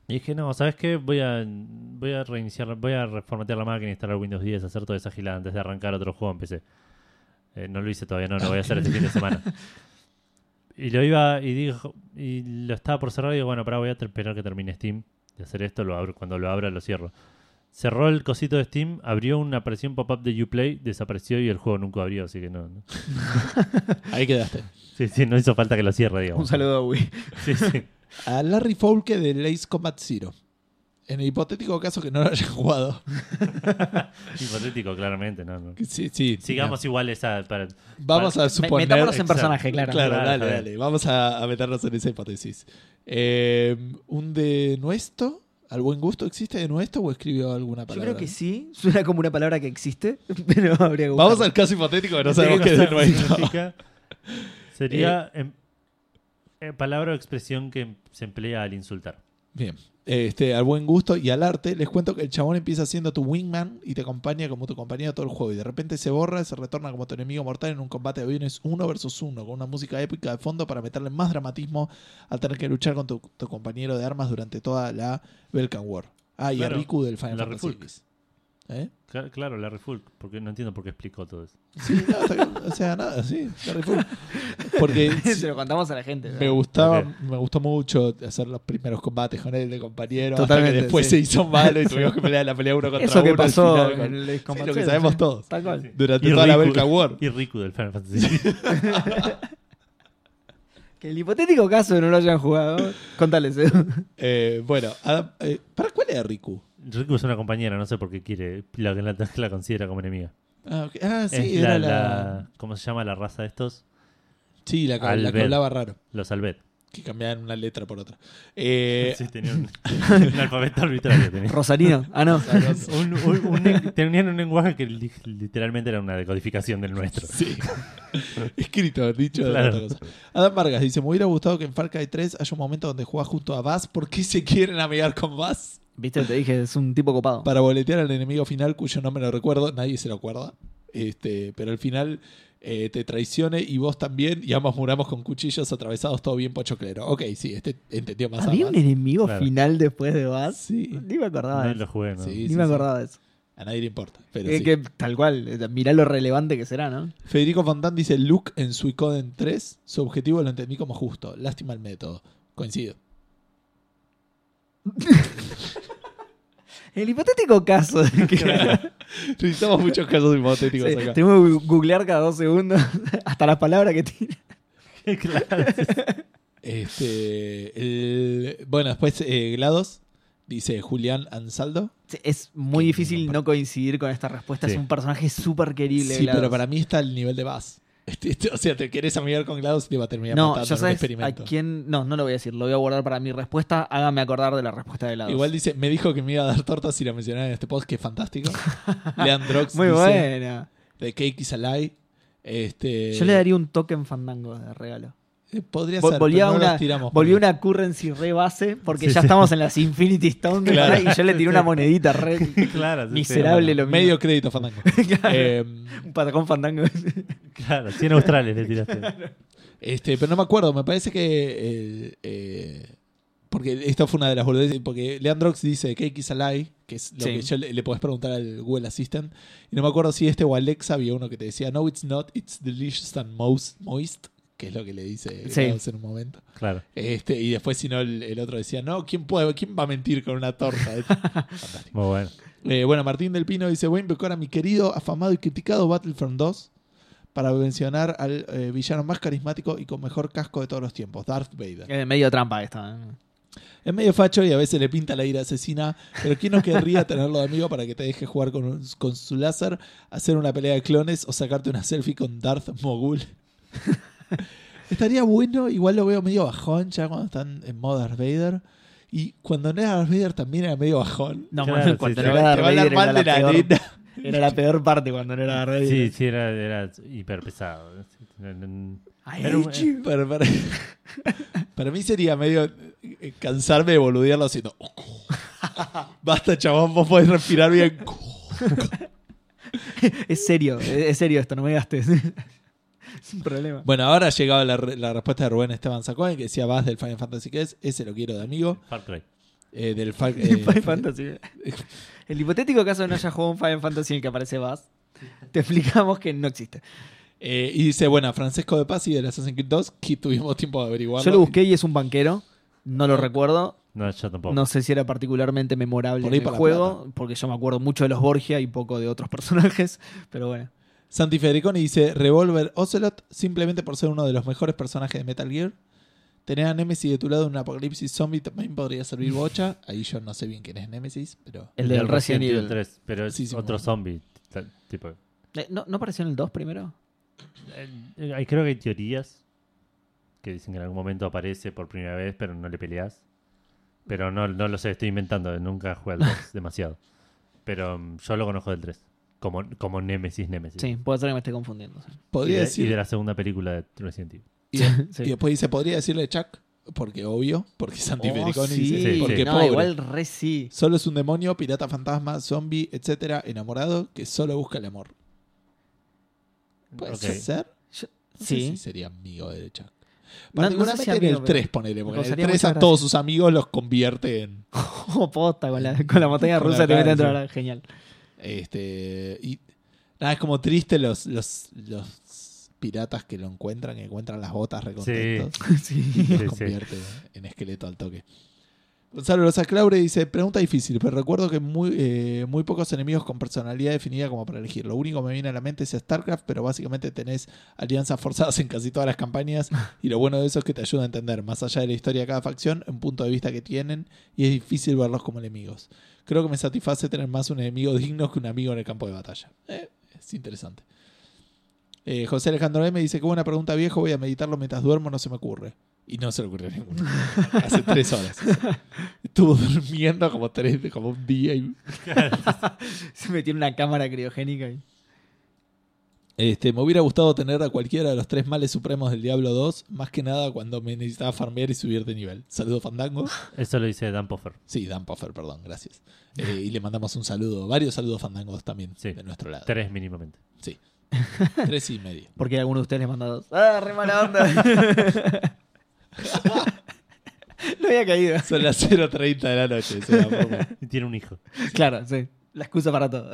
[SPEAKER 2] Y dije, no, ¿sabes qué? Voy a, voy a reiniciar, voy a reformatear la máquina, e instalar Windows 10, hacer toda esa gilada antes de arrancar otro juego en PC. Eh, no lo hice todavía, no, lo voy a hacer este fin de semana. Y lo iba y dijo, y lo estaba por cerrar y digo, bueno, pará, voy a ter- esperar que termine Steam de hacer esto, lo abro, cuando lo abra lo cierro. Cerró el cosito de Steam, abrió una aparición pop-up de Uplay, desapareció y el juego nunca abrió, así que no. <laughs> no.
[SPEAKER 1] Ahí quedaste.
[SPEAKER 2] Sí, sí, no hizo falta que lo cierre, digamos.
[SPEAKER 3] Un saludo
[SPEAKER 1] <laughs>
[SPEAKER 3] a Wii.
[SPEAKER 2] Sí, sí.
[SPEAKER 1] A Larry Foulke de Ace Combat Zero. En el hipotético caso que no lo haya jugado.
[SPEAKER 2] <laughs>
[SPEAKER 1] <laughs>
[SPEAKER 2] Hipotético, claramente, no, no.
[SPEAKER 1] Que Sí, sí.
[SPEAKER 2] Sigamos igual esa. Para...
[SPEAKER 1] Vamos a
[SPEAKER 3] Me-
[SPEAKER 1] suponer.
[SPEAKER 3] Metámonos en
[SPEAKER 2] exacto.
[SPEAKER 3] personaje, claro.
[SPEAKER 1] Claro,
[SPEAKER 2] Claro,
[SPEAKER 1] dale,
[SPEAKER 2] a ver.
[SPEAKER 1] dale. Vamos a, a meternos en esa hipótesis. Eh, ¿Un de nuestro? ¿Al buen gusto existe de nuestro o escribió alguna
[SPEAKER 3] Yo
[SPEAKER 1] palabra?
[SPEAKER 3] creo que sí, suena como una palabra que existe, <laughs> pero habría que
[SPEAKER 1] Vamos
[SPEAKER 3] buscarla.
[SPEAKER 1] al caso hipotético que no sabemos qué es de nuestro.
[SPEAKER 2] Significa- <laughs> Sería em, eh, palabra o expresión que se emplea al insultar.
[SPEAKER 1] Bien. Este, al buen gusto y al arte, les cuento que el chabón empieza siendo tu wingman y te acompaña como tu compañero todo el juego. Y de repente se borra, se retorna como tu enemigo mortal en un combate de aviones uno versus uno, con una música épica de fondo para meterle más dramatismo al tener que luchar con tu, tu compañero de armas durante toda la Belkan War. Ah, y a
[SPEAKER 2] Claro,
[SPEAKER 1] Riku del Final
[SPEAKER 2] la
[SPEAKER 1] Fantasy
[SPEAKER 2] Refulk.
[SPEAKER 1] X. ¿Eh?
[SPEAKER 2] Cla- Claro, Larry Fulk, porque no entiendo por qué explicó todo eso.
[SPEAKER 1] Sí, no, está bien. o sea, nada, sí, la
[SPEAKER 2] <laughs>
[SPEAKER 1] Refulk.
[SPEAKER 3] <laughs>
[SPEAKER 1] Porque
[SPEAKER 3] Se lo contamos a la gente.
[SPEAKER 1] Me gustaba,
[SPEAKER 2] Ok.
[SPEAKER 1] me gustó mucho hacer los primeros combates con él de compañero. hasta
[SPEAKER 3] Totalmente,
[SPEAKER 1] que después
[SPEAKER 3] sí.
[SPEAKER 1] se hizo <laughs> malo y tuvimos que pelear la pelea uno contra
[SPEAKER 3] Eso
[SPEAKER 1] uno.
[SPEAKER 3] que
[SPEAKER 1] al
[SPEAKER 3] pasó
[SPEAKER 1] final
[SPEAKER 3] en
[SPEAKER 1] con-
[SPEAKER 3] el Ace Combat
[SPEAKER 1] sí, lo que
[SPEAKER 3] Zero,
[SPEAKER 1] sabemos
[SPEAKER 3] sí.
[SPEAKER 1] todos.
[SPEAKER 3] <laughs> Tal cual.
[SPEAKER 1] Durante
[SPEAKER 2] Y
[SPEAKER 1] toda la
[SPEAKER 2] Riku-
[SPEAKER 1] Belka War.
[SPEAKER 2] Y Riku del
[SPEAKER 1] <laughs>
[SPEAKER 2] Final Fantasy.
[SPEAKER 3] Que el hipotético caso de no lo hayan jugado, <laughs>
[SPEAKER 1] <laughs>
[SPEAKER 3] contales. Edu.
[SPEAKER 1] Eh, bueno, Adam- eh, ¿para cuál era Riku?
[SPEAKER 2] Riku es una compañera, no sé por qué quiere. La, la, la considera como enemiga.
[SPEAKER 1] Ah, ok. Ah, sí,
[SPEAKER 2] es
[SPEAKER 1] era
[SPEAKER 2] la,
[SPEAKER 1] la,
[SPEAKER 2] la- ¿Cómo se llama la raza de estos?
[SPEAKER 1] Sí, la, que- la que
[SPEAKER 2] Albert.
[SPEAKER 1] hablaba raro.
[SPEAKER 2] Los Albed.
[SPEAKER 1] Que cambiaban una letra por otra. Eh,
[SPEAKER 2] <laughs> Sí,
[SPEAKER 1] <laughs>
[SPEAKER 2] tenían un, un alfabeto arbitrario. Tenían.
[SPEAKER 3] Rosarino. Ah, no.
[SPEAKER 2] Un- un- un- tenían un lenguaje que li- literalmente era una decodificación
[SPEAKER 1] <laughs>
[SPEAKER 2] del nuestro.
[SPEAKER 1] Sí. Escrito, dicho de
[SPEAKER 2] Claro.
[SPEAKER 1] otra cosa. Adam Vargas dice: Me hubiera gustado que en Far Cry 3 haya un momento donde juegas junto a Bass. ¿Por qué se quieren amigar con Bass?
[SPEAKER 3] <laughs> Viste, te dije, es un tipo copado.
[SPEAKER 1] para boletear al enemigo final, cuyo nombre no recuerdo, nadie se lo acuerda. Este, pero al final eh, te traicione y vos también, y ambos muramos con cuchillos atravesados, todo bien pochoclero. Ok, sí, este entendió más
[SPEAKER 3] ¿Había
[SPEAKER 1] a
[SPEAKER 3] un
[SPEAKER 1] más.
[SPEAKER 3] enemigo
[SPEAKER 2] Claro.
[SPEAKER 3] final después de Bass?
[SPEAKER 1] Sí,
[SPEAKER 3] Ni me acordaba
[SPEAKER 2] No
[SPEAKER 3] de
[SPEAKER 2] lo
[SPEAKER 3] eso.
[SPEAKER 2] jugué, ¿no?
[SPEAKER 1] Sí.
[SPEAKER 3] Ni me acordaba de eso.
[SPEAKER 1] a nadie le importa. Pero
[SPEAKER 3] Eh,
[SPEAKER 1] sí.
[SPEAKER 3] que, tal cual, eh, mirá lo relevante que será, ¿no?
[SPEAKER 1] Federico Fontán dice Luke en Suicoden 3, su objetivo lo entendí como justo. Lástima el método. <laughs> Coincido.
[SPEAKER 3] El hipotético caso de que. <laughs>
[SPEAKER 1] Necesitamos muchos casos
[SPEAKER 3] Sí,
[SPEAKER 1] hipotéticos acá.
[SPEAKER 3] tenemos que googlear cada dos segundos <laughs> hasta las palabras que tiene.
[SPEAKER 2] <laughs> Claro.
[SPEAKER 1] Este, el- bueno, después eh, GLaDOS dice Julián Ansaldo.
[SPEAKER 3] Sí, Es muy difícil no coincidir con esta respuesta. Es
[SPEAKER 2] Sí.
[SPEAKER 3] un personaje súper querible.
[SPEAKER 1] Sí,
[SPEAKER 3] GLaDOS.
[SPEAKER 1] pero para mí está el nivel de Bass. Este, este, o sea, te querés amigar con GLaDOS y te va a terminar
[SPEAKER 3] No,
[SPEAKER 1] matando
[SPEAKER 3] ya
[SPEAKER 1] en un
[SPEAKER 3] sabes a
[SPEAKER 1] experimento.
[SPEAKER 3] quién. No, no lo voy a decir. Lo voy a guardar para mi respuesta. Hágame acordar de la respuesta de la
[SPEAKER 1] Igual dice, me dijo que me iba a dar tortas si la
[SPEAKER 3] <laughs>
[SPEAKER 1] mencionaba en este post, que es fantástico. Leandrox
[SPEAKER 3] Muy
[SPEAKER 1] dice,
[SPEAKER 3] buena.
[SPEAKER 1] The Cake is a Lie. Este,
[SPEAKER 3] Yo le daría un token fandango de regalo.
[SPEAKER 1] eh, Podría
[SPEAKER 3] Vol-
[SPEAKER 1] ser,
[SPEAKER 3] volví
[SPEAKER 1] pero
[SPEAKER 3] a
[SPEAKER 1] no
[SPEAKER 3] una-
[SPEAKER 1] los tiramos.
[SPEAKER 3] Volvió
[SPEAKER 1] porque-
[SPEAKER 3] una currency re base porque
[SPEAKER 2] Sí,
[SPEAKER 3] ya
[SPEAKER 2] sí.
[SPEAKER 3] estamos en las Infinity Stones
[SPEAKER 1] <laughs> Claro.
[SPEAKER 3] ¿verdad? y yo le tiré una monedita re
[SPEAKER 1] <laughs>
[SPEAKER 2] claro, sí, sí,
[SPEAKER 3] miserable lo mío.
[SPEAKER 1] Medio crédito,
[SPEAKER 3] <laughs>
[SPEAKER 1] Fandango. Em,
[SPEAKER 3] Un patacón fandango. <laughs>
[SPEAKER 2] Claro, 100 australes le tiraste.
[SPEAKER 1] Este, pero no me acuerdo, me parece que. eh, eh, porque esta fue una de las boludeces. Porque Leandrox dice Cake is a lie, que es lo
[SPEAKER 3] Sí.
[SPEAKER 1] que yo le, le podés preguntar al Google Assistant. Y no me acuerdo si este o Alexa había uno que te decía No, it's not, it's delicious and most, moist, que es lo que le dice
[SPEAKER 3] Sí.
[SPEAKER 1] Klaus en un momento.
[SPEAKER 2] Claro.
[SPEAKER 1] Este, y después, si no, el, el otro decía No, ¿quién, puede, ¿quién va a mentir con una torta?
[SPEAKER 3] <laughs>
[SPEAKER 1] Fantástico.
[SPEAKER 2] Muy bueno.
[SPEAKER 1] Eh, bueno, Martín del Pino dice: Voy a invocar a mi querido, afamado y criticado Battlefront 2 para mencionar al eh, villano más carismático y con mejor casco de todos los tiempos, Darth Vader.
[SPEAKER 3] Eh, medio trampa esta. ¿eh?
[SPEAKER 1] Es medio facho y a veces le pinta la ira asesina, pero ¿quién no querría tenerlo de amigo para que te deje jugar con, un- con su láser, hacer una pelea de clones o sacarte una selfie con Darth Mogul? Estaría bueno, igual lo veo medio bajón ya cuando están en modo Darth Vader. Y cuando no era Darth Vader también era medio bajón.
[SPEAKER 3] No,
[SPEAKER 2] Claro,
[SPEAKER 3] bueno,
[SPEAKER 2] sí,
[SPEAKER 3] cuando
[SPEAKER 2] sí.
[SPEAKER 1] Te
[SPEAKER 3] no
[SPEAKER 1] va
[SPEAKER 3] era
[SPEAKER 1] te va a
[SPEAKER 3] Darth
[SPEAKER 1] hablar mal de
[SPEAKER 3] Vader
[SPEAKER 1] la
[SPEAKER 3] era la peor,
[SPEAKER 1] arena.
[SPEAKER 3] <laughs> era la peor parte cuando no era Darth Vader.
[SPEAKER 2] Sí, sí, era, era hiper pesado.
[SPEAKER 3] I
[SPEAKER 2] Era un-
[SPEAKER 3] hate you.
[SPEAKER 1] Para, para- para <laughs> mí sería medio eh, cansarme de boludearlo haciendo. <laughs> Basta, chabón, vos podés respirar bien.
[SPEAKER 3] Es serio, es es serio esto, no me gastes. <laughs> es un problema. <laughs>
[SPEAKER 1] Bueno, ahora llegaba la, re- la respuesta de Rubén Esteban Sacoen que decía: Vas del Final Fantasy, que es? Ese lo quiero de amigo.
[SPEAKER 2] Far Cry.
[SPEAKER 1] eh, del
[SPEAKER 3] <laughs>
[SPEAKER 1] Fal- eh,
[SPEAKER 3] Final Fantasy. El hipotético caso de no haya jugado un Final Fantasy en el que aparece Bass, te explicamos que no existe.
[SPEAKER 1] eh, y dice: Bueno, Francesco de Paz y del Assassin's Creed 2, que tuvimos tiempo de averiguarlo.
[SPEAKER 3] Yo lo busqué y es un banquero. No lo recuerdo.
[SPEAKER 2] No, yo tampoco.
[SPEAKER 3] No sé si era particularmente memorable
[SPEAKER 1] Por
[SPEAKER 3] en
[SPEAKER 1] ahí
[SPEAKER 3] el
[SPEAKER 1] para la
[SPEAKER 3] juego, porque yo me acuerdo mucho de los Borgia y poco de otros <laughs> personajes. Pero bueno,
[SPEAKER 1] Santi Federiconi dice Revolver Ocelot simplemente por ser uno de los mejores personajes de Metal Gear. Tener a Nemesis de tu lado en un apocalipsis zombie también podría servir bocha. Ahí yo no sé bien quién es Nemesis, pero...
[SPEAKER 3] el del Resident Evil.
[SPEAKER 2] 3, pero es
[SPEAKER 1] Sí, sí, bueno.
[SPEAKER 2] otro zombie. tal- Tipo,
[SPEAKER 3] Eh, ¿No, ¿No apareció en el 2 primero?
[SPEAKER 2] Eh, hay- creo que hay teorías que dicen que en algún momento aparece por primera vez, pero no le peleas. Pero no, no lo sé, estoy inventando, nunca jugué al
[SPEAKER 3] <laughs>
[SPEAKER 2] 2 demasiado. Pero mm, yo lo conozco del 3, como, como Nemesis Nemesis.
[SPEAKER 3] Sí, puede ser que me esté confundiendo. sí.
[SPEAKER 2] Y,
[SPEAKER 1] Podría
[SPEAKER 2] de,
[SPEAKER 1] decir...
[SPEAKER 2] y de la segunda película de Resident Evil.
[SPEAKER 1] y
[SPEAKER 2] <laughs>
[SPEAKER 1] de-
[SPEAKER 3] Sí.
[SPEAKER 1] y después dice, podría decirle Chuck, porque obvio, porque Santi
[SPEAKER 3] Oh,
[SPEAKER 1] Federiconi
[SPEAKER 3] sí.
[SPEAKER 1] dice,
[SPEAKER 2] Sí,
[SPEAKER 1] porque
[SPEAKER 2] sí.
[SPEAKER 3] no,
[SPEAKER 1] pobre.
[SPEAKER 3] igual re <laughs> sí.
[SPEAKER 1] Solo es un demonio, pirata fantasma, zombie, etcétera, enamorado, que solo busca el amor. ¿Puede
[SPEAKER 2] Ok.
[SPEAKER 1] ser?
[SPEAKER 3] Yo-
[SPEAKER 1] No sé
[SPEAKER 3] sí.
[SPEAKER 1] si sería amigo de Chuck.
[SPEAKER 3] No- no sé si
[SPEAKER 1] Particularmente en
[SPEAKER 3] amigo,
[SPEAKER 1] el
[SPEAKER 3] pero-
[SPEAKER 1] 3, ponele, porque en
[SPEAKER 3] me
[SPEAKER 1] el
[SPEAKER 3] causaría
[SPEAKER 1] 3 a
[SPEAKER 3] mucha
[SPEAKER 1] todos sus amigos los convierte en...
[SPEAKER 3] Oh, posta, con la, con la montaña
[SPEAKER 1] Con la
[SPEAKER 3] rusa te
[SPEAKER 1] cara,
[SPEAKER 3] meten dentro.
[SPEAKER 1] sí.
[SPEAKER 3] ahora, Genial. <laughs>
[SPEAKER 1] Este. Y. Nada, es como triste los, los, los piratas que lo encuentran, que encuentran las botas recontentos <laughs>
[SPEAKER 3] sí.
[SPEAKER 1] y los
[SPEAKER 2] Sí, sí.
[SPEAKER 1] convierte en esqueleto al toque. Gonzalo Rosa Claure dice: Pregunta difícil, pero recuerdo que muy, eh, muy pocos enemigos con personalidad definida como para elegir. Lo único que me viene a la mente es StarCraft, pero básicamente tenés alianzas forzadas en casi todas las campañas. Y lo bueno de eso es que te ayuda a entender, más allá de la historia de cada facción, un punto de vista que tienen y es difícil verlos como enemigos. Creo que me satisface tener más un enemigo digno que un amigo en el campo de batalla. Eh, es interesante. Eh, José Alejandro M. dice que buena pregunta viejo, voy a meditarlo mientras duermo, no se me ocurre. Y no se le ocurrió ninguno. Hace tres horas. Estuvo durmiendo como tres, como un día. y-
[SPEAKER 3] Se metió en una cámara criogénica. y-
[SPEAKER 1] Este, me hubiera gustado tener a cualquiera de los tres males supremos del Diablo 2, más que nada cuando me necesitaba farmear y subir de nivel. Saludos, Fandango.
[SPEAKER 2] Eso lo dice Dan Poffer.
[SPEAKER 1] Sí, Dan Poffer, perdón, gracias. Eh, y le mandamos un saludo, varios saludos fandangos también
[SPEAKER 2] Sí.
[SPEAKER 1] de nuestro lado.
[SPEAKER 2] Tres mínimamente.
[SPEAKER 1] Sí. Tres y medio.
[SPEAKER 3] Porque alguno de ustedes les manda dos. ¡Ah, re mala onda! <laughs> no había caído.
[SPEAKER 1] Son las 0.30 de la noche. se la
[SPEAKER 2] <laughs>
[SPEAKER 1] pongo.
[SPEAKER 2] Y tiene un hijo.
[SPEAKER 3] Claro, sí. Ah, La excusa para todo.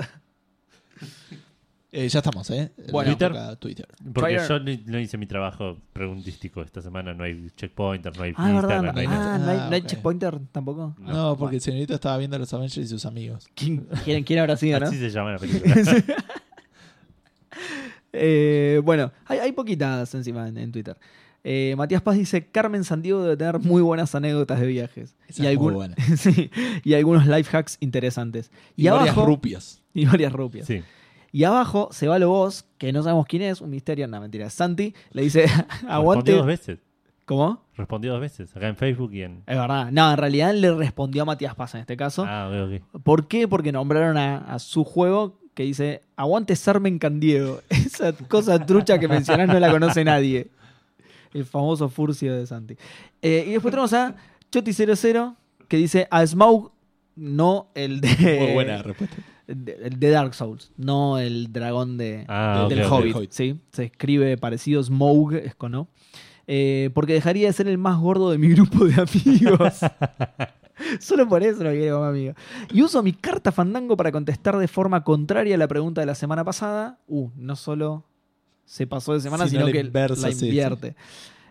[SPEAKER 1] Eh, ya estamos, ¿eh?
[SPEAKER 3] Bueno.
[SPEAKER 1] Twitter. toca Twitter.
[SPEAKER 2] Porque
[SPEAKER 3] Prior-
[SPEAKER 2] yo no, no hice mi trabajo preguntístico esta semana, no hay checkpointer, no hay
[SPEAKER 3] Ah, verdad.
[SPEAKER 2] Instagram, no hay nada.
[SPEAKER 3] Ah, no hay, no hay
[SPEAKER 1] Ah, ok.
[SPEAKER 3] checkpointer tampoco.
[SPEAKER 1] No, porque el señorito estaba viendo los Avengers y sus amigos.
[SPEAKER 3] ¿Quién, quién, quién habrá sido, no?
[SPEAKER 2] Así
[SPEAKER 3] <laughs>
[SPEAKER 2] se llama la película.
[SPEAKER 3] Eh, bueno, hay, hay poquitas encima en, en Twitter. Eh, Matías Paz dice: Carmen Sandiego debe tener muy buenas anécdotas de viajes.
[SPEAKER 1] Esa es muy buena.
[SPEAKER 3] <laughs> Sí, y algunos life hacks interesantes. Y,
[SPEAKER 1] Y, varias
[SPEAKER 3] abajo.
[SPEAKER 1] rupias.
[SPEAKER 3] y varias rupias.
[SPEAKER 2] Sí.
[SPEAKER 3] Y abajo se va lo vos, que no sabemos quién es, un misterio, no, mentira. Santi le dice, <laughs>
[SPEAKER 2] Respondió dos
[SPEAKER 3] aguante.
[SPEAKER 2] veces.
[SPEAKER 3] ¿Cómo?
[SPEAKER 2] Respondió dos veces, acá en Facebook y en...
[SPEAKER 3] Es verdad. No, en realidad le respondió a Matías Paz en este caso.
[SPEAKER 2] Ah, ok, ok.
[SPEAKER 3] ¿Por qué? Porque nombraron a, a su juego que dice, aguante Sarmen Candiego. <laughs> Esa cosa trucha que mencionás no la conoce nadie. El famoso Furcio de Santi. Eh, y después tenemos a Choti00 que dice a Smaug, no el de.
[SPEAKER 1] Muy buena respuesta.
[SPEAKER 3] de- El de Dark Souls, no el dragón de,
[SPEAKER 2] Ah,
[SPEAKER 3] del
[SPEAKER 2] ok, ok.
[SPEAKER 3] Hobbit.
[SPEAKER 1] Del Hobbit.
[SPEAKER 3] Sí, se escribe parecido Smaug, es con O. Eh, porque dejaría de ser el más gordo de mi <laughs> grupo
[SPEAKER 1] <laughs>
[SPEAKER 3] de amigos. Solo por eso lo quiero como amigo. Y uso mi carta fandango para contestar de forma contraria a la pregunta de la semana pasada. Uh, no solo se pasó de semana,
[SPEAKER 1] Sino
[SPEAKER 3] sino,
[SPEAKER 1] la
[SPEAKER 3] que
[SPEAKER 1] inversa,
[SPEAKER 3] la
[SPEAKER 1] sí, sí.
[SPEAKER 3] invierte.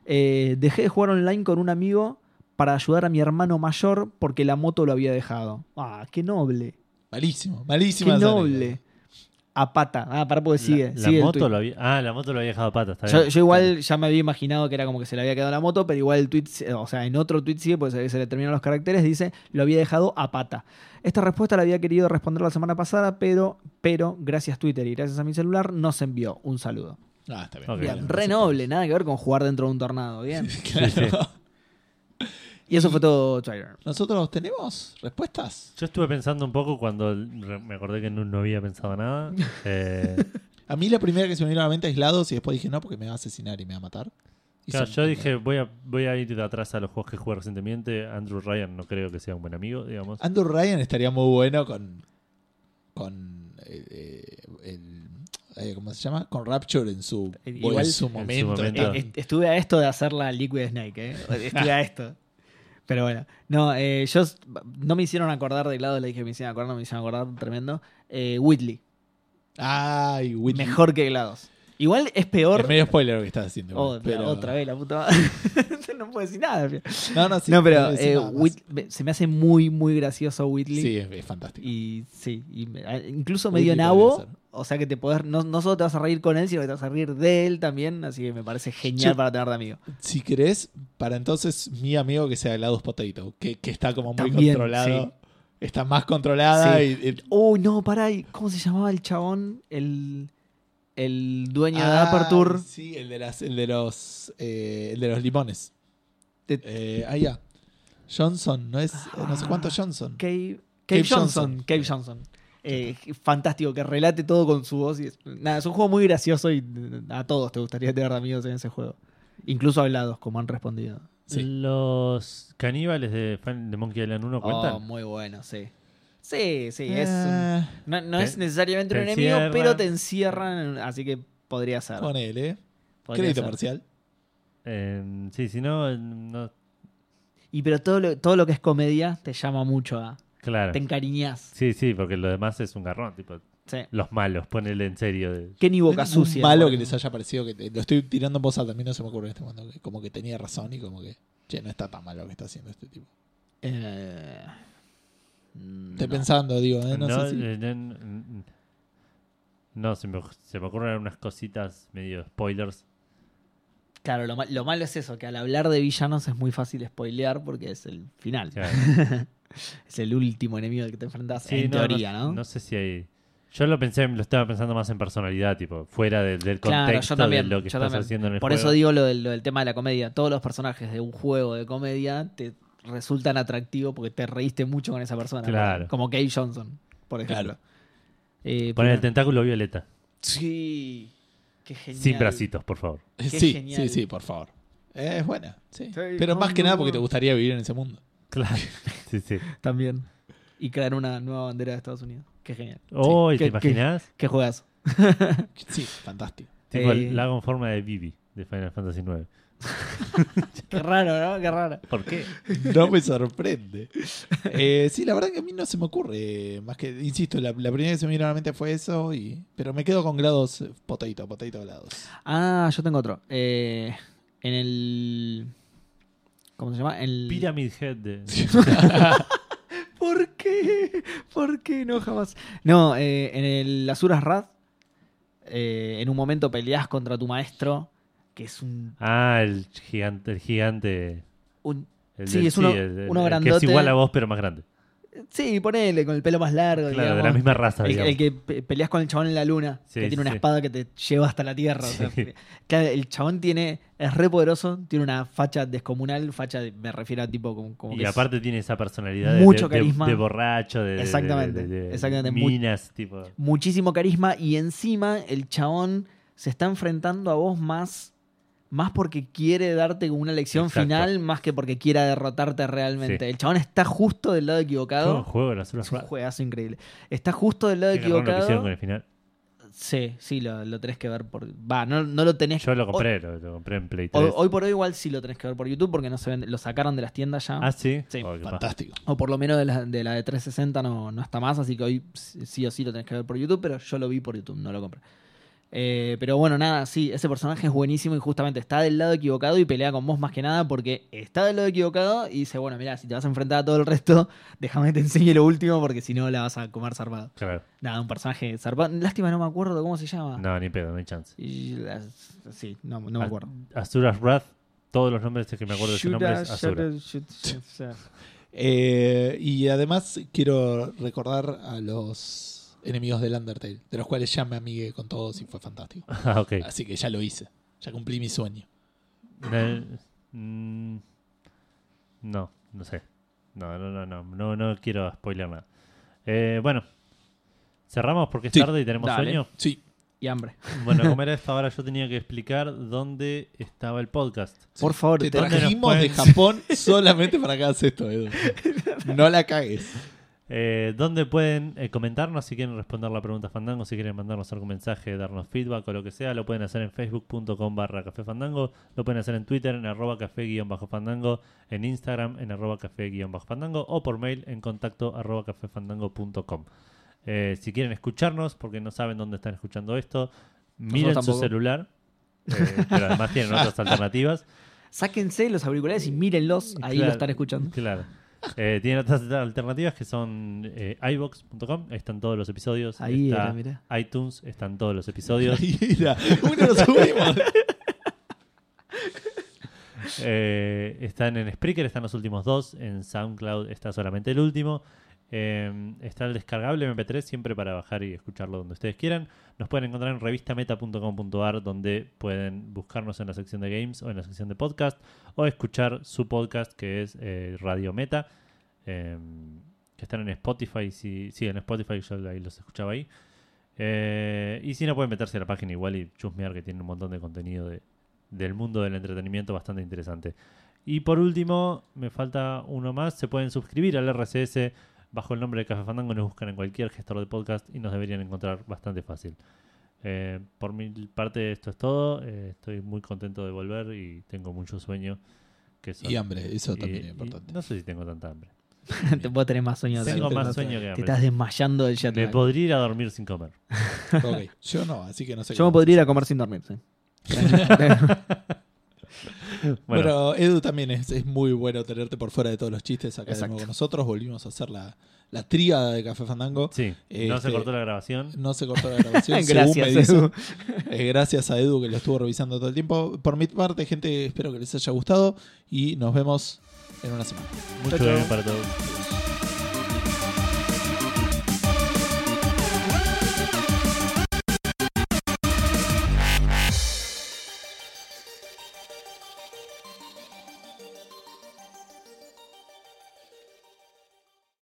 [SPEAKER 3] Eh, dejé de jugar online con un amigo para ayudar a mi hermano mayor porque la moto lo había dejado. Ah, qué noble.
[SPEAKER 1] Malísimo,
[SPEAKER 3] Qué
[SPEAKER 1] malísima. esa anécdota.
[SPEAKER 3] noble. A pata. Ah, para porque sigue.
[SPEAKER 2] La, la
[SPEAKER 3] sigue el
[SPEAKER 2] moto
[SPEAKER 3] tuit.
[SPEAKER 2] lo había, ah, la moto lo había dejado a patas. está
[SPEAKER 3] Yo,
[SPEAKER 2] bien.
[SPEAKER 3] yo igual ya me había imaginado que era como que se le había quedado la moto, pero igual el tweet, se- o sea, en otro tweet sigue, porque se, se le terminaron los caracteres, dice, lo había dejado a pata. Esta respuesta la había querido responder la semana pasada, pero, pero, gracias Twitter y gracias a mi celular, no se envió. Un saludo.
[SPEAKER 1] Ah, está bien.
[SPEAKER 2] Ok.
[SPEAKER 1] Bueno,
[SPEAKER 3] Bien, re noble, nada que ver con jugar dentro de un tornado, bien.
[SPEAKER 1] <laughs> Claro.
[SPEAKER 2] Sí, sí.
[SPEAKER 3] Y eso fue todo, Twitter.
[SPEAKER 1] ¿Nosotros tenemos respuestas?
[SPEAKER 2] Yo estuve pensando un poco cuando re- me acordé que no, no había
[SPEAKER 3] <laughs>
[SPEAKER 2] pensado nada. Eh,
[SPEAKER 1] A mí la primera que se me vino a la mente aislados y después dije no porque me va a asesinar y me va a matar. Y
[SPEAKER 2] claro,
[SPEAKER 1] son-
[SPEAKER 2] yo dije, voy a, voy a ir de atrás a los juegos que jugué recientemente. Andrew Ryan no creo que sea un buen amigo, digamos.
[SPEAKER 3] Ah,
[SPEAKER 1] Andrew Ryan estaría muy bueno con. con. eh, eh, el, eh, ¿Cómo se llama? Con Rapture en su,
[SPEAKER 3] Eh, Igual-
[SPEAKER 1] en su
[SPEAKER 2] En su
[SPEAKER 1] momento.
[SPEAKER 2] momento.
[SPEAKER 1] ¿no?
[SPEAKER 2] Eh,
[SPEAKER 3] Est- Estuve a esto de hacer la Liquid Snake, ¿eh? Estuve a esto. Pero bueno, no, eh, yo s- no me hicieron acordar de lado, le dije que me hicieron acordar, no me hicieron acordar, tremendo. Eh, Whitley,
[SPEAKER 1] Ay, Whitley.
[SPEAKER 3] mejor que Glados. Igual es
[SPEAKER 1] Es
[SPEAKER 3] peor.
[SPEAKER 1] medio spoiler lo que estás haciendo.
[SPEAKER 3] Oh,
[SPEAKER 1] igual, pero-
[SPEAKER 3] Otra vez, la puta madre. <laughs> no puedo decir nada. fío.
[SPEAKER 1] No, no, sí,
[SPEAKER 3] no, pero
[SPEAKER 1] sí,
[SPEAKER 3] eh,
[SPEAKER 1] nada más.
[SPEAKER 3] Whit- me- se me hace muy, muy gracioso Whitley.
[SPEAKER 1] Sí, es, es fantástico.
[SPEAKER 3] Y sí, y me- a- incluso
[SPEAKER 1] Whitley
[SPEAKER 3] medio
[SPEAKER 1] podría
[SPEAKER 3] nabo.
[SPEAKER 1] ser.
[SPEAKER 3] O sea que te podés, no, no solo te vas a reír con él, sino que te vas a reír de él también. Así que me parece genial
[SPEAKER 1] Yo-
[SPEAKER 3] para tener de amigo.
[SPEAKER 1] Si querés, para entonces mi amigo que sea Gladys Potato, que, que está como muy
[SPEAKER 3] También,
[SPEAKER 1] controlado.
[SPEAKER 3] sí.
[SPEAKER 1] Está más controlada
[SPEAKER 3] Sí.
[SPEAKER 1] y, y-
[SPEAKER 3] Oh, no, pará. ¿y ¿Cómo se llamaba el chabón? El, el dueño de
[SPEAKER 1] Ah,
[SPEAKER 3] Aperture.
[SPEAKER 1] Sí, el de, las, el de los eh, el de los limones.
[SPEAKER 3] De-
[SPEAKER 1] Eh, ah, ya. Johnson, no es no sé
[SPEAKER 3] Ah,
[SPEAKER 1] cuánto Johnson.
[SPEAKER 3] Cave,
[SPEAKER 1] Cave
[SPEAKER 3] Cave Johnson.
[SPEAKER 1] Johnson.
[SPEAKER 3] Cave Johnson. Eh, fantástico, que relate todo con su voz. y es- nada, es un juego muy gracioso y eh, a todos te gustaría tener amigos en ese juego. Incluso hablados, como han respondido.
[SPEAKER 1] Sí.
[SPEAKER 2] Los caníbales de, Fan- de Monkey Island 1
[SPEAKER 3] Oh,
[SPEAKER 2] cuentan.
[SPEAKER 3] muy bueno, sí. Sí, sí, es un-
[SPEAKER 1] Ah,
[SPEAKER 3] no, no
[SPEAKER 2] Te-
[SPEAKER 3] es necesariamente un
[SPEAKER 2] te
[SPEAKER 3] enemigo,
[SPEAKER 2] encierran.
[SPEAKER 3] pero te encierran, en- así que podría ser.
[SPEAKER 1] Ponele. eh.
[SPEAKER 3] podría
[SPEAKER 1] Crédito
[SPEAKER 3] ser.
[SPEAKER 1] parcial.
[SPEAKER 2] Eh, sí, si no, no.
[SPEAKER 3] Y pero todo lo, todo lo que es comedia te llama mucho a...
[SPEAKER 2] Claro.
[SPEAKER 3] Te encariñas.
[SPEAKER 2] Sí, sí, porque lo demás es un garrón. Tipo,
[SPEAKER 3] Sí.
[SPEAKER 2] los malos, ponele en serio. de-
[SPEAKER 3] Kenny Boca
[SPEAKER 1] Es un
[SPEAKER 3] Sucia.
[SPEAKER 1] malo
[SPEAKER 3] por
[SPEAKER 1] que les
[SPEAKER 3] ejemplo.
[SPEAKER 1] haya parecido que te- lo estoy tirando en voz alta, a mí no se me ocurre en este momento que como que tenía razón y como que che, no está tan malo lo que está haciendo este tipo.
[SPEAKER 3] Eh, mm,
[SPEAKER 1] Estoy
[SPEAKER 3] no.
[SPEAKER 1] pensando, digo, eh, no, sé si-
[SPEAKER 2] eh, no, n- no, se, me, se me ocurren unas cositas medio spoilers.
[SPEAKER 3] Claro, lo, ma- lo malo es eso, que al hablar de villanos es muy fácil spoilear porque es el final.
[SPEAKER 2] Claro.
[SPEAKER 3] <laughs> Es el último enemigo al que te enfrentas
[SPEAKER 2] Sí,
[SPEAKER 3] en teoría, ¿no?
[SPEAKER 2] sé si hay. Yo lo pensé, lo estaba pensando más en personalidad, tipo, fuera de- del contexto
[SPEAKER 3] Claro, yo también.
[SPEAKER 2] de lo que
[SPEAKER 3] yo
[SPEAKER 2] estás
[SPEAKER 3] también.
[SPEAKER 2] haciendo en el
[SPEAKER 3] Por
[SPEAKER 2] juego.
[SPEAKER 3] eso digo lo del, lo del tema de la comedia. Todos los personajes de un juego de comedia te resultan atractivos porque te reíste mucho con esa persona.
[SPEAKER 2] Claro.
[SPEAKER 3] ¿no? Como Kate Johnson, por ejemplo.
[SPEAKER 1] Claro.
[SPEAKER 3] Eh,
[SPEAKER 2] Poner el
[SPEAKER 3] pero-
[SPEAKER 2] tentáculo violeta.
[SPEAKER 3] Sí. Qué genial.
[SPEAKER 2] Sin bracitos, por favor.
[SPEAKER 3] Qué
[SPEAKER 1] sí,
[SPEAKER 3] genial.
[SPEAKER 1] sí, sí, por favor. Eh, es buena, sí.
[SPEAKER 3] Sí,
[SPEAKER 1] Pero más
[SPEAKER 3] no,
[SPEAKER 1] que
[SPEAKER 3] no,
[SPEAKER 1] nada
[SPEAKER 3] no.
[SPEAKER 1] porque te gustaría vivir en ese mundo.
[SPEAKER 2] Claro. <laughs> sí, sí.
[SPEAKER 3] También. Y crear una nueva bandera de Estados Unidos. Qué genial.
[SPEAKER 2] Oh, ¿y
[SPEAKER 3] ¿Qué-
[SPEAKER 2] ¿te imaginas?
[SPEAKER 3] Qué juegas.
[SPEAKER 1] Sí, fantástico.
[SPEAKER 2] Tipo,
[SPEAKER 3] Eh.
[SPEAKER 2] la hago en forma de Bibi de Final Fantasy IX.
[SPEAKER 3] <laughs> Qué raro, ¿no? Qué raro.
[SPEAKER 2] ¿Por qué?
[SPEAKER 1] No me
[SPEAKER 3] <laughs>
[SPEAKER 1] sorprende. Eh, sí, la verdad que a mí no se me ocurre. eh, Más que, insisto, la, la primera que se me vino a la mente fue eso. Y, pero me quedo con glados eh, potato, potato glados.
[SPEAKER 3] Ah, yo tengo otro. Eh, en el. ¿Cómo se llama? En el...
[SPEAKER 2] Pyramid Head de.
[SPEAKER 3] ¿Por qué? <laughs> ¿Por qué? No, jamás. No, eh, en el Asuras Wrath, eh, en un momento peleas contra tu maestro, que es un.
[SPEAKER 2] Ah, el gigante. El gigante
[SPEAKER 3] un-
[SPEAKER 2] el
[SPEAKER 3] Sí,
[SPEAKER 2] del-
[SPEAKER 3] es uno-
[SPEAKER 2] el- el-
[SPEAKER 3] uno
[SPEAKER 2] el Que es
[SPEAKER 3] grandote.
[SPEAKER 2] igual a vos, pero más grande.
[SPEAKER 3] sí, ponele, con el pelo más largo.
[SPEAKER 2] Claro,
[SPEAKER 3] digamos.
[SPEAKER 2] de la misma raza,
[SPEAKER 3] El,
[SPEAKER 2] digamos.
[SPEAKER 3] el que pe- peleas con el chabón en la luna,
[SPEAKER 2] Sí,
[SPEAKER 3] que tiene una
[SPEAKER 2] sí.
[SPEAKER 3] espada que te lleva hasta la tierra. o sea,
[SPEAKER 2] Sí.
[SPEAKER 3] claro, el chabón tiene, es re poderoso, tiene una facha descomunal, facha, de- me refiero a tipo como, como
[SPEAKER 2] Y
[SPEAKER 3] que es-
[SPEAKER 2] aparte tiene esa personalidad de-
[SPEAKER 3] mucho
[SPEAKER 2] de, de-
[SPEAKER 3] carisma.
[SPEAKER 2] de borracho, de, de-
[SPEAKER 3] Exactamente,
[SPEAKER 2] de- de- de
[SPEAKER 3] exactamente, mu-
[SPEAKER 2] minas, tipo.
[SPEAKER 3] muchísimo carisma y encima el chabón se está enfrentando a vos más, más porque quiere darte como una lección
[SPEAKER 2] Exacto.
[SPEAKER 3] final, más que porque quiera derrotarte realmente.
[SPEAKER 2] Sí.
[SPEAKER 3] El chabón está justo del lado equivocado.
[SPEAKER 2] Buen juego, la Azul
[SPEAKER 3] Es un
[SPEAKER 2] Azul.
[SPEAKER 3] juegazo increíble. Está justo del lado
[SPEAKER 2] Qué garrón lo que hicieron con
[SPEAKER 3] equivocado.
[SPEAKER 2] el final.
[SPEAKER 3] Sí, sí, lo, lo tenés que ver por. Va, no, no lo tenés
[SPEAKER 2] Yo lo
[SPEAKER 3] Hoy-
[SPEAKER 2] compré, lo, lo compré en Play
[SPEAKER 3] Hoy,
[SPEAKER 2] 3.
[SPEAKER 3] hoy por hoy igual sí lo tenés que ver por YouTube porque no se vende- lo sacaron de las tiendas ya.
[SPEAKER 2] ah, sí.
[SPEAKER 3] Sí,
[SPEAKER 2] Oh, qué paja.
[SPEAKER 1] Fantástico.
[SPEAKER 3] O por lo menos de la de, la de 360 no, no está más, así que hoy sí sí o sí lo tenés que ver por YouTube, pero yo lo vi por YouTube, no lo compré. Eh, pero bueno, nada, sí, ese personaje es buenísimo y justamente está del lado equivocado y pelea con vos más que nada porque está del lado equivocado y dice, bueno, mira, si te vas a enfrentar a todo el resto, <laughs> déjame que te enseñe lo último porque si no la vas a comer zarpado.
[SPEAKER 2] Claro.
[SPEAKER 3] Nada, un personaje zarpado. Lástima, no me acuerdo cómo se llama.
[SPEAKER 2] No, ni pedo, no hay chance.
[SPEAKER 3] Y la- sí, no, no me acuerdo.
[SPEAKER 2] Azura's Wrath, todos los nombres que me acuerdo de su nombre es Azura.
[SPEAKER 1] Eh, y además quiero recordar a los enemigos del Undertale, de los cuales ya me amigué con todos y fue fantástico.
[SPEAKER 2] <laughs> Ah, ok.
[SPEAKER 1] Así que ya lo hice. Ya cumplí mi sueño.
[SPEAKER 2] No, mm, no, no sé. No, no, no, no, no, no quiero spoiler nada. Eh, bueno, cerramos porque es
[SPEAKER 1] Sí,
[SPEAKER 2] tarde y tenemos
[SPEAKER 3] dale.
[SPEAKER 2] sueño.
[SPEAKER 1] Sí,
[SPEAKER 3] Y hambre.
[SPEAKER 2] Bueno, como era esto, ahora yo tenía que explicar dónde estaba el podcast.
[SPEAKER 3] Por favor,
[SPEAKER 1] te
[SPEAKER 3] te-
[SPEAKER 2] ¿Dónde nos
[SPEAKER 1] trajimos de <laughs>
[SPEAKER 2] pueden-
[SPEAKER 1] Japón solamente para que hagas esto, <laughs> Edu. No la cagues.
[SPEAKER 2] Eh, ¿Dónde pueden eh, comentarnos si quieren responder la pregunta Fandango? Si quieren mandarnos algún mensaje, darnos feedback o lo que sea, lo pueden hacer en facebook.com barra café fandango, lo pueden hacer en Twitter en arroba café guión bajo fandango, en Instagram en arroba café guión bajo fandango o por mail en contacto arroba cafefandango.com. Eh, si quieren escucharnos, porque no saben dónde están escuchando esto, miren su
[SPEAKER 3] tampoco.
[SPEAKER 2] celular, eh, pero además tienen otras alternativas.
[SPEAKER 3] Sáquense los auriculares y mírenlos. Ahí
[SPEAKER 2] Claro,
[SPEAKER 3] lo están escuchando.
[SPEAKER 2] Claro. Eh, tienen otras alternativas que son eh, iVox.com, ahí están todos los episodios.
[SPEAKER 3] Ahí
[SPEAKER 2] está
[SPEAKER 3] era, mirá.
[SPEAKER 2] iTunes, están todos los episodios.
[SPEAKER 1] Ahí era. Uno
[SPEAKER 3] <laughs>
[SPEAKER 1] lo subimos.
[SPEAKER 2] Eh, están en Spreaker, están los últimos dos. En SoundCloud está solamente el último. Eh, está el descargable MP3 siempre para bajar y escucharlo donde ustedes quieran. Nos pueden encontrar en revistameta.com.ar donde pueden buscarnos en la sección de games o en la sección de podcast o escuchar su podcast que es eh, Radio Meta. eh, que están en Spotify, si, sí, en Spotify yo ahí los escuchaba ahí. Eh, y si no, pueden meterse a la página igual y chusmear que tiene un montón de contenido de, del mundo del entretenimiento bastante interesante. Y por último, me falta uno más. Se pueden suscribir al RSS bajo el nombre de Café Fandango. Nos buscan en cualquier gestor de podcast y nos deberían encontrar bastante fácil. Eh, por mi parte, esto es todo. Eh, estoy muy contento de volver y tengo mucho sueño. Que
[SPEAKER 1] <laughs>
[SPEAKER 2] son-
[SPEAKER 1] Y hambre, eso
[SPEAKER 2] y-
[SPEAKER 1] también
[SPEAKER 2] y
[SPEAKER 1] es importante.
[SPEAKER 2] No sé si tengo tanta hambre.
[SPEAKER 3] Te puedo tener más sueño. de
[SPEAKER 1] Tengo
[SPEAKER 3] otra
[SPEAKER 1] más
[SPEAKER 3] cosa.
[SPEAKER 2] sueño que
[SPEAKER 3] Te
[SPEAKER 2] hambre.
[SPEAKER 3] estás desmayando del jet
[SPEAKER 2] Me
[SPEAKER 3] lag.
[SPEAKER 2] podría ir a dormir sin comer.
[SPEAKER 1] Ok, Yo no, así que no sé.
[SPEAKER 3] Yo me
[SPEAKER 1] cómo.
[SPEAKER 3] podría ir a comer sin dormir. <laughs> sí.
[SPEAKER 2] Bueno,
[SPEAKER 1] Pero Edu también es, es muy bueno tenerte por fuera de todos los chistes acá de
[SPEAKER 3] Exacto.
[SPEAKER 1] nuevo con nosotros. Volvimos a hacer la, la tríada de Café Fandango.
[SPEAKER 2] sí, no se
[SPEAKER 1] este-
[SPEAKER 2] cortó la grabación.
[SPEAKER 1] No se cortó la
[SPEAKER 3] <laughs>
[SPEAKER 1] grabación. según me
[SPEAKER 3] Gracias,
[SPEAKER 1] dicen.
[SPEAKER 3] Edu.
[SPEAKER 1] Eh, gracias a Edu que lo estuvo revisando todo el tiempo. Por mi parte, gente, espero que les haya gustado y nos vemos en una semana.
[SPEAKER 2] Mucho
[SPEAKER 3] chao.
[SPEAKER 2] bien para todos.